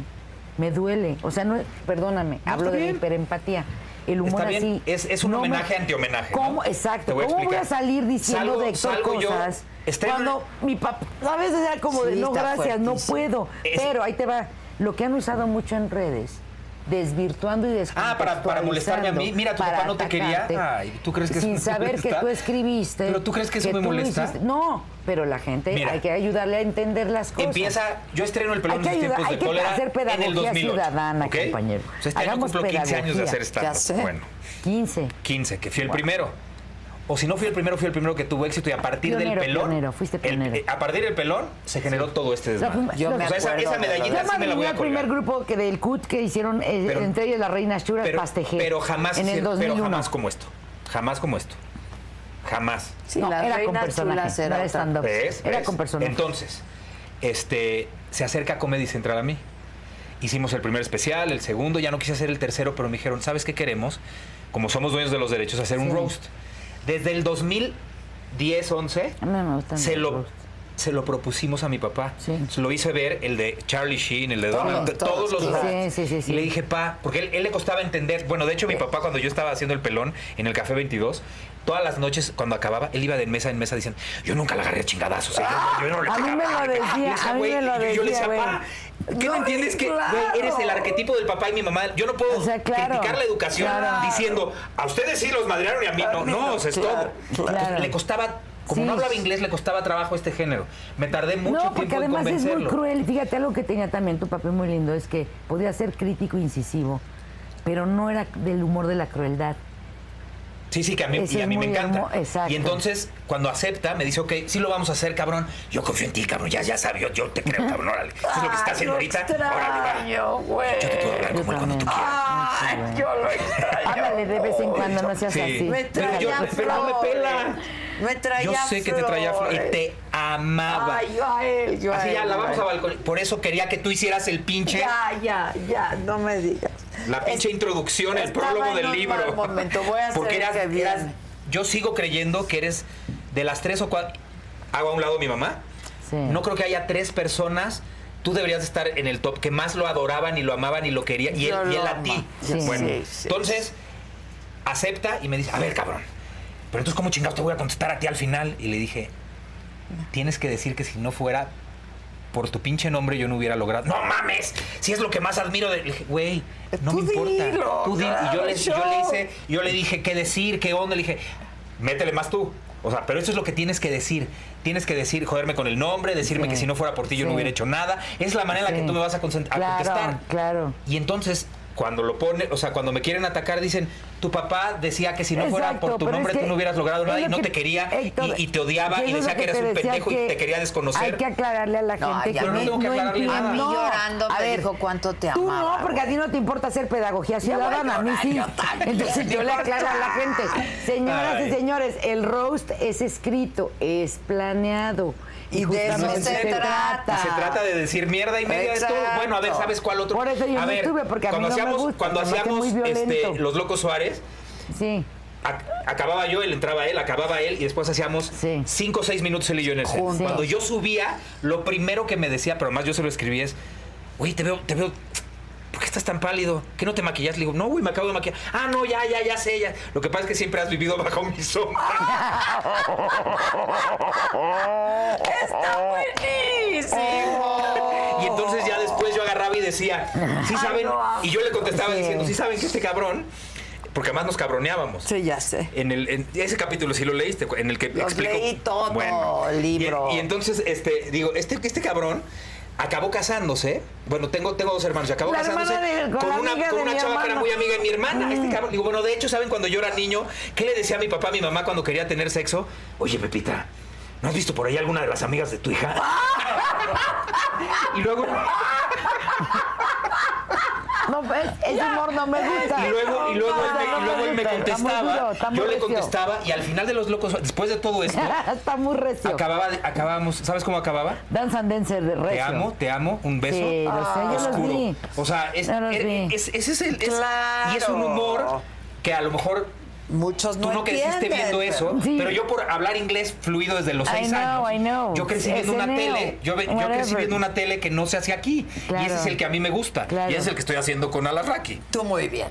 [SPEAKER 4] me duele. O sea, no, perdóname,
[SPEAKER 2] No,
[SPEAKER 4] hablo
[SPEAKER 2] está
[SPEAKER 4] de la
[SPEAKER 2] bien.
[SPEAKER 4] hiperempatía. El humor
[SPEAKER 2] Está bien,
[SPEAKER 4] así.
[SPEAKER 2] es- es un
[SPEAKER 4] no
[SPEAKER 2] homenaje anti-homenaje, ¿no?
[SPEAKER 4] ¿Cómo?
[SPEAKER 2] Te
[SPEAKER 4] Exacto.
[SPEAKER 2] voy a
[SPEAKER 4] ¿Cómo voy a
[SPEAKER 2] explicar.
[SPEAKER 4] salir diciendo
[SPEAKER 2] Salgo-
[SPEAKER 4] de Héctor
[SPEAKER 2] salgo yo,
[SPEAKER 4] cosas?
[SPEAKER 2] estreno-
[SPEAKER 4] Cuando mi papá, a veces era como de
[SPEAKER 1] Sí,
[SPEAKER 4] no,
[SPEAKER 1] está
[SPEAKER 4] gracias, no
[SPEAKER 1] fuertísimo.
[SPEAKER 4] puedo.
[SPEAKER 2] Es-
[SPEAKER 4] Pero ahí te va. Lo que han usado mucho en redes. Desvirtuando y
[SPEAKER 2] Ah,
[SPEAKER 4] descontextualizando.
[SPEAKER 2] para- para molestarme a mí. Mira, tu
[SPEAKER 4] para
[SPEAKER 2] papá no te quería.
[SPEAKER 4] atacarte,
[SPEAKER 2] Ay, ¿tú crees que eso
[SPEAKER 4] Sin
[SPEAKER 2] me
[SPEAKER 4] saber que
[SPEAKER 2] molesta?
[SPEAKER 4] tú escribiste.
[SPEAKER 2] ¿Pero tú crees que eso me
[SPEAKER 4] tú lo
[SPEAKER 2] molesta?
[SPEAKER 4] hiciste. No, pero la gente
[SPEAKER 2] Mira.
[SPEAKER 4] hay que ayudarle a entender las cosas.
[SPEAKER 2] Empieza, yo estreno el
[SPEAKER 4] Hay
[SPEAKER 2] pelón
[SPEAKER 4] que
[SPEAKER 2] en los
[SPEAKER 4] ayudar,
[SPEAKER 2] tiempos
[SPEAKER 4] hay
[SPEAKER 2] de
[SPEAKER 4] que
[SPEAKER 2] cólera
[SPEAKER 4] hacer
[SPEAKER 2] en el
[SPEAKER 4] pedagogía
[SPEAKER 2] 2008.
[SPEAKER 4] ciudadana,
[SPEAKER 2] ¿ok?
[SPEAKER 4] compañero.
[SPEAKER 2] O sea, este año
[SPEAKER 4] Hagamos
[SPEAKER 2] cumplo 15 años de
[SPEAKER 4] pedagogía.
[SPEAKER 2] hacer
[SPEAKER 1] Ya sé.
[SPEAKER 2] stand Bueno,
[SPEAKER 4] 15.
[SPEAKER 2] 15, que fui el primero. O si no fui el primero, fui el primero que tuvo éxito y a partir
[SPEAKER 4] Pionero,
[SPEAKER 2] del pelón.
[SPEAKER 4] pionero, fuiste
[SPEAKER 2] el-
[SPEAKER 4] pionero. pues,
[SPEAKER 2] eh, a partir del pelón se generó todo este
[SPEAKER 4] La-
[SPEAKER 2] desmadre.
[SPEAKER 4] Yo
[SPEAKER 2] O
[SPEAKER 4] me
[SPEAKER 2] sea, esa,
[SPEAKER 1] acuerdo
[SPEAKER 2] esa
[SPEAKER 1] de
[SPEAKER 4] Yo
[SPEAKER 2] medallita sí me la voy
[SPEAKER 4] madrileña
[SPEAKER 2] a
[SPEAKER 4] el primer
[SPEAKER 2] colgar.
[SPEAKER 4] grupo que del CUT que hicieron eh,
[SPEAKER 2] Pero-
[SPEAKER 4] entre ellos la reina Shura
[SPEAKER 2] Pero,
[SPEAKER 4] Pastejé.
[SPEAKER 2] pero jamás
[SPEAKER 4] en el
[SPEAKER 2] hicieron-
[SPEAKER 4] 2001.
[SPEAKER 2] pero jamás como esto. Jamás como esto. Jamás.
[SPEAKER 1] Sí,
[SPEAKER 4] no,
[SPEAKER 1] la
[SPEAKER 4] era con
[SPEAKER 1] reina
[SPEAKER 4] personajes,
[SPEAKER 1] chula
[SPEAKER 4] no era
[SPEAKER 1] otra.
[SPEAKER 4] stand up.
[SPEAKER 2] ¿Ves?
[SPEAKER 4] Era
[SPEAKER 2] ¿Ves?
[SPEAKER 4] con personajes.
[SPEAKER 2] Entonces, este, se acerca Comedy Central a mí. Hicimos el primer especial, el segundo, ya no quise hacer el tercero, pero me dijeron, ¿sabes qué queremos? Como somos dueños de los derechos, hacer un
[SPEAKER 4] Sí.
[SPEAKER 2] roast. Desde el 2010, 11,
[SPEAKER 4] A mí me gustan
[SPEAKER 2] se
[SPEAKER 4] los
[SPEAKER 2] lo,
[SPEAKER 4] roasts.
[SPEAKER 2] se lo propusimos a mi papá.
[SPEAKER 4] Sí.
[SPEAKER 2] Se Lo hice ver el de Charlie Sheen, el de
[SPEAKER 1] Todos,
[SPEAKER 2] Donald, de- todos,
[SPEAKER 1] todos,
[SPEAKER 2] los
[SPEAKER 1] claro.
[SPEAKER 2] roasts.
[SPEAKER 4] Sí, sí, sí, sí.
[SPEAKER 2] Y le dije, pa, porque él, él le costaba entender. Bueno, de hecho, mi papá, cuando yo estaba haciendo el pelón en el Café 22, todas las noches, cuando acababa, él iba de mesa en mesa diciendo, yo nunca la agarré a chingadazos. o sea, yo, yo no le
[SPEAKER 4] Ah, A mí me
[SPEAKER 2] pegaba".
[SPEAKER 4] lo decía,
[SPEAKER 2] Y yo decía,
[SPEAKER 4] a mí
[SPEAKER 2] "Güey",
[SPEAKER 4] me lo
[SPEAKER 2] y yo- Yo le decía,
[SPEAKER 4] decía, güey.
[SPEAKER 2] pa, ¿qué
[SPEAKER 1] No,
[SPEAKER 2] no entiendes? Que
[SPEAKER 1] claro.
[SPEAKER 2] güey, eres el arquetipo del papá y mi mamá. Yo no puedo
[SPEAKER 4] O sea, claro,
[SPEAKER 2] criticar la educación
[SPEAKER 4] claro.
[SPEAKER 2] diciendo, a ustedes sí los madrearon y a mí no. No, o sea, es
[SPEAKER 1] Claro,
[SPEAKER 2] todo. Entonces,
[SPEAKER 4] claro.
[SPEAKER 2] Le costaba, como
[SPEAKER 4] Sí.
[SPEAKER 2] no hablaba inglés, le costaba trabajo este género. Me tardé mucho
[SPEAKER 4] no, porque
[SPEAKER 2] tiempo en
[SPEAKER 4] además es
[SPEAKER 2] convencerlo.
[SPEAKER 4] muy cruel. Fíjate, algo que tenía también tu papel muy lindo es que podía ser crítico e incisivo, pero no era del humor de la crueldad.
[SPEAKER 2] Sí, sí, que a mí,
[SPEAKER 4] Ese
[SPEAKER 2] y a
[SPEAKER 4] es
[SPEAKER 2] mí me
[SPEAKER 4] muy
[SPEAKER 2] encanta.
[SPEAKER 4] hermo- exacto.
[SPEAKER 2] Y entonces, cuando acepta, me dice, ok, sí lo vamos a hacer, cabrón. Yo confío en ti, cabrón. Ya, ya sabes, yo, yo te creo, cabrón. Órale. Eso es lo que está haciendo ahorita. Órale, va.
[SPEAKER 1] extraño, güey.
[SPEAKER 2] Yo te puedo hablar como él cuando tú quieras.
[SPEAKER 1] Ay, yo lo extraño.
[SPEAKER 4] Háblale de vez en cuando, no seas
[SPEAKER 7] Sí.
[SPEAKER 4] así.
[SPEAKER 1] Me
[SPEAKER 7] Pero
[SPEAKER 1] traía
[SPEAKER 7] yo- pero no me
[SPEAKER 1] flores.
[SPEAKER 7] pela.
[SPEAKER 1] Me traía
[SPEAKER 7] Yo sé que te traía flor y te amaba.
[SPEAKER 1] Ay, yo a él, yo a
[SPEAKER 2] Así ya
[SPEAKER 1] él,
[SPEAKER 2] la vamos a
[SPEAKER 1] güey.
[SPEAKER 2] balcón. Por eso quería que tú hicieras el pinche.
[SPEAKER 1] Ya, ya, ya, no me digas.
[SPEAKER 2] La pinche
[SPEAKER 1] Es-
[SPEAKER 2] introducción, el
[SPEAKER 1] estaba
[SPEAKER 2] prólogo
[SPEAKER 1] en
[SPEAKER 2] del
[SPEAKER 1] un
[SPEAKER 2] libro.
[SPEAKER 1] mal momento, voy a hacer
[SPEAKER 2] Porque
[SPEAKER 1] el
[SPEAKER 2] eras,
[SPEAKER 1] que viene.
[SPEAKER 2] eras- Yo sigo creyendo que eres de las tres o cuatro. Hago a un lado a mi mamá.
[SPEAKER 4] Sí.
[SPEAKER 2] No creo que haya tres personas. Tú deberías estar en el top que más lo adoraban y lo amaban y lo querían. Y, él,
[SPEAKER 1] Yo
[SPEAKER 2] y
[SPEAKER 1] lo
[SPEAKER 2] él a
[SPEAKER 1] amo.
[SPEAKER 2] ti.
[SPEAKER 1] Sí,
[SPEAKER 2] bueno,
[SPEAKER 1] sí, sí.
[SPEAKER 2] entonces acepta y me dice: A ver, cabrón. Pero entonces, ¿cómo chingados te voy a contestar a ti al final? Y le dije: Tienes que decir que si no fuera por tu pinche nombre yo no hubiera logrado. ¡No mames! Si es lo que más admiro de. Le dije, Güey, no
[SPEAKER 1] Tú
[SPEAKER 2] me importa.
[SPEAKER 1] dilo,
[SPEAKER 2] Tú di- y yo le, yo
[SPEAKER 1] claro,
[SPEAKER 2] le
[SPEAKER 1] yo.
[SPEAKER 2] hice, yo le dije qué decir, qué onda, le dije, métele más tú. O sea, pero eso es lo que tienes que decir. Tienes que decir, joderme con el nombre, decirme
[SPEAKER 4] Sí.
[SPEAKER 2] que si no fuera por ti yo
[SPEAKER 4] Sí.
[SPEAKER 2] no hubiera hecho nada. Es la manera en la que
[SPEAKER 4] Sí.
[SPEAKER 2] tú me vas a, consen- a
[SPEAKER 4] Claro,
[SPEAKER 2] contestar.
[SPEAKER 4] claro.
[SPEAKER 2] Y entonces, cuando lo pone, o sea, cuando me quieren atacar, dicen, tu papá decía que si no fuera
[SPEAKER 4] Exacto,
[SPEAKER 2] por tu
[SPEAKER 4] pero
[SPEAKER 2] nombre
[SPEAKER 4] es que
[SPEAKER 2] tú no hubieras logrado
[SPEAKER 4] es
[SPEAKER 2] nada y
[SPEAKER 4] lo
[SPEAKER 2] no
[SPEAKER 4] que-
[SPEAKER 2] te quería
[SPEAKER 4] Héctor,
[SPEAKER 2] y, y te odiaba
[SPEAKER 4] eso
[SPEAKER 2] y
[SPEAKER 4] es lo
[SPEAKER 2] decía que
[SPEAKER 4] que
[SPEAKER 2] eres
[SPEAKER 4] te
[SPEAKER 2] un
[SPEAKER 4] decía
[SPEAKER 2] pendejo y
[SPEAKER 4] que
[SPEAKER 2] te quería desconocer.
[SPEAKER 4] Hay que aclararle a la
[SPEAKER 1] No,
[SPEAKER 4] gente
[SPEAKER 1] ya
[SPEAKER 4] que
[SPEAKER 2] no tengo que aclararle
[SPEAKER 4] entiende.
[SPEAKER 2] nada.
[SPEAKER 1] A mí llorando me
[SPEAKER 4] a ver,
[SPEAKER 1] dijo cuánto te
[SPEAKER 4] Tú
[SPEAKER 1] amaba,
[SPEAKER 4] no, porque a ti no te importa hacer pedagogía ciudadana, a mí
[SPEAKER 1] llorar,
[SPEAKER 4] sí.
[SPEAKER 1] yo también,
[SPEAKER 4] Entonces yo le
[SPEAKER 1] digo,
[SPEAKER 4] aclaro a la gente. Señoras
[SPEAKER 2] Ay.
[SPEAKER 4] y señores, el roast es escrito, es planeado.
[SPEAKER 1] Y de eso
[SPEAKER 4] justamente
[SPEAKER 1] se trata.
[SPEAKER 2] Y se trata de decir mierda y media
[SPEAKER 1] Exacto.
[SPEAKER 2] de todo. Bueno, a ver, ¿sabes cuál otro?
[SPEAKER 4] Por eso yo
[SPEAKER 2] a
[SPEAKER 4] no
[SPEAKER 2] ver,
[SPEAKER 4] estuve, porque a mí
[SPEAKER 2] cuando
[SPEAKER 4] no me
[SPEAKER 2] hacíamos,
[SPEAKER 4] gusta,
[SPEAKER 2] cuando
[SPEAKER 4] se me hace
[SPEAKER 2] hacíamos
[SPEAKER 4] muy
[SPEAKER 2] este,
[SPEAKER 4] violento.
[SPEAKER 2] los locos Suárez,
[SPEAKER 4] Sí.
[SPEAKER 2] ac- acababa yo, él entraba él, acababa él, y después hacíamos
[SPEAKER 4] Sí.
[SPEAKER 2] cinco o seis minutos él y yo en el set.
[SPEAKER 4] Juntos.
[SPEAKER 2] Cuando yo subía, lo primero que me decía, pero además yo se lo escribí es, oye, te veo, te veo. ¿Por qué estás tan pálido? ¿Qué no te maquillas? Le digo, no, güey, me acabo de maquillar. Ah, no, ya, ya, ya sé, ya. Lo que pasa es que siempre has vivido bajo mi sombra. Oh.
[SPEAKER 1] buenísimo.
[SPEAKER 2] Y entonces ya después yo agarraba y decía, sí saben, y yo le contestaba diciendo, sí saben que este cabrón, porque además nos cabroneábamos.
[SPEAKER 1] Sí, ya sé.
[SPEAKER 2] En, el, en ese capítulo sí lo leíste, en el que
[SPEAKER 1] Los
[SPEAKER 2] explico.
[SPEAKER 1] leí todo, el libro.
[SPEAKER 2] Y, y entonces, este, digo, este, este cabrón acabó casándose. Bueno, tengo, tengo dos hermanos. Acabó
[SPEAKER 4] La hermana
[SPEAKER 2] casándose
[SPEAKER 4] de- con la
[SPEAKER 2] una,
[SPEAKER 4] amiga
[SPEAKER 2] con
[SPEAKER 4] de
[SPEAKER 2] una
[SPEAKER 4] mi
[SPEAKER 2] chava que era
[SPEAKER 4] hermano. Mm.
[SPEAKER 2] muy amiga de mi hermana. Este cabrón. Digo, bueno, de hecho, ¿saben cuando yo era niño? ¿Qué le decía a mi papá, a mi mamá cuando quería tener sexo? Oye, Pepita, ¿no has visto por ahí alguna de las amigas de tu hija? y luego.
[SPEAKER 4] No, pues, ese humor no me gusta.
[SPEAKER 2] Y luego, y luego, él, me, y luego él me
[SPEAKER 4] Está muy duro,
[SPEAKER 2] contestaba,
[SPEAKER 4] está muy
[SPEAKER 2] yo le
[SPEAKER 4] recio.
[SPEAKER 2] contestaba y al final de los locos, después de todo esto,
[SPEAKER 4] Está muy recio.
[SPEAKER 2] acababa, de- acabábamos, ¿sabes cómo acababa?
[SPEAKER 4] Dance and Dancer de recio.
[SPEAKER 2] Te amo, te amo, un beso.
[SPEAKER 4] Sí, lo sé, yo los
[SPEAKER 2] oscuro.
[SPEAKER 4] vi.
[SPEAKER 2] O sea, es,
[SPEAKER 4] Yo los
[SPEAKER 2] er-
[SPEAKER 4] vi.
[SPEAKER 2] es- ese es el es- y es un
[SPEAKER 1] Claro.
[SPEAKER 2] humor que a lo mejor
[SPEAKER 1] Muchos
[SPEAKER 2] tú
[SPEAKER 1] no,
[SPEAKER 2] no, creciste
[SPEAKER 1] entienden,
[SPEAKER 2] viendo eso,
[SPEAKER 4] Sí.
[SPEAKER 2] pero yo por hablar inglés fluido desde los
[SPEAKER 4] I
[SPEAKER 2] seis
[SPEAKER 4] know,
[SPEAKER 2] años,
[SPEAKER 4] I know.
[SPEAKER 2] yo crecí
[SPEAKER 4] Es
[SPEAKER 2] viendo una
[SPEAKER 4] SNL,
[SPEAKER 2] tele, yo, ve- yo crecí
[SPEAKER 4] whatever.
[SPEAKER 2] viendo una tele que no se hace aquí y
[SPEAKER 4] Claro.
[SPEAKER 2] ese es el que a mí me gusta
[SPEAKER 4] Claro.
[SPEAKER 2] y ese es el que estoy haciendo con Alarraqui.
[SPEAKER 1] Tú muy bien.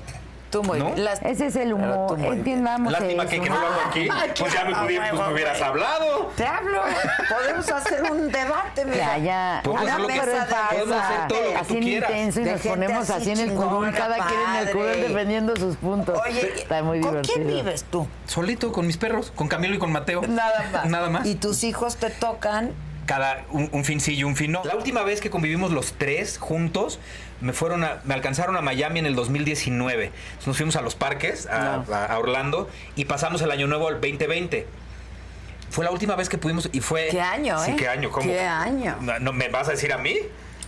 [SPEAKER 1] Tú muy
[SPEAKER 2] ¿No?
[SPEAKER 1] bien. Las-
[SPEAKER 4] Ese es el
[SPEAKER 1] Pero tú
[SPEAKER 4] humor.
[SPEAKER 1] muy bien.
[SPEAKER 4] Entiendamos
[SPEAKER 2] Lástima que,
[SPEAKER 4] eso.
[SPEAKER 2] que no lo hago aquí, pues ya me, pudi-
[SPEAKER 1] claro,
[SPEAKER 2] pues
[SPEAKER 1] huevo,
[SPEAKER 2] me hubieras
[SPEAKER 1] güey.
[SPEAKER 2] hablado.
[SPEAKER 1] Te hablo. Podemos hacer un debate, mira.
[SPEAKER 4] Ya, ya.
[SPEAKER 2] Podemos
[SPEAKER 4] Una
[SPEAKER 2] hacer lo que-
[SPEAKER 4] mesa de
[SPEAKER 2] podemos
[SPEAKER 4] esa,
[SPEAKER 2] hacer todo lo que
[SPEAKER 4] así
[SPEAKER 2] tú
[SPEAKER 4] en
[SPEAKER 2] quieras.
[SPEAKER 4] intenso y
[SPEAKER 1] De
[SPEAKER 4] nos
[SPEAKER 1] gente
[SPEAKER 4] ponemos así en el
[SPEAKER 1] así
[SPEAKER 4] curul,
[SPEAKER 1] chingona,
[SPEAKER 4] cada quien en el curul
[SPEAKER 1] padre.
[SPEAKER 4] defendiendo sus puntos.
[SPEAKER 1] Oye,
[SPEAKER 4] Está muy
[SPEAKER 1] ¿con
[SPEAKER 4] divertido.
[SPEAKER 1] quién vives tú?
[SPEAKER 2] Solito con mis perros, con Camilo y con Mateo.
[SPEAKER 1] Nada más.
[SPEAKER 2] Nada más.
[SPEAKER 1] ¿Y tus hijos te tocan?
[SPEAKER 2] cada un, un fin sí y un fin no. La última vez que convivimos los tres juntos, me fueron a- me alcanzaron a Miami en el 2019. Entonces nos fuimos a los parques, a, a- a Orlando, y pasamos el año nuevo al 2020. Fue la última vez que pudimos y fue.
[SPEAKER 1] ¿Qué año,
[SPEAKER 2] Sí,
[SPEAKER 1] eh?
[SPEAKER 2] qué año, ¿cómo?
[SPEAKER 1] ¿Qué año?
[SPEAKER 2] No, no, ¿Me vas a decir a mí?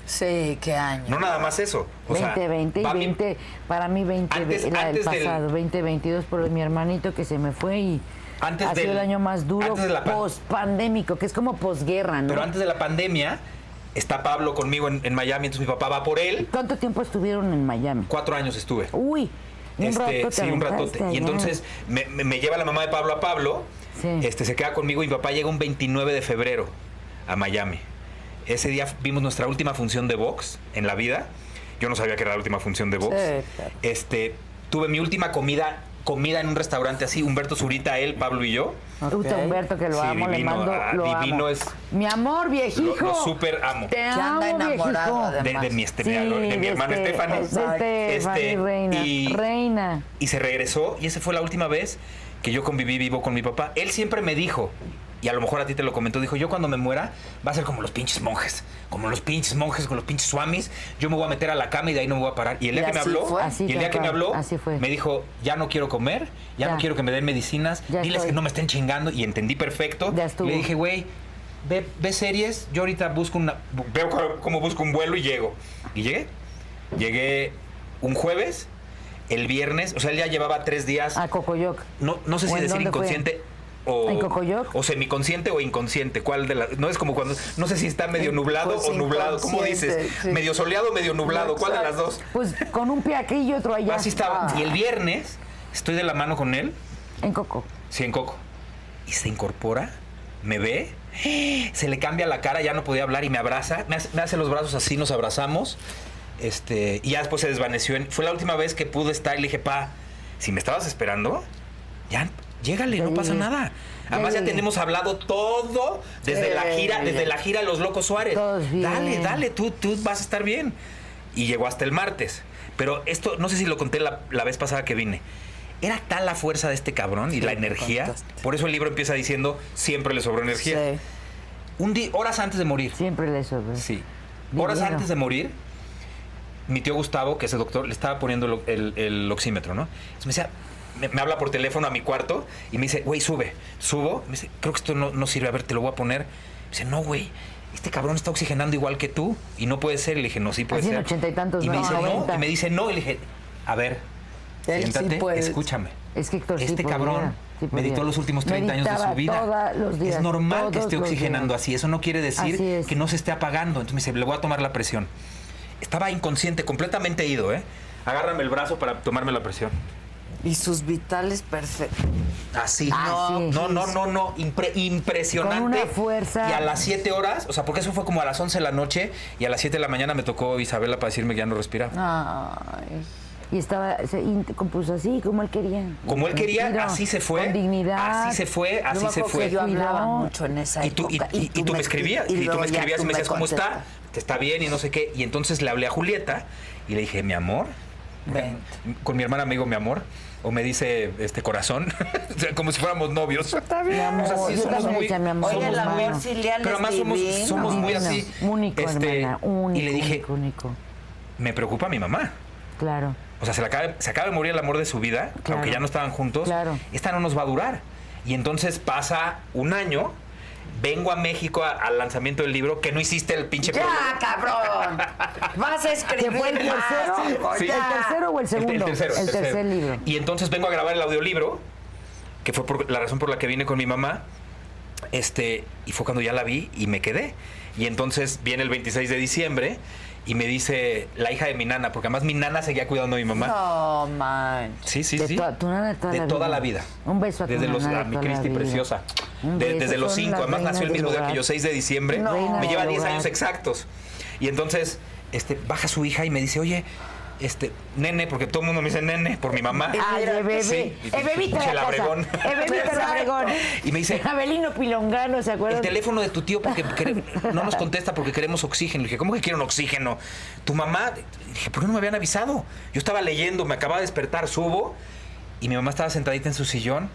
[SPEAKER 1] Sí, qué año.
[SPEAKER 2] No nada más eso. O sea,
[SPEAKER 4] 2020 y
[SPEAKER 2] va bien.
[SPEAKER 4] 20, para mí 20
[SPEAKER 2] Antes-
[SPEAKER 4] era el
[SPEAKER 2] antes del-
[SPEAKER 4] pasado, 2022 por mi hermanito que se me fue y
[SPEAKER 2] Antes
[SPEAKER 4] ha sido
[SPEAKER 2] del-
[SPEAKER 4] el año más duro
[SPEAKER 2] antes de la pan-
[SPEAKER 4] pospandémico, que es como posguerra, ¿no?
[SPEAKER 2] Pero antes de la pandemia, está Pablo conmigo en, en Miami, entonces mi papá va por él.
[SPEAKER 4] ¿Cuánto tiempo estuvieron en Miami?
[SPEAKER 2] Cuatro años estuve.
[SPEAKER 4] Uy, un
[SPEAKER 2] Este,
[SPEAKER 4] rato te
[SPEAKER 2] sí, un
[SPEAKER 4] aventaste
[SPEAKER 2] ratote. Y
[SPEAKER 4] allá.
[SPEAKER 2] entonces me, me- me lleva la mamá de Pablo a Pablo.
[SPEAKER 4] Sí.
[SPEAKER 2] Este, se queda conmigo y mi papá llega un 29 de febrero a Miami. Ese día vimos nuestra última función de box en la vida. Yo no sabía que era la última función de box.
[SPEAKER 1] Sí, claro.
[SPEAKER 2] Este, tuve mi última comida, comida en un restaurante así, Humberto Zurita, él, Pablo y yo.
[SPEAKER 4] Uta Humberto, que lo
[SPEAKER 2] Sí,
[SPEAKER 4] amo,
[SPEAKER 2] divino,
[SPEAKER 4] le mando,
[SPEAKER 2] ah,
[SPEAKER 4] lo
[SPEAKER 2] divino
[SPEAKER 4] amo.
[SPEAKER 2] es-
[SPEAKER 4] Mi amor, viejijo.
[SPEAKER 2] Lo- lo súper amo.
[SPEAKER 4] Te
[SPEAKER 1] Ya
[SPEAKER 4] amo,
[SPEAKER 1] anda enamorado,
[SPEAKER 4] viejijo.
[SPEAKER 1] además.
[SPEAKER 2] De, de mi, este-
[SPEAKER 4] Sí,
[SPEAKER 2] de mi
[SPEAKER 4] de
[SPEAKER 2] hermano
[SPEAKER 4] este-
[SPEAKER 2] Estefano.
[SPEAKER 4] de este Fanny Reina. Reina.
[SPEAKER 2] Y se regresó y esa fue la última vez que yo conviví vivo con mi papá. Él siempre me dijo, Y a lo mejor a ti te lo comentó, dijo, yo cuando me muera va a ser como los pinches monjes, como los pinches monjes, con los pinches swamis, yo me voy a meter a la cama y de ahí no me voy a parar. Y el día
[SPEAKER 1] Y
[SPEAKER 2] que me
[SPEAKER 1] así
[SPEAKER 2] habló,
[SPEAKER 1] fue.
[SPEAKER 4] Así
[SPEAKER 2] y el
[SPEAKER 4] tal
[SPEAKER 2] día que me
[SPEAKER 4] cual,
[SPEAKER 2] habló,
[SPEAKER 4] así fue.
[SPEAKER 2] me dijo, ya no quiero comer, ya,
[SPEAKER 4] Ya.
[SPEAKER 2] no quiero que me den medicinas,
[SPEAKER 4] Ya
[SPEAKER 2] diles
[SPEAKER 4] estoy.
[SPEAKER 2] que no me estén chingando y entendí perfecto.
[SPEAKER 4] Ya estuvo.
[SPEAKER 2] Le dije, güey, ve, ve series, yo ahorita busco una, bu- veo co- cómo busco un vuelo y llego. Y llegué, llegué un jueves, el viernes, o sea, él ya llevaba tres días
[SPEAKER 4] A Ah, Cocoyoc.
[SPEAKER 2] no, no sé
[SPEAKER 4] ¿O
[SPEAKER 2] si
[SPEAKER 4] en
[SPEAKER 2] decir
[SPEAKER 4] dónde fue?
[SPEAKER 2] inconsciente o,
[SPEAKER 4] ¿En Cocoyoc?
[SPEAKER 2] o semiconsciente o inconsciente. ¿Cuál de las? No es como cuando. No sé si está medio
[SPEAKER 1] En-
[SPEAKER 2] nublado
[SPEAKER 1] pues,
[SPEAKER 2] o nublado. ¿Cómo
[SPEAKER 1] inconsciente,
[SPEAKER 2] dices?
[SPEAKER 1] sí.
[SPEAKER 2] Medio soleado o medio nublado.
[SPEAKER 1] No,
[SPEAKER 2] ¿Cuál de las
[SPEAKER 1] claro.
[SPEAKER 2] dos?
[SPEAKER 4] Pues con un pie aquí y otro allá. Ah,
[SPEAKER 2] Así estaba. Y el viernes estoy de la mano con él,
[SPEAKER 4] En Coco.
[SPEAKER 2] sí, en Coco. Y se incorpora, me ve, se le cambia la cara, ya no podía hablar y me abraza. Me hace, me hace los brazos así, nos abrazamos. Este, y ya después se desvaneció. en- fue la última vez que pude estar y le dije, pa, si me estabas esperando, ya, llégale, no pasa nada. Además ya
[SPEAKER 4] llegué.
[SPEAKER 2] tenemos hablado todo desde la gira, desde la gira Los Locos Suárez.
[SPEAKER 4] Todos bien.
[SPEAKER 2] Dale, dale, tú, tú vas a estar bien. Y llegó hasta el martes. Pero esto, no sé si lo conté la, la vez pasada que vine. Era tal la fuerza de este cabrón y la energía.
[SPEAKER 1] contaste.
[SPEAKER 2] Por eso el libro empieza diciendo, siempre le sobró energía.
[SPEAKER 1] Sí.
[SPEAKER 2] Un día, horas antes de morir.
[SPEAKER 4] Siempre le sobre.
[SPEAKER 2] Sí. Horas
[SPEAKER 4] Divino.
[SPEAKER 2] antes de morir, mi tío Gustavo, que es el doctor, le estaba poniendo el, el- el oxímetro, ¿no? Entonces me decía, me, me habla por teléfono a mi cuarto y me dice, güey, sube. Subo, me dice, creo que esto no, no sirve, a ver, te lo voy a poner. Me dice, no, güey, este cabrón está oxigenando igual que tú y no puede ser. Y le dije, no, sí puede
[SPEAKER 4] Así en
[SPEAKER 2] ser.
[SPEAKER 4] ochenta y tantos,
[SPEAKER 2] y me
[SPEAKER 4] no,
[SPEAKER 2] dice, no,
[SPEAKER 4] noventa.
[SPEAKER 2] y me dice, no. Y le dije, a ver,
[SPEAKER 1] Él sí
[SPEAKER 2] siéntate,
[SPEAKER 1] puede.
[SPEAKER 2] escúchame.
[SPEAKER 4] Es que Héctor sí
[SPEAKER 2] Este
[SPEAKER 4] podía,
[SPEAKER 2] cabrón
[SPEAKER 4] sí podía.
[SPEAKER 2] meditó los últimos 30 años de
[SPEAKER 4] Meditaba
[SPEAKER 2] su vida.
[SPEAKER 4] todos los días,
[SPEAKER 2] es normal que
[SPEAKER 4] todos
[SPEAKER 2] esté
[SPEAKER 4] los
[SPEAKER 2] oxigenando
[SPEAKER 4] días.
[SPEAKER 2] así. Eso no quiere decir
[SPEAKER 4] Así es.
[SPEAKER 2] que no se esté apagando. Entonces me dice, le voy a tomar la presión. Estaba inconsciente, completamente ido, ¿eh? Agárrame el brazo para tomarme la presión.
[SPEAKER 1] Y sus vitales perfectos.
[SPEAKER 2] Así.
[SPEAKER 4] Así
[SPEAKER 2] no,
[SPEAKER 4] es.
[SPEAKER 2] no, no, no. impre- impresionante.
[SPEAKER 4] Ah, Con una fuerza.
[SPEAKER 2] Y a las 7 horas, o sea, porque eso fue como a las 11 de la noche y a las 7 de la mañana me tocó Isabela para decirme que ya no respiraba.
[SPEAKER 4] Ay. Y estaba, se in- compuso así, como él quería.
[SPEAKER 2] Como él quería,
[SPEAKER 4] Tranquilo,
[SPEAKER 2] así se fue.
[SPEAKER 4] Con dignidad.
[SPEAKER 2] Así se fue,
[SPEAKER 1] Yo
[SPEAKER 2] así
[SPEAKER 1] me
[SPEAKER 2] se
[SPEAKER 1] acuerdo
[SPEAKER 2] fue.
[SPEAKER 1] que yo hablaba
[SPEAKER 4] Cuidado.
[SPEAKER 1] mucho en esa
[SPEAKER 2] y tú, y,
[SPEAKER 1] época.
[SPEAKER 2] y- y tú me escribías, y, tú
[SPEAKER 1] luego
[SPEAKER 2] me
[SPEAKER 1] ya
[SPEAKER 2] escribías y me decías, ¿cómo está?
[SPEAKER 1] contestabas.
[SPEAKER 2] Que está bien y no sé qué. Y entonces le hablé a Julieta y le dije, mi amor,
[SPEAKER 1] Ven.
[SPEAKER 2] con mi hermana amigo, mi amor, o me dice, este, corazón, O sea, como si fuéramos novios. Está bien.
[SPEAKER 4] amor, yo también le decía, mi amor,
[SPEAKER 1] Oye, el amor
[SPEAKER 4] hermano.
[SPEAKER 1] filial
[SPEAKER 2] Pero
[SPEAKER 1] es
[SPEAKER 2] además somos-
[SPEAKER 1] divino.
[SPEAKER 2] somos muy
[SPEAKER 4] Divino.
[SPEAKER 2] así,
[SPEAKER 4] Único,
[SPEAKER 2] este,
[SPEAKER 4] hermana. Único.
[SPEAKER 2] y le dije-
[SPEAKER 4] único, único.
[SPEAKER 2] Me preocupa mi mamá.
[SPEAKER 4] Claro.
[SPEAKER 2] O sea, se, le acaba, se acaba de morir el amor de su vida,
[SPEAKER 4] Claro.
[SPEAKER 2] aunque ya no estaban juntos.
[SPEAKER 4] Claro.
[SPEAKER 2] Esta no nos va a durar. Y entonces pasa un año, vengo a México a- al lanzamiento del libro, que no hiciste el pinche
[SPEAKER 1] ¡Ya,
[SPEAKER 2] programa.
[SPEAKER 1] cabrón! Vas a
[SPEAKER 4] ¿Que
[SPEAKER 1] escribir
[SPEAKER 4] fue el
[SPEAKER 1] más,
[SPEAKER 4] tercero?
[SPEAKER 1] hijo,
[SPEAKER 2] Ah, Sí.
[SPEAKER 4] ¿El
[SPEAKER 1] ya.
[SPEAKER 4] tercero o el
[SPEAKER 2] El-
[SPEAKER 4] segundo?
[SPEAKER 2] El, tercero.
[SPEAKER 4] El tercer
[SPEAKER 2] tercero.
[SPEAKER 4] libro.
[SPEAKER 2] Y entonces vengo a grabar el audiolibro, que fue por- la razón por la que vine con mi mamá. Este, y fue cuando ya la vi y me quedé. Y entonces viene el 26 de diciembre y me dice la hija de mi nana, porque además mi nana seguía cuidando a mi mamá.
[SPEAKER 1] No, Oh, man.
[SPEAKER 2] Sí, sí,
[SPEAKER 4] De
[SPEAKER 2] sí.
[SPEAKER 4] to- tu nana de toda
[SPEAKER 2] De
[SPEAKER 4] la
[SPEAKER 2] toda
[SPEAKER 4] vida.
[SPEAKER 2] la vida.
[SPEAKER 4] Un beso a tu
[SPEAKER 2] Desde
[SPEAKER 4] nana
[SPEAKER 2] los,
[SPEAKER 4] de
[SPEAKER 2] a mi
[SPEAKER 4] toda la
[SPEAKER 2] Cristi
[SPEAKER 4] vida.
[SPEAKER 2] preciosa.
[SPEAKER 4] Un
[SPEAKER 2] De-
[SPEAKER 4] beso,
[SPEAKER 2] desde los
[SPEAKER 4] son
[SPEAKER 2] cinco.
[SPEAKER 4] las
[SPEAKER 2] Además
[SPEAKER 4] reinas
[SPEAKER 2] nació el
[SPEAKER 4] del
[SPEAKER 2] mismo día
[SPEAKER 4] hogar.
[SPEAKER 2] que yo, 6 de diciembre.
[SPEAKER 4] No. Reinas
[SPEAKER 2] Me lleva
[SPEAKER 4] del
[SPEAKER 2] 10
[SPEAKER 4] hogar.
[SPEAKER 2] años exactos. Y entonces este, baja su hija y me dice, oye, este, nene, porque todo el mundo me dice nene por mi mamá.
[SPEAKER 4] Ay, de bebé.
[SPEAKER 2] Sí.
[SPEAKER 4] Eh, bebita
[SPEAKER 2] Pinche
[SPEAKER 4] de la casa.
[SPEAKER 2] labregón.
[SPEAKER 4] Eh, bebita de la labregón.
[SPEAKER 2] Y me dice,
[SPEAKER 4] Abelino Pilongano, ¿se
[SPEAKER 2] el
[SPEAKER 4] acuerdan?
[SPEAKER 2] teléfono de tu tío porque quere- no nos contesta porque queremos oxígeno. Le dije, ¿cómo que quieren oxígeno? Tu mamá, Le dije, ¿por qué no me habían avisado? Yo estaba leyendo, me acababa de despertar, subo y mi mamá estaba sentadita en su sillón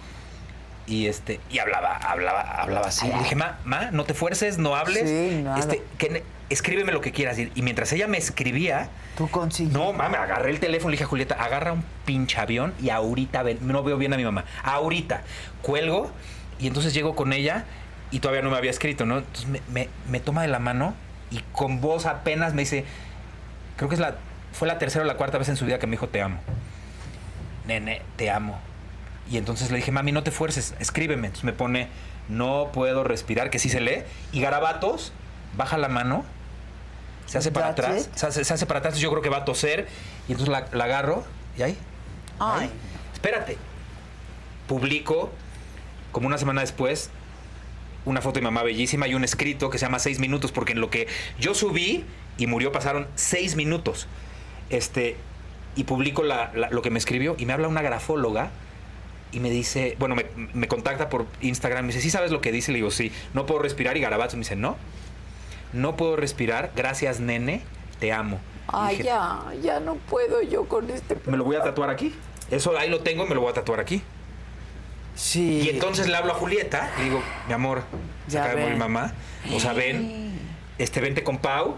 [SPEAKER 2] y este y hablaba, hablaba, hablaba así. Le dije, ma, ma, no te fuerces, no hables.
[SPEAKER 1] Sí, no
[SPEAKER 2] este,
[SPEAKER 1] hablo.
[SPEAKER 2] que ne- escríbeme lo que quieras. Y y mientras ella me escribía,
[SPEAKER 1] Tú consigues.
[SPEAKER 2] no, mami, agarré el teléfono y le dije a Julieta, agarra un pinche avión y ahorita ven. No veo bien a mi mamá. Ahorita. Cuelgo y entonces llego con ella y todavía no me había escrito, ¿no? Entonces me, me- me toma de la mano y con voz apenas me dice, creo que es la, fue la tercera o la cuarta vez en su vida que me dijo te amo. Nene, te amo. Y entonces le dije, mami, no te fuerces, escríbeme. Entonces me pone, no puedo respirar, que sí se lee. Y garabatos, baja la mano, se hace para
[SPEAKER 1] That's
[SPEAKER 2] atrás,
[SPEAKER 1] it.
[SPEAKER 2] se hace, se hace para atrás, yo creo que va a toser. Y entonces la, la agarro, y ahí,
[SPEAKER 1] Ay,
[SPEAKER 2] espérate. Publico, como una semana después, una foto de mi mamá bellísima y un escrito que se llama Seis Minutos, porque en lo que yo subí y murió pasaron seis minutos. Este, y publico la- la- lo que me escribió y me habla una grafóloga y me dice, bueno, me, me contacta por Instagram, me dice, ¿sí sabes lo que dice? Le digo, sí, no puedo respirar y garabatos me dice, no, no puedo respirar, gracias nene, te amo. Y
[SPEAKER 1] ay,
[SPEAKER 2] dije,
[SPEAKER 1] ya, ya no puedo yo con este.
[SPEAKER 2] me lo voy a tatuar aquí. Eso ahí lo tengo y me lo voy a tatuar aquí.
[SPEAKER 1] Sí.
[SPEAKER 2] Y entonces le hablo a Julieta, le digo, mi amor, se
[SPEAKER 1] Ya
[SPEAKER 2] acaba de morir
[SPEAKER 1] ven.
[SPEAKER 2] mamá. O sea, ven, este, vente con Pau.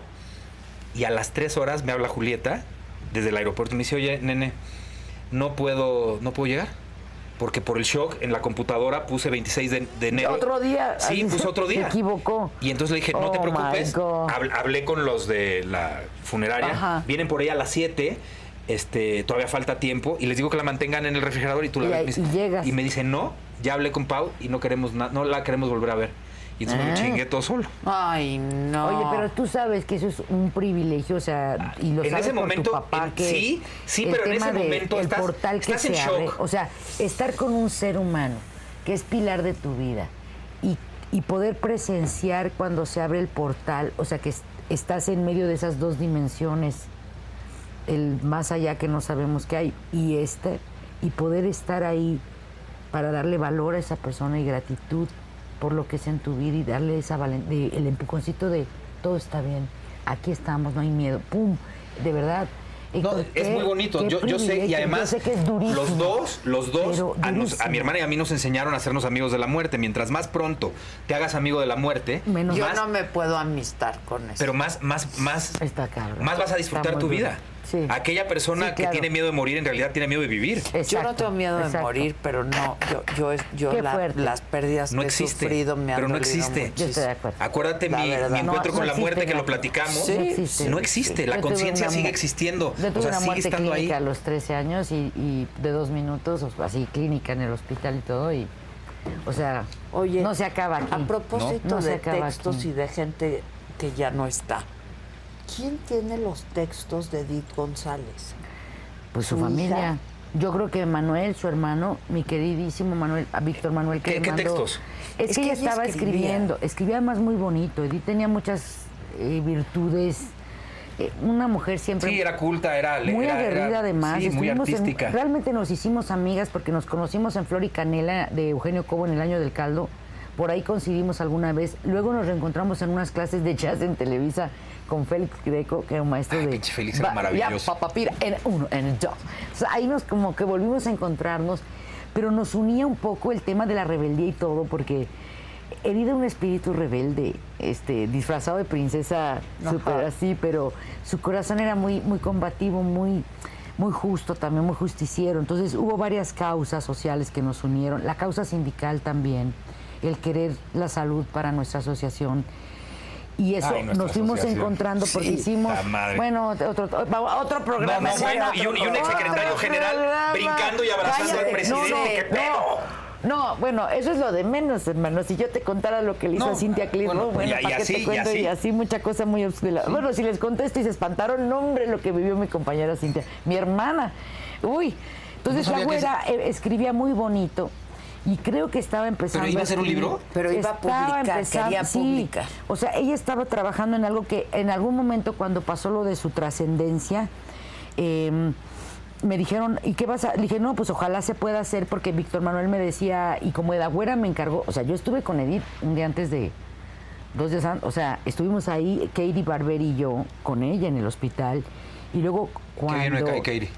[SPEAKER 2] Y a las tres horas me habla Julieta desde el aeropuerto y me dice, oye, nene, no puedo, no puedo llegar. Porque por el shock en la computadora puse 26 de, de enero.
[SPEAKER 4] Otro día.
[SPEAKER 2] Sí,
[SPEAKER 4] Ay,
[SPEAKER 2] puso otro
[SPEAKER 4] se
[SPEAKER 2] día.
[SPEAKER 4] equivocó.
[SPEAKER 2] Y entonces le dije, no te
[SPEAKER 4] Oh, my
[SPEAKER 2] preocupes.
[SPEAKER 4] God.
[SPEAKER 2] Habl- hablé con los de la funeraria.
[SPEAKER 4] Ajá.
[SPEAKER 2] Vienen por ella a las 7. Este, todavía falta tiempo. Y les digo que la mantengan en el refrigerador y tú la
[SPEAKER 4] Y
[SPEAKER 2] ves.
[SPEAKER 4] ahí-
[SPEAKER 2] Me dice-
[SPEAKER 4] y llegas.
[SPEAKER 2] y me dice, no, ya hablé con Pau y no queremos na- no la queremos volver a ver. Y entonces me
[SPEAKER 4] Ah.
[SPEAKER 2] lo chingué todo solo.
[SPEAKER 1] Ay, no.
[SPEAKER 4] Oye, pero tú sabes que eso es un privilegio, o sea, y lo
[SPEAKER 2] En
[SPEAKER 4] sabes
[SPEAKER 2] ese
[SPEAKER 4] por tu
[SPEAKER 2] momento,
[SPEAKER 4] papá
[SPEAKER 2] en-
[SPEAKER 4] que
[SPEAKER 2] sí, sí,
[SPEAKER 4] el
[SPEAKER 2] pero en
[SPEAKER 4] tema
[SPEAKER 2] ese
[SPEAKER 4] de-
[SPEAKER 2] momento
[SPEAKER 4] el
[SPEAKER 2] estás-
[SPEAKER 4] portal que
[SPEAKER 2] estás
[SPEAKER 4] se
[SPEAKER 2] en
[SPEAKER 4] abre,
[SPEAKER 2] shock.
[SPEAKER 4] o sea, estar con un ser humano que es pilar de tu vida y, y poder presenciar cuando se abre el portal, o sea, que es- estás en medio de esas dos dimensiones, el más allá que no sabemos que hay y este y poder estar ahí para darle valor a esa persona y gratitud por lo que es en tu vida y darle esa valen- de- el empujoncito de todo está bien, aquí estamos, no hay miedo, pum, de verdad. Y
[SPEAKER 2] No,
[SPEAKER 4] con-
[SPEAKER 2] es
[SPEAKER 4] qué-
[SPEAKER 2] muy bonito.
[SPEAKER 4] qué
[SPEAKER 2] Yo, yo sé, y
[SPEAKER 4] privilegio,
[SPEAKER 2] además,
[SPEAKER 4] yo sé que es durísimo,
[SPEAKER 2] los dos, los dos,
[SPEAKER 4] pero
[SPEAKER 2] a, nos- a
[SPEAKER 4] durísimo.
[SPEAKER 2] mi hermana y a mí nos enseñaron a hacernos amigos de la muerte. Mientras más pronto te hagas amigo de la muerte,
[SPEAKER 4] Menos
[SPEAKER 1] yo
[SPEAKER 2] más-
[SPEAKER 1] no me puedo amistar con eso.
[SPEAKER 2] pero más, más, más,
[SPEAKER 4] Está cabrón.
[SPEAKER 2] más vas a disfrutar
[SPEAKER 4] Está
[SPEAKER 2] tu
[SPEAKER 4] muy
[SPEAKER 2] vida.
[SPEAKER 4] duro. Sí.
[SPEAKER 2] Aquella persona
[SPEAKER 4] Sí,
[SPEAKER 2] que
[SPEAKER 4] claro.
[SPEAKER 2] tiene miedo de morir, en realidad tiene miedo de vivir.
[SPEAKER 1] yo no
[SPEAKER 4] Exacto,
[SPEAKER 1] tengo miedo de
[SPEAKER 4] exacto.
[SPEAKER 1] morir, pero no, yo, yo, yo
[SPEAKER 4] Qué
[SPEAKER 1] la-
[SPEAKER 4] fuerte.
[SPEAKER 1] las pérdidas
[SPEAKER 2] No
[SPEAKER 1] que
[SPEAKER 2] existe,
[SPEAKER 1] he sufrido me han
[SPEAKER 2] pero no
[SPEAKER 1] dolido
[SPEAKER 2] existe. Yo
[SPEAKER 4] Yo estoy
[SPEAKER 1] muchísimo.
[SPEAKER 4] de acuerdo.
[SPEAKER 2] Acuérdate
[SPEAKER 1] La
[SPEAKER 2] mi, mi
[SPEAKER 1] verdad.
[SPEAKER 2] encuentro
[SPEAKER 4] No,
[SPEAKER 2] con
[SPEAKER 4] no
[SPEAKER 2] la muerte
[SPEAKER 4] existe,
[SPEAKER 2] que lo
[SPEAKER 4] Gato.
[SPEAKER 2] platicamos.
[SPEAKER 1] Sí,
[SPEAKER 2] No
[SPEAKER 4] existe.
[SPEAKER 2] existe, la
[SPEAKER 4] Yo tuve
[SPEAKER 2] conciencia
[SPEAKER 4] una
[SPEAKER 2] sigue
[SPEAKER 4] mu-
[SPEAKER 2] existiendo.
[SPEAKER 4] Yo tuve
[SPEAKER 2] O sea,
[SPEAKER 4] una
[SPEAKER 2] sigue
[SPEAKER 4] muerte
[SPEAKER 2] estando
[SPEAKER 4] clínica
[SPEAKER 2] ahí.
[SPEAKER 4] a los 13 años y, y de dos minutos, o así, clínica en el hospital y todo. y O sea,
[SPEAKER 1] Oye,
[SPEAKER 4] no se acaba aquí.
[SPEAKER 1] A propósito
[SPEAKER 4] No se
[SPEAKER 1] de
[SPEAKER 4] acaba
[SPEAKER 1] textos
[SPEAKER 4] aquí.
[SPEAKER 1] y de gente que ya no está, ¿quién tiene los textos de Edith González?
[SPEAKER 4] Pues su
[SPEAKER 1] su
[SPEAKER 4] familia.
[SPEAKER 1] hija.
[SPEAKER 4] Yo creo que Manuel, su hermano, mi queridísimo Manuel, a Víctor Manuel, que
[SPEAKER 2] ¿Qué-
[SPEAKER 4] le
[SPEAKER 2] qué
[SPEAKER 4] mandó-
[SPEAKER 2] textos?
[SPEAKER 4] Es,
[SPEAKER 1] Es
[SPEAKER 4] que,
[SPEAKER 1] que
[SPEAKER 4] ella
[SPEAKER 1] ella
[SPEAKER 4] estaba
[SPEAKER 1] escribía.
[SPEAKER 4] escribiendo, escribía más muy bonito. Edith tenía muchas eh, virtudes. Eh, una mujer siempre
[SPEAKER 2] Sí, era culta, era
[SPEAKER 4] muy
[SPEAKER 2] era- era-
[SPEAKER 4] aguerrida además.
[SPEAKER 2] Sí, muy
[SPEAKER 4] Estuvimos en-
[SPEAKER 2] artística.
[SPEAKER 4] realmente nos hicimos amigas porque nos conocimos en Flor y Canela de Eugenio Cobo en el año del caldo. Por ahí coincidimos alguna vez. Luego nos reencontramos en unas clases de jazz en Televisa con Félix Greco, que era un maestro
[SPEAKER 2] Ah,
[SPEAKER 4] de...
[SPEAKER 2] pinche Félix era
[SPEAKER 4] Ba-
[SPEAKER 2] maravilloso.
[SPEAKER 4] Ya, papá pira, en uno, en dos. O sea, ahí nos como que volvimos a encontrarnos, pero nos unía un poco el tema de la rebeldía y todo, porque herida un espíritu rebelde, este, disfrazado de princesa, súper así, pero su corazón era muy, muy combativo, muy, muy justo también, muy justiciero. Entonces hubo varias causas sociales que nos unieron, la causa sindical también, el querer la salud para nuestra asociación. Y eso
[SPEAKER 2] Ay, Ah, nuestra
[SPEAKER 4] nos fuimos
[SPEAKER 2] asociación.
[SPEAKER 4] encontrando porque
[SPEAKER 2] Sí,
[SPEAKER 4] hicimos,
[SPEAKER 2] ta madre.
[SPEAKER 4] bueno, otro, otro
[SPEAKER 2] No,
[SPEAKER 4] programa.
[SPEAKER 2] no,
[SPEAKER 4] sí,
[SPEAKER 2] bueno,
[SPEAKER 4] otro
[SPEAKER 2] y un, y un
[SPEAKER 4] programa.
[SPEAKER 2] exsecretario
[SPEAKER 4] Otro
[SPEAKER 2] general
[SPEAKER 4] programa.
[SPEAKER 2] brincando y abrazando
[SPEAKER 4] Cállate.
[SPEAKER 2] al presidente.
[SPEAKER 4] No, no,
[SPEAKER 2] ¿Qué
[SPEAKER 4] no.
[SPEAKER 2] pedo?
[SPEAKER 4] No, bueno, eso es lo de menos, hermano. Si yo te contara lo que le hizo
[SPEAKER 2] No,
[SPEAKER 4] a Cintia Clitbo, bueno,
[SPEAKER 2] bueno, y- y
[SPEAKER 4] ¿para qué
[SPEAKER 2] así,
[SPEAKER 4] te
[SPEAKER 2] y
[SPEAKER 4] cuento? Y así.
[SPEAKER 2] así.
[SPEAKER 4] mucha cosa muy obscura. Bueno, si les contesto y se espantaron, no, hombre, lo que vivió mi compañera Cintia, mi hermana. Uy, entonces
[SPEAKER 2] No
[SPEAKER 4] la
[SPEAKER 2] sabía que
[SPEAKER 4] güera eh, escribía muy bonito y creo que estaba empezando.
[SPEAKER 2] iba a hacer un
[SPEAKER 4] escribir.
[SPEAKER 2] libro?
[SPEAKER 1] Pero iba a
[SPEAKER 4] Estaba
[SPEAKER 1] publicar, quería
[SPEAKER 4] sí.
[SPEAKER 1] publicar.
[SPEAKER 4] O sea, ella estaba trabajando en algo que en algún momento cuando pasó lo de su trascendencia, eh, me dijeron, ¿y qué vas a...? Le dije, no, pues ojalá se pueda hacer porque Víctor Manuel me decía, y como Edagüera me encargó, o sea, yo estuve con Edith un día antes de... Dos días antes, o sea, estuvimos ahí, Katie Barber y yo, con ella en el hospital, y luego
[SPEAKER 2] Qué
[SPEAKER 4] cuando...
[SPEAKER 2] bien me cae Katie.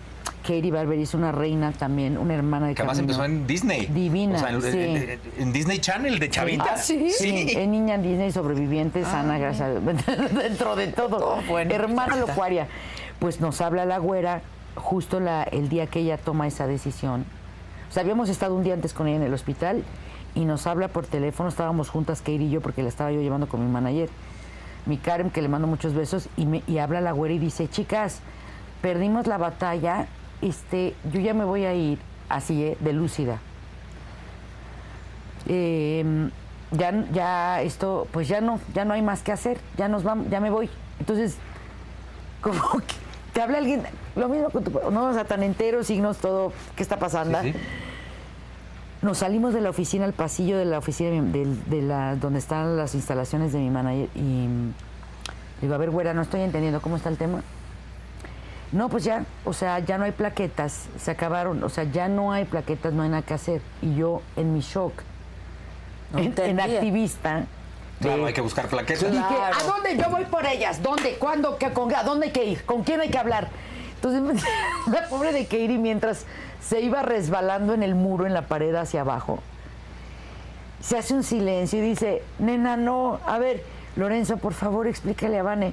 [SPEAKER 4] Katie Barber es una reina también, una hermana de
[SPEAKER 2] Que además
[SPEAKER 4] Camino.
[SPEAKER 2] empezó en Disney.
[SPEAKER 4] Divina,
[SPEAKER 2] O sea, en,
[SPEAKER 4] sí.
[SPEAKER 2] en- en Disney Channel de Chavita.
[SPEAKER 4] Ah, sí. Ah. Es niña Disney sobreviviente, sana, gracias a Dios. Dentro de todo. Hermana Locuaria. Pues nos habla la güera justo la- el día que ella toma esa decisión. O sea, habíamos estado un día antes con ella en el hospital y nos habla por teléfono. Estábamos juntas, Katie y yo, porque la estaba yo llevando con mi manager. Mi Karen, que le mando muchos besos, y, me, y habla la güera y dice, chicas, perdimos la batalla, este, yo ya me voy a ir, así, ¿eh? de lúcida eh, ya, ya esto, pues ya no, ya no hay más que hacer, ya nos vamos, ya me voy. Entonces, como que te habla alguien, lo mismo con tu, no, o sea, tan enteros, signos, todo, ¿qué está pasando?
[SPEAKER 2] Sí, sí.
[SPEAKER 4] Nos salimos de la oficina al pasillo de la oficina de, mi- del- de la, donde están las instalaciones de mi manager y mm, digo, a ver, güera, no estoy entendiendo cómo está el tema. No, pues ya, o sea, ya no hay plaquetas, se acabaron, o sea, ya no hay plaquetas, no hay nada que hacer. Y yo en mi shock,
[SPEAKER 1] No
[SPEAKER 4] en, en
[SPEAKER 1] entendía.
[SPEAKER 4] activista,
[SPEAKER 2] Claro, hay que buscar plaquetas.
[SPEAKER 4] y que,
[SPEAKER 1] Claro.
[SPEAKER 4] ¿a dónde yo voy por ellas? ¿Dónde? ¿Cuándo? ¿Qué- con, ¿A dónde hay que ir? ¿Con quién hay que hablar? Entonces, la pobre de Katie, mientras se iba resbalando en el muro, en la pared hacia abajo, se hace un silencio y dice, nena, no, a ver, Lorenzo, por favor, explícale a Vane.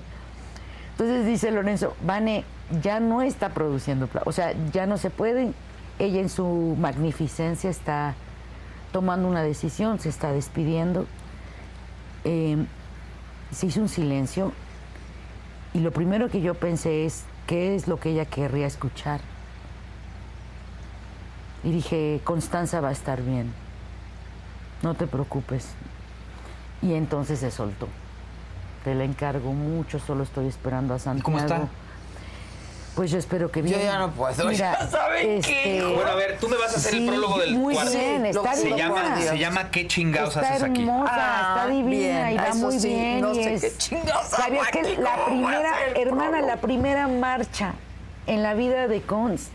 [SPEAKER 4] Entonces dice Lorenzo, Vane ya no está produciendo, pla- o sea, ya no se puede. Ella en su magnificencia está tomando una decisión, se está despidiendo. Eh, se hizo un silencio y lo primero que yo pensé es, ¿qué es lo que ella querría escuchar? Y dije, Constanza va a estar bien, no te preocupes. Y entonces se soltó. Te la encargo mucho, solo estoy esperando a Santiago.
[SPEAKER 8] cómo está?
[SPEAKER 4] Pues yo espero que bien.
[SPEAKER 1] Yo ya no puedo,
[SPEAKER 4] Mira,
[SPEAKER 1] ya saben que-
[SPEAKER 4] este,
[SPEAKER 1] Bueno,
[SPEAKER 8] Bueno, a ver, tú me vas a hacer
[SPEAKER 4] Sí,
[SPEAKER 8] el prólogo del
[SPEAKER 4] muy
[SPEAKER 8] cuarto.
[SPEAKER 4] bien, está
[SPEAKER 8] se,
[SPEAKER 1] bien,
[SPEAKER 8] llama,
[SPEAKER 1] por Dios.
[SPEAKER 8] se llama ¿Qué chingados
[SPEAKER 4] está
[SPEAKER 8] haces aquí?
[SPEAKER 4] hermosa,
[SPEAKER 1] Ah,
[SPEAKER 4] está divina
[SPEAKER 1] bien,
[SPEAKER 4] y va
[SPEAKER 1] eso
[SPEAKER 4] muy
[SPEAKER 1] sí,
[SPEAKER 4] bien.
[SPEAKER 1] no
[SPEAKER 4] y
[SPEAKER 1] sé
[SPEAKER 4] es-
[SPEAKER 1] qué chingados
[SPEAKER 4] ¿Sabías
[SPEAKER 1] hago
[SPEAKER 4] que
[SPEAKER 1] aquí?
[SPEAKER 4] la
[SPEAKER 1] ¿Cómo voy a
[SPEAKER 4] primera,
[SPEAKER 1] hacer el
[SPEAKER 4] hermana, la
[SPEAKER 1] prólogo?
[SPEAKER 4] primera marcha en la vida de Cons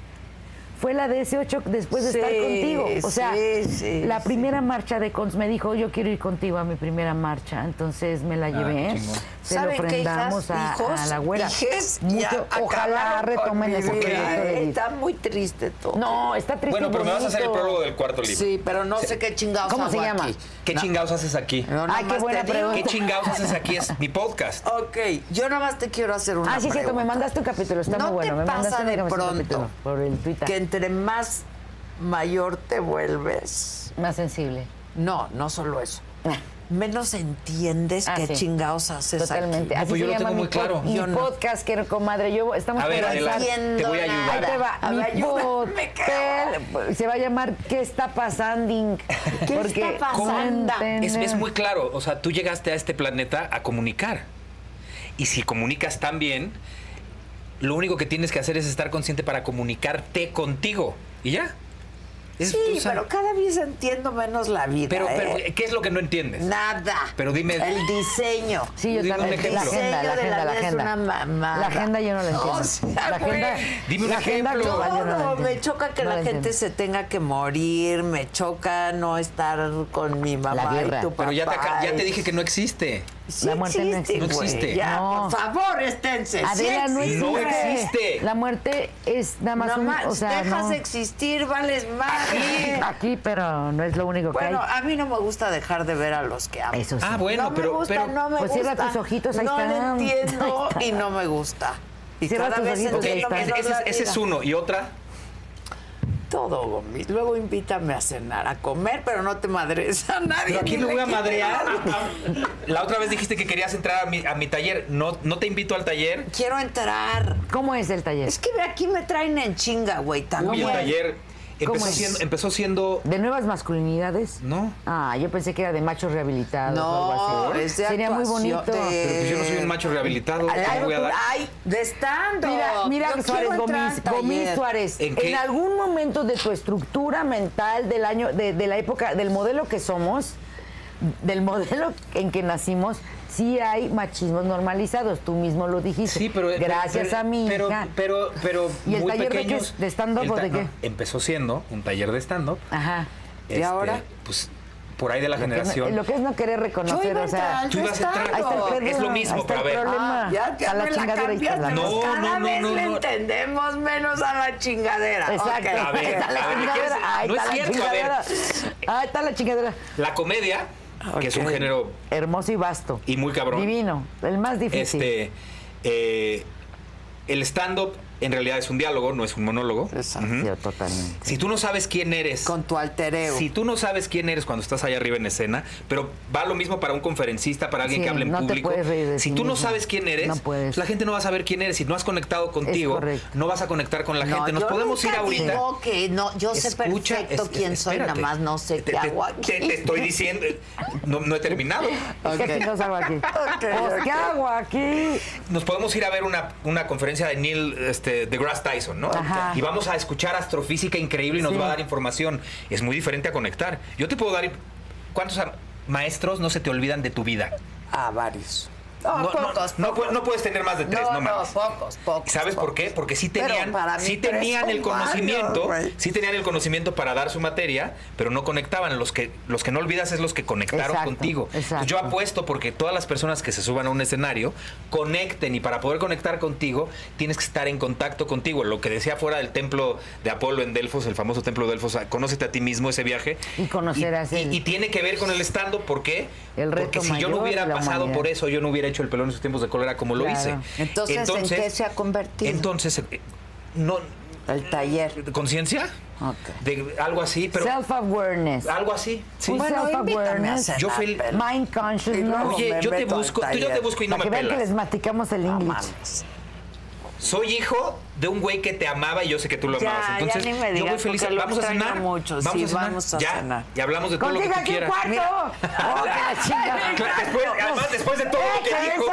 [SPEAKER 4] fue la de ese 8 después de estar
[SPEAKER 1] Sí,
[SPEAKER 4] contigo? O sea,
[SPEAKER 1] sí, sí,
[SPEAKER 4] la
[SPEAKER 1] sí.
[SPEAKER 4] primera marcha de Cons me dijo, yo quiero ir contigo a mi primera marcha, entonces me la llevé.
[SPEAKER 2] Ah, chingón.
[SPEAKER 4] se lo
[SPEAKER 1] ¿Saben qué,
[SPEAKER 4] prendamos
[SPEAKER 1] hijas?
[SPEAKER 4] a,
[SPEAKER 1] Hijos,
[SPEAKER 4] a la güera.
[SPEAKER 1] hijes,
[SPEAKER 4] Mucho-
[SPEAKER 1] ya
[SPEAKER 4] ojalá
[SPEAKER 1] acabaron con
[SPEAKER 4] retomen
[SPEAKER 1] mi
[SPEAKER 4] ese
[SPEAKER 1] vida,
[SPEAKER 4] proyecto de
[SPEAKER 1] ¿eh?
[SPEAKER 4] vida.
[SPEAKER 1] Está muy triste todo.
[SPEAKER 4] No, está triste.
[SPEAKER 2] Bueno,
[SPEAKER 4] y
[SPEAKER 2] pero me vas a hacer el
[SPEAKER 4] bonito.
[SPEAKER 2] prólogo del cuarto libro.
[SPEAKER 1] Sí, pero no sé qué chingados
[SPEAKER 4] ¿Cómo
[SPEAKER 1] hago
[SPEAKER 4] se llama?
[SPEAKER 1] aquí.
[SPEAKER 2] ¿Qué chingados haces aquí?
[SPEAKER 1] Yo
[SPEAKER 4] Ay,
[SPEAKER 1] nada
[SPEAKER 4] qué
[SPEAKER 1] más
[SPEAKER 4] buena
[SPEAKER 1] te digo-
[SPEAKER 2] ¿Qué chingados haces aquí? Es mi podcast.
[SPEAKER 1] Ok, yo nada más te quiero hacer una
[SPEAKER 4] Ah, sí, es cierto, me
[SPEAKER 1] pregunta.
[SPEAKER 4] mandaste un capítulo, está
[SPEAKER 1] ¿No
[SPEAKER 4] muy bueno.
[SPEAKER 1] te
[SPEAKER 4] me mandaste
[SPEAKER 1] pasa
[SPEAKER 4] un
[SPEAKER 1] de
[SPEAKER 4] capítulo
[SPEAKER 1] pronto
[SPEAKER 4] por el Twitter.
[SPEAKER 1] que entre más mayor te vuelves?
[SPEAKER 4] Más sensible.
[SPEAKER 1] No, no solo eso. Menos entiendes
[SPEAKER 4] Ah,
[SPEAKER 1] qué
[SPEAKER 4] sí.
[SPEAKER 1] chingados haces
[SPEAKER 4] Totalmente.
[SPEAKER 1] aquí.
[SPEAKER 4] Así
[SPEAKER 2] pues
[SPEAKER 4] se
[SPEAKER 2] yo lo
[SPEAKER 4] llama
[SPEAKER 2] tengo
[SPEAKER 4] mi,
[SPEAKER 2] muy
[SPEAKER 4] pod-
[SPEAKER 2] claro.
[SPEAKER 4] mi
[SPEAKER 1] Yo no.
[SPEAKER 4] podcast, que comadre. Yo estamos
[SPEAKER 2] A ver,
[SPEAKER 4] por
[SPEAKER 2] Adela,
[SPEAKER 4] avanzar.
[SPEAKER 1] entiendo
[SPEAKER 2] te voy a ayudar.
[SPEAKER 4] Ahí te va.
[SPEAKER 1] nada. A ver,
[SPEAKER 4] mi
[SPEAKER 1] ayúdame, cabrón.
[SPEAKER 4] podcast se va a llamar ¿Qué está pasando?
[SPEAKER 1] ¿Qué
[SPEAKER 4] Porque
[SPEAKER 1] está pasando?
[SPEAKER 4] no
[SPEAKER 2] Es,
[SPEAKER 4] entender.
[SPEAKER 2] es muy claro. O sea, tú llegaste a este planeta a comunicar. Y si comunicas tan bien, lo único que tienes que hacer es estar consciente para comunicarte contigo. Y ya. Es-
[SPEAKER 1] Sí,
[SPEAKER 2] o sea,
[SPEAKER 1] pero cada vez entiendo menos la vida.
[SPEAKER 2] pero,
[SPEAKER 1] ¿eh?
[SPEAKER 2] pero, ¿qué es lo que no entiendes?
[SPEAKER 1] Nada.
[SPEAKER 2] Pero dime-
[SPEAKER 1] El diseño.
[SPEAKER 4] Sí, yo
[SPEAKER 2] Dime un
[SPEAKER 4] también.
[SPEAKER 2] ejemplo.
[SPEAKER 4] La agenda, la
[SPEAKER 1] Diseño de
[SPEAKER 4] agenda,
[SPEAKER 1] la
[SPEAKER 4] la
[SPEAKER 1] vida es
[SPEAKER 4] agenda.
[SPEAKER 1] una mamada.
[SPEAKER 4] La agenda yo no la
[SPEAKER 1] O
[SPEAKER 4] entiendo.
[SPEAKER 1] sea,
[SPEAKER 4] la
[SPEAKER 1] güey,
[SPEAKER 4] agenda,
[SPEAKER 2] dime un
[SPEAKER 4] la agenda
[SPEAKER 2] ejemplo.
[SPEAKER 4] global yo no la
[SPEAKER 1] Todo, me
[SPEAKER 4] entiendo.
[SPEAKER 1] choca que
[SPEAKER 4] No
[SPEAKER 1] la gente
[SPEAKER 4] entiendo.
[SPEAKER 1] se tenga que morir, me choca no estar con mi mamá
[SPEAKER 4] La guerra.
[SPEAKER 1] y tu papá.
[SPEAKER 2] Pero ya te, aca- ya te
[SPEAKER 1] y-
[SPEAKER 2] dije que no existe.
[SPEAKER 1] Sí
[SPEAKER 4] La muerte no
[SPEAKER 1] existe,
[SPEAKER 2] existe. No
[SPEAKER 1] güey,
[SPEAKER 2] existe.
[SPEAKER 1] Ya,
[SPEAKER 4] No.
[SPEAKER 1] por favor, esténse.
[SPEAKER 4] Adela
[SPEAKER 1] sí
[SPEAKER 4] no
[SPEAKER 1] existe.
[SPEAKER 4] existe.
[SPEAKER 2] No existe.
[SPEAKER 4] La muerte es nada más
[SPEAKER 1] Nada
[SPEAKER 4] un...
[SPEAKER 1] más,
[SPEAKER 4] o sea,
[SPEAKER 1] dejas
[SPEAKER 4] no.
[SPEAKER 1] de existir, vales madre.
[SPEAKER 4] Aquí, pero no es lo único que hay.
[SPEAKER 1] Bueno, a mí no me gusta dejar de ver a los que amo.
[SPEAKER 4] Eso Pues sí.
[SPEAKER 2] Ah, bueno,
[SPEAKER 1] no
[SPEAKER 2] pero,
[SPEAKER 1] me gusta,
[SPEAKER 2] pero-
[SPEAKER 1] no me
[SPEAKER 4] Pues
[SPEAKER 1] gusta.
[SPEAKER 4] cierra tus ojitos, ahí
[SPEAKER 1] no
[SPEAKER 4] están.
[SPEAKER 1] No entiendo
[SPEAKER 4] Ahí
[SPEAKER 1] y no me gusta. Y
[SPEAKER 4] Cierra
[SPEAKER 1] cada
[SPEAKER 4] tus
[SPEAKER 1] vez
[SPEAKER 4] ojitos,
[SPEAKER 2] Ok,
[SPEAKER 4] ahí
[SPEAKER 1] entiendo
[SPEAKER 4] está.
[SPEAKER 1] menos
[SPEAKER 2] ese,
[SPEAKER 1] la
[SPEAKER 2] es- ese
[SPEAKER 1] vida.
[SPEAKER 2] es uno. Y otra,
[SPEAKER 1] Todo, Gomi. Luego invítame a cenar, a comer, pero no te madres a nadie.
[SPEAKER 2] Pero aquí
[SPEAKER 1] ni
[SPEAKER 2] me
[SPEAKER 1] le
[SPEAKER 2] voy a
[SPEAKER 1] quites.
[SPEAKER 2] madrear. Ah, La otra vez dijiste que querías entrar a mi, a mi taller. No, no te invito al taller.
[SPEAKER 1] Quiero entrar.
[SPEAKER 4] ¿Cómo es el taller?
[SPEAKER 1] Es que ve, aquí me traen en chinga, güey,
[SPEAKER 2] Uy,
[SPEAKER 1] también.
[SPEAKER 2] el taller empezó
[SPEAKER 4] es?
[SPEAKER 2] siendo, empezó siendo.
[SPEAKER 4] ¿De nuevas masculinidades?
[SPEAKER 2] No.
[SPEAKER 4] Ah, yo pensé que era de machos rehabilitados o algo
[SPEAKER 1] no,
[SPEAKER 4] así.
[SPEAKER 1] es de
[SPEAKER 4] Sería muy
[SPEAKER 1] actuación,
[SPEAKER 4] bonito.
[SPEAKER 1] de-
[SPEAKER 2] Pero pues yo no soy un macho rehabilitado.
[SPEAKER 1] Al-
[SPEAKER 2] ¿cómo voy a dar?
[SPEAKER 1] Ay, de estando.
[SPEAKER 4] Mira, mira Suárez Gómez, Gómez Suárez,
[SPEAKER 2] ¿En
[SPEAKER 4] ¿En,
[SPEAKER 2] qué?
[SPEAKER 4] algún momento de tu estructura mental del año, de, de la época, del modelo que somos, del modelo en que nacimos, sí hay machismos normalizados. Tú mismo lo dijiste.
[SPEAKER 2] Sí, pero eh,
[SPEAKER 4] gracias
[SPEAKER 2] pero-
[SPEAKER 4] a mi
[SPEAKER 2] pero,
[SPEAKER 4] hija.
[SPEAKER 2] Pero, pero,
[SPEAKER 4] ¿Y el
[SPEAKER 2] muy
[SPEAKER 4] taller de qué
[SPEAKER 2] pequeños.
[SPEAKER 4] es? ¿De stand-up
[SPEAKER 2] El
[SPEAKER 4] o
[SPEAKER 2] ta-
[SPEAKER 4] de qué?
[SPEAKER 2] no, empezó siendo un taller de stand-up.
[SPEAKER 4] Ajá.
[SPEAKER 1] ¿Y
[SPEAKER 2] Este,
[SPEAKER 1] ahora?
[SPEAKER 2] Pues por ahí de la
[SPEAKER 4] Que no-
[SPEAKER 2] generación.
[SPEAKER 4] Lo que es no querer reconocer,
[SPEAKER 1] Yo iba a
[SPEAKER 4] o sea,
[SPEAKER 1] entrar,
[SPEAKER 2] Tú
[SPEAKER 1] yo
[SPEAKER 2] ibas a entrar.
[SPEAKER 1] estaba.
[SPEAKER 4] Ahí está el
[SPEAKER 2] Es
[SPEAKER 4] problema.
[SPEAKER 2] lo mismo,
[SPEAKER 4] ahí está
[SPEAKER 2] pero a
[SPEAKER 4] el
[SPEAKER 2] ver.
[SPEAKER 4] problema.
[SPEAKER 1] Ah, ya, ya
[SPEAKER 4] a la
[SPEAKER 1] me la
[SPEAKER 4] chingadera
[SPEAKER 1] cambiaste.
[SPEAKER 4] está la
[SPEAKER 1] pues
[SPEAKER 2] No,
[SPEAKER 1] cada
[SPEAKER 2] no,
[SPEAKER 1] vez
[SPEAKER 2] no,
[SPEAKER 1] le
[SPEAKER 2] no.
[SPEAKER 1] entendemos menos a la chingadera.
[SPEAKER 4] Exacto.
[SPEAKER 1] Ok.
[SPEAKER 2] A ver,
[SPEAKER 4] Ahí está la
[SPEAKER 2] a ver, ¿qué quieres?
[SPEAKER 4] chingadera. Ahí
[SPEAKER 2] No
[SPEAKER 4] está
[SPEAKER 2] es
[SPEAKER 4] la
[SPEAKER 2] cierto, a ver.
[SPEAKER 4] chingadera. Ahí está la chingadera.
[SPEAKER 2] La comedia, que es un
[SPEAKER 1] Ok.
[SPEAKER 2] género
[SPEAKER 4] Hermoso y vasto.
[SPEAKER 2] y muy cabrón.
[SPEAKER 4] Divino. El más difícil.
[SPEAKER 2] Este, eh, el stand-up en realidad es un diálogo, no es un monólogo.
[SPEAKER 1] Exacto.
[SPEAKER 4] Ah, Sí, totalmente.
[SPEAKER 2] Si tú no sabes quién eres,
[SPEAKER 1] Con tu alter ego.
[SPEAKER 2] si tú no sabes quién eres cuando estás allá arriba en escena, pero va lo mismo para un conferencista, para alguien
[SPEAKER 4] Sí,
[SPEAKER 2] que hable en
[SPEAKER 4] no te
[SPEAKER 2] público.
[SPEAKER 4] puedes reír de
[SPEAKER 2] si
[SPEAKER 4] ti
[SPEAKER 2] tú no
[SPEAKER 4] mismo.
[SPEAKER 2] sabes quién eres,
[SPEAKER 4] No puedes.
[SPEAKER 2] la gente no va a saber quién eres. Si no has conectado contigo,
[SPEAKER 4] correcto.
[SPEAKER 2] no vas a conectar con la gente. Nos
[SPEAKER 1] yo
[SPEAKER 2] podemos ir
[SPEAKER 1] nunca
[SPEAKER 2] ahorita.
[SPEAKER 1] digo que no, yo sé
[SPEAKER 2] Escucha,
[SPEAKER 1] perfecto
[SPEAKER 2] es- es-
[SPEAKER 1] quién soy, nada
[SPEAKER 2] espérate.
[SPEAKER 1] más no sé
[SPEAKER 2] Te-
[SPEAKER 1] qué
[SPEAKER 2] te-
[SPEAKER 1] hago aquí.
[SPEAKER 2] Te, te estoy diciendo, eh, no, no he terminado.
[SPEAKER 4] ¿Qué chingados hago aquí? Pues, ¿Qué hago aquí?
[SPEAKER 2] Nos podemos ir a ver una, una conferencia de Neil este, deGrasse Tyson, ¿no?
[SPEAKER 4] Ajá.
[SPEAKER 2] Y vamos a escuchar astrofísica increíble y nos
[SPEAKER 4] Sí.
[SPEAKER 2] va a dar información. Es muy diferente a conectar. Yo te puedo dar... ¿Cuántos a- maestros no se te olvidan de tu vida?
[SPEAKER 1] A Ah, varios. No,
[SPEAKER 2] No, no,
[SPEAKER 1] pocos,
[SPEAKER 2] no
[SPEAKER 1] pocos.
[SPEAKER 2] pu- no puedes tener más de tres, no, mames.
[SPEAKER 1] pocos, pocos.
[SPEAKER 2] ¿Y ¿Sabes por
[SPEAKER 1] pocos.
[SPEAKER 2] qué? Porque sí
[SPEAKER 1] Pero
[SPEAKER 2] tenían,
[SPEAKER 1] para mí
[SPEAKER 2] sí
[SPEAKER 1] tres
[SPEAKER 2] tenían
[SPEAKER 1] son
[SPEAKER 2] el conocimiento,
[SPEAKER 1] varios, güey.
[SPEAKER 2] sí tenían el conocimiento para dar su materia, pero no conectaban. Los que, los que no olvidas es los que conectaron
[SPEAKER 4] Exacto,
[SPEAKER 2] contigo. Entonces,
[SPEAKER 4] exacto.
[SPEAKER 2] Yo apuesto porque todas las personas que se suban a un escenario conecten y para poder conectar contigo tienes que estar en contacto contigo. Lo que decía fuera del templo de Apolo en Delfos, el famoso templo de Delfos, a- conócete a ti mismo ese viaje.
[SPEAKER 4] Y conocerás
[SPEAKER 2] Y,
[SPEAKER 4] el-
[SPEAKER 2] y- y tiene que ver con el estando, ¿por qué?
[SPEAKER 4] El reto
[SPEAKER 2] porque si yo
[SPEAKER 4] mayor
[SPEAKER 2] no
[SPEAKER 4] de
[SPEAKER 2] hubiera
[SPEAKER 4] la
[SPEAKER 2] pasado
[SPEAKER 4] humanidad.
[SPEAKER 2] por eso, yo no hubiera hecho el pelón en sus tiempos de cólera como lo
[SPEAKER 4] Claro.
[SPEAKER 2] hice.
[SPEAKER 1] Entonces, ¿en qué se ha convertido?
[SPEAKER 2] Entonces, eh, no.
[SPEAKER 1] El taller.
[SPEAKER 2] ¿Conciencia?
[SPEAKER 1] Ok.
[SPEAKER 2] De algo así, pero.
[SPEAKER 4] Self-awareness.
[SPEAKER 2] Algo así. sí.
[SPEAKER 4] Un
[SPEAKER 1] Pues, Bueno, invítame a
[SPEAKER 4] self-awareness.
[SPEAKER 1] cenar,
[SPEAKER 2] Yo fui el-
[SPEAKER 1] pero-
[SPEAKER 4] Mind consciousness.
[SPEAKER 1] luego
[SPEAKER 2] Oye,
[SPEAKER 1] me
[SPEAKER 2] yo te
[SPEAKER 1] meto al
[SPEAKER 2] busco, tú- yo te
[SPEAKER 1] taller.
[SPEAKER 2] busco y no me
[SPEAKER 4] Para que vean que
[SPEAKER 2] pelas.
[SPEAKER 4] les maticamos el
[SPEAKER 1] No
[SPEAKER 4] inglés.
[SPEAKER 1] mames.
[SPEAKER 2] Soy hijo de un güey que te amaba y yo sé que tú lo
[SPEAKER 1] Ya,
[SPEAKER 2] amabas.
[SPEAKER 1] ya
[SPEAKER 2] Entonces,
[SPEAKER 1] ni me
[SPEAKER 2] yo
[SPEAKER 1] digas,
[SPEAKER 2] muy feliz.
[SPEAKER 1] porque lo
[SPEAKER 2] Vamos a
[SPEAKER 1] extraño
[SPEAKER 2] cenar.
[SPEAKER 1] mucho, sí, vamos a
[SPEAKER 2] Ya,
[SPEAKER 1] cenar.
[SPEAKER 2] Y hablamos de todo lo que
[SPEAKER 4] ¡Contigo
[SPEAKER 2] tú
[SPEAKER 4] aquí en
[SPEAKER 2] quieras.
[SPEAKER 4] cuarto! ¡Oh, la chingada!
[SPEAKER 2] Claro, después, además, después de todo lo que
[SPEAKER 4] ¡Échale
[SPEAKER 2] dijo,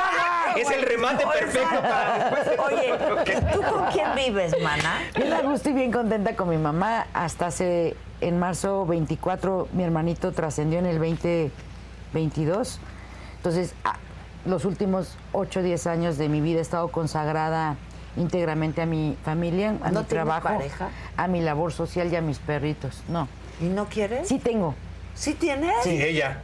[SPEAKER 4] esa!
[SPEAKER 2] es el remate perfecto para después de todo lo que-
[SPEAKER 1] Oye, ¿tú con quién vives, mana?
[SPEAKER 4] Bien a gusto y bien contenta con mi mamá. Hasta hace, en marzo 24, mi hermanito trascendió en el 2022. Entonces, a- los últimos 8 o 10 años de mi vida he estado consagrada íntegramente a mi familia, a
[SPEAKER 1] ¿No
[SPEAKER 4] mi
[SPEAKER 1] tienes
[SPEAKER 4] trabajo,
[SPEAKER 1] pareja?
[SPEAKER 4] a mi labor social y a mis perritos. No.
[SPEAKER 1] ¿Y no quieres?
[SPEAKER 4] Sí tengo.
[SPEAKER 1] ¿Sí tienes?
[SPEAKER 2] Sí, ella.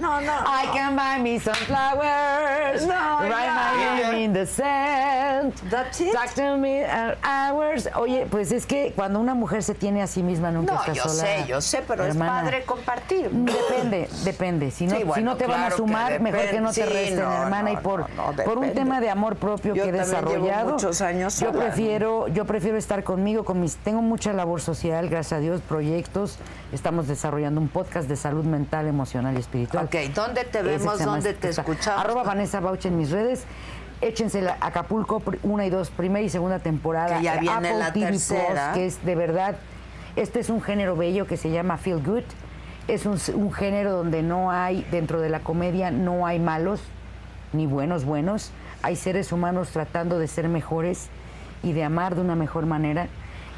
[SPEAKER 1] No, no.
[SPEAKER 4] I
[SPEAKER 1] no.
[SPEAKER 4] can buy me some flowers.
[SPEAKER 1] No,
[SPEAKER 4] write
[SPEAKER 1] no.
[SPEAKER 4] my name in the sand.
[SPEAKER 1] That's it.
[SPEAKER 4] Talk to me an hours. Oye, pues es que cuando una mujer se tiene a sí misma nunca
[SPEAKER 1] No,
[SPEAKER 4] está
[SPEAKER 1] yo
[SPEAKER 4] sola.
[SPEAKER 1] sé, yo sé, pero
[SPEAKER 4] hermana. Mm.
[SPEAKER 1] es padre compartir.
[SPEAKER 4] Depende, depende. Si no,
[SPEAKER 1] Sí, bueno,
[SPEAKER 4] si no te van
[SPEAKER 1] claro
[SPEAKER 4] a
[SPEAKER 1] que
[SPEAKER 4] sumar, mejor que no te
[SPEAKER 1] depende. Sí,
[SPEAKER 4] resten,
[SPEAKER 1] no,
[SPEAKER 4] hermana.
[SPEAKER 1] no,
[SPEAKER 4] y por,
[SPEAKER 1] no, no,
[SPEAKER 4] por un
[SPEAKER 1] depende.
[SPEAKER 4] tema de amor propio
[SPEAKER 1] Yo
[SPEAKER 4] que he
[SPEAKER 1] también llevo
[SPEAKER 4] desarrollado.
[SPEAKER 1] muchos años
[SPEAKER 4] yo
[SPEAKER 1] sola,
[SPEAKER 4] prefiero, yo prefiero estar conmigo, con mis, tengo mucha labor social, gracias a Dios, proyectos. Estamos desarrollando un podcast de salud mental, emocional y espiritual.
[SPEAKER 1] Ok, ¿dónde te
[SPEAKER 4] Ese
[SPEAKER 1] vemos?
[SPEAKER 4] se llama
[SPEAKER 1] ¿Dónde te
[SPEAKER 4] Escucha.
[SPEAKER 1] escuchamos?
[SPEAKER 4] Arroba Vanessa Bauch en mis redes. Échense la Acapulco, pr- una y dos, primera y segunda temporada.
[SPEAKER 1] Que ya viene
[SPEAKER 4] Apple
[SPEAKER 1] la
[SPEAKER 4] TV Plus,
[SPEAKER 1] tercera.
[SPEAKER 4] que es de verdad, este es un género bello que se llama Feel Good. Es un, s- un género donde no hay, dentro de la comedia, no hay malos, ni buenos buenos. Hay seres humanos tratando de ser mejores y de amar de una mejor manera.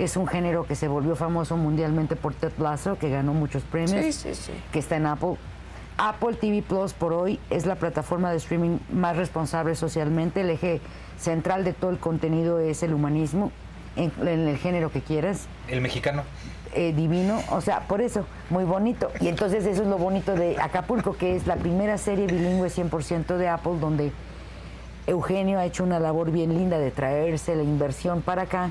[SPEAKER 4] Es un género que se volvió famoso mundialmente por Ted Lasso, que ganó muchos premios
[SPEAKER 1] Sí, sí, sí.
[SPEAKER 4] que está en Apple. Apple TV Plus por hoy es la plataforma de streaming más responsable socialmente. El eje central de todo el contenido es el humanismo, en, en el género que quieras,
[SPEAKER 2] El mexicano.
[SPEAKER 4] eh, divino, o sea, por eso, muy bonito. Y entonces eso es lo bonito de Acapulco, que es la primera serie bilingüe 100% de Apple, donde Eugenio ha hecho una labor bien linda de traerse la inversión para acá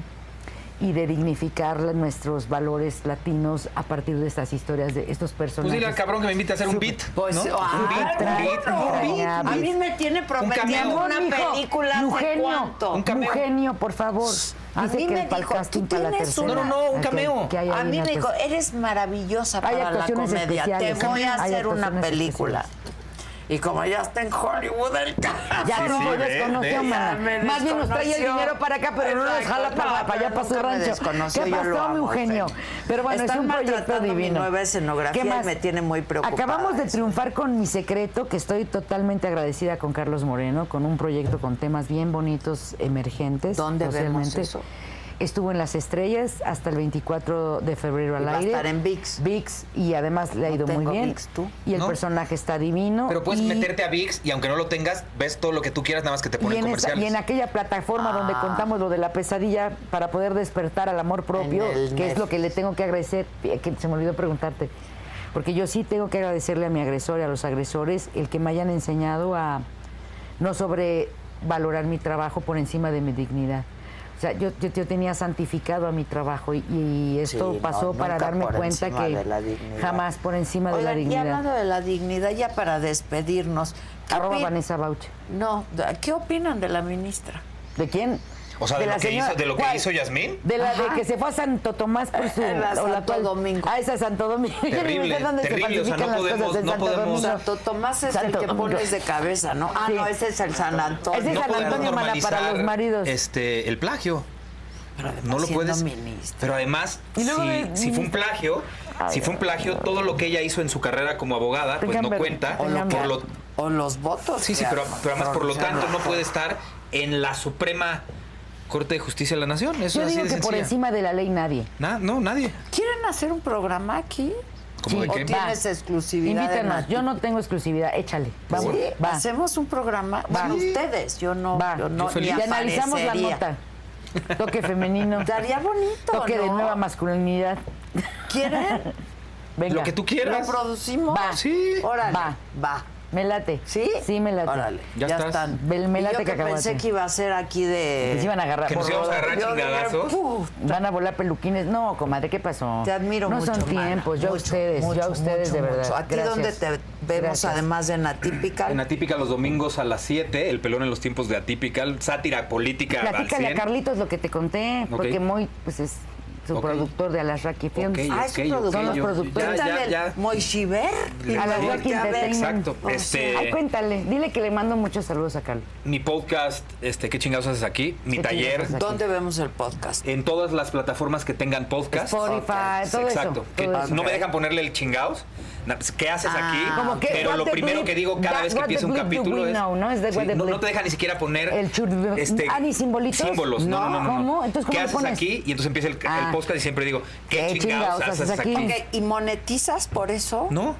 [SPEAKER 4] y de dignificar la- nuestros valores latinos a partir de estas historias, de estos personajes.
[SPEAKER 2] Pues dile al cabrón que me invite a hacer un beat.
[SPEAKER 1] Pues,
[SPEAKER 2] ¿no?
[SPEAKER 1] ah,
[SPEAKER 2] Un beat, un
[SPEAKER 4] trae,
[SPEAKER 2] beat,
[SPEAKER 4] trae,
[SPEAKER 2] un beat.
[SPEAKER 4] trae.
[SPEAKER 1] A mí me tiene prometiendo
[SPEAKER 2] cameo.
[SPEAKER 1] una
[SPEAKER 4] mijo,
[SPEAKER 1] película hace
[SPEAKER 4] Eugenio,
[SPEAKER 1] cuánto.
[SPEAKER 2] Un cameo.
[SPEAKER 4] Eugenio, por favor.
[SPEAKER 1] A
[SPEAKER 4] Dice
[SPEAKER 1] mí
[SPEAKER 4] que
[SPEAKER 1] me
[SPEAKER 4] el pa'l
[SPEAKER 1] dijo,
[SPEAKER 4] casting
[SPEAKER 1] tú
[SPEAKER 4] para la
[SPEAKER 1] tienes
[SPEAKER 4] tercera.
[SPEAKER 1] una-
[SPEAKER 2] No, no, no, un
[SPEAKER 4] Ah, que-
[SPEAKER 2] cameo.
[SPEAKER 4] que hay
[SPEAKER 1] A
[SPEAKER 4] ahí
[SPEAKER 1] mí
[SPEAKER 4] una
[SPEAKER 1] me dijo,
[SPEAKER 4] tercera.
[SPEAKER 1] eres maravillosa
[SPEAKER 4] Hay
[SPEAKER 1] para la
[SPEAKER 4] actuaciones
[SPEAKER 1] comedia, te
[SPEAKER 4] especiales, ¿eh?
[SPEAKER 1] voy a
[SPEAKER 4] Hay
[SPEAKER 1] hacer una
[SPEAKER 4] actuaciones
[SPEAKER 1] película. Y como ya está en Hollywood el cabrón.
[SPEAKER 4] Ya
[SPEAKER 2] Sí,
[SPEAKER 4] no
[SPEAKER 2] sí,
[SPEAKER 4] lo
[SPEAKER 2] ve, ve.
[SPEAKER 4] desconoció, mana.
[SPEAKER 1] me
[SPEAKER 4] Más bien nos trae el
[SPEAKER 1] desconoció.
[SPEAKER 4] dinero para acá, pero no nos
[SPEAKER 1] Exacto.
[SPEAKER 4] jala para,
[SPEAKER 1] No,
[SPEAKER 4] para allá,
[SPEAKER 1] pero
[SPEAKER 4] para su
[SPEAKER 1] nunca me
[SPEAKER 4] rancho.
[SPEAKER 1] desconoció,
[SPEAKER 4] ¿Qué
[SPEAKER 1] yo lo
[SPEAKER 4] pasó, mi
[SPEAKER 1] amo,
[SPEAKER 4] Eugenio?
[SPEAKER 1] Eugenio.
[SPEAKER 4] Pero bueno,
[SPEAKER 1] Están
[SPEAKER 4] es un proyecto
[SPEAKER 1] maltratando mi
[SPEAKER 4] divino.
[SPEAKER 1] nueva escenografía
[SPEAKER 4] ¿Qué
[SPEAKER 1] y
[SPEAKER 4] más?
[SPEAKER 1] me tiene muy preocupada.
[SPEAKER 4] Acabamos de triunfar con Mi Secreto, que estoy totalmente agradecida con Carlos Moreno, con un proyecto con temas bien bonitos, emergentes.
[SPEAKER 1] ¿Dónde vemos
[SPEAKER 4] socialmente.
[SPEAKER 1] eso?
[SPEAKER 4] Estuvo en Las Estrellas hasta el 24 de febrero al
[SPEAKER 1] Y va a
[SPEAKER 4] aire.
[SPEAKER 1] estar en ViX.
[SPEAKER 4] ViX, y además le ha
[SPEAKER 1] No
[SPEAKER 4] ido muy
[SPEAKER 1] tengo
[SPEAKER 4] bien.
[SPEAKER 1] ViX, ¿tú?
[SPEAKER 4] Y el
[SPEAKER 2] No.
[SPEAKER 4] personaje está divino.
[SPEAKER 2] Pero puedes
[SPEAKER 4] y-
[SPEAKER 2] meterte a VIX y aunque no lo tengas, ves todo lo que tú quieras, nada más que te
[SPEAKER 4] y
[SPEAKER 2] ponen
[SPEAKER 4] en, esa-
[SPEAKER 2] comerciales. Ah.
[SPEAKER 4] y en aquella plataforma donde contamos lo de la pesadilla para poder despertar al amor propio,
[SPEAKER 1] En el
[SPEAKER 4] que es
[SPEAKER 1] Netflix.
[SPEAKER 4] lo que le tengo que agradecer, eh, que se me olvidó preguntarte, porque yo sí tengo que agradecerle a mi agresor y a los agresores el que me hayan enseñado a no sobrevalorar mi trabajo por encima de mi dignidad. O sea, yo, yo, yo tenía santificado a mi trabajo y, y esto
[SPEAKER 1] Sí, no,
[SPEAKER 4] pasó para
[SPEAKER 1] nunca
[SPEAKER 4] darme
[SPEAKER 1] por
[SPEAKER 4] cuenta
[SPEAKER 1] encima
[SPEAKER 4] que
[SPEAKER 1] de la dignidad.
[SPEAKER 4] jamás por encima de la
[SPEAKER 1] Oigan, y
[SPEAKER 4] dignidad.
[SPEAKER 1] hablando de la dignidad, ya para despedirnos. ¿qué
[SPEAKER 4] Arroba
[SPEAKER 1] opin-
[SPEAKER 4] Vanessa Bauch.
[SPEAKER 1] No, ¿qué opinan de la ministra?
[SPEAKER 4] ¿De quién?
[SPEAKER 2] O sea, de, lo, que hizo, de lo que
[SPEAKER 4] ¿Cuál?
[SPEAKER 2] hizo Yasmín.
[SPEAKER 4] De la
[SPEAKER 1] Ajá.
[SPEAKER 4] de que se fue a Santo Tomás por su.
[SPEAKER 1] La
[SPEAKER 4] o
[SPEAKER 1] Santo Domingo.
[SPEAKER 4] Ah, esa es Santo Domingo. Yo ni me
[SPEAKER 2] Terrible,
[SPEAKER 4] sé dónde se
[SPEAKER 2] terrible, o sea, no
[SPEAKER 4] falsifican las
[SPEAKER 2] podemos-
[SPEAKER 4] cosas en
[SPEAKER 2] no
[SPEAKER 4] Santo
[SPEAKER 2] podemos-
[SPEAKER 4] Domingo.
[SPEAKER 1] Santo Tomás es
[SPEAKER 4] Santo
[SPEAKER 1] el que
[SPEAKER 4] Domingo.
[SPEAKER 1] pones de cabeza, ¿no? Ah,
[SPEAKER 4] Sí.
[SPEAKER 1] no, ese es el San Antonio.
[SPEAKER 4] Ese es
[SPEAKER 2] no
[SPEAKER 4] San
[SPEAKER 2] podemos
[SPEAKER 4] Antonio, mana, para
[SPEAKER 2] normalizar,
[SPEAKER 4] los maridos.
[SPEAKER 2] Este, el plagio.
[SPEAKER 1] Pero
[SPEAKER 2] No lo
[SPEAKER 1] siendo
[SPEAKER 2] puedes.
[SPEAKER 1] ministra.
[SPEAKER 2] Pero además,
[SPEAKER 4] Y luego
[SPEAKER 2] si,
[SPEAKER 4] de-
[SPEAKER 2] si fue un plagio,
[SPEAKER 4] Ay,
[SPEAKER 2] si fue un plagio, todo lo que ella hizo en su carrera como abogada, pues
[SPEAKER 4] Tengan
[SPEAKER 2] no
[SPEAKER 4] ver-
[SPEAKER 2] cuenta.
[SPEAKER 4] o lo
[SPEAKER 2] Por
[SPEAKER 4] que-
[SPEAKER 2] lo,
[SPEAKER 1] O los votos.
[SPEAKER 2] sí, sí,
[SPEAKER 1] que
[SPEAKER 2] pero,
[SPEAKER 1] ha
[SPEAKER 2] pero además, por lo tanto, no
[SPEAKER 1] pronunciado.
[SPEAKER 2] puede estar en la Suprema Corte de Justicia de la Nación. Eso es
[SPEAKER 4] Yo
[SPEAKER 2] así
[SPEAKER 4] digo
[SPEAKER 2] de
[SPEAKER 4] que por
[SPEAKER 2] sencilla.
[SPEAKER 4] encima de la ley nadie.
[SPEAKER 2] Na- no, nadie.
[SPEAKER 1] ¿Quieren hacer un programa aquí?
[SPEAKER 2] ¿Cómo de
[SPEAKER 1] ¿O
[SPEAKER 2] qué?
[SPEAKER 1] tienes exclusividad?
[SPEAKER 4] Invítanos.
[SPEAKER 1] Nati?
[SPEAKER 4] Yo no tengo exclusividad. Échale. Vamos.
[SPEAKER 1] Sí,
[SPEAKER 4] va.
[SPEAKER 1] hacemos un programa. Van
[SPEAKER 4] Va.
[SPEAKER 1] ustedes, yo no,
[SPEAKER 4] Va.
[SPEAKER 1] yo
[SPEAKER 2] Yo
[SPEAKER 1] no ni
[SPEAKER 2] feliz.
[SPEAKER 4] Y analizamos la
[SPEAKER 1] aparecería.
[SPEAKER 4] nota. Toque femenino.
[SPEAKER 1] Estaría bonito,
[SPEAKER 4] Toque de
[SPEAKER 1] ¿no?
[SPEAKER 4] nueva masculinidad.
[SPEAKER 1] ¿Quieren?
[SPEAKER 4] Venga.
[SPEAKER 2] Lo que tú
[SPEAKER 1] ¿Lo
[SPEAKER 2] quieras.
[SPEAKER 1] producimos?
[SPEAKER 4] Va.
[SPEAKER 2] Sí.
[SPEAKER 1] Órale.
[SPEAKER 4] Va.
[SPEAKER 1] Va.
[SPEAKER 4] Me late.
[SPEAKER 1] ¿Sí?
[SPEAKER 4] Sí, me late.
[SPEAKER 1] Órale. Ya,
[SPEAKER 2] Ya estás.
[SPEAKER 1] están.
[SPEAKER 4] Vel- me
[SPEAKER 1] Y
[SPEAKER 4] late
[SPEAKER 1] yo que
[SPEAKER 4] cacahuate.
[SPEAKER 1] pensé que iba a ser aquí de...
[SPEAKER 4] Que se iban a agarrar.
[SPEAKER 2] Que nos
[SPEAKER 4] por
[SPEAKER 2] íbamos a
[SPEAKER 4] rodas.
[SPEAKER 2] agarrar
[SPEAKER 1] Yo de-
[SPEAKER 2] chingadazos.
[SPEAKER 1] Uf,
[SPEAKER 4] Van a volar peluquines. No, comadre, ¿qué pasó?
[SPEAKER 1] Te admiro
[SPEAKER 4] no
[SPEAKER 1] mucho,
[SPEAKER 4] son
[SPEAKER 1] mana.
[SPEAKER 4] tiempos. Yo a
[SPEAKER 1] Mucho,
[SPEAKER 4] ustedes, yo a
[SPEAKER 1] mucho,
[SPEAKER 4] ustedes
[SPEAKER 1] mucho,
[SPEAKER 4] de verdad.
[SPEAKER 1] mucho. ¿A ti
[SPEAKER 4] Gracias.
[SPEAKER 1] dónde te vemos
[SPEAKER 4] Gracias.
[SPEAKER 1] además en Atípica?
[SPEAKER 2] En Atípica los domingos a las 7, el pelón en los tiempos de Atípica, sátira política al
[SPEAKER 4] Platícale a
[SPEAKER 2] 100.
[SPEAKER 4] Carlitos lo que te conté,
[SPEAKER 2] Ok.
[SPEAKER 4] porque Moy pues es su
[SPEAKER 2] Ok.
[SPEAKER 4] productor de Alasraki Films.
[SPEAKER 2] Ok.
[SPEAKER 1] Ah, es
[SPEAKER 2] ok,
[SPEAKER 1] un productor.
[SPEAKER 4] ok, Son los yo-
[SPEAKER 2] productores. ya,
[SPEAKER 1] Cuéntale,
[SPEAKER 2] ya, ya.
[SPEAKER 1] Moishiver.
[SPEAKER 2] Le-
[SPEAKER 4] A la
[SPEAKER 2] Sí,
[SPEAKER 4] Rocky
[SPEAKER 1] voltea a ver.
[SPEAKER 4] Entertainment.
[SPEAKER 2] Exacto. Este-
[SPEAKER 4] Ay, cuéntale. Dile que le mando muchos saludos a Carlos.
[SPEAKER 2] Mi podcast, este, ¿qué chingados haces aquí? Mi
[SPEAKER 4] ¿Qué
[SPEAKER 2] taller.
[SPEAKER 4] chingados haces aquí?
[SPEAKER 1] ¿Dónde vemos el podcast?
[SPEAKER 2] En todas las plataformas que tengan podcast.
[SPEAKER 4] Spotify, todo eso,
[SPEAKER 2] Exacto.
[SPEAKER 4] todo
[SPEAKER 2] que
[SPEAKER 4] eso.
[SPEAKER 2] no me dejan ponerle el chingados. Na- pues, ¿Qué haces
[SPEAKER 1] Ah,
[SPEAKER 2] aquí?
[SPEAKER 4] Como que,
[SPEAKER 2] Pero
[SPEAKER 4] what
[SPEAKER 2] lo
[SPEAKER 4] the
[SPEAKER 2] primero
[SPEAKER 4] bleep-
[SPEAKER 2] que digo cada
[SPEAKER 4] that-
[SPEAKER 2] vez que
[SPEAKER 4] what the
[SPEAKER 2] empieza un
[SPEAKER 4] bleep do
[SPEAKER 2] capítulo
[SPEAKER 4] we
[SPEAKER 2] es.
[SPEAKER 4] know, ¿no? Es de
[SPEAKER 2] Sí,
[SPEAKER 4] what the
[SPEAKER 2] no, no
[SPEAKER 4] bleep.
[SPEAKER 2] te deja ni siquiera poner.
[SPEAKER 4] El chur-
[SPEAKER 2] este,
[SPEAKER 4] ah, ¿ni simbolitos?
[SPEAKER 2] Símbolos. No, no,
[SPEAKER 4] No.
[SPEAKER 2] no. no.
[SPEAKER 4] ¿Cómo? Entonces, ¿cómo
[SPEAKER 2] ¿Qué
[SPEAKER 4] le
[SPEAKER 2] haces
[SPEAKER 4] pones?
[SPEAKER 2] aquí? Y entonces empieza el, el
[SPEAKER 4] Ah.
[SPEAKER 2] podcast y siempre digo, ¿qué,
[SPEAKER 4] ¿Qué
[SPEAKER 2] chingados, haces aquí?
[SPEAKER 1] Ok, ¿y monetizas por eso?
[SPEAKER 2] No,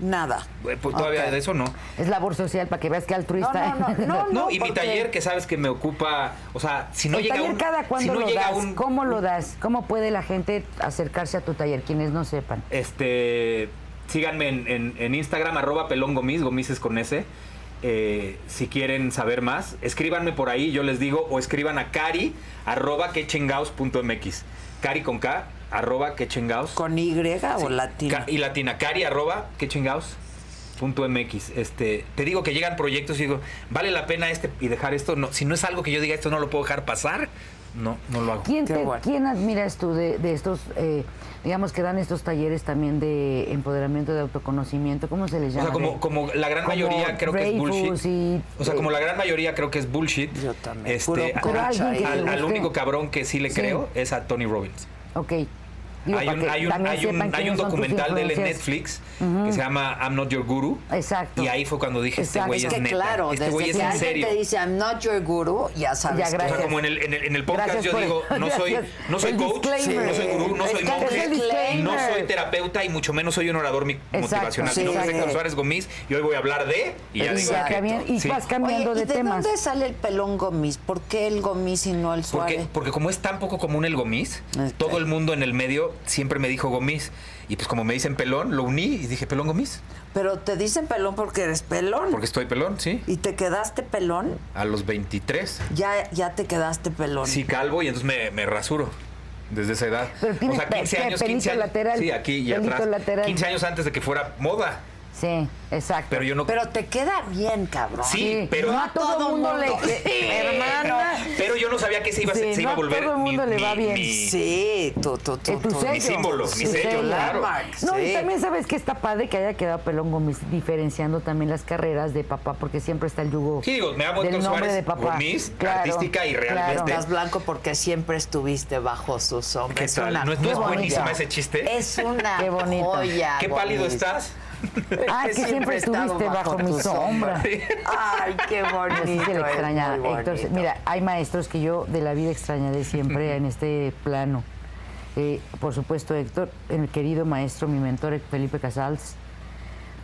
[SPEAKER 1] Nada.
[SPEAKER 2] eh, pues todavía
[SPEAKER 1] Ok.
[SPEAKER 2] de eso no.
[SPEAKER 4] Es labor social para que veas que altruista.
[SPEAKER 1] No, no, no, no.
[SPEAKER 2] No, y mi
[SPEAKER 1] porque-
[SPEAKER 2] taller que sabes que me ocupa, o sea, si no
[SPEAKER 4] ¿El
[SPEAKER 2] llega
[SPEAKER 4] taller
[SPEAKER 2] un,
[SPEAKER 4] cada
[SPEAKER 2] si
[SPEAKER 4] cuándo
[SPEAKER 2] no
[SPEAKER 4] lo
[SPEAKER 2] llega
[SPEAKER 4] das?
[SPEAKER 2] un
[SPEAKER 4] ¿Cómo lo das? ¿Cómo puede la gente acercarse a tu taller? Quienes no sepan.
[SPEAKER 2] Este, síganme en, en- en Instagram, arroba pelón gomis, gomis es con S. Eh, si quieren saber más, escríbanme por ahí, yo les digo, o escriban a cari, arroba quechengaos.mx. Cari con K, arroba quechengaos.
[SPEAKER 1] ¿Con Y o latina?
[SPEAKER 2] Ca- Y latina, cari, arroba quechengaos.mx. Este, te digo que llegan proyectos y digo, ¿vale la pena este y dejar esto? No, si no es algo que yo diga, esto no lo puedo dejar pasar, no, no lo hago.
[SPEAKER 4] ¿Quién,
[SPEAKER 1] Qué
[SPEAKER 4] te-
[SPEAKER 1] bueno.
[SPEAKER 4] quién admiras tú de, de estos, eh, digamos que dan estos talleres también de empoderamiento, de autoconocimiento? ¿Cómo se les
[SPEAKER 2] O
[SPEAKER 4] llama?
[SPEAKER 2] sea, como, como la gran
[SPEAKER 4] Como
[SPEAKER 2] mayoría creo que es
[SPEAKER 4] Dreyfus
[SPEAKER 2] bullshit.
[SPEAKER 4] y-
[SPEAKER 2] o sea, como la gran mayoría creo que es bullshit.
[SPEAKER 1] Yo también.
[SPEAKER 2] Este,
[SPEAKER 1] Puro
[SPEAKER 2] a-
[SPEAKER 4] culo,
[SPEAKER 2] al-
[SPEAKER 4] alguien que
[SPEAKER 2] al,
[SPEAKER 4] le
[SPEAKER 2] al
[SPEAKER 4] guste.
[SPEAKER 2] único cabrón que sí le
[SPEAKER 4] Sí.
[SPEAKER 2] creo es a Tony Robbins.
[SPEAKER 4] Ok. Digo,
[SPEAKER 2] hay
[SPEAKER 4] para
[SPEAKER 2] un,
[SPEAKER 4] que
[SPEAKER 2] hay un-
[SPEAKER 4] también
[SPEAKER 2] hay un-
[SPEAKER 4] sepan
[SPEAKER 2] hay un
[SPEAKER 4] quiénes son tus
[SPEAKER 2] documental de él en
[SPEAKER 4] influencias.
[SPEAKER 2] Netflix que se llama I'm Not Your Guru.
[SPEAKER 4] Exacto.
[SPEAKER 2] Y ahí fue cuando dije,
[SPEAKER 4] Exacto.
[SPEAKER 2] este güey
[SPEAKER 1] es
[SPEAKER 2] es,
[SPEAKER 1] que
[SPEAKER 2] neta.
[SPEAKER 1] claro,
[SPEAKER 2] este
[SPEAKER 1] desde
[SPEAKER 2] güey es
[SPEAKER 1] que
[SPEAKER 2] en
[SPEAKER 1] alguien
[SPEAKER 2] serio.
[SPEAKER 1] te dice I'm not your guru, ya sabes
[SPEAKER 4] Ya,
[SPEAKER 1] que-
[SPEAKER 2] O sea,
[SPEAKER 4] gracias.
[SPEAKER 2] como en el, en el, en el podcast
[SPEAKER 4] Gracias
[SPEAKER 2] yo
[SPEAKER 4] por-
[SPEAKER 2] digo, no soy, no soy
[SPEAKER 4] El
[SPEAKER 2] coach,
[SPEAKER 4] disclaimer.
[SPEAKER 2] no soy gurú, no
[SPEAKER 1] Es
[SPEAKER 2] soy
[SPEAKER 1] que es el
[SPEAKER 2] monje,
[SPEAKER 1] disclaimer.
[SPEAKER 2] no soy terapeuta y mucho menos soy un orador mi-
[SPEAKER 4] Exacto,
[SPEAKER 2] motivacional.
[SPEAKER 1] sí,
[SPEAKER 2] Mi nombre es
[SPEAKER 1] sí.
[SPEAKER 2] Héctor Suárez Gomis y hoy voy a hablar de... Y ya
[SPEAKER 4] Y
[SPEAKER 2] digo,
[SPEAKER 4] ya
[SPEAKER 2] "Ah,
[SPEAKER 4] está bien, y
[SPEAKER 2] sí".
[SPEAKER 4] vas cambiando
[SPEAKER 1] Oye, ¿y
[SPEAKER 4] de temas.
[SPEAKER 1] dónde sale el pelón gomis? ¿Por qué el gomis y no el
[SPEAKER 2] Porque,
[SPEAKER 1] suárez?
[SPEAKER 2] porque como es tan poco común el gomis,
[SPEAKER 1] Ok.
[SPEAKER 2] todo el mundo en el medio siempre me dijo gomis. Y pues como me dicen pelón, lo uní y dije pelón gomis.
[SPEAKER 1] Pero te dicen pelón porque eres pelón.
[SPEAKER 2] Porque estoy pelón, sí.
[SPEAKER 1] ¿Y te quedaste pelón?
[SPEAKER 2] A los 23.
[SPEAKER 1] Ya, ya te quedaste pelón.
[SPEAKER 2] Sí, calvo y entonces me, me rasuro. Desde esa edad.
[SPEAKER 4] Pero tienes pe- pe- pelito lateral,
[SPEAKER 2] Sí, aquí y
[SPEAKER 4] pelito
[SPEAKER 2] atrás.
[SPEAKER 4] lateral.
[SPEAKER 2] 15 años antes de que fuera moda.
[SPEAKER 4] Sí, exacto.
[SPEAKER 2] Pero yo no.
[SPEAKER 1] Pero te queda bien, cabrón.
[SPEAKER 2] Sí. pero-
[SPEAKER 4] no a todo, mundo, le... Hermana.
[SPEAKER 2] Pero yo no sabía que se iba,
[SPEAKER 4] Sí,
[SPEAKER 2] se, se iba a
[SPEAKER 4] no a
[SPEAKER 2] volver.
[SPEAKER 4] todo el
[SPEAKER 2] mi-
[SPEAKER 4] mundo le
[SPEAKER 2] mi-
[SPEAKER 4] va bien.
[SPEAKER 2] mi-
[SPEAKER 1] Sí, tú, tú, tú.
[SPEAKER 4] Eh, tu
[SPEAKER 1] tú.
[SPEAKER 4] sello.
[SPEAKER 2] mi símbolo, mi
[SPEAKER 4] Tu
[SPEAKER 2] sello, claro.
[SPEAKER 1] Landmark,
[SPEAKER 4] No,
[SPEAKER 1] sí.
[SPEAKER 4] y también sabes que está padre que haya quedado Pelón Gómez diferenciando también las carreras de papá, porque siempre está el yugo
[SPEAKER 2] Sí, digo, me llamo
[SPEAKER 4] del
[SPEAKER 2] Héctor
[SPEAKER 4] nombre
[SPEAKER 2] Suárez
[SPEAKER 4] de papá.
[SPEAKER 2] Gómez,
[SPEAKER 4] Claro,
[SPEAKER 2] artística y realmente-
[SPEAKER 4] claro. Ah,
[SPEAKER 1] Estás blanco porque siempre estuviste bajo su sombra.
[SPEAKER 2] ¿Qué
[SPEAKER 1] es
[SPEAKER 2] tal?
[SPEAKER 1] una
[SPEAKER 2] ¿No es- no es
[SPEAKER 1] joya.
[SPEAKER 2] buenísima ese chiste?
[SPEAKER 1] Es una
[SPEAKER 4] Qué bonito.
[SPEAKER 1] joya.
[SPEAKER 2] Qué pálido
[SPEAKER 1] Gomis.
[SPEAKER 2] estás.
[SPEAKER 4] Ah, que siempre
[SPEAKER 1] he estado
[SPEAKER 4] estuviste bajo mi
[SPEAKER 1] tu
[SPEAKER 4] sombra.
[SPEAKER 1] Ay, qué bonito.
[SPEAKER 4] Así se le
[SPEAKER 1] es
[SPEAKER 4] extraña,
[SPEAKER 1] muy
[SPEAKER 4] Héctor.
[SPEAKER 1] bonito.
[SPEAKER 4] Mira, hay maestros que yo de la vida extrañaré siempre en este plano. Eh, por supuesto, Héctor, el querido maestro, mi mentor Felipe Casals,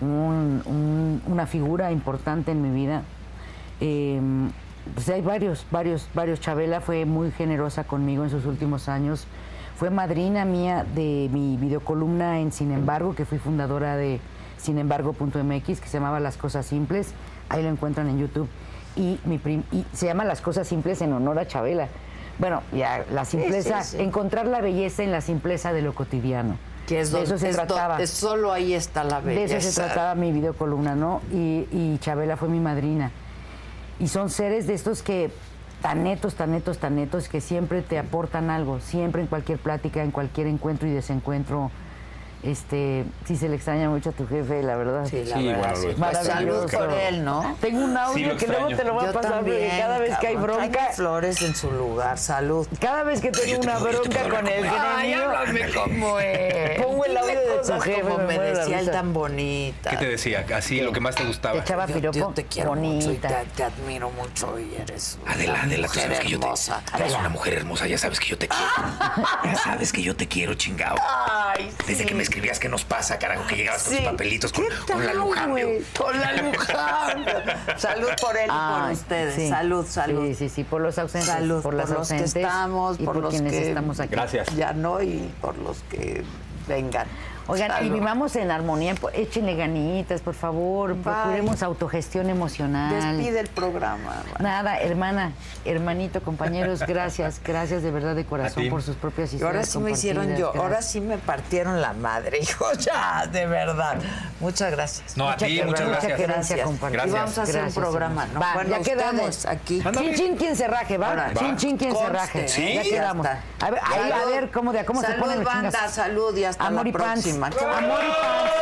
[SPEAKER 4] un- un- una figura importante en mi vida. Eh, pues hay varios, varios, varios. Chabela fue muy generosa conmigo en sus últimos años. Fue madrina mía de mi videocolumna en Sin embargo, que fui fundadora de sinembargo.mx, que se llamaba Las Cosas Simples. Ahí lo encuentran en YouTube. Y, mi prim- y se llama Las Cosas Simples en honor a Chabela. Bueno, ya, la simpleza,
[SPEAKER 1] sí.
[SPEAKER 4] encontrar la belleza en la simpleza de lo cotidiano.
[SPEAKER 1] Que es
[SPEAKER 4] de
[SPEAKER 1] donde-
[SPEAKER 4] eso se
[SPEAKER 1] es do-
[SPEAKER 4] trataba.
[SPEAKER 1] es solo ahí está la
[SPEAKER 4] De
[SPEAKER 1] belleza.
[SPEAKER 4] eso se trataba mi videocolumna, ¿no? Y, y Chabela fue mi madrina. Y son seres de estos que tan netos, tan netos, tan netos, que siempre te aportan algo, siempre en cualquier plática, en cualquier encuentro y desencuentro. Este, sí se le extraña mucho a tu jefe, la verdad.
[SPEAKER 1] Sí, la
[SPEAKER 2] Sí,
[SPEAKER 1] verdad.
[SPEAKER 2] bueno,
[SPEAKER 1] sí.
[SPEAKER 2] lo-
[SPEAKER 1] Pues salud por él, ¿no?
[SPEAKER 4] Tengo un audio
[SPEAKER 2] Sí, lo
[SPEAKER 4] que luego
[SPEAKER 2] extraño.
[SPEAKER 4] te lo voy a
[SPEAKER 1] Yo
[SPEAKER 4] pasar porque
[SPEAKER 1] también.
[SPEAKER 4] cada vez que hay
[SPEAKER 1] cabrón.
[SPEAKER 4] bronca,
[SPEAKER 1] Tráeme flores en su lugar. Salud.
[SPEAKER 4] cada vez que tengo una bronca con el gremio,
[SPEAKER 2] como
[SPEAKER 4] pongo el audio de tu
[SPEAKER 1] Cosas
[SPEAKER 4] jefe,
[SPEAKER 1] como me
[SPEAKER 4] muero de la
[SPEAKER 1] decía él
[SPEAKER 4] risa.
[SPEAKER 1] tan bonita.
[SPEAKER 2] ¿Qué te decía? Así, lo que más te
[SPEAKER 4] Te
[SPEAKER 2] gustaba.
[SPEAKER 4] echaba
[SPEAKER 1] Yo,
[SPEAKER 4] piropo,
[SPEAKER 1] yo te quiero mucho y
[SPEAKER 4] bonita.
[SPEAKER 1] te, te admiro mucho y eres una
[SPEAKER 9] Adela, Adela, tú
[SPEAKER 1] mujer
[SPEAKER 9] sabes que yo te...
[SPEAKER 1] hermosa.
[SPEAKER 9] Tú eres una mujer hermosa, ya sabes que yo te quiero. Ya sabes que yo te quiero, chingado.
[SPEAKER 1] Ay,
[SPEAKER 2] Desde
[SPEAKER 1] sí.
[SPEAKER 2] que me escribías, ¿qué nos pasa, carajo? Que llegabas con
[SPEAKER 1] Sí.
[SPEAKER 2] tus papelitos,
[SPEAKER 1] ¿Qué
[SPEAKER 2] con,
[SPEAKER 1] tal,
[SPEAKER 2] con la Luján,
[SPEAKER 1] güey?
[SPEAKER 2] digo,
[SPEAKER 1] Con la Luján. salud por él y por
[SPEAKER 4] Ay,
[SPEAKER 1] ustedes.
[SPEAKER 4] sí.
[SPEAKER 1] Salud, salud.
[SPEAKER 4] Sí, sí, sí, por los ausentes.
[SPEAKER 1] Salud
[SPEAKER 4] por, las
[SPEAKER 1] por los que
[SPEAKER 4] ausentes
[SPEAKER 1] estamos,
[SPEAKER 4] y
[SPEAKER 1] por
[SPEAKER 4] por,
[SPEAKER 1] los
[SPEAKER 4] quienes
[SPEAKER 1] que-
[SPEAKER 4] estamos aquí.
[SPEAKER 2] Gracias.
[SPEAKER 1] Ya no, y por los que vengan.
[SPEAKER 4] Oigan, y
[SPEAKER 1] Salud.
[SPEAKER 4] vivamos en armonía, po- échenle ganitas, por favor,
[SPEAKER 1] Bye.
[SPEAKER 4] procuremos autogestión emocional.
[SPEAKER 1] Despide el programa.
[SPEAKER 4] Nada, hermana, hermanito, compañeros, gracias, gracias de verdad de corazón
[SPEAKER 2] ti.
[SPEAKER 4] por sus propias
[SPEAKER 1] Y
[SPEAKER 4] historias.
[SPEAKER 1] ahora sí me hicieron yo,
[SPEAKER 4] compartidas,
[SPEAKER 1] ahora
[SPEAKER 4] gracias.
[SPEAKER 1] sí me partieron la madre, hijo, ya, de verdad. Muchas gracias.
[SPEAKER 2] No, a ti, muchas gracias.
[SPEAKER 4] Gracias,
[SPEAKER 1] Y
[SPEAKER 4] compartir.
[SPEAKER 1] vamos a hacer
[SPEAKER 4] Gracias,
[SPEAKER 1] un programa,
[SPEAKER 4] hermano.
[SPEAKER 1] ¿no?
[SPEAKER 4] Va,
[SPEAKER 1] bueno,
[SPEAKER 4] ya
[SPEAKER 1] ustedes
[SPEAKER 4] quedamos.
[SPEAKER 1] aquí.
[SPEAKER 2] Ándale.
[SPEAKER 4] Chin, chin, quien se raje, ¿va?
[SPEAKER 1] Ahora,
[SPEAKER 4] Chin,
[SPEAKER 2] va.
[SPEAKER 4] chin, quien se
[SPEAKER 1] Conste,
[SPEAKER 4] raje.
[SPEAKER 1] ¿eh?
[SPEAKER 4] Ya quedamos.
[SPEAKER 1] está.
[SPEAKER 4] A ver, ahí, a
[SPEAKER 1] Salud.
[SPEAKER 4] ver cómo, de, cómo se
[SPEAKER 1] Salud,
[SPEAKER 4] ponen los chingas.
[SPEAKER 1] banda, salud y hasta
[SPEAKER 4] Amor
[SPEAKER 1] la
[SPEAKER 4] y pants.
[SPEAKER 1] próxima. Qué
[SPEAKER 4] Amor y pants.